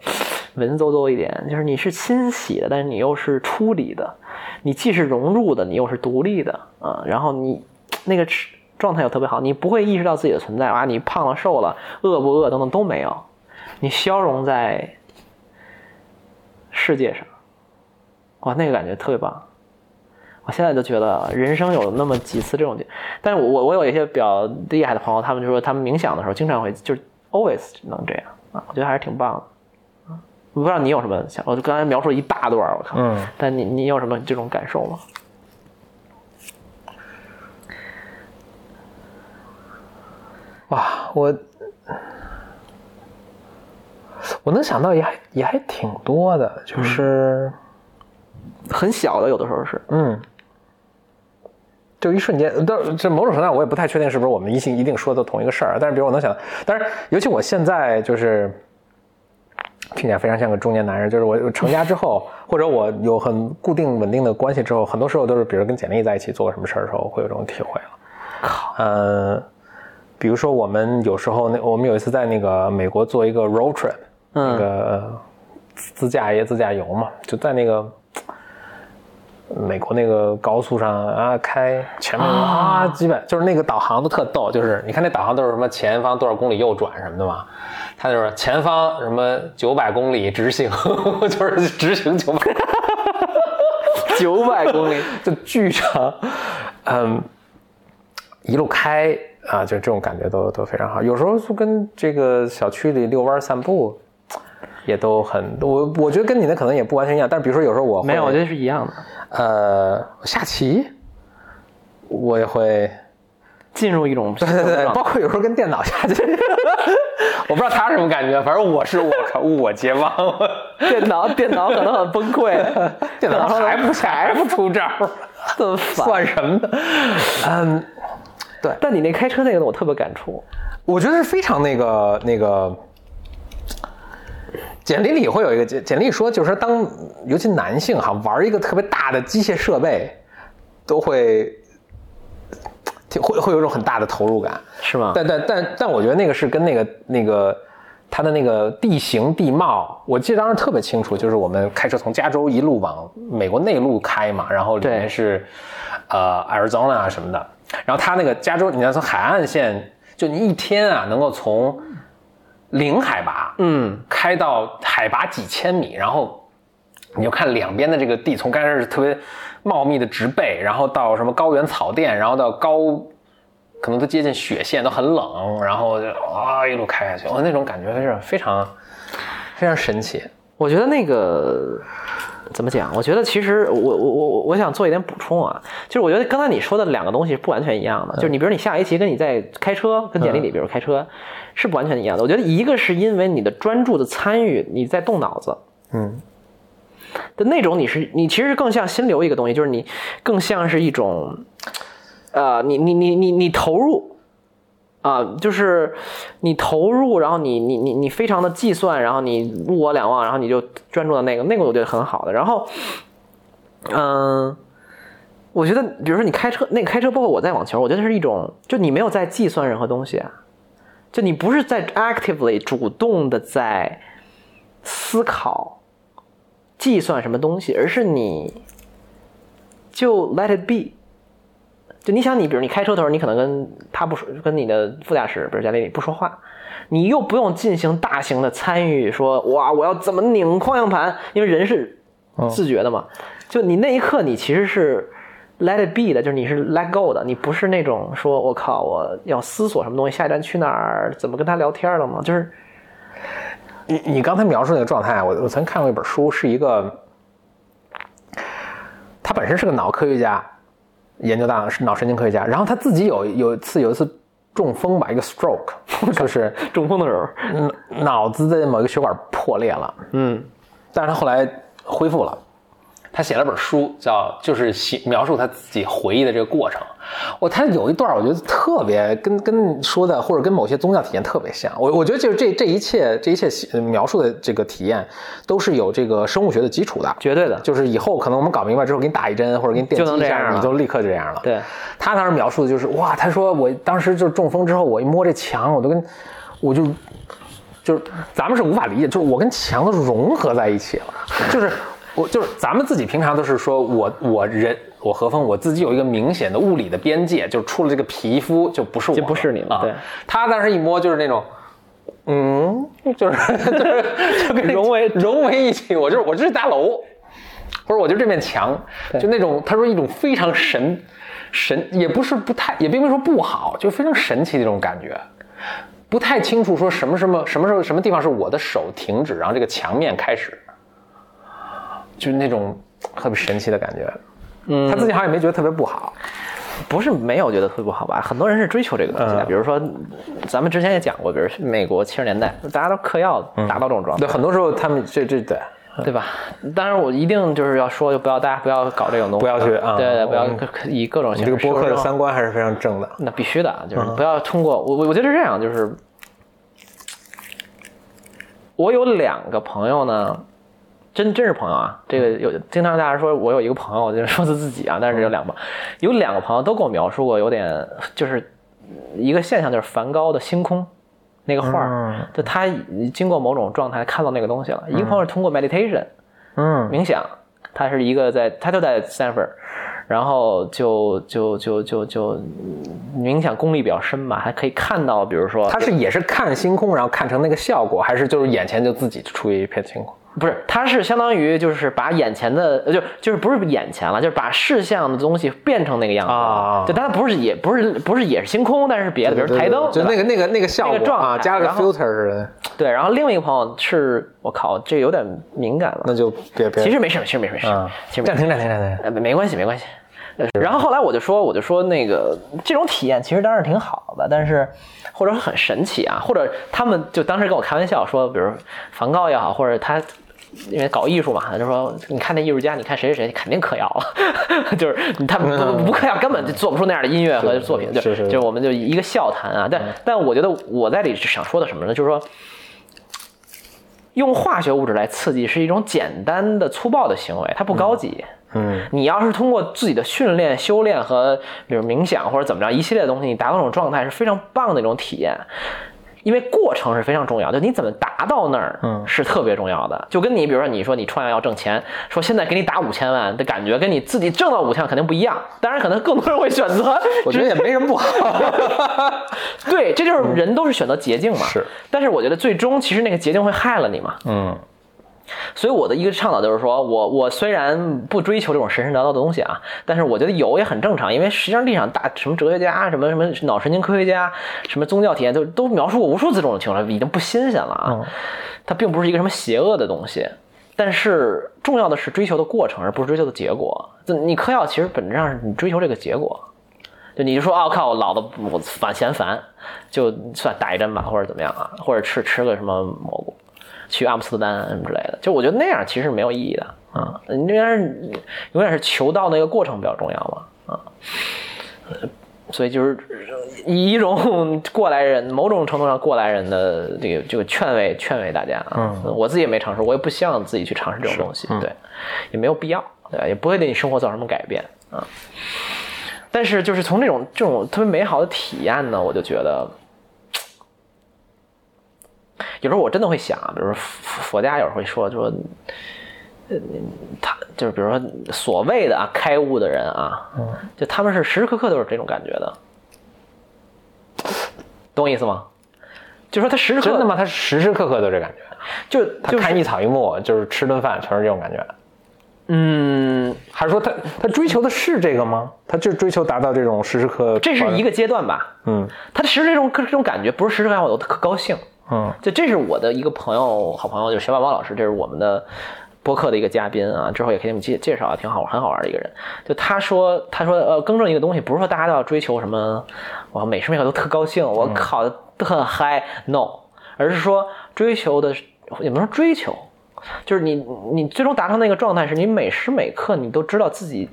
B: 文绉绉一点，就是你是欣喜的，但是你又是出离的，你既是融入的，你又是独立的啊，然后你那个吃状态又特别好，你不会意识到自己的存在啊，你胖了瘦了，饿不饿等等都没有，你消融在世界上，哇，那个感觉特别棒。我现在就觉得人生有那么几次这种地，但是我我我有一些比较厉害的朋友，他们就说他们冥想的时候经常会就是 always 能这样啊，我觉得还是挺棒的。啊我不知道你有什么想，我就刚才描述了一大段儿，我靠，
A: 嗯，
B: 但你你有什么这种感受吗？
A: 哇，我我能想到也还也还挺多的，就是
B: 很小的，有的时 <laughs> 候是，
A: 嗯。就一瞬间，但是这某种程度上我也不太确定是不是我们一啊定一定说的同一个事儿。但是，比如我能想，但是尤其我现在就是，听起来非常像个中年男人，就是我我成家之后，或者我有很固定稳定的关系之后，很多时候都是，比如跟简历在一起做个什么事儿的时候，会有这种体会了。靠，嗯，比如说我们有时候那我们有一次在那个美国做一个 road trip，、那个呃自驾也自驾游嘛，就在那个美国那个高速上啊，开前面啊，基本就是那个导航都特逗，就是你看那导航都是什么前方多少公里右转什么的嘛，它就是前方什么九百公里直行， <laughs> 就是直行九百，
B: 九百公里，
A: 就巨长，嗯，一路开啊，就这种感觉都都非常好。有时候就跟这个小区里遛弯儿散步，也都很我我觉得跟你的可能也不完全一样，但是比如说有时候我会
B: <laughs> 没有，我觉得是一样的。
A: 呃，下棋我也会，
B: 进入一种对
A: <laughs> 对对，包括有时候跟电脑下棋， <laughs> 我不知道他什么感觉，反正我是我靠，我结网，
B: <laughs> 电脑电脑可能很崩 <laughs> 溃，
A: <laughs> 电脑 <laughs> 还不下还不出招，
B: 很
A: <laughs>
B: 烦。
A: 算什么呢？嗯，
B: 但你那开车那个我特别感触，
A: 我觉得是非常那个那个。简历里会有一个简简历说，就是说当尤其男性哈玩一个特别大的机械设备，都会挺会会有一种很大的投入感。
B: 是吗？
A: 但但但但我觉得那个是跟那个那个它的那个地形地貌，我记得当时特别清楚，就是我们开车从加州一路往美国内陆开嘛，然后里面
B: 对
A: 是呃 Arizona 啊什么的，然后它那个加州，你要从海岸线，就你一天啊能够从零海拔
B: 嗯，
A: 开到海拔几千米，然后你就看两边的这个地，从刚开始是特别茂密的植被，然后到什么高原草甸，然后到高，可能都接近雪线，都很冷，然后就啊一路开下去，哇、那种感觉是非常非常神奇。
B: 我觉得那个怎么讲？我觉得其实我我我我我想做一点补充啊，就是我觉得刚才你说的两个东西是不完全一样的，就是你比如你下围棋跟你在开车，跟简历里比如开车是不完全一样的。我觉得一个是因为你的专注的参与，你在动脑子，
A: 嗯，
B: 的那种你是你其实更像心流一个东西，就是你更像是一种，呃，你你你你你投入。啊、就是你投入，然后你你你你非常的计算，然后你物我两忘，然后你就专注到那个，那个我觉得很好的。然后，嗯、我觉得比如说你开车，那个开车，包括我在网球，我觉得是一种，就你没有在计算任何东西啊，就你不是在 actively 主动的在思考计算什么东西，而是你就 let it be。就你想你，比如你开车的时候，你可能跟他不说，跟你的副驾驶，比如贾里不说话，你又不用进行大型的参与，说哇，我要怎么拧方向盘，因为人是自觉的嘛。就你那一刻，你其实是 let it be 的，就是你是 let go 的，你不是那种说我靠，我要思索什么东西，下一站去哪儿，怎么跟他聊天了吗？就是
A: 你你刚才描述那个状态，我我曾看过一本书，是一个，他本身是个脑科学家，研究大脑是脑神经科学家，然后他自己有有一次有一次中风吧，一个
B: <laughs>
A: stroke，就是
B: 中风的时候，
A: 脑脑子的某一个血管破裂了，
B: 嗯，
A: 但是他后来恢复了。他写了本书，叫就是写描述他自己回忆的这个过程。我他有一段我觉得特别跟跟说的或者跟某些宗教体验特别像。我我觉得就是这这一切这一切写呃描述的这个体验都是有这个生物学的基础的，
B: 绝对的，
A: 就是以后可能我们搞明白之后，给你打一针或者给你电
B: 就
A: 击
B: 能
A: 一
B: 这
A: 下，
B: 样了
A: 你就立刻这样了。
B: 对，
A: 他当时描述的就是哇，他说我当时就是中风之后，我一摸这墙，我都跟我就就是咱们是无法理解，就是我跟墙都融合在一起了，就是我就是咱们自己平常都是说我我人我何峰我自己有一个明显的物理的边界，就是出了这个皮肤就不是我
B: 就不是你了
A: 啊
B: 对
A: 他当时一摸就是那种。嗯，就是就是 <laughs> 就跟
B: 融为
A: 融为一体，我就是我就是一大楼，或者我就这面墙，就那种他说一种非常神神，也不是不太，也并不是说不好，就非常神奇的一种感觉。不太清楚说什么什么什么时候什么地方是我的手停止，然后这个墙面开始，就是那种很神奇的感觉。嗯，他自己好像也没觉得特别不好。
B: 不是没有觉得特别不好吧？很多人是追求这个东西的，
A: 嗯
B: 比如说咱们之前也讲过，比如美国七十年代，大家都嗑药达到这种状态
A: 对，，很多时候他们这这对
B: 对吧？当然，我一定就是要说，就不要大家不要搞这种东西，
A: 不要去啊
B: 对对，
A: 我们
B: 不要各以各种
A: 你
B: 形
A: 这
B: 式
A: 个播客的
B: 收
A: 三观嗯还是非常正的。
B: 那必须的啊，就是不要通过我我我觉得是这样，就是我我有两个朋友呢，真真是朋友啊。这个有经常大家说我有一个朋友，就是说是自己啊，但是有两个
A: 嗯
B: 朋友，有两个朋友都跟我描述过，有点就是一个现象，就是梵高的《星空》那个画儿，
D: 嗯
B: 就他已经过某种状态看到那个东西了。一个朋友是通过 meditation，
D: 嗯
B: 冥想，他是一个在他就在 Stanford，然后就就就就就嗯冥想功力比较深嘛，还可以看到，比如说
A: 他是也是看星空，然后看成那个效果，还是就是眼前就自己出一片星空？
B: 不是他是相当于就是把眼前的呃就就是不是眼前了，就是把视像的东西变成那个样子
A: 啊
B: 就当然不是也不是不是也是星空，但是别的，比如台灯，
A: 就
B: 对吧
A: 那个那个那个效
B: 那个
A: 果
B: 状态
A: 啊，加了个
B: 然后
A: filter 似的，
B: 对。然后另一个朋友是我靠，这有点敏感了
A: 那，就别别。
B: 其实没事，没事，没事，没事，
A: 啊
B: 其实
A: <laughs>
B: 没事
A: 暂停暂停暂停，
B: 呃，没没关系，没关系。呃然后后来我就说，我就说那个这种体验其实当然是挺好的，但是或者说很神奇啊，或者他们就当时跟我开玩笑说，比如梵高也好，或者他因为搞艺术嘛，就说你看那艺术家，你看谁谁谁肯定嗑药了， <laughs> 就是他不不不嗑药根本就做不出那样的音乐和作品，嗯就是
A: 是
B: 就是我们就一个笑谈啊。但但我觉得我在里想说的什么呢？就是说。用化学物质来刺激是一种简单的粗暴的行为，它不高级。嗯，你要是通过自己的训练、修炼和比如冥想或者怎么着一系列的东西，你达到那种状态是非常棒的一种体验。因为过程是非常重要，就你怎么达到那儿，嗯，是特别重要的。就跟你比如说，你说你创业要挣钱，说现在给你打五千万的感觉，跟你自己挣到五千万肯定不一样。当然，可能更多人会选择
A: 我觉得也没什么不好。
B: <laughs> 对，这就是人都是选择捷径嘛。
A: 嗯是，
B: 但是我觉得最终其实那个捷径会害了你嘛。
A: 嗯，
B: 所以我的一个倡导就是说，我我虽然不追求这种神神叨叨的东西啊，但是我觉得有也很正常，因为实际上历史上大什么哲学家、啊什么什么脑神经科学家、啊什么宗教体验，都都描述过无数次这种情况，已经不新鲜了啊。
A: 嗯
B: 它并不是一个什么邪恶的东西，但是重要的是追求的过程，而不是追求的结果。就你嗑药其实本质上是你追求这个结果，就你就说啊，靠，我老子我烦嫌烦，就算打一针吧，或者怎么样啊，或者吃吃个什么蘑菇，去阿姆斯特丹啊什么之类的，就我觉得那样其实是没有意义的啊。你那边是永远是求到那个过程比较重要嘛啊。所以就是以一种过来人，某种程度上过来人的这个这个劝慰劝慰大家啊。我自己也没尝试，我也不希望自己去尝试这种东西，对，也没有必要，对吧？也不会对你生活造成什么改变啊。但是就是从这种这种特别美好的体验呢，我就觉得，有时候我真的会想，比如说佛佛家有时候会说说，呃，他就是比如说所谓的啊开悟的人啊，就他们是时时刻刻都是这种感觉的，懂我意思吗？就说他时时刻
A: <laughs> 真的吗？他时时刻刻都这感觉，
B: 就
A: 他
B: 就是
A: 看一草一木，就是吃顿饭，全是这种感觉。
B: 嗯，
A: 还是说他他追求的是这个吗？他就追求达到这种时时刻刻，
B: 这是一个阶段吧。
A: 嗯
B: 他的时时这种这种感觉不是时时刻刻我都特高兴，
A: 嗯
B: 就这是我的一个朋友，好朋友就是小宝宝老师，这是我们的播客的一个嘉宾啊，之后也给你们介介绍啊，挺好玩，很好玩的一个人。就他说，他说呃，更正一个东西，不是说大家都要追求什么，我每时每刻都特高兴，我
A: 嗯
B: 考的很嗨、n o 而是说追求的是，也不能说追求。就是你，你最终达成那个状态，是你每时每刻你都知道自己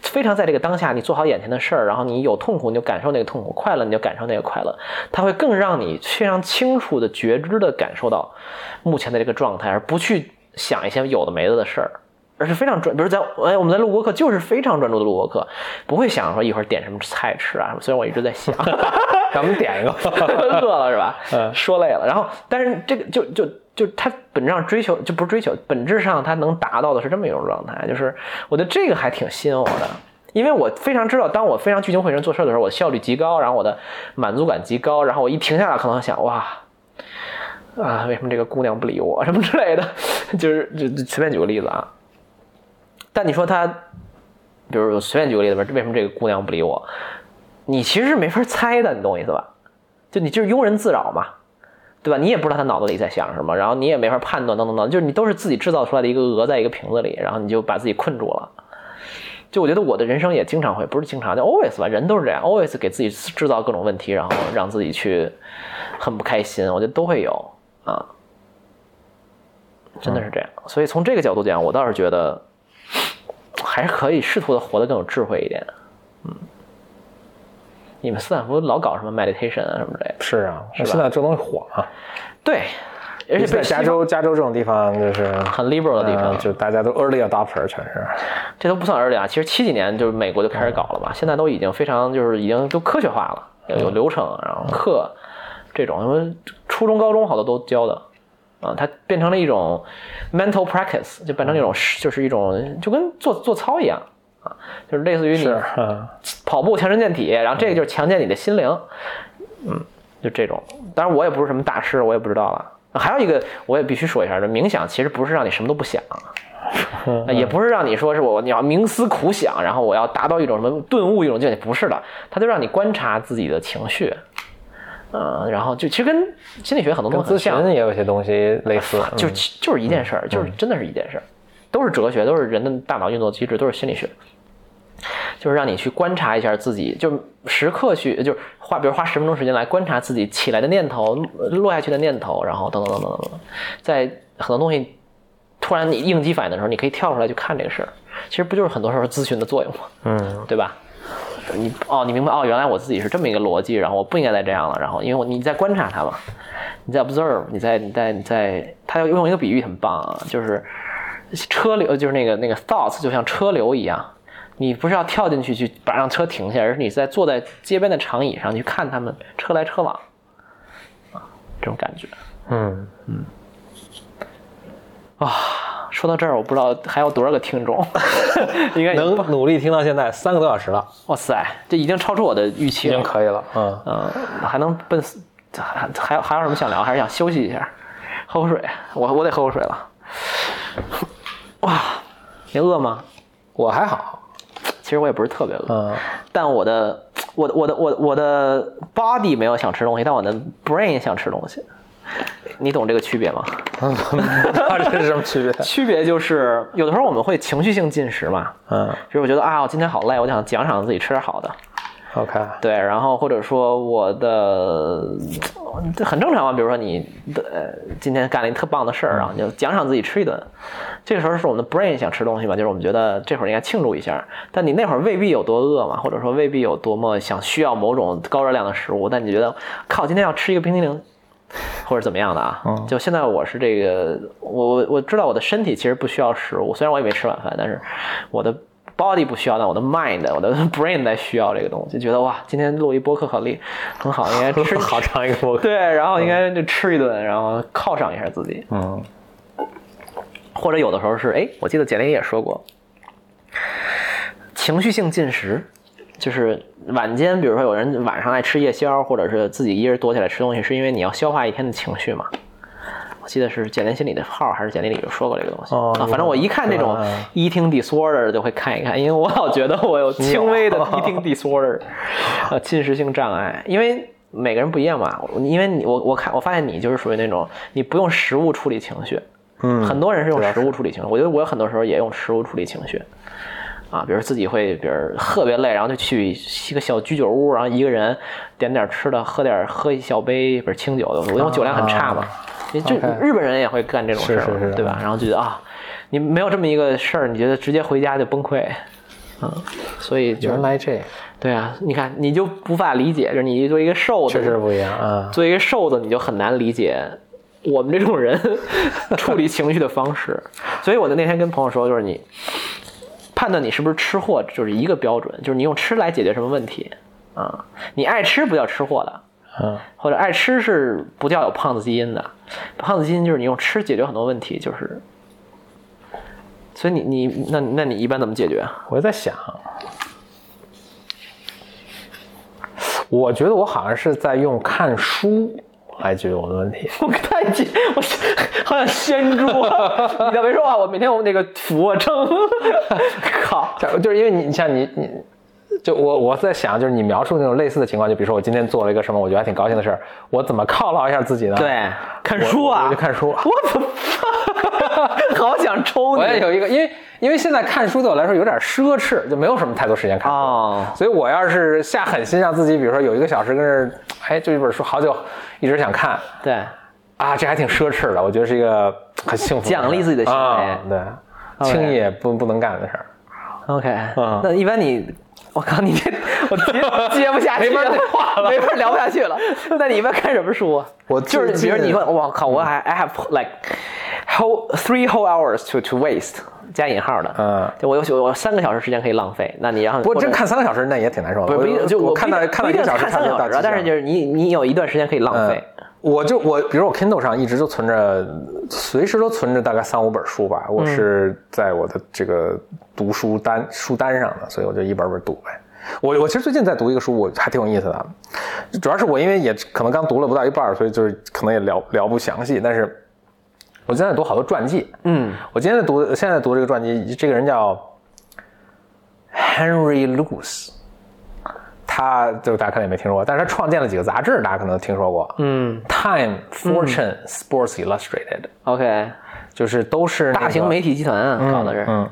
B: 非常在这个当下，你做好眼前的事儿，然后你有痛苦你就感受那个痛苦，快乐你就感受那个快乐，它会更让你非常清楚的、觉知的感受到目前的这个状态，而不去想一些有的没的的事儿。而是非常专，比如在哎，我们在录播课，就是非常专注的录播课，不会想说一会儿点什么菜吃啊什么。虽然我一直在想， <laughs>
A: 咱们点一个
B: 饿了是吧？说累了。然后，但是这个就就就他本质上追求就不是追求，本质上他能达到的是这么一种状态，就是我觉得这个还挺吸引我的。因为我非常知道，当我非常聚精会神做事的时候，我效率极高，然后我的满足感极高，然后我一停下来，可能想哇，啊，为什么这个姑娘不理我什么之类的，就是就就随便举个例子啊。但你说他，比如我随便举个例子吧，为什么这个姑娘不理我？你其实是没法猜的，你懂我意思吧？就你就是庸人自扰嘛，对吧？你也不知道他脑子里在想什么，然后你也没法判断，等等等，就是你都是自己制造出来的一个鹅在一个瓶子里，然后你就把自己困住了。就我觉得我的人生也经常会，不是经常，就 always 吧，人都是这样，always 给自己制造各种问题，然后让自己去很不开心，我觉得都会有啊，真的是这样。所以从这个角度讲，我倒是觉得还是可以试图的活得更有智慧一点。嗯，你们斯坦福老搞什么 meditation 啊什么之类的。
A: 是啊，
B: 吧
A: 现在这东西火啊，
B: 对，而且
D: 在
B: 被
D: 加
B: 西方
D: 州，加州这种地方就是
B: 很 liberal 的地方
A: 呃
D: 嗯，就大家都 early adopter 全是。
B: 这都不算 early 啊。其实七几年就是美国就开始搞了吧，现在都已经非常就是已经都科学化了，有有流程，然后课这种什么初中、高中好多都教的。啊，它变成了一种 mental practice，就变成一种就是一种就跟做做操一样啊，就是类似于你
D: 是，嗯，
B: 跑步强身健体，然后这个就是强健你的心灵，嗯，就这种。当然我也不是什么大师，我也不知道了。还有一个我也必须说一下，这冥想其实不是让你什么都不想，也不是让你说是我你要冥思苦想，然后我要达到一种什么顿悟一种境界，不是的，它就让你观察自己的情绪，嗯，然后就其实跟心理学很多
D: 跟
B: 东西很
D: 咨
B: 像，
D: 询也有一些东西类 <laughs> 似，
B: <laughs>
D: 嗯
B: 就是其就是一件事儿，就是真的是一件事儿，都是哲学，都是人的大脑运作机制，都是心理学，就是让你去观察一下自己，就时刻去，就是花，比如花十分钟时间来观察自己起来的念头、落下去的念头，然后等等等等等等，在很多东西突然你应激反应的时候，你可以跳出来去看这个事儿，其实不就是很多时候咨询的作用吗？嗯，对吧？你哦，你明白哦，原来我自己是这么一个逻辑，然后我不应该再这样了，然后因为我你在观察它嘛，你在 observe，你在你在你在，他要用一个比喻很棒啊，就是车流，就是那个那个 thoughts 就像车流一样，你不是要跳进去去把让车停下，而是你在坐在街边的长椅上去看他们车来车往，啊，啊这种感觉。
D: 嗯，
B: 啊说到这儿，我不知道还有多少个听众， <laughs> 应该
D: 能努力听到现在三个多小时了，
B: 哇塞，这已经超出我的预期
D: <laughs> 已经
B: 了。
D: 可以了，嗯。
B: 嗯，还能奔四，还还有还有什么想聊？还是想休息一下，喝口水。我我得喝口水了。哇，你饿吗？
D: 我还好，
B: 其实我也不是特别饿，
D: <laughs> 嗯，
B: 但我的我的我的我的我的 body 没有想吃东西，但我的 brain 想吃东西。你懂这个区别吗？
D: 那这是什么区 <laughs> 别？
B: 区别就是有的时候我们会情绪性进食嘛，
D: 嗯
B: 就是我觉得啊，我今天好累，我想奖赏自己吃点好的。
D: ，OK，
B: 对，然后或者说我的这很正常嘛，啊比如说你呃今天干了一特棒的事儿，然后你就奖赏自己吃一顿，这个时候是我们的 brain 想吃东西嘛，就是我们觉得这会儿应该庆祝一下，但你那会儿未必有多饿嘛，或者说未必有多么想需要某种高热量的食物，但你觉得靠今天要吃一个冰淇淋。 <laughs> 或者怎么样的啊？
D: 嗯
B: 就现在我是这个，我我我知道我的身体其实不需要食物，虽然我也没吃晚饭，但是我的 body 不需要，但我的 mind 我的 <laughs> brain 在需要这个东西，觉得哇，今天录一播客好厉很好，应该吃
D: <laughs> 好长一个博客，
B: 对，然后应该就吃一顿，然后犒赏一下自己，
D: 嗯，
B: 或者有的时候是，哎，我记得简历也说过，情绪性进食，就是晚间，比如说有人晚上爱吃夜宵，或者是自己一人躲起来吃东西，是因为你要消化一天的情绪嘛。我记得是简历心理的号还是简历里有说过这个东西、
D: 哦
B: 啊，反正我一看这种
D: 嗯
B: eating disorder 就会看一看，因为我老觉得我有轻微
D: <laughs>
B: 的 eating disorder，呃，进食性障碍，因为每个人不一样嘛。我因为你我我看我发现你就是属于那种你不用食物处理情绪，
D: 嗯
B: 很多人是用食物处理情绪，我觉得我有很多时候也用食物处理情绪。啊，比如自己会，比如特别累，然后就去一个小居酒屋，然后一个人点点吃的，喝点喝一小杯，比如清酒，因为我酒量很差嘛，因为就
D: 啊 OK
B: 日本人也会干这种事儿
D: 是是
B: 嘛，
D: 是
B: 对吧？然后就觉得啊，你没有这么一个事儿，你觉得直接回家就崩溃，嗯，所以就
D: 原来这样，
B: 对啊，你看你就无法理解，就是你作为一个瘦子，
D: 确实不一样
A: 嗯
D: 啊。
B: 作为一个瘦子，你就很难理解我们这种人 <laughs> 处理情绪的方式。所以我的那天跟朋友说，就是你判断你是不是吃货，就是一个标准，就是你用吃来解决什么问题啊、你爱吃不叫吃货的，
D: 嗯，
B: 或者爱吃是不叫有胖子基因的，胖子基因就是你用吃解决很多问题，就是。所以你你那那你一般怎么解决啊？
D: 我在想，我觉得我好像是在用看书来解决我的问题。
B: <laughs> 我太紧，我想好想掀桌。你倒别说啊，我每天我那个俯卧撑， <laughs> 靠，
D: 就就是因为你像你你，就我我在想，就是你描述那种类似的情况，就比如说我今天做了一个什么，我觉得还挺高兴的事儿，我怎么犒劳一下自己呢？
B: 对，看
D: 我，
B: 书啊，
D: 我就看书。
B: 我怎么， <laughs> 好想抽你
D: 我也有一个，因为因为现在看书对我来说有点奢侈，就没有什么太多时间看书。
B: 哦
D: 所以我要是下狠心让自己，比如说有一个小时跟这儿，哎，这一本书好久一直想看
B: 对，
D: 啊，这还挺奢侈的，我觉得是一个很幸福的事儿
B: 奖励自己的行为
D: 啊对，轻易也不不能干的事儿。
B: OK，、
D: 嗯
A: 啊 <laughs>
B: 那一般你，我靠，你这我接接不下去，没法对话了，没法聊不下去了。那你一般看什么书啊？
A: 我
B: 就是
A: 最
B: 比如
A: 近嗯
B: 你会，我靠，我还 I have like whole three whole hours to to waste 加引号的，
A: 嗯
B: 就我有我有三个小时时间可以浪费。那你让
A: 不过
B: 或者
A: 真看三个小时那也挺难受
B: 不
A: 的。
B: 是不一定，就
A: 我
B: 我
A: 看
B: 不一
A: 到
B: 定
A: 看到
B: 不
A: 一
B: 一定
A: 个小时
B: 看三
A: 差
B: 个
A: 不多
B: 小
A: 到
B: 时啊，但是就是你你有一段时间可以浪费。
A: 嗯我就我，比如我 Kindle 上一直就存着，随时都存着大概三五本书吧。
B: 嗯
A: 我是在我的这个读书单书单上的，所以我就一本本读呗。我我其实最近在读一个书，我还挺有意思的，主要是我因为也可能刚读了不到一半儿，所以就是可能也聊聊不详细。但是我现在读好多传记，
B: 嗯，
A: 我今天在读现在读这个传记，这个人叫 Henry Luce，他就大家可能也没听说过，但是他创建了几个杂志，大家可能听说过，
B: 嗯
A: ，Time、Fortune、Sports Illustrated，
B: ，OK，
A: 就是都是、
B: 大型媒体集团啊，搞的是，
A: 嗯，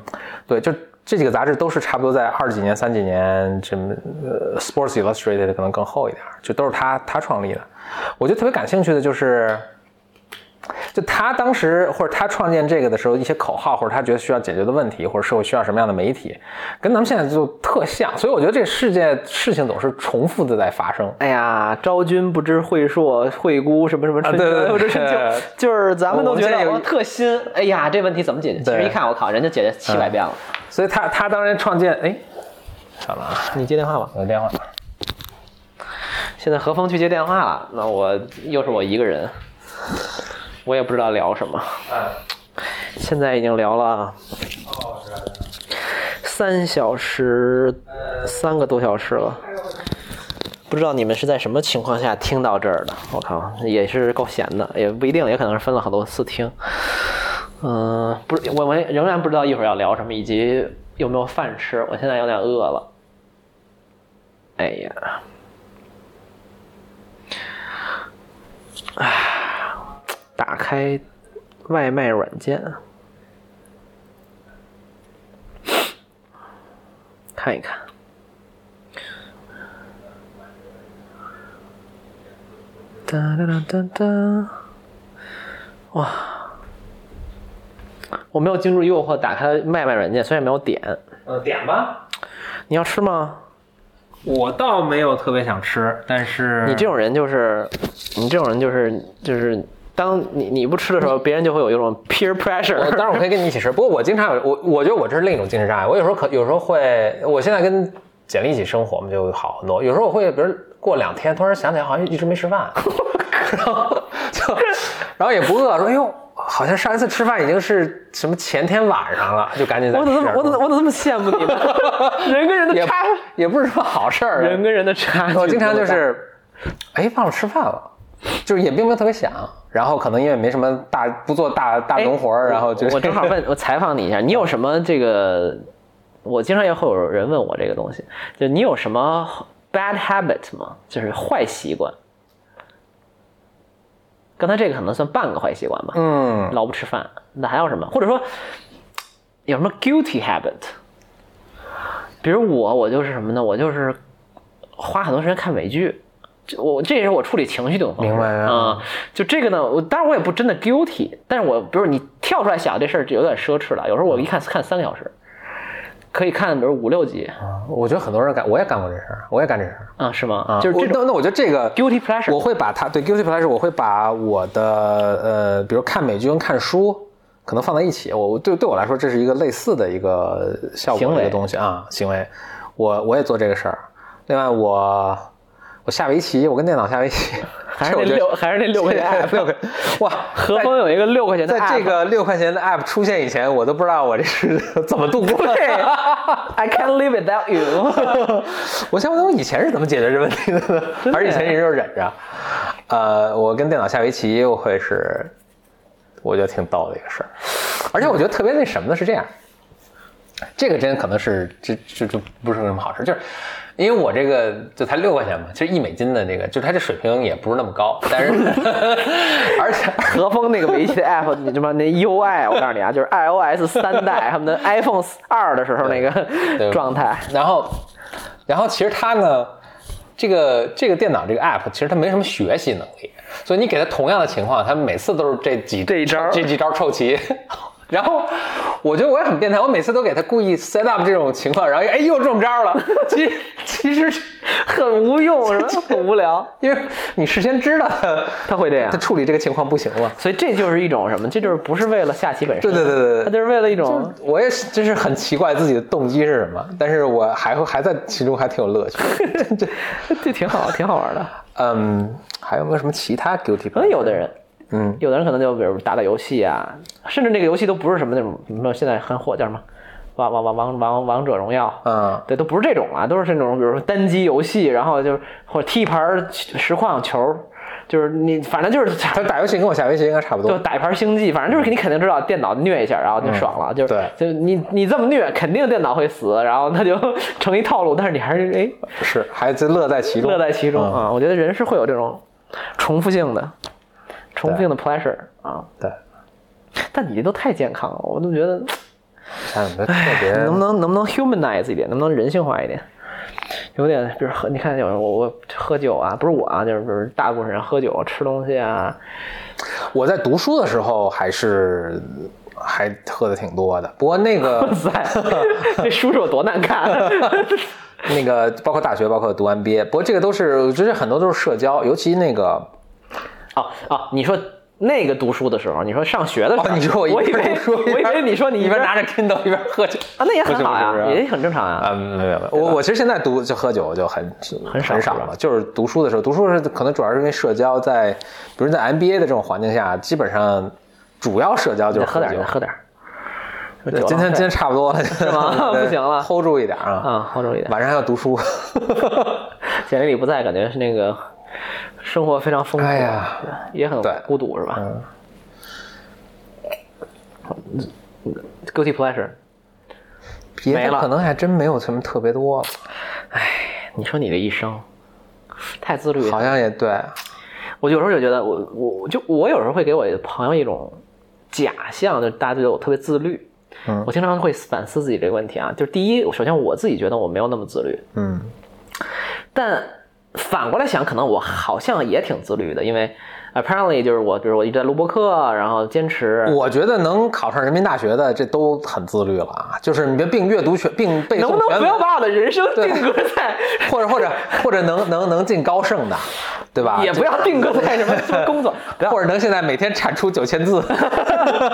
A: 对，就这几个杂志都是差不多在二十几年、三几年，这么呃，Sports Illustrated 可能更厚一点儿，就都是他他创立的。我觉得特别感兴趣的就是，就他当时或者他创建这个的时候一些口号，或者他觉得需要解决的问题，或者社会需要什么样的媒体，跟咱们现在就特像。所以我觉得这世界事情总是重复的在发生。
B: 哎呀，昭君不知蕙硕，惠姑什么什么春秋，
A: 啊对对对
B: <laughs> 不知春
A: <laughs>
B: 秋
A: 对，
B: 就是咱们
A: 我
B: 都觉
A: 们现在
B: 得
A: 有
B: 哇特新。哎呀，这问题怎么解决？其实
A: 对嗯
B: 一看，我靠，人家解决七百遍了。
A: 所以他他当年创建，哎，算了啊，
B: 你接电话吧。
A: 有电话。
B: 现在何峰去接电话了，那我又是我一个人，我也不知道聊什么。
A: 呃
B: 现在已经聊了三小时，三个多小时了。不知道你们是在什么情况下听到这儿的？我靠，也是够闲的，也不一定，也可能是分了好多次听。嗯、不是，我们仍然不知道一会儿要聊什么，以及有没有饭吃。我现在有点饿了。哎呀，打开外卖软件，看一看。哒哒哒哒哒！哇，我没有经住诱惑打开外卖软件，虽然没有点。
A: 呃，点吧，
B: 你要吃吗？
A: 我倒没有特别想吃，但是
B: 你这种人就是，你这种人就是就是，当你你不吃的时候，别人就会有一种 peer
A: 我
B: pressure。
A: 当然我可以跟你一起吃，不过我经常有我，我觉得我这是另一种精神障碍。我有时候可有时候会，我现在跟简历一起生活嘛，就好很多。有时候我会，比如过两天，突然想起来好像一直没吃
B: <laughs>
A: 饭，然后就然后也不饿，说哎呦，好像上一次吃饭已经是什么前天晚上了，就赶紧再
B: 我
A: 吃
B: 怎么这么
A: 点
B: 我
A: 东
B: 怎么
A: 西。
B: 我怎么这么羡慕你呢？ <laughs> 人跟人的
A: 也
B: 差，
A: 也不是什么好事儿，
B: 人跟人的差距多大，
A: 我经常就是，哎，忘了吃饭了，就是也并没有特别想，然后可能因为没什么大不做大大
B: 哎
A: 农活儿，然后就 <laughs>
B: 我我正好问，我采访你一下，你有什么这个？我经常也会有人问我这个东西，就你有什么 bad habit 吗？就是坏习惯。刚才这个可能算半个坏习惯吧，
A: 嗯。
B: 老不吃饭，那还有什么？或者说有什么 guilty habit？比如我，我就是什么呢？我就是花很多时间看美剧，这我这也是我处理情绪的一种方式。
A: 明白啊
B: 嗯就这个呢，我当然我也不真的 guilty，但是我比如你跳出来想这事儿就有点奢侈了。有时候我一看看三个小时，可以看比如五六集，
A: 我觉得很多人干，我也干过这事儿，我也干这事儿
B: 啊、是吗？
A: 啊。
B: 就是这
A: 我
B: 种
A: 那那我觉得这个
B: guilty pleasure。
A: 我会把它对 guilty pleasure，我会把我的呃，比如看美剧跟看书可能放在一起。我我对对我来说，这是一个类似的一个效
B: 行
A: 果的一
B: 为
A: 个东西啊，行为。我我也做这个事儿。另外我我下围棋，我跟电脑下围棋，
B: <laughs> 还是
A: 这
B: 那
A: 我觉得
B: 六，还是那六块钱 app，
A: <laughs> 六个哇，
B: 何峰有一个六块钱的
A: 在
B: app，
A: 在这个六块钱的 app 出现以前，我都不知道我这是 <laughs> 怎么度过的。 <laughs>
B: 对，I can't live without you 。
A: <laughs> 我想问我以前是怎么解决这问题的呢？而且以前一直就忍着。呃，我跟电脑下围棋，我会是，我觉得挺逗的一个事儿。而且我觉得特别那什么的是这样，这个真可能是这这这不是什么好事，就是因为我这个就才六块钱嘛，其实一美金的这个，就是它这水平也不是那么高，但是 <laughs> 而且
B: 何峰那个围棋的 app，你知 <laughs> 道吗？那 UI，我
A: <laughs>
B: 告诉你啊，就是 iOS 三代，他们的 iPhone 二的时候那个
A: 对
B: 状态。
A: 然后，然后其实它呢，这个这个电脑这个 app 其实它没什么学习能力，所以你给它同样的情况，它每次都是这几
B: 这一招儿
A: 这几招儿凑齐， <laughs> 然后我觉得我也很变态，我每次都给他故意 set up 这种情况，然后哎又中招了。 <laughs> 其实其实
B: 很无用，是吧？很无聊。
A: 因为你事先知道他
B: 他会
A: <laughs>
B: 这样
A: 他处理这个情况不行嘛。
B: 所以这就是一种什么？这就是不是为了下棋本身，
A: 对对对对对
B: 它就是为了一种
A: 我也是，真是很奇怪自己的动机是什么，但是我还会还在其中还挺有乐趣。这
B: 这挺好，挺好玩的。
A: 嗯，还有没有什么其他 guilty？
B: 可能有的人，
A: 嗯，
B: 有的人可能就比如打打游戏啊，甚至那个游戏都不是什么那种，没有现在很火叫什么王王王王王王者荣耀，
A: 嗯
B: 对，都不是这种啊，都是那种比如说单机游戏，然后就是或者踢一盘实况球，就是你反正就是
A: 他打游戏跟我下围棋应该差不
B: 就
A: 多。
B: 打一盘星际，反正就是你肯定知道电脑虐一下，然后就爽了，就是
A: 嗯对
B: 就你你这么虐，肯定电脑会死，然后它就 <laughs> 成一套路，但是你还是哎
A: 是，还在乐在其中，
B: 乐在其中
A: 嗯
B: 啊、我觉得人是会有这种重复性的、重复性的 pleasure 啊，
A: 对，
B: 但你这都太健康了，我都觉得
A: 哎，我们特别
B: 能不能能不能 humanize 一点，能不能人性化一点？有点，比如喝，你看有人我我喝酒啊，不是我啊，就是比如大部分人喝酒吃东西啊，
A: 我在读书的时候还是还喝的挺多的，不过那
B: <laughs>
A: 个
B: 哇塞，这叔叔有多难看！啊
A: <laughs> 那个包括大学，包括读 MBA，不过这个都是我觉得很多都是社交，尤其那
B: <laughs>
A: 个
B: 哦哦，你说那个读书的时候，你说上学的时候，
A: 哦，你说
B: 我
A: 我一
B: 以
A: 边
B: 为
A: 读书
B: 我以为你说你
A: 一边拿
B: 着
A: 着 Kindle 一边喝酒
B: 啊，那也很好呀，
A: 不是不是不是
B: 也很正常啊呀。
A: 嗯，没有没有，我我其实现在读就喝酒就很很
B: 少
A: 很少
B: 是吧
A: 了，就是读书的时候，读书是可能主要是因为社交在，比如在 MBA 的这种环境下，基本上主要社交就
B: 你
A: 是
B: 再喝点儿，
A: 酒
B: 你再。喝点儿。
A: 对今天今天差不多 <laughs> 了，是
B: 吗 <laughs> 不行了
A: ，hold 住一点啊！
B: 啊，好注意点。
A: 晚上还要读书。
B: <laughs> 简历里不在，感觉是那个生活非常丰富，
A: 哎呀，
B: 也很
A: 对
B: 孤独是吧？Guilty pleasure，
A: 别
B: <laughs> 没
A: 的
B: 了
A: 可能还真没有什么特别多了，
B: 你说你这一生太自律了
A: 好。像也对，
B: 我有时候就觉得我，我我就我有时候会给我朋友一种假象，就是大家觉得我特别自律。
A: 嗯
B: 我经常会反思自己这个问题啊，就是第一，首先我自己觉得我没有那么自律，
A: 嗯，
B: 但反过来想，可能我好像也挺自律的，因为 apparently 就是我，比如我一直在录播课，然后坚持。
A: 我觉得能考上人民大学的这都很自律了啊，就是你别并阅读全并背
B: 能
A: 诵
B: 不能
A: 全
B: 不
A: 文
B: 要把我的人生定格
A: <laughs>
B: 在，
A: 或者或者或者能能能进高盛的，对吧？
B: 也不要定格在什么什
A: <laughs>
B: 么工作，不要
A: 或者能现在每天产出九千
B: <laughs>
A: 字， <laughs>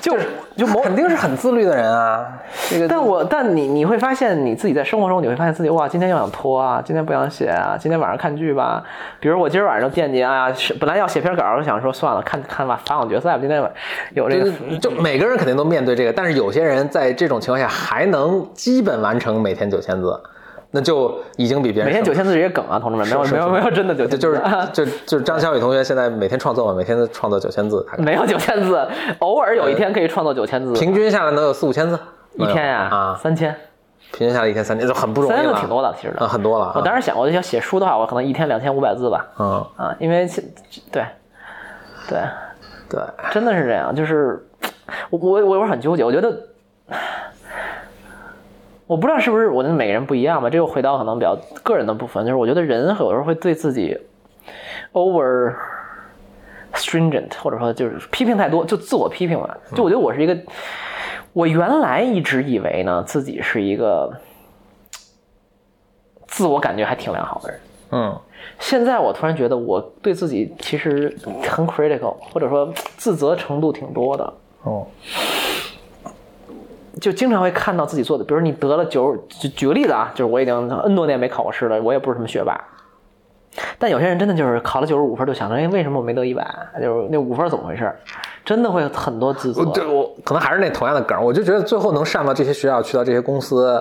B: 就就某
A: 肯定是很自律的人啊。这个
B: 但我但你你会发现你自己在生活中，你会发现自己哇，今天又想拖啊，今天不想写啊，今天晚上看剧吧。比如我今儿晚上就惦记，哎呀，是本来要写篇稿，我想说算了，看 <laughs> 看吧，法网决赛吧，今天晚有这个。
A: 就就每个人肯定都面对这个，但是有些人在这种情况下还能基本完成每天九千字，那就已经比别人
B: 每天九
A: 省
B: 千啊字这些梗啊，同志们，没有
A: 是
B: 没有
A: 是
B: 没有真的九
A: 就
B: 千，
A: <laughs> 就是就就是张小雨同学现在每天创作嘛，每天都创作九千字，大概
B: <laughs> 没有九千字，偶尔有一天可以创作九千字，
A: 呃平均下来能有四五千字
B: 一天呀
A: 啊，
B: 三千，
A: 平均下来一天三千，就很不容易
B: 三千
A: 了，
B: 字挺多的，其实
A: 啊，很多了啊。
B: 我当时想，我就想写书的话，我可能一天两千五百字吧，
A: 嗯，
B: 啊，因为现对对，
A: 对，
B: 真的是这样，就是我我我有时候很纠结，我觉得我不知道是不是我的每个人不一样吧，这又回到可能比较个人的部分，就是我觉得人有时候会对自己 over stringent，或者说就是批评太多，就自我批评吧。就我觉得我是一个，我原来一直以为呢自己是一个自我感觉还挺良好的人。
A: 嗯，
B: 现在我突然觉得我对自己其实很 critical，或者说自责程度挺多的，
A: 哦，
B: 就经常会看到自己做的，比如你得了九，举举个例子啊，就是我已经 N 多年没考过试了，我也不是什么学霸。但有些人真的就是考了九十五分，就想着，哎，为什么我没得一百？就是那五分怎么回事？真的会有很多自责
A: 我。对我可能还是那同样的梗儿，我就觉得最后能上到这些学校，去到这些公司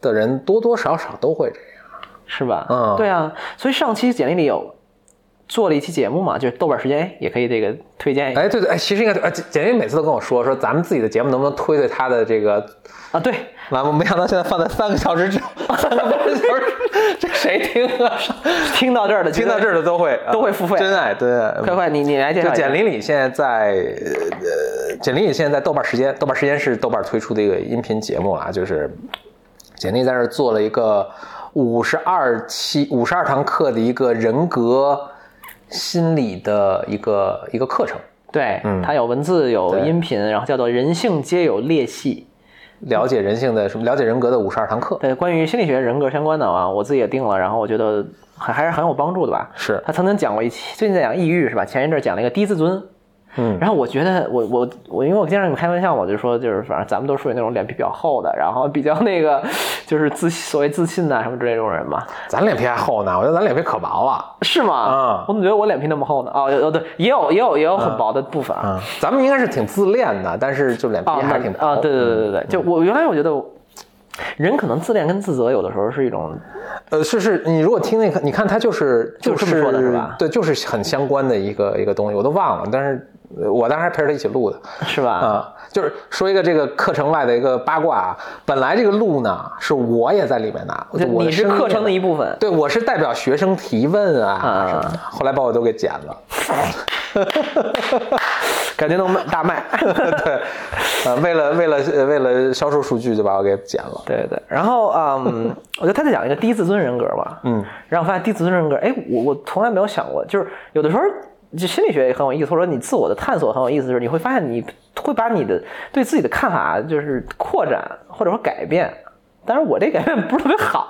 A: 的人，多多少少都会这样。
B: 是吧？
A: 嗯
B: 对啊，所以上期简历里有做了一期节目嘛，就是豆瓣时间也可以这个推荐一下、
A: 哎，对对，哎，其实应该，哎，简简云每次都跟我说，说咱们自己的节目能不能推推他的这个
B: 啊。对，
A: 栏目，没想到现在放在三个小时之 <laughs> 后，三个半小时，这谁听啊？
B: 听到这儿的，
A: 听到这儿的都会呃
B: 都会付费
A: 真爱，真爱，
B: 快快，你你来介绍
A: 就
B: 一下
A: 简林里现在在呃，简林里现在在豆瓣时间，豆瓣时间是豆瓣推出的一个音频节目啊，就是简历在这儿做了一个五十二期、五十二堂课的一个人格心理的一个一个课程。
B: 对，
A: 嗯
B: 它有文字有
A: 对
B: 音频，然后叫做《人性皆有裂隙
A: 了解人性的什么了解人格的五十二堂课》。。
B: 对，关于心理学、人格相关的啊，我自己也定了，然后我觉得还还是很有帮助的吧。
A: 是
B: 他曾经讲过一期，最近在讲抑郁是吧？前一阵儿讲了一个低自尊，
A: 嗯
B: 然后我觉得我我我，因为我经常跟你们开玩笑嘛，我就说就是反正咱们都属于那种脸皮比较厚的，然后比较那个就是自所谓自信呐、什么之类这种人嘛，
A: 咱脸皮还厚呢，我觉得咱脸皮可薄了。
B: 是吗？
A: 啊
B: 我怎么觉得我脸皮那么厚呢？哦，有哦对，也有也有也有很薄的部分
A: 嗯，
B: 啊。
A: 咱们应该是挺自恋的，但是就脸皮
B: 啊，
A: 还
B: 那
A: 是挺薄
B: 啊，对对对对对，就我原来我觉得我，人可能自恋跟自责有的时候是一种，
A: 呃，是是，你如果听那个，你看它就是
B: 就是这么说的是吧
A: 对，就是很相关的一个一个东西，我都忘了，但是呃我当时还陪着他一起录的。
B: 是吧？
A: 啊、就是说一个这个课程外的一个八卦啊。本来这个录呢，是我也在里面的，
B: 就
A: 我
B: 你是
A: 声音
B: 课程的一
A: <laughs>
B: 部分，
A: 对，我是代表学生提问啊，
B: 啊
A: 什么的后来把我都给剪了，感觉能卖大
B: <laughs>
A: 卖。对，呃，为了为了呃为了销售数据就把我给剪了。
B: 对对对。然后嗯，我觉得他在讲一个低自尊人格吧，
A: 嗯，
B: 然后发现低自尊人格，哎，我我从来没有想过，就是有的时候。就心理学也很有意思，或者说你自我的探索很有意思，就是你会发现你会把你的对自己的看法就是扩展或者说改变，但是我这改变不是特别好，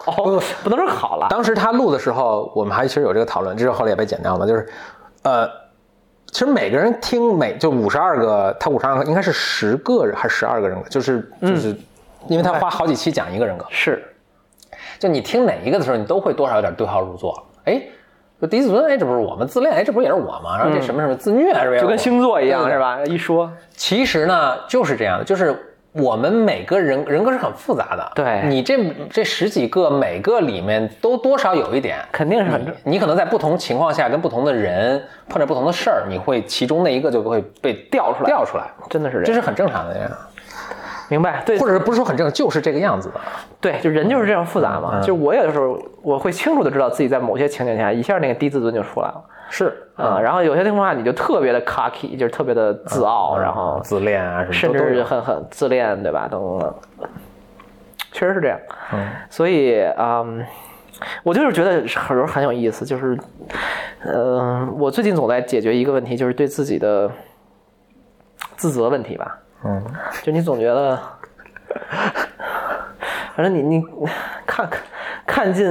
B: 不能说好了，
A: 当时他录的时候，我们还其实有这个讨论，这是后来也被剪掉了。就是，呃，其实每个人听每就五十二个，他五十二个应该是十个人还是十二个人格，就是
B: 嗯
A: 就是，因为他花好几期讲一个人格，
B: 是
E: 就你听哪一个的时候，你都会多少有点对号入座。哎，就低自尊，哎，这不是我吗？自恋，哎，这不是也是我吗？然后这什么什么自虐，是不是也是
B: 嗯就
E: 我
B: 跟星座一样
E: 对对对
B: 是吧？一说
E: 其实呢，就是这样的，就是我们每个人人格是很复杂的。
B: 对
E: 你这这十几个，每个里面都多少有一点。
B: 肯定是很正
E: 你可能在不同情况下跟不同的人碰着不同的事儿，你会其中那一个就会被
B: 调出来
E: 调出来，
B: 真的是这
E: 这
B: 样，
E: 是很正常的呀，
B: 明白？对
E: 或者是不是说很正常，就是这个样子的。
B: 对，就人就是这样复杂
E: 嗯
B: 嘛。就是我有的时候我会清楚的知道自己在某些情景下一下那个低自尊就出来了
E: 是，
B: 啊、然后有些情况下你就特别的 cocky，就是特别的自
E: 嗯
B: 傲，然后
E: 自恋啊什么，
B: 甚
E: 都都
B: 至
E: 有 <laughs>
B: 很很自恋，对吧？等等等，确实是这样。所以嗯，我就是觉得很很有意思，就是，呃，我最近总在解决一个问题，就是对自己的自责问题吧。嗯， <laughs> 就你总觉得，反正你你看看看尽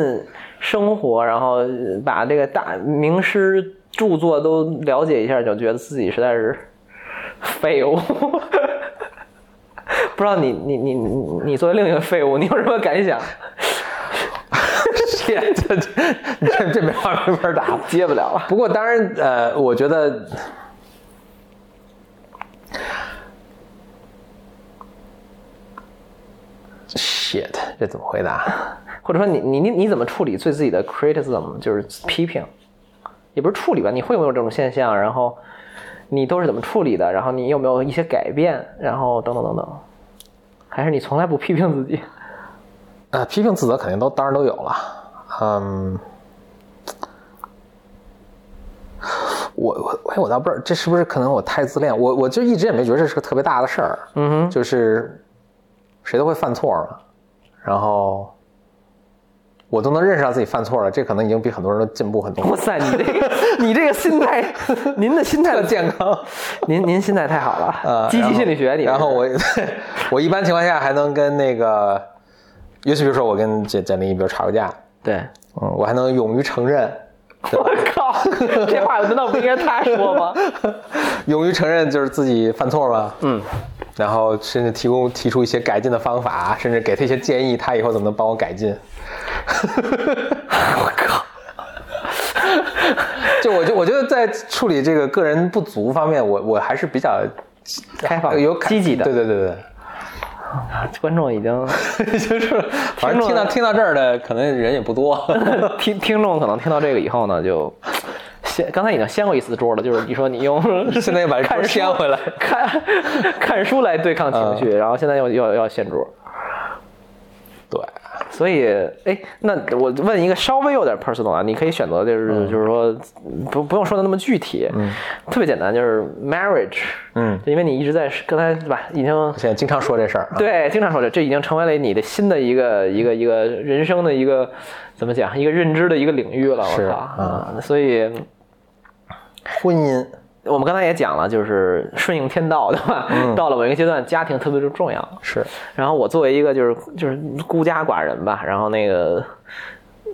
B: 生活，然后把这个大名师著作都了解一下，就觉得自己实在是废物。不知道你你你你你作为另一个废物，你有什么
A: <laughs>
B: 感想？ <laughs>
A: 这这这这没法没法打了。
B: 接不了啊了。
A: 不过当然，呃，我觉得。shit，这怎么回答？
B: 或者说你你你你怎么处理对自己的 criticism，就是批评，也不是处理吧？你会有没有这种现象？然后你都是怎么处理的？然后你有没有一些改变？然后等等等等，还是你从来不批评自己？
A: 呃，批评自责肯定都当然都有了，嗯，我我哎，我倒不知道这是不是可能我太自恋，我我就一直也没觉得这是个特别大的事儿，嗯哼，就是谁都会犯错嘛，然后我都能认识到自己犯错了，这可能已经比很多人都进步很多了
B: 哇。塞，你这个你这个心态，您的心态健康，您您心态太好了，
A: 呃，
B: 积
A: 然
B: 极
A: 后
B: 心理学你。
A: 然后我 <laughs> 我一般情况下还能跟那个，尤其比如说我跟简简历，比如吵个架，
B: 对， <laughs>
A: 嗯，我还能勇于承认。
B: 我靠，这话难道不应该他说吗？
A: 勇于承认就是自己犯错嘛，嗯，然后甚至提供提出一些改进的方法，甚至给他一些建议，他以后怎么能帮我改进？
B: 我靠，
A: <laughs> 就我就我觉得在处理这个个人不足方面，我我还是比较
B: 开放
A: 有感
B: 积极的
A: 对，对对对。
B: 观众已经。 <laughs>
A: <laughs> 就是，反正听到听到这儿的，可能人也不多。 <laughs>
B: 听听众可能听到这个以后呢，就掀刚才已经掀过一次桌了，就是你说你用
A: <laughs> 现在又把这桌
B: 看书
A: 掀回来，嗯
B: 看看书来对抗情绪，然后现在又又又要掀桌，
A: 对，
B: 所以哎，那我问一个稍微有点 personal 啊，你可以选择就是、
A: 嗯
B: 就是说不不用说的那么具体，特别简单，就是 marriage，
A: 嗯
B: 就因为你一直在刚才对吧，已经
A: 现在经常说这事儿啊。
B: 对，经常说这，这已经成为了你的新的一个一个一个人生的一个怎么啊讲，一个认知的一个领域了。我
A: 是
B: 靠，啊，所以
A: 婚姻
B: 我们刚才也讲了，就是顺应天道，对吧？到了某一个阶段，家庭特别的重要。
A: 是
B: 然后我作为一个就是就是孤家寡人吧，然后那个，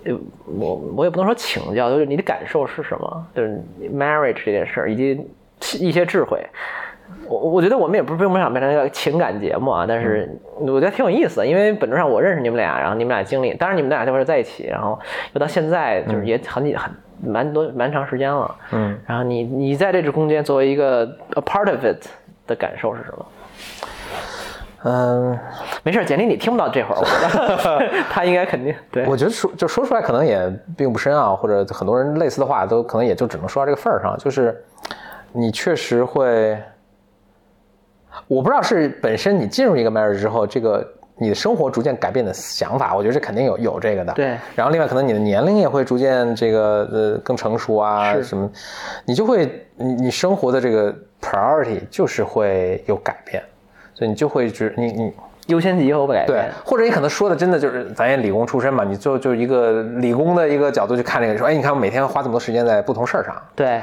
B: 呃我我也不能说请教，就是你的感受是什么？就是 marriage 这件事儿以及一些智慧。我我觉得我们也不是并不想变成一个情感节目啊，但是我觉得挺有意思的，因为本质上我认识你们俩，然后你们俩经历，当然你们俩就是在一起，然后又到现在就是也很很蛮多蛮长时间了，
A: 嗯，
B: 然后你你在这支空间作为一个 a part of it 的感受是什么？
A: 嗯，
B: 没事儿，简历你听不到这会儿，我
A: <laughs>
B: 觉得 <laughs> 他应该肯定对。
A: 我觉得说就说出来可能也并不深奥，或者很多人类似的话都可能也就只能说到这个份儿上。就是你确实会，我不知道是本身你进入一个 marriage 之后，这个你的生活逐渐改变你的想法，我觉得这肯定有有这个的。
B: 对
A: 然后另外可能你的年龄也会逐渐这个呃更成熟啊
B: 是
A: 什么，你就会你你生活的这个 priority 就是会有改变，所以你就会觉你你
B: 优先级和改
A: 对
B: 变，，
A: 或者你可能说的真的就是咱也理工出身嘛，你就就一个理工的一个角度去看这个，说哎，你看我每天花这么多时间在不同事儿上，
B: 对，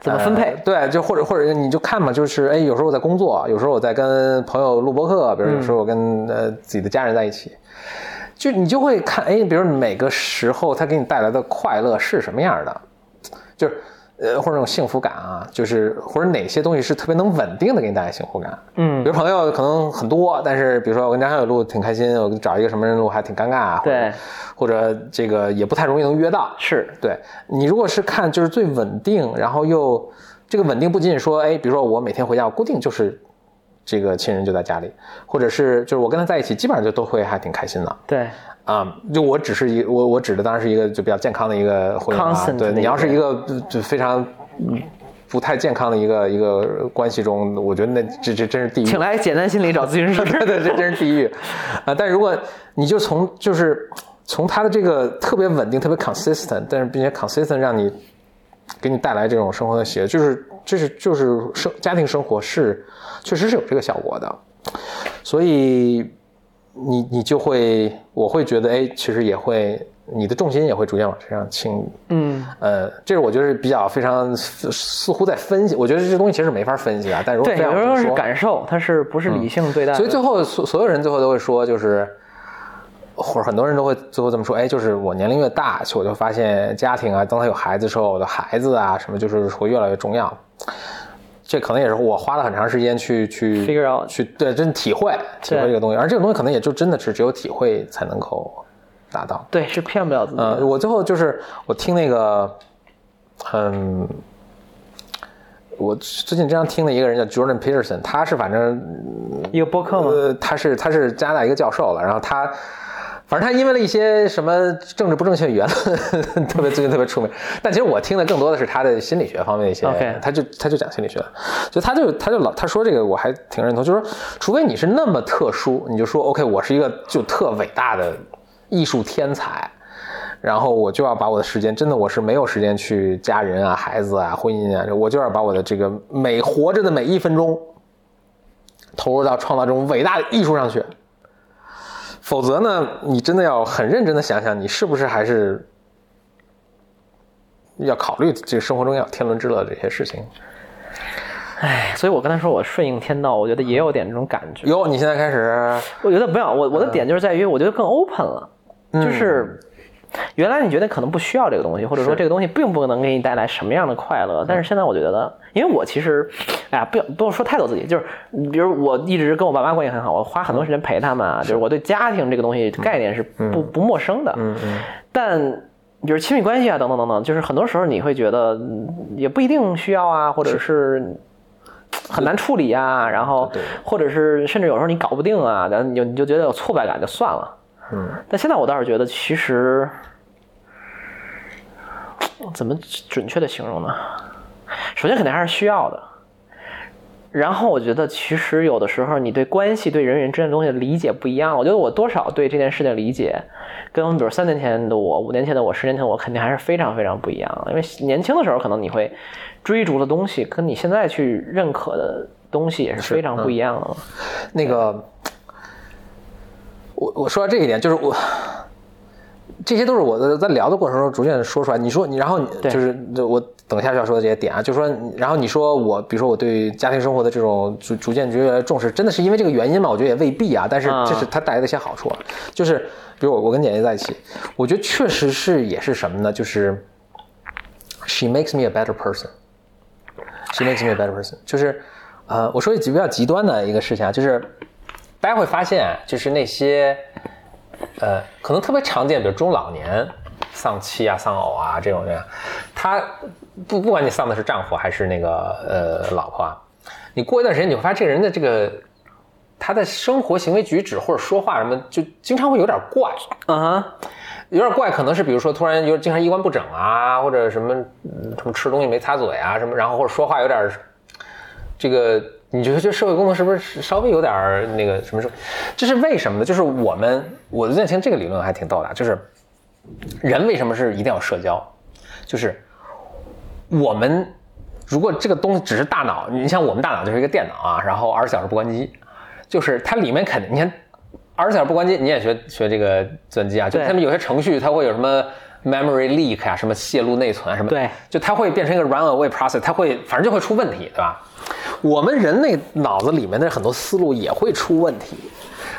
B: 怎么分配？
A: 呃对，就或者或者你就看嘛，就是哎，有时候我在工作，有时候我在跟朋友录播客，比如有时候我跟、
B: 嗯
A: 呃自己的家人在一起，就你就会看哎，比如每个时候它给你带来的快乐是什么样的，就是呃或者那种幸福感啊，就是或者哪些东西是特别能稳定的给你带来幸福感，
B: 嗯
A: 比如朋友可能很多，但是比如说我跟张小友录挺开心，我找一个什么人录还挺尴尬，或者
B: 对，
A: 或者这个也不太容易能约到，
B: 是
A: 对你如果是看就是最稳定，然后又这个稳定不仅仅说，哎，比如说我每天回家，我固定就是这个亲人就在家里，或者是就是我跟他在一起，基本上就都会还挺开心的
B: 对，
A: 啊、就我只是一我我指的当然是一个就比较健康的一个婚姻啊
B: Constant，
A: 对
B: 的
A: 你
B: 一
A: 要
B: 个
A: 是一个就就非常嗯不太健康的一个一个关系中，我觉得那这这真是地狱。
B: 请来简单心理找咨
A: <laughs>
B: 询师。
A: 对对，这真是地狱啊！但如果你就从就是从他的这个特别稳定、特别 consistent，但是并且 consistent 让你给你带来这种生活的喜悦，就是就是就是生家庭生活是确实是有这个效果的，所以你你就会我会觉得哎，其实也会你的重心也会逐渐往身上倾移，
B: 嗯，
A: 呃，这是我觉得是比较非常似乎在分析，我觉得这东西其实没法分析啊，但如果
B: 对，
A: 非要
B: 有
A: 这
B: 时
A: 么
B: 候是
A: 说嗯
B: 感受，它是不是理性对待的？
A: 所以最后所所有人最后都会说，就是或者很多人都会最后这么说，哎，就是我年龄越大，其实我就发现家庭啊，当他有孩子之后，我的孩子啊什么就是会越来越重要。这可能也是我花了很长时间去去
B: Figure out
A: 去对真体会体会
B: 对
A: 这个东西，而这个东西可能也就真的是只有体会才能够达到。
B: 对是骗不了自己的。
A: 呃，我最后就是我听那个，嗯，我最近经常听的一个人叫 Jordan Peterson，他是反正
B: 一个播客吗？
A: 呃，他是他是加拿大一个教授了，然后他，反正他因为了一些什么政治不正确言 <laughs> 论，特别最近特别出名。但其实我听的更多的是他的心理学方面的一些
B: OK
A: 他就他就讲心理学，就他就他就老他说这个我还挺认同，就是说，除非你是那么特殊，你就说 OK，我是一个就特伟大的艺术天才。然后我就要把我的时间，真的我是没有时间去家人啊、孩子啊、婚姻啊，我就要把我的这个每活着的每一分钟，投入到创造这种伟大的艺术上去。否则呢，你真的要很认真的想想，你是不是还是要考虑这个生活中要有天伦之乐这些事情。
B: 哎所以我刚才说我顺应天道，我觉得也有点这种感觉。
A: 哟，你现在开始，
B: 我觉得没有，我我的点就是在于，我觉得更 open 了，
A: 嗯
B: 就是原来你觉得可能不需要这个东西，或者说
A: 是嗯
B: 这个东西并不能给你带来什么样的快乐，但是现在我觉得，因为我其实，哎呀，不要不用说太多自己，就是比如我一直跟我爸妈关系很好，我花很多时间陪他们啊，就是我对家庭这个东西概念是不不陌生的，
A: 嗯嗯，
B: 但比如亲密关系啊，等等等等，就是很多时候你会觉得嗯也不一定需要啊，或者是很难处理啊，然后
A: 对
B: 或者是甚至有时候你搞不定啊，然后你就你就觉得有挫败感就算了。
A: 嗯，
B: 但现在我倒是觉得其实怎么准确的形容呢？首先肯定还是需要的。然后我觉得，其实有的时候你对关系、对人与人之间的东西的理解不一样。我觉得我多少对这件事情的理解，跟比如三年前的我、五年前的我、十年前的我，肯定还是非常非常不一样的。因为年轻的时候，可能你会追逐的东西，跟你现在去认可的东西也是嗯非常不一样的嘛。
A: 那个，我我说到这一点，就是我这些都是我的在聊的过程中逐渐说出来。你说你，然后你
B: 对
A: 就是我等下需要说的这些点啊，就是说，然后你说我，比如说我对家庭生活的这种逐逐渐越来越重视，真的是因为这个原因吗？我觉得也未必啊，但是
B: 啊
A: 这是它带来的一些好处啊，就是比如我我跟简爷在一起，我觉得确实是也是什么呢？就是 she makes me a better person。she makes me a better person，就是，呃，我说一句比较极端的一个事情啊，就是大家会发现，啊就是那些，呃，可能特别常见，比如中老年丧妻啊、丧偶啊这种人，他不不管你丧的是丈夫还是那个呃老婆啊，你过一段时间你会发现这个人的这个他的生活行为举止或者说话什么，就经常会有点怪，
B: 嗯哼，
A: 有点怪，可能是比如说突然有经常衣冠不整啊，或者什么嗯什么吃东西没擦嘴啊什么，然后或者说话有点儿这个，你觉得这社会功能是不是稍微有点儿那个什么什么？这是为什么呢？就是我们我最近听这个理论还挺逗的啊，就是人为什么是一定要社交？就是我们如果这个东西只是大脑，你像我们大脑就是一个电脑啊，然后二十四小时不关机，就是它里面肯定你看二十四小时不关机，你也学学这个计算机啊，就
B: 对
A: 他们有些程序它会有什么 memory leak 啊，什么泄露内存啊什么，
B: 对
A: 就它会变成一个 runaway process，它会反正就会出问题，对吧？我们人类脑子里面的很多思路也会出问题，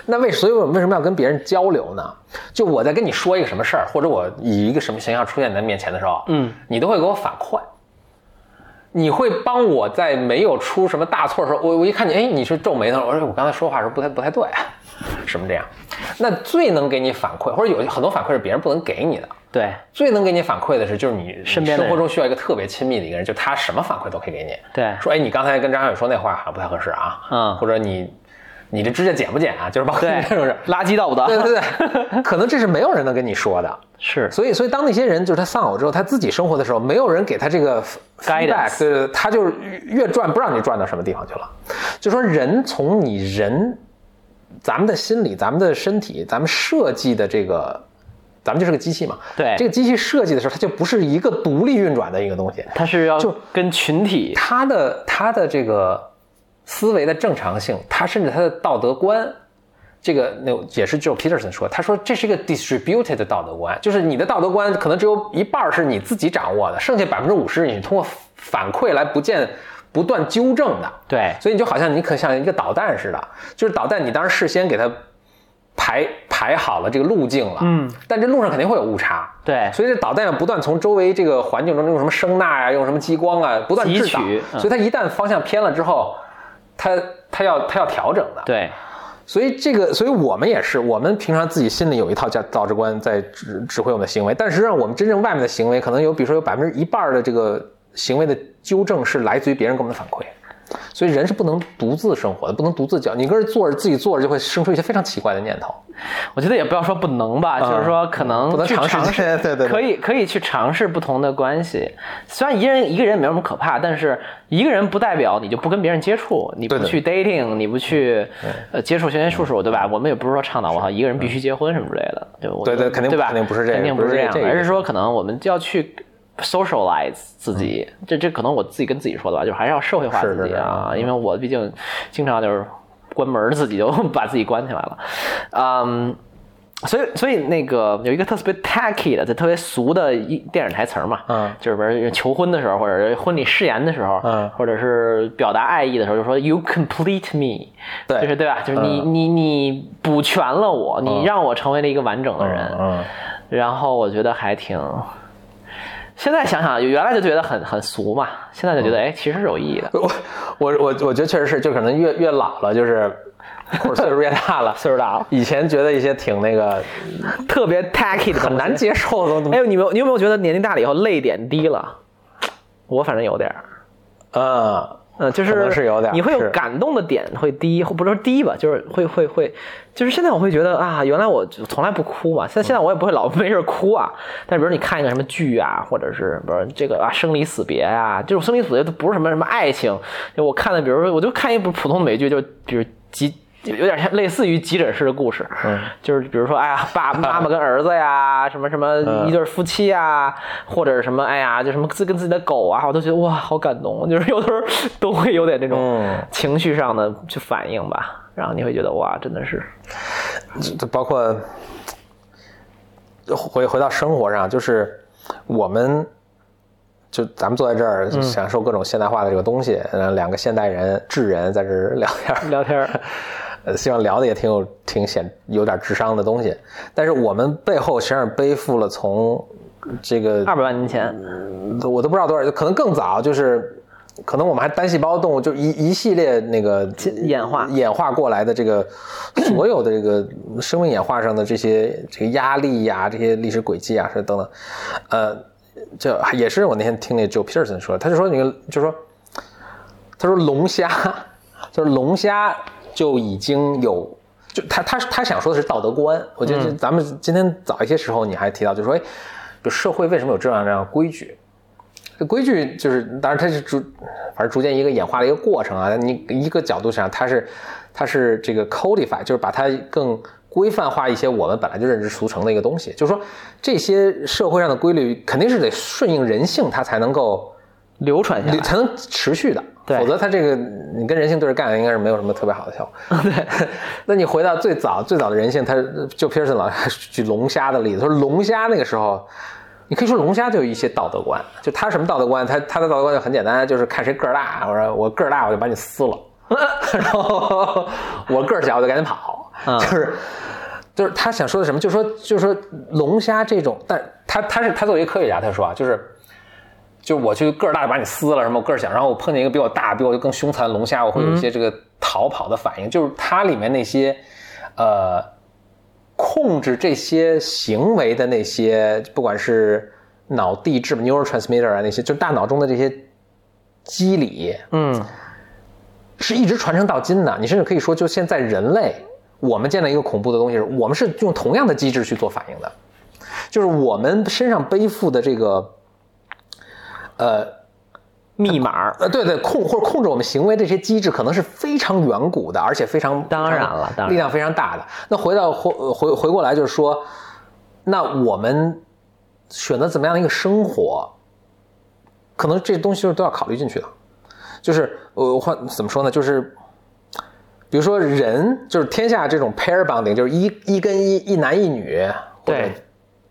A: 那为所以我们为什么要跟别人交流呢？就我在跟你说一个什么事儿，或者我以一个什么形象出现在你面前的时候，
B: 嗯，
A: 你都会给我反馈，你会帮我在没有出什么大错的时候，我我一看你，哎，你是皱眉头，我说我刚才说话的时候不太不太对啊，什么这样？那最能给你反馈，或者有很多反馈是别人不能给你的，
B: 对
A: 最能给你反馈的是，就是你
B: 身边的
A: 生
B: 人
A: 活中需要一个特别亲密的一个人，就他什么反馈都可以给你。
B: 对
A: 说哎，你刚才跟张小雨说那话好像不太合适啊，
B: 嗯
A: 或者你你这指甲剪不剪啊？就是包括
B: 对
A: 这种事儿，
B: 垃圾道不道？
A: 对对对，可能这是没有人能跟你说的。
B: <laughs> 是
A: 所以，所以当那些人就是他丧偶之后，他自己生活的时候，没有人给他这个
B: Guidance
A: feedback，对对对，他就是越转不让你转到什么地方去了。就说人从你人，咱们的心理、咱们的身体、咱们设计的这个，咱们就是个机器嘛。
B: 对
A: 这个机器设计的时候，它就不是一个独立运转的一个东西，
B: 它是要
A: 就
B: 跟群体
A: 他的他的这个思维的正常性，他甚至他的道德观，这个那也是 Joe Peterson 说，他说这是一个 distributed 的道德观，就是你的道德观可能只有一半儿是你自己掌握的，剩下百分之五十你通过反馈来不见不断纠正的。
B: 对
A: 所以你就好像你可像一个导弹似的，就是导弹，你当然事先给它排排好了这个路径了，嗯，但这路上肯定会有误差，
B: 对
A: 所以这导弹要不断从周围这个环境中用什么声呐呀、用什么激光啊，不断
B: 汲
A: 制导，
B: 取嗯
A: 所以它一旦方向偏了之后，它它要它要调整的，
B: 对
A: 所以这个，所以我们也是，我们平常自己心里有一套价价值观在指指挥我们的行为，但实际上我们真正外面的行为，可能有比如说有百分之一半儿的这个行为的纠正是来自于别人给我们的反馈，所以人是不能独自生活的，不能独自讲，你跟人坐着自己坐着就会生出一些非常奇怪的念头。
B: 我觉得也不要说不能吧，就是说可能
A: 嗯不能
B: 去
A: 尝
B: 尝
A: 试对对对
B: 可以可以去尝试不同的关系。虽然一个人一个人没有什么可怕，但是一个人不代表你就不跟别人接触，你不
A: 对对
B: 去 dating，你不去呃接触贤贤叔叔，对吧？我们也不是说倡导我啊操一个人必须结婚什么之类的，对
A: 嗯
B: 我
A: 对对
B: 觉得
A: 肯定
B: 对吧？
A: 肯定不是这个
B: 肯定
A: 不
B: 不
A: 是
B: 是
A: 这
B: 这
A: 个
B: 样
A: 这
B: 的，
A: 个
B: 而是说可能我们就要去 socialize 自己。这这可能我自己跟自己说的吧，就是还是要社会化
A: 嗯是
B: 自己
A: 是是
B: 啊。啊，因为我毕竟经常就是关门儿自己就 <laughs> 把自己关起来了，嗯。所以，所以那个有一个特别 tacky 的、就特别俗的一电影台词儿嘛，
A: 嗯
B: 就是比如求婚的时候，或者是婚礼誓言的时候，
A: 嗯
B: 或者是表达爱意的时候，就说 “You complete me”，
A: 对
B: 就是对嗯吧？就是你、你你补全了我，你让我成为了一个完整的人，
A: 嗯，
B: 然后我觉得还挺，现在想想原来就觉得很很俗嘛，现在就觉得哎，其实是有意义的。
A: <laughs> 我我我我觉得确实是，就可能越越老了，
B: <laughs>
A: 就是或者岁数越大了，
B: 岁数大了，
A: 以前觉得一些挺那个
B: <laughs> 特别 tacky <laughs> 的，
A: 很难。接受的东西，
B: 哎呦，你们你有没有觉得年龄大了以后泪点低了？我反正有点儿，
A: 嗯。
B: 嗯，就
A: 可能
B: 是
A: 是有点儿
B: 你会有
A: 是
B: 感动的点会低，或不是说低吧，就是会会会，就是现在我会觉得啊，原来我就从来不哭嘛，现在现在我也不会老没事儿哭啊。 <laughs> 但比如你看一个什么剧啊，或者是比如这个啊生离死别啊，这种生离死别都不是什么什么爱情，就我看的，比如说我就看一部普通的美剧，就比如急。有点像类似于急诊室的故事，嗯，就是比如说，哎呀，爸妈妈跟儿子呀，什么什么一对夫妻呀，或者什么，哎呀，就什么自跟自己的狗啊，我都觉得哇，好感动，就是有的时候都会有点这种
A: 嗯
B: 情绪上的去反应吧，然后你会觉得哇，真
A: <laughs>
B: 的是，
A: 就包括回回到生活上，就是我们就咱们坐在这儿
B: 嗯
A: 享受各种现代化的这个东西，然后两个现代人智人在这儿聊天儿
B: 聊天儿，
A: 呃，希望聊的也挺有挺显有点智商的东西，但是我们背后实际上背负了从这个
B: 二百万年前，
A: 我都不知道多少，可能更早，就是可能我们还单细胞动物，就一一系列那个
B: 演化
A: 演化过来的这个 <coughs> 所有的这个生命演化上的这些这个压力呀、这些历史轨迹啊，是等等，呃，这也是我那天听那 Joe Peterson 说，他就说你就说，他说龙虾，就是龙虾就已经有。就他他他想说的是道德观，我觉得
B: 嗯
A: 这咱们今天早一些时候你还提到，就说哎，比如社会为什么有这样这样的规矩？这规矩就是，当然它是逐，反正逐渐一个演化的一个过程啊。你一个角度上，它是它是这个 codify，就是把它更规范化一些我们本来就认知俗成的一个东西。就是说，这些社会上的规律肯定是得顺应人性，它才能够
B: 流传下来。
A: 才能持续的，
B: 对
A: 否则它这个你跟人性对着干，应该是没有什么特别好的效
B: <laughs>
A: 果。对， <laughs> 那你回到最早最早的人性，它就 Pearson 老师举龙虾的例子，说龙虾那个时候，你可以说龙虾就有一些道德观，就它什么道德观，它它的道德观就很简单，就是看谁个儿大，我说我个儿大我就把你撕
B: <laughs>
A: 了，然后我个儿小我就赶紧跑，
B: 嗯
A: 就是。就是他想说的什么，就说就说龙虾这种，但他他是他作为一个科学家，他说啊，就是就是我去个儿大就把你撕了什么，我个儿小，然后我碰见一个比我大、比我就更凶残的龙虾，我会有一些这个逃跑的反应，就是它里面那些，呃，控制这些行为的那些，不管是脑地质 neurotransmitter 啊那些，就大脑中的这些机理，
B: 嗯，
A: 是一直传承到今的。你甚至可以说，就现在人类，我们见到一个恐怖的东西时，我们是用同样的机制去做反应的，就是我们身上背负的这个，呃，
B: 密码
A: 呃，对对，控或者控制我们行为这些机制，可能是非常远古的，而且非常
B: 当然了当然
A: 力量非常大的。那回到回呃回回过来就是说，那我们选择怎么样的一个生活，可能这东西都要考虑进去的。就是呃，换怎么说呢？就是比如说人，就是天下这种 pair bonding，就是一一跟一一男一女，或者
B: 对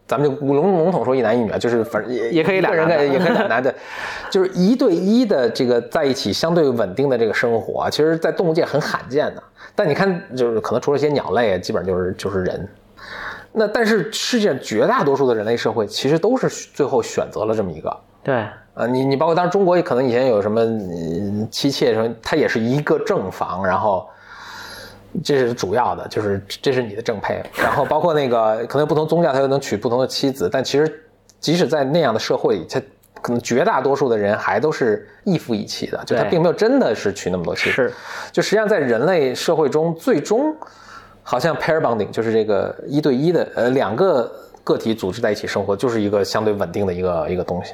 A: 咱们就笼笼统说一男一女啊，就是反正也
B: 也可以
A: 一个
B: 俩
A: 人
B: 男的
A: 干也可以俩男的，就是一对一的这个在一起相对稳定的这个生活啊，其实，在动物界很罕见的。但你看，就是可能除了一些鸟类，基本上就是就是人。那但是世界上绝大多数的人类社会，其实都是最后选择了这么一个，
B: 对，
A: 啊，你你包括当时中国可能以前有什么嗯妻妾什么，它也是一个正房，然后这是主要的，就是这是你的正配，然后包括那个可能不同宗教，它又能娶不同的妻子，但其实即使在那样的社会里，它可能绝大多数的人还都是一夫一妻的，就他
B: 对
A: 并没有真的是娶那么多妻，
B: 是，
A: 就实际上在人类社会中，最终好像 pair bonding 就是这个一对一的，呃，两个个体组织在一起生活，就是一个相对稳定的一个一个东西。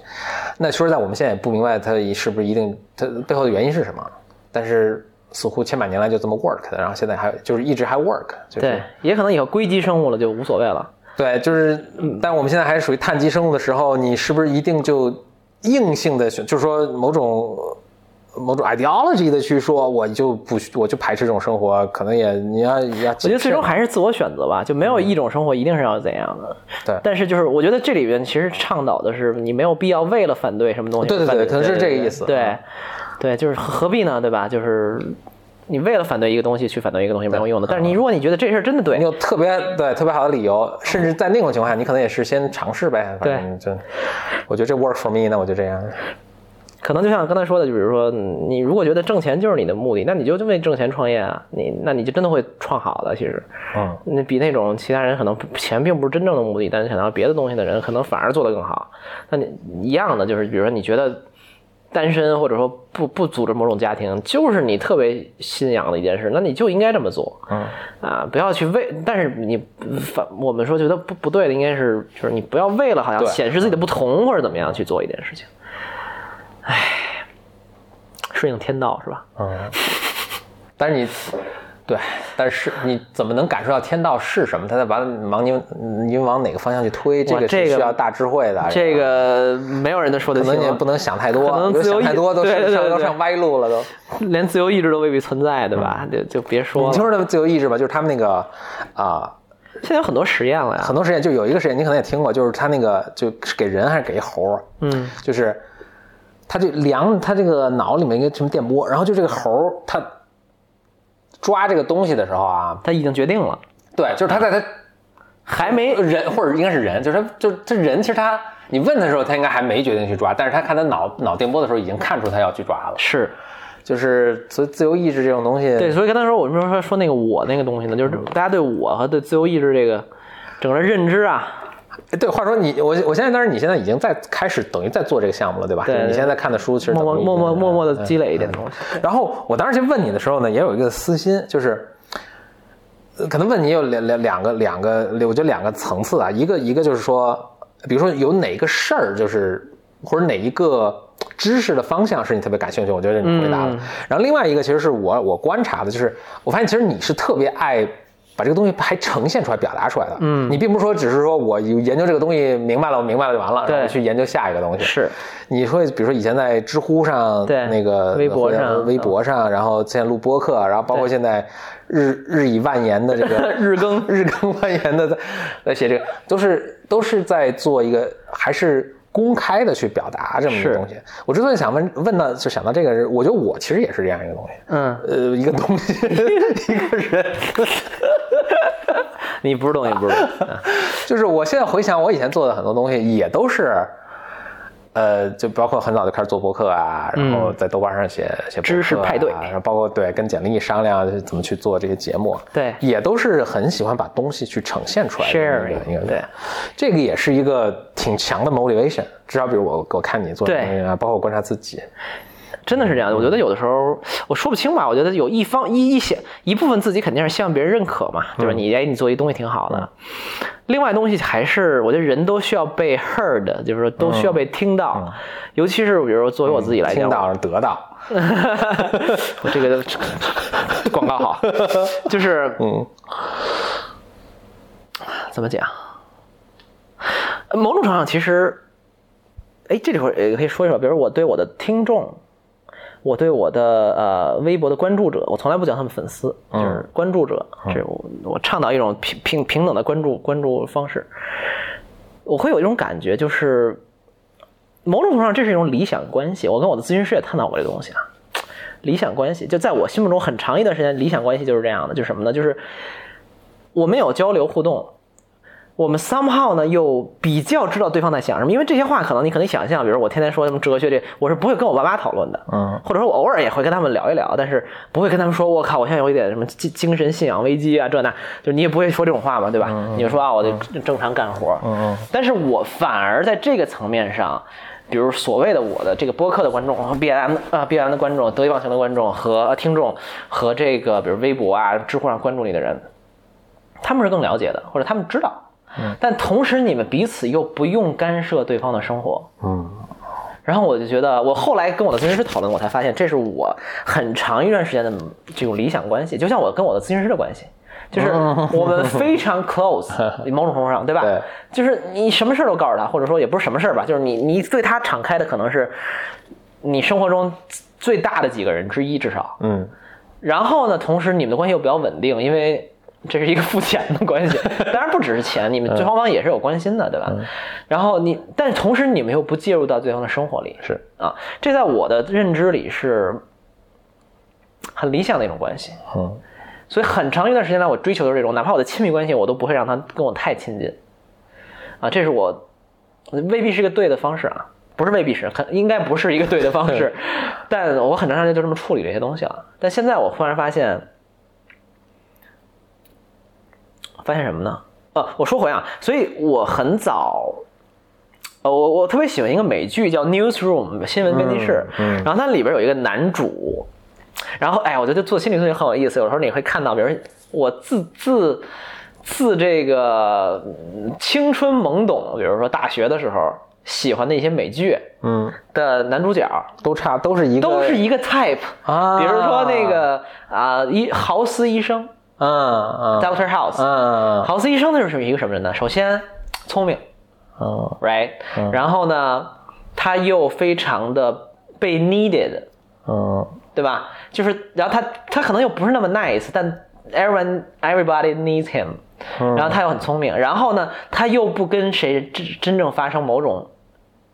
A: 那说实在，我们现在也不明白它是不是一定，它背后的原因是什么。但是似乎千百年来就这么 work 的，然后现在还就是一直还 work，就是
B: 对，也可能以后硅基生物了就无所谓了。
A: 对，就是，
B: 嗯
A: 但我们现在还是属于碳基生物的时候，你是不是一定就硬性的选，就是说某种某种 ideology 的去说，我就不我就排斥这种生活，可能也你要也要谨慎，
B: 我觉得最终还是自我选择吧，就没有一种生活一定是要怎样的。
A: 嗯对
B: 但是就是我觉得这里边其实倡导的是你没有必要为了反对什么东西
A: 对
B: 而
A: 对
B: 反
A: 对
B: 对，
A: 可能是这个意思
B: 对
A: 嗯，
B: 对，就是何何必呢？对吧？就是你为了反对一个东西去反对一个东西没有用的。但是
A: 嗯
B: 你如果你觉得这事儿真的对
A: 你，有特别对特别好的理由，甚至在那种情况下，你可能也是先尝试呗，反正就我觉得这 work for me，那我就这样。
B: 可能就像刚才说的，就比如说嗯你如果觉得挣钱就是你的目的，那你就为挣钱创业啊，你那你就真的会创好的。其实，
A: 嗯，
B: 那比那种其他人可能钱并不是真正的目的，但是想到别的东西的人，可能反而做得更好。那你一样的，就是比如说你觉得单身或者说不不组织某种家庭，就是你特别信仰的一件事，那你就应该这么做。嗯啊，不要去为，但是你反我们说觉得不不对的，应该是就是你不要为了好像
A: 对
B: 显示自己的不同或者怎么样去做一件事情。唉，顺应天道是吧？
A: 但是你，对，但是你怎么能感受到天道是什么？他在往往你你嗯往哪个方向去推？这
B: 哇
A: 个是
B: 这个
A: 需要大智慧的。
B: 这个没有人能说得
A: 哎可
B: 清啊
A: 能
B: 了，
A: 你也不能想太多，
B: 可能
A: 有
B: 自由
A: 想
B: 意
A: 太多都
B: 对对
A: 是
B: 对
A: 上都
B: 对
A: 上歪路了都。
B: <laughs> 连自由意志都未必存在，对吧？就嗯就别说
A: 你
B: 了。
A: 听说那个自由意志吧？就是他们那个啊、
B: 现在有很多实验了呀，
A: 很多实验就有一个实验，你可能也听过，就是他那个就是给人还是给一猴，嗯，就是他就量他这个脑里面一个什么电波，然后就这个猴儿他抓这个东西的时候啊，
B: 他已经决定了，
A: 对，就是他在他还没人或者应该是人，就是他就是这人其实他你问他的时候，他应该还没决定去抓，但是他看他脑脑电波的时候，已经看出他要去抓了，
B: 是
A: 就是所以自由意志这种东西，
B: 对，嗯所以刚才说我们说说说那个我那个东西呢，就是大家对我和对自由意志这个整个认知啊，
A: 哎对，话说你我我现在，当然你现在已经在开始等于在做这个项目了，对吧？
B: 对
A: 就是你现在看的书其实
B: 默默
A: 等于
B: 默默默默
A: 嗯
B: 的积累一点东西，
A: 然后我当时去问你的时候呢，也有一个私心，就是呃可能问你有两两两个两个，我觉得两个层次啊，一个一个就是说，比如说有哪个事儿，就是或者哪一个知识的方向是你特别感兴趣，我觉得你回答了。
B: 嗯
A: 然后另外一个其实是我我观察的，就是我发现其实你是特别爱。把这个东西还呈现出来、表达出来的，嗯，你并不是说只是说我有研究这个东西明白了，我明白了就完了，然后
B: 对
A: 去研究下一个东西。
B: 是
A: 你说，比如说以前在知乎上，
B: 对
A: 那个
B: 微博
A: 或者
B: 上嗯
A: 微博上，然后现在录播客，然后包括现在日日以万言的这个
B: <laughs> 日更
A: 日更万言的在在写这个，都是都是在做一个还是公开的去表达这么一个
B: 是
A: 东西。我之所以想问问到就想到这个，我觉得我其实也是这样一个东西，
B: 嗯，
A: 呃，一个东西，一个人。
B: 你不是东西不是东西，嗯
A: 就是我现在回想，我以前做的很多东西也都是，呃，就包括很早就开始做博客啊，然后在豆瓣上写、写、博客啊
B: 嗯知识派对
A: 然后包括对跟简历商量就是怎么去做这些节目，
B: 对
A: 也都是很喜欢把东西去呈现出来的
B: Sharing，
A: 一个
B: 对，
A: 这个也是一个挺强的 motivation，至少比如我我看你做的
B: 对
A: 东西啊，包括我观察自己，
B: <laughs> 真的是这样的。我觉得有的时候我说不清吧，我觉得有一方一一些一部分自己肯定是希望别人认可嘛，对吧？你哎，你做一东西挺好的。另外东西还是我觉得人都需要被 heard，就是说都需要被听到，尤其是比如说作为我自己来讲，
A: 听到得到，
B: 我这个广告好，就是
A: 嗯，
B: 怎么讲？某种程度上，其实，哎，这里会也可以说一说，比如我对我的听众，我对我的呃微博的关注者，我从来不叫他们粉丝，就是关注者，这我我倡导一种平平平等的关注关注方式。我会有一种感觉，就是某种程度上，这是一种理想关系。我跟我的咨询师也探讨过这个东西啊。理想关系就在我心目中很长一段时间，理想关系就是这样的，就是什么呢？就是我们有交流互动，我们 somehow 呢又比较知道对方在想什么，因为这些话可能你可能想象，比如我天天说什么哲学这，我是不会跟我爸妈讨论的，
A: 嗯，
B: 或者说我偶尔也会跟他们聊一聊，但是不会跟他们说我靠，我现在有一点什么精精神信仰危机啊这那，就是你也不会说这种话嘛，对吧？你就说啊，我就正常干活，嗯，但是我反而在这个层面上。比如所谓的我的这个播客的观众和必然啊必然的观众、得意忘形的观众和呃听众和这个比如微博啊、知乎上关注你的人，他们是更了解的，或者他们知道。
A: 嗯
B: 但同时，你们彼此又不用干涉对方的生活。
A: 嗯。
B: 然后我就觉得，我后来跟我的咨询师讨论，我才发现这是我很长一段时间的这种理想关系，就像我跟我的咨询师的关系，就是我们非常
A: <laughs>
B: close，某种程度上，对吧？
A: 嗯对
B: 就是你什么事儿都告诉他，或者说也不是什么事儿吧，就是你你对他敞开的可能是你生活中最大的几个人之一，至少，
A: 嗯，
B: 然后呢，同时你们的关系又比较稳定，因为 <laughs> 这是一个付钱的关系，当然不只是钱，你们对方方也是有关心的，对吧？然后你，但是同时你们又不介入到对方的生活里，
A: 是
B: 啊，这在我的认知里是很理想的一种关系。
A: 嗯，
B: 所以很长一段时间来，我追求的是这种，哪怕我的亲密关系，我都不会让他跟我太亲近。啊，这是我未必是个对的方式啊，不是未必是，很应该不是一个对的方式。但我很长时间就这么处理这些东西了。但现在我忽然发现，发现什么呢？呃，我说回啊，所以我很早呃，我我特别喜欢一个美剧叫《Newsroom》新闻编辑室，然后它里边有一个男主，然后哎，我觉得做心理咨询很有意思。有时候你会看到，比如我自自自这个嗯青春懵懂，比如说大学的时候喜欢的一些美剧，
A: 嗯，
B: 的男主角
A: 都差都是一个
B: 都是一个 type，
A: 啊，
B: 比如说那个啊医豪斯医生
A: 嗯嗯
B: Doctor House，
A: 嗯
B: 啊豪斯医生他是一个什么人呢？首先聪明。
A: 嗯
B: right？、然后呢，他又非常的被 needed，
A: 嗯。
B: 对吧？就是，然后他他可能又不是那么 nice，但 everyone everybody needs him，然后他又很聪明，然后呢，他又不跟谁真真正发生某种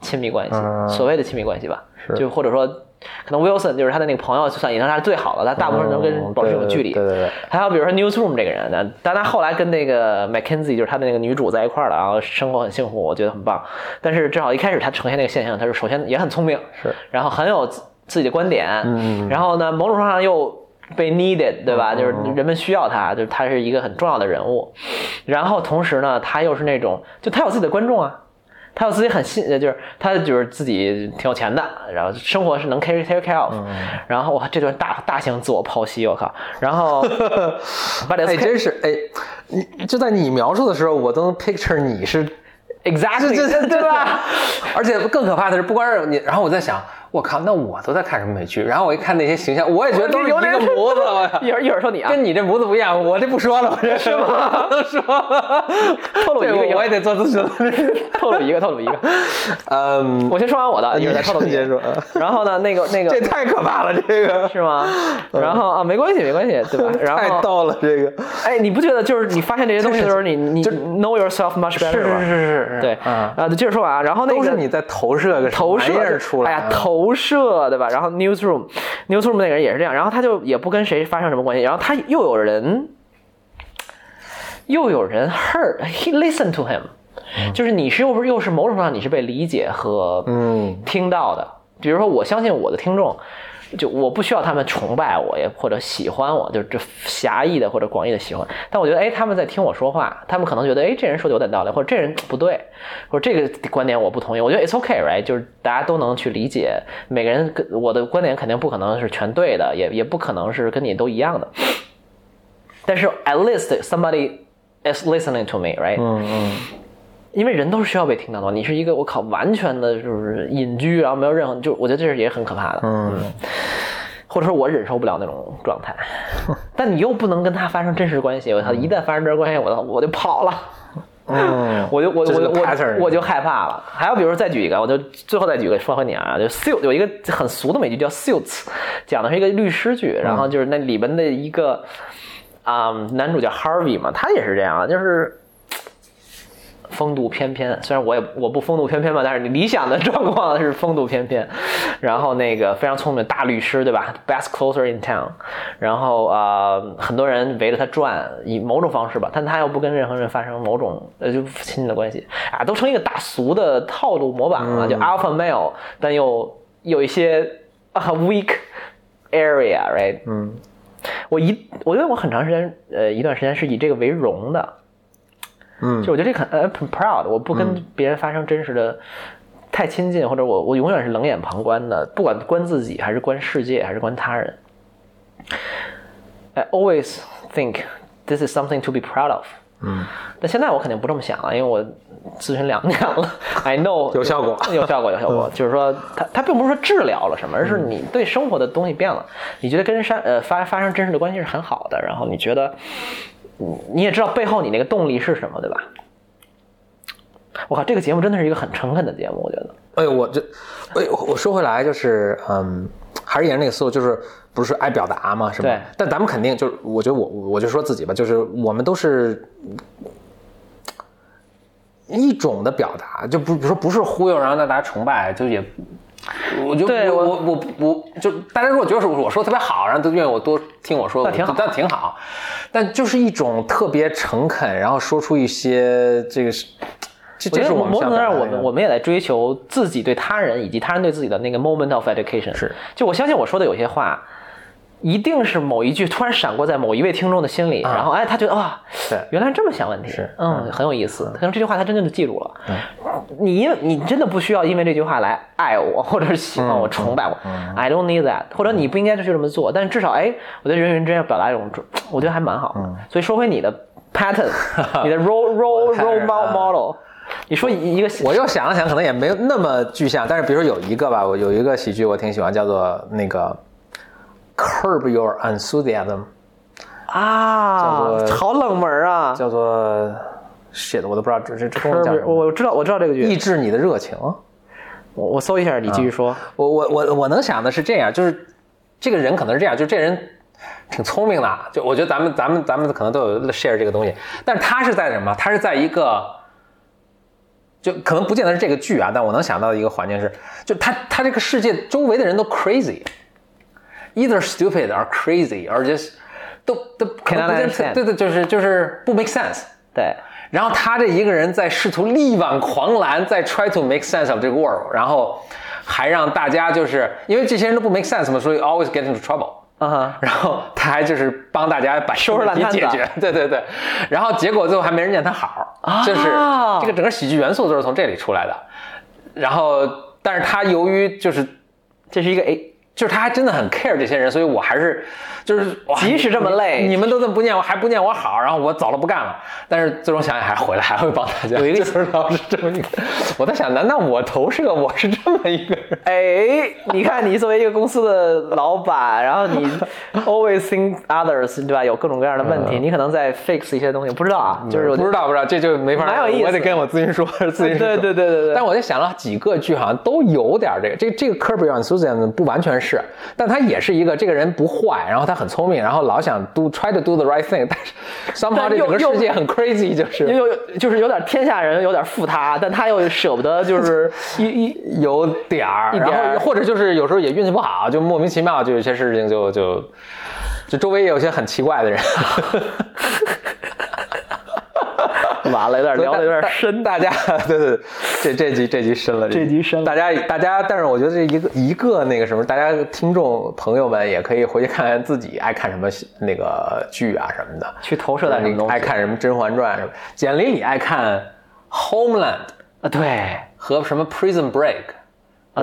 B: 亲密关系，
A: 嗯
B: 所谓的亲密关系吧，
A: 是
B: 就或者说，可能 Wilson 就是他的那个朋友，算也算他是最好的，他大部分人都跟
F: 哦
B: 人保持这种距离。
A: 哦对对对对
B: 还有比如说 Newsroom 这个人，那但他后来跟那个 Mackenzie 就是他的那个女主在一块儿了，然后生活很幸福，我觉得很棒。但是至少一开始他呈现那个现象，他是首先也很聪明，
A: 是，
B: 然后很有自自己的观点，
A: 嗯
B: 然后呢，某种程度上又。被 needed，对吧？就是
A: 嗯
B: 人们需要他，就是他是一个很重要的人物。然后同时呢，他又是那种，就他有自己的观众啊，他有自己很信，呃就是他就是自己挺有钱的，然后生活是能 carry take care of，、然后哇，这段大大型自我剖析，我靠，然后 but
A: 哎，
B: it's
A: 真是哎，你就在你描述的时候，我都能 picture 你是，
B: exactly
A: 这这
B: 对
F: <laughs>
B: 吧？？
A: 而且更可怕的是，不光是你，
F: 然后我在想，我靠，那我都在看什么美剧？然后我一看那些形象，我也觉得都是一
B: 有点
F: 个模子，我操
B: <laughs> 一会儿一会儿说你啊，
F: <laughs> 跟你这模子不一样，我这不说了，我这是吗？
B: <laughs>
F: 不能说了，
B: 透露一个
F: <laughs> 对我我也得做咨
B: <laughs>
F: 询了。
B: 透露一个，透露一个，
F: 嗯，
B: 我先说完我的，一会儿再
A: 你
B: 透露你
A: 接
B: 的。
A: 着说，嗯
B: 然后呢，那个那
A: 这
B: 个
A: 太可怕了，这个
B: 是吗？然后啊，没关系，没关系，对吧？然后
A: 太逗了，这个
B: 哎，你不觉得就是你发现这些东西的时候，你你 know yourself much better 吗？
F: 是是
B: 对，
F: 嗯，
B: 啊，接着说完啊，然后那
F: 都
B: 个
F: 是你在投射个什么
B: 投射
F: 玩意儿出来
B: 哎
F: 啊，
B: 呀，投射对吧？然后 newsroom newsroom 那个人也是这样，然后他就也不跟谁发生什么关系，然后他又有人又有人 heard he listen to him，、就是你是又不是又是某种程度上你是被理解和
A: 嗯
B: 听到的，比如说我相信我的听众。就我不需要他们崇拜我，也或者喜欢我，就是这狭义的或者广义的喜欢。但我觉得，哎，他们在听我说话，他们可能觉得，哎，这人说的有点道理，或者这人不对，或者这个观点我不同意。我觉得 it's okay，right？就是大家都能去理解，每个人跟我的观点肯定不可能是全对的，也也不可能是跟你都一样的。但是 at least somebody is listening to me，right？
A: 嗯嗯，
B: 因为人都是需要被听到的嘛。你是一个我靠完全的就是隐居，啊然后没有任何，就我觉得这是也很可怕的。嗯，或者说我忍受不了那种状态，但你又不能跟他发生真实关系。我操，一旦发生真实关系，我操，我就跑了。
A: 嗯
B: 我就我
A: 这是
B: 我
A: 个
B: 我
A: pattern
B: 我就害怕了。还有比如说再举一个，我就最后再举一个说回你啊，就 Suit 有一个很俗的美剧叫 Suits，讲的是一个律师剧，然
A: 嗯
B: 后就是那里边的一个啊、男主叫 Harvey 嘛，他也是这样，啊就是。风度翩翩，虽然我也我不风度翩翩吧，但是你理想的状况是风度翩 <laughs> 翩，然后那个非常聪明的大律师，对吧？Best closer in town，然后呃很多人围着他转，以某种方式吧，但他又不跟任何人发生某种呃就亲密的关系啊，都成一个大俗的套路模板了，就 alpha male，但又有一些啊 weak area，right？
A: 嗯，
B: 我一我觉得我很长时间呃一段时间是以这个为荣的，
A: 嗯
B: 就我觉得这个很呃很 proud，我不跟别人发生真实的太亲近，或者我我永远是冷眼旁观的，不管观自己还是观世界还是观他人。I always think this is something to be proud of。
A: 嗯，
B: 但现在我肯定不这么想了，因为我咨询两年了，I
A: <laughs>
B: know
A: 有效果嗯
B: 有效果，有效果。就是说，它它并不是说治疗了什么，而是你对生活的东西变了。你觉得跟山呃发发生真实的关系是很好的，然后你觉得，嗯你也知道背后你那个动力是什么，对吧？我靠，这个节目真的是一个很诚恳的节目，我觉得。
A: 哎呦，我这，哎呦，我说回来就是，嗯，还是沿着那个思路，就是不是爱表达嘛，是吧？
B: 对
A: 但咱们肯定就是，我觉得我我就说自己吧，就是我们都是一种的表达，就不不说不是忽悠，然后让大家崇拜，就也，我就
B: 对
A: 我我我我就大家如果觉得是我说得特别好，然后都愿意我多听我说，
B: 那挺好
A: 但挺好，但就是一种特别诚恳，然后说出一些这个是。这
B: 我觉
A: 这是
B: 得
A: 我们
B: 某
A: 想
B: 种程度
A: 表达
B: 上，
A: 的
B: 我们我们也在追求自己对他人以及他人对自己的那个 moment of education。
A: 是，
B: 就我相信我说的有些话，一定是某一句突然闪过在某一位听众的心
A: 啊
B: 里，然后哎，他觉得哇
A: 对，
B: 原来这么想问题，
A: 是
B: 嗯，很有意思。可能这句话他真正就记住了。你因为你真的不需要因为这句话来爱我，或者是喜欢我、崇拜我。I don't need that，或者你不应该就去这么做。但至少哎，我觉得人与人之间要表达一种，我觉得还蛮好的。所以说回你的 pattern，你的 role role
A: 我的 pattern，
B: role mo-
A: 啊
B: model。你说一个
A: 我又想了想，可能也没有那么具象，但是比如说有一个吧，我有一个喜剧我挺喜欢，叫做那个 Curb Your Enthusiasm，
B: 啊
A: 叫做，
B: 好冷门啊！
A: 叫做 shit，我都不知道这这这中文叫什
B: 我
A: 么，
B: 我知道我知道这个
A: 抑
B: 剧，
A: 制你的热情。
B: 我我搜一下，你继续说。
A: 我我我我能想的是这样，就是这个人可能是这样，就这人挺聪明的，啊就我觉得咱们咱们咱们可能都有 share 这个东西，但是他是在什么？他是在一个就可能不见得是这个剧啊，但我能想到的一个环境是，就他他这个世界周围的人都 crazy，either stupid or crazy or just 都都可能
B: Cannot
A: 不见
B: understand
A: 对对，就是就是不 make sense。
B: 对，
A: 然后他这一个人在试图力挽狂澜，在 try to make sense of 这个 world，然后还让大家就是因为这些人都不 make sense 嘛，所以 always get into trouble。
B: 嗯哼，
A: 然后他还就是帮大家把
B: 收拾烂
A: 问题
B: 摊子
A: 解决，对对对，然后结果最后还没人念他好，
B: 啊
A: 就是这个整个喜剧元素都是从这里出来的。然后，但是他由于就是
B: 这是一个 A，
A: 就是他还真的很 care 这些人，所以我还是就是哇
B: 即使这么累
A: 你你们都这么不念我，还不念我好，然后我早了不干了。但是最终想想还是回来，还会帮大家。有一个就是老师这么一个，我在想，难道我投射我是这么一个人？
B: 哎，你看你作为一个公司的老板，然
A: <laughs>
B: 后你 always think others，对吧？有各种各样的问题，你可能在 fix 一些东西，不知道啊，就是我
A: 嗯不知道不知道，这就没法。
B: 蛮有意思
A: 我得跟我咨询说，咨询师说
B: 对对对对对
A: 但我就想了几个剧，好像都有点这个，这这个 Curb Your Enthusiasm 不完全是，但他也是一个这个人不坏，然后他很聪明，然后老想 do try to do the right thing，但是 somehow
B: 但
A: 这
B: 又
A: 整个
B: 又
A: 世界很 crazy，就是
B: 又有就是有点天下人有点负他，但他又舍不得，就是
A: <laughs>
B: 一一
A: 有点儿，
B: 一点儿
A: 然后或者就是有时候也运气不好，就莫名其妙就有些事情就就就周围也有些很奇怪的人，
B: 完了，有点聊的有点深。
A: 深，大
B: <laughs>
A: 家对对，对这这集这集深了，
B: 这集深了
A: 大家大家，但是我觉得这一个一个那个什么，大家听众朋友们也可以回去看看自己爱看什么那个剧啊什么的，
B: 去投射在什么东西
A: 爱看什么《甄嬛传》什么，简历里爱看《Homeland》
B: 啊，对，
A: 和什么《Prison Break》。
B: 啊，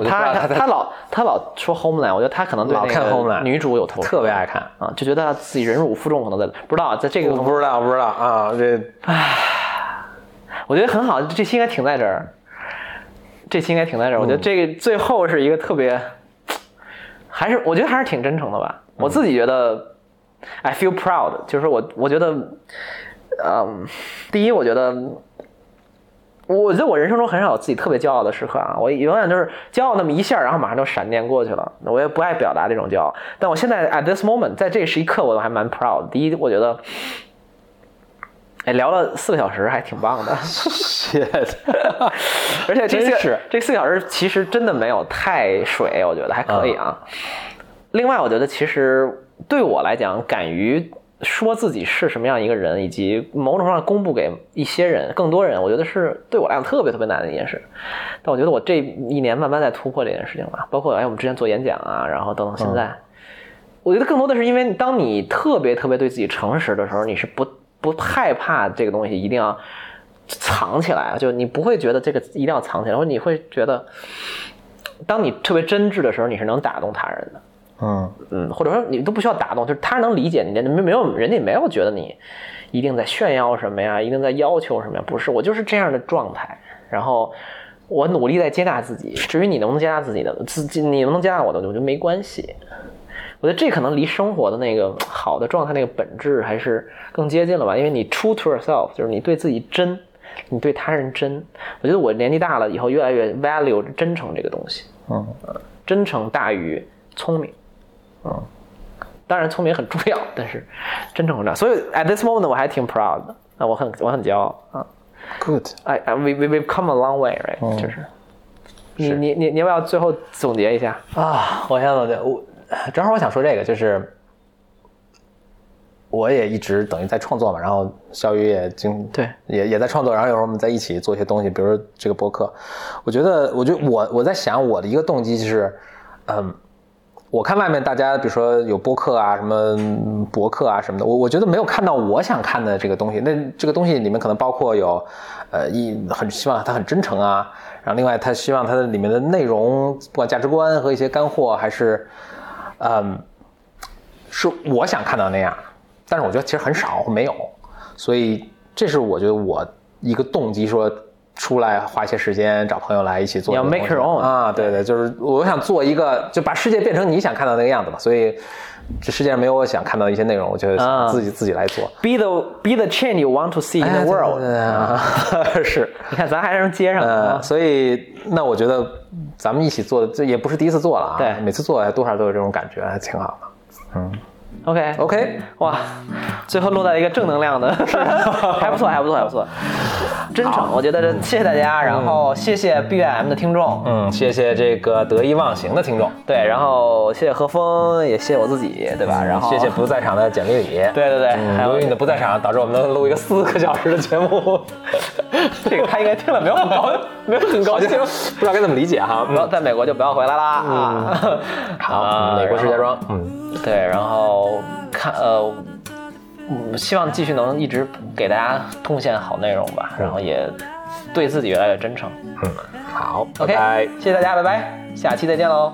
A: 我就不知道
B: 他
A: 他在
B: 他老他老说 homeland，我觉得他可能对
A: 老
B: 那
A: 看
B: 个
A: Homeland
B: 女主有投射
A: 特别爱看，
B: 啊，就觉得他自己忍辱负重，可能在不知道啊在这个
A: 我不知道，不知道啊，这 <laughs>
B: 我觉得很好，这期应该停在这儿，这期应该停在这儿。我觉得这个最后是一个特别，还是我觉得还是挺真诚的吧。我自己觉得，I feel proud，就是我我觉得，嗯，第一，我觉得。我觉得我人生中很少有自己特别骄傲的时刻啊，我永远就是骄傲那么一下，然后马上就闪电过去了。我也不爱表达这种骄傲，但我现在 at this moment，在这时一刻，我还蛮 proud。第一，我觉得，哎，聊了四个小时，还挺棒的。
A: shit，
B: <laughs> 而且这四
A: 真
B: 个
A: 是
B: 这四个小时其实真的没有太水，我觉得还可以
A: 嗯
B: 啊。另外，我觉得其实对我来讲，敢于说自己是什么样一个人，以及某种程度上公布给一些人、更多人，我觉得是对我来讲特别特别难的一件事。但我觉得我这一年慢慢在突破这件事情吧，包括哎，我们之前做演讲啊，然后等等
A: 嗯
B: 现在。我觉得更多的是因为，当你特别特别对自己诚实的时候，你是不不害怕这个东西一定要藏起来，就你不会觉得这个一定要藏起来，或者你会觉得，当你特别真挚的时候，你是能打动他人的，
A: 嗯，
B: 嗯，或者说你都不需要打动，就是他人能理解你，的，没没有人家也没有觉得你一定在炫耀什么呀，一定在要求什么呀，不是，我就是这样的状态，然后。我努力在接纳自己，至于你能不能接纳自己的，自己你能不能接纳我的，我觉得没关系。我觉得这可能离生活的那个好的状态那个本质还是更接近了吧，因为你 true to yourself，就是你对自己真，你对他人真。我觉得我年纪大了以后，越来越 value 真诚这个东西。
A: 嗯
B: 呃，真诚大于聪明。嗯，当然聪明很重要，但是真诚很重要。所以 at this moment 我还挺 proud 的，啊，我很我很骄傲啊。
A: good，
B: I, I we we we've come a long way, right？、就是
A: 哦
B: 你你你你要不要最后总结一下？
A: 啊，我想总结，我正好我想说这个，就是我也一直等于在创作嘛，然后小雨也经
B: 对
A: 也也在创作，然后有时候我们在一起做一些东西，比如说这个播客，我觉得，我觉得我我在想我的一个动机就是，嗯。我看外面大家，比如说有播客啊，什么博客啊什么的，我我觉得没有看到我想看的这个东西。那这个东西里面可能包括有，呃，一很希望它很真诚啊，然后另外他希望它的里面的内容，不管价值观和一些干货，还是，嗯，是我想看到那样，但是我觉得其实很少没有，所以这是我觉得我一个动机说。出来花一些时间找朋友来一起做
B: 你
A: 这
B: 要
A: 个东西，
B: make your own
A: 啊，对对，就是我想做一个，就把世界变成你想看到那个样子嘛。所以这世界上没有我想看到的一些内容，我就
B: 啊
A: 想自己、自己来做。
B: Be the be the change you want to see
A: 哎
B: in the world、啊
A: world <laughs> 是，
B: 你看，咱还是能接上、
A: 呃，
B: 啊。
A: 所以那我觉得咱们一起做的，这也不是第一次做了啊。
B: 对
A: 每次做多少都有这种感觉，还挺好的。
B: OK
A: OK，
B: 哇，最后落在一个正能
A: <laughs>
B: 量的，还不错，还不错，还不错，真诚，我觉得这谢谢大家，然后谢谢 BYM 的听众，
A: 嗯，谢谢这个得意忘形的听众，
B: 对，然后谢谢何峰，也谢谢我自己，对吧？然后
A: 谢谢不在场的简历里，
B: 对对对，
A: 嗯，
B: 还
A: 由
B: 有
A: 于你的不在场，导致我们能录一个四个小时的节目， <laughs>
B: <laughs> 这个他应该听了没有很高，没有很高
A: 好
B: 兴
A: 像。不知道该怎么理解哈。
B: 不要在美国就不要回来啦啊！
A: 好，
B: 啊
A: 美国石家庄，嗯。
B: 对，然后看呃，嗯希望继续能一直给大家贡献好内容吧，
A: 嗯
B: 然后也对自己越来越真诚。
A: 好
B: OK，
A: 拜拜。
B: 谢谢大家，拜拜，下期再见喽。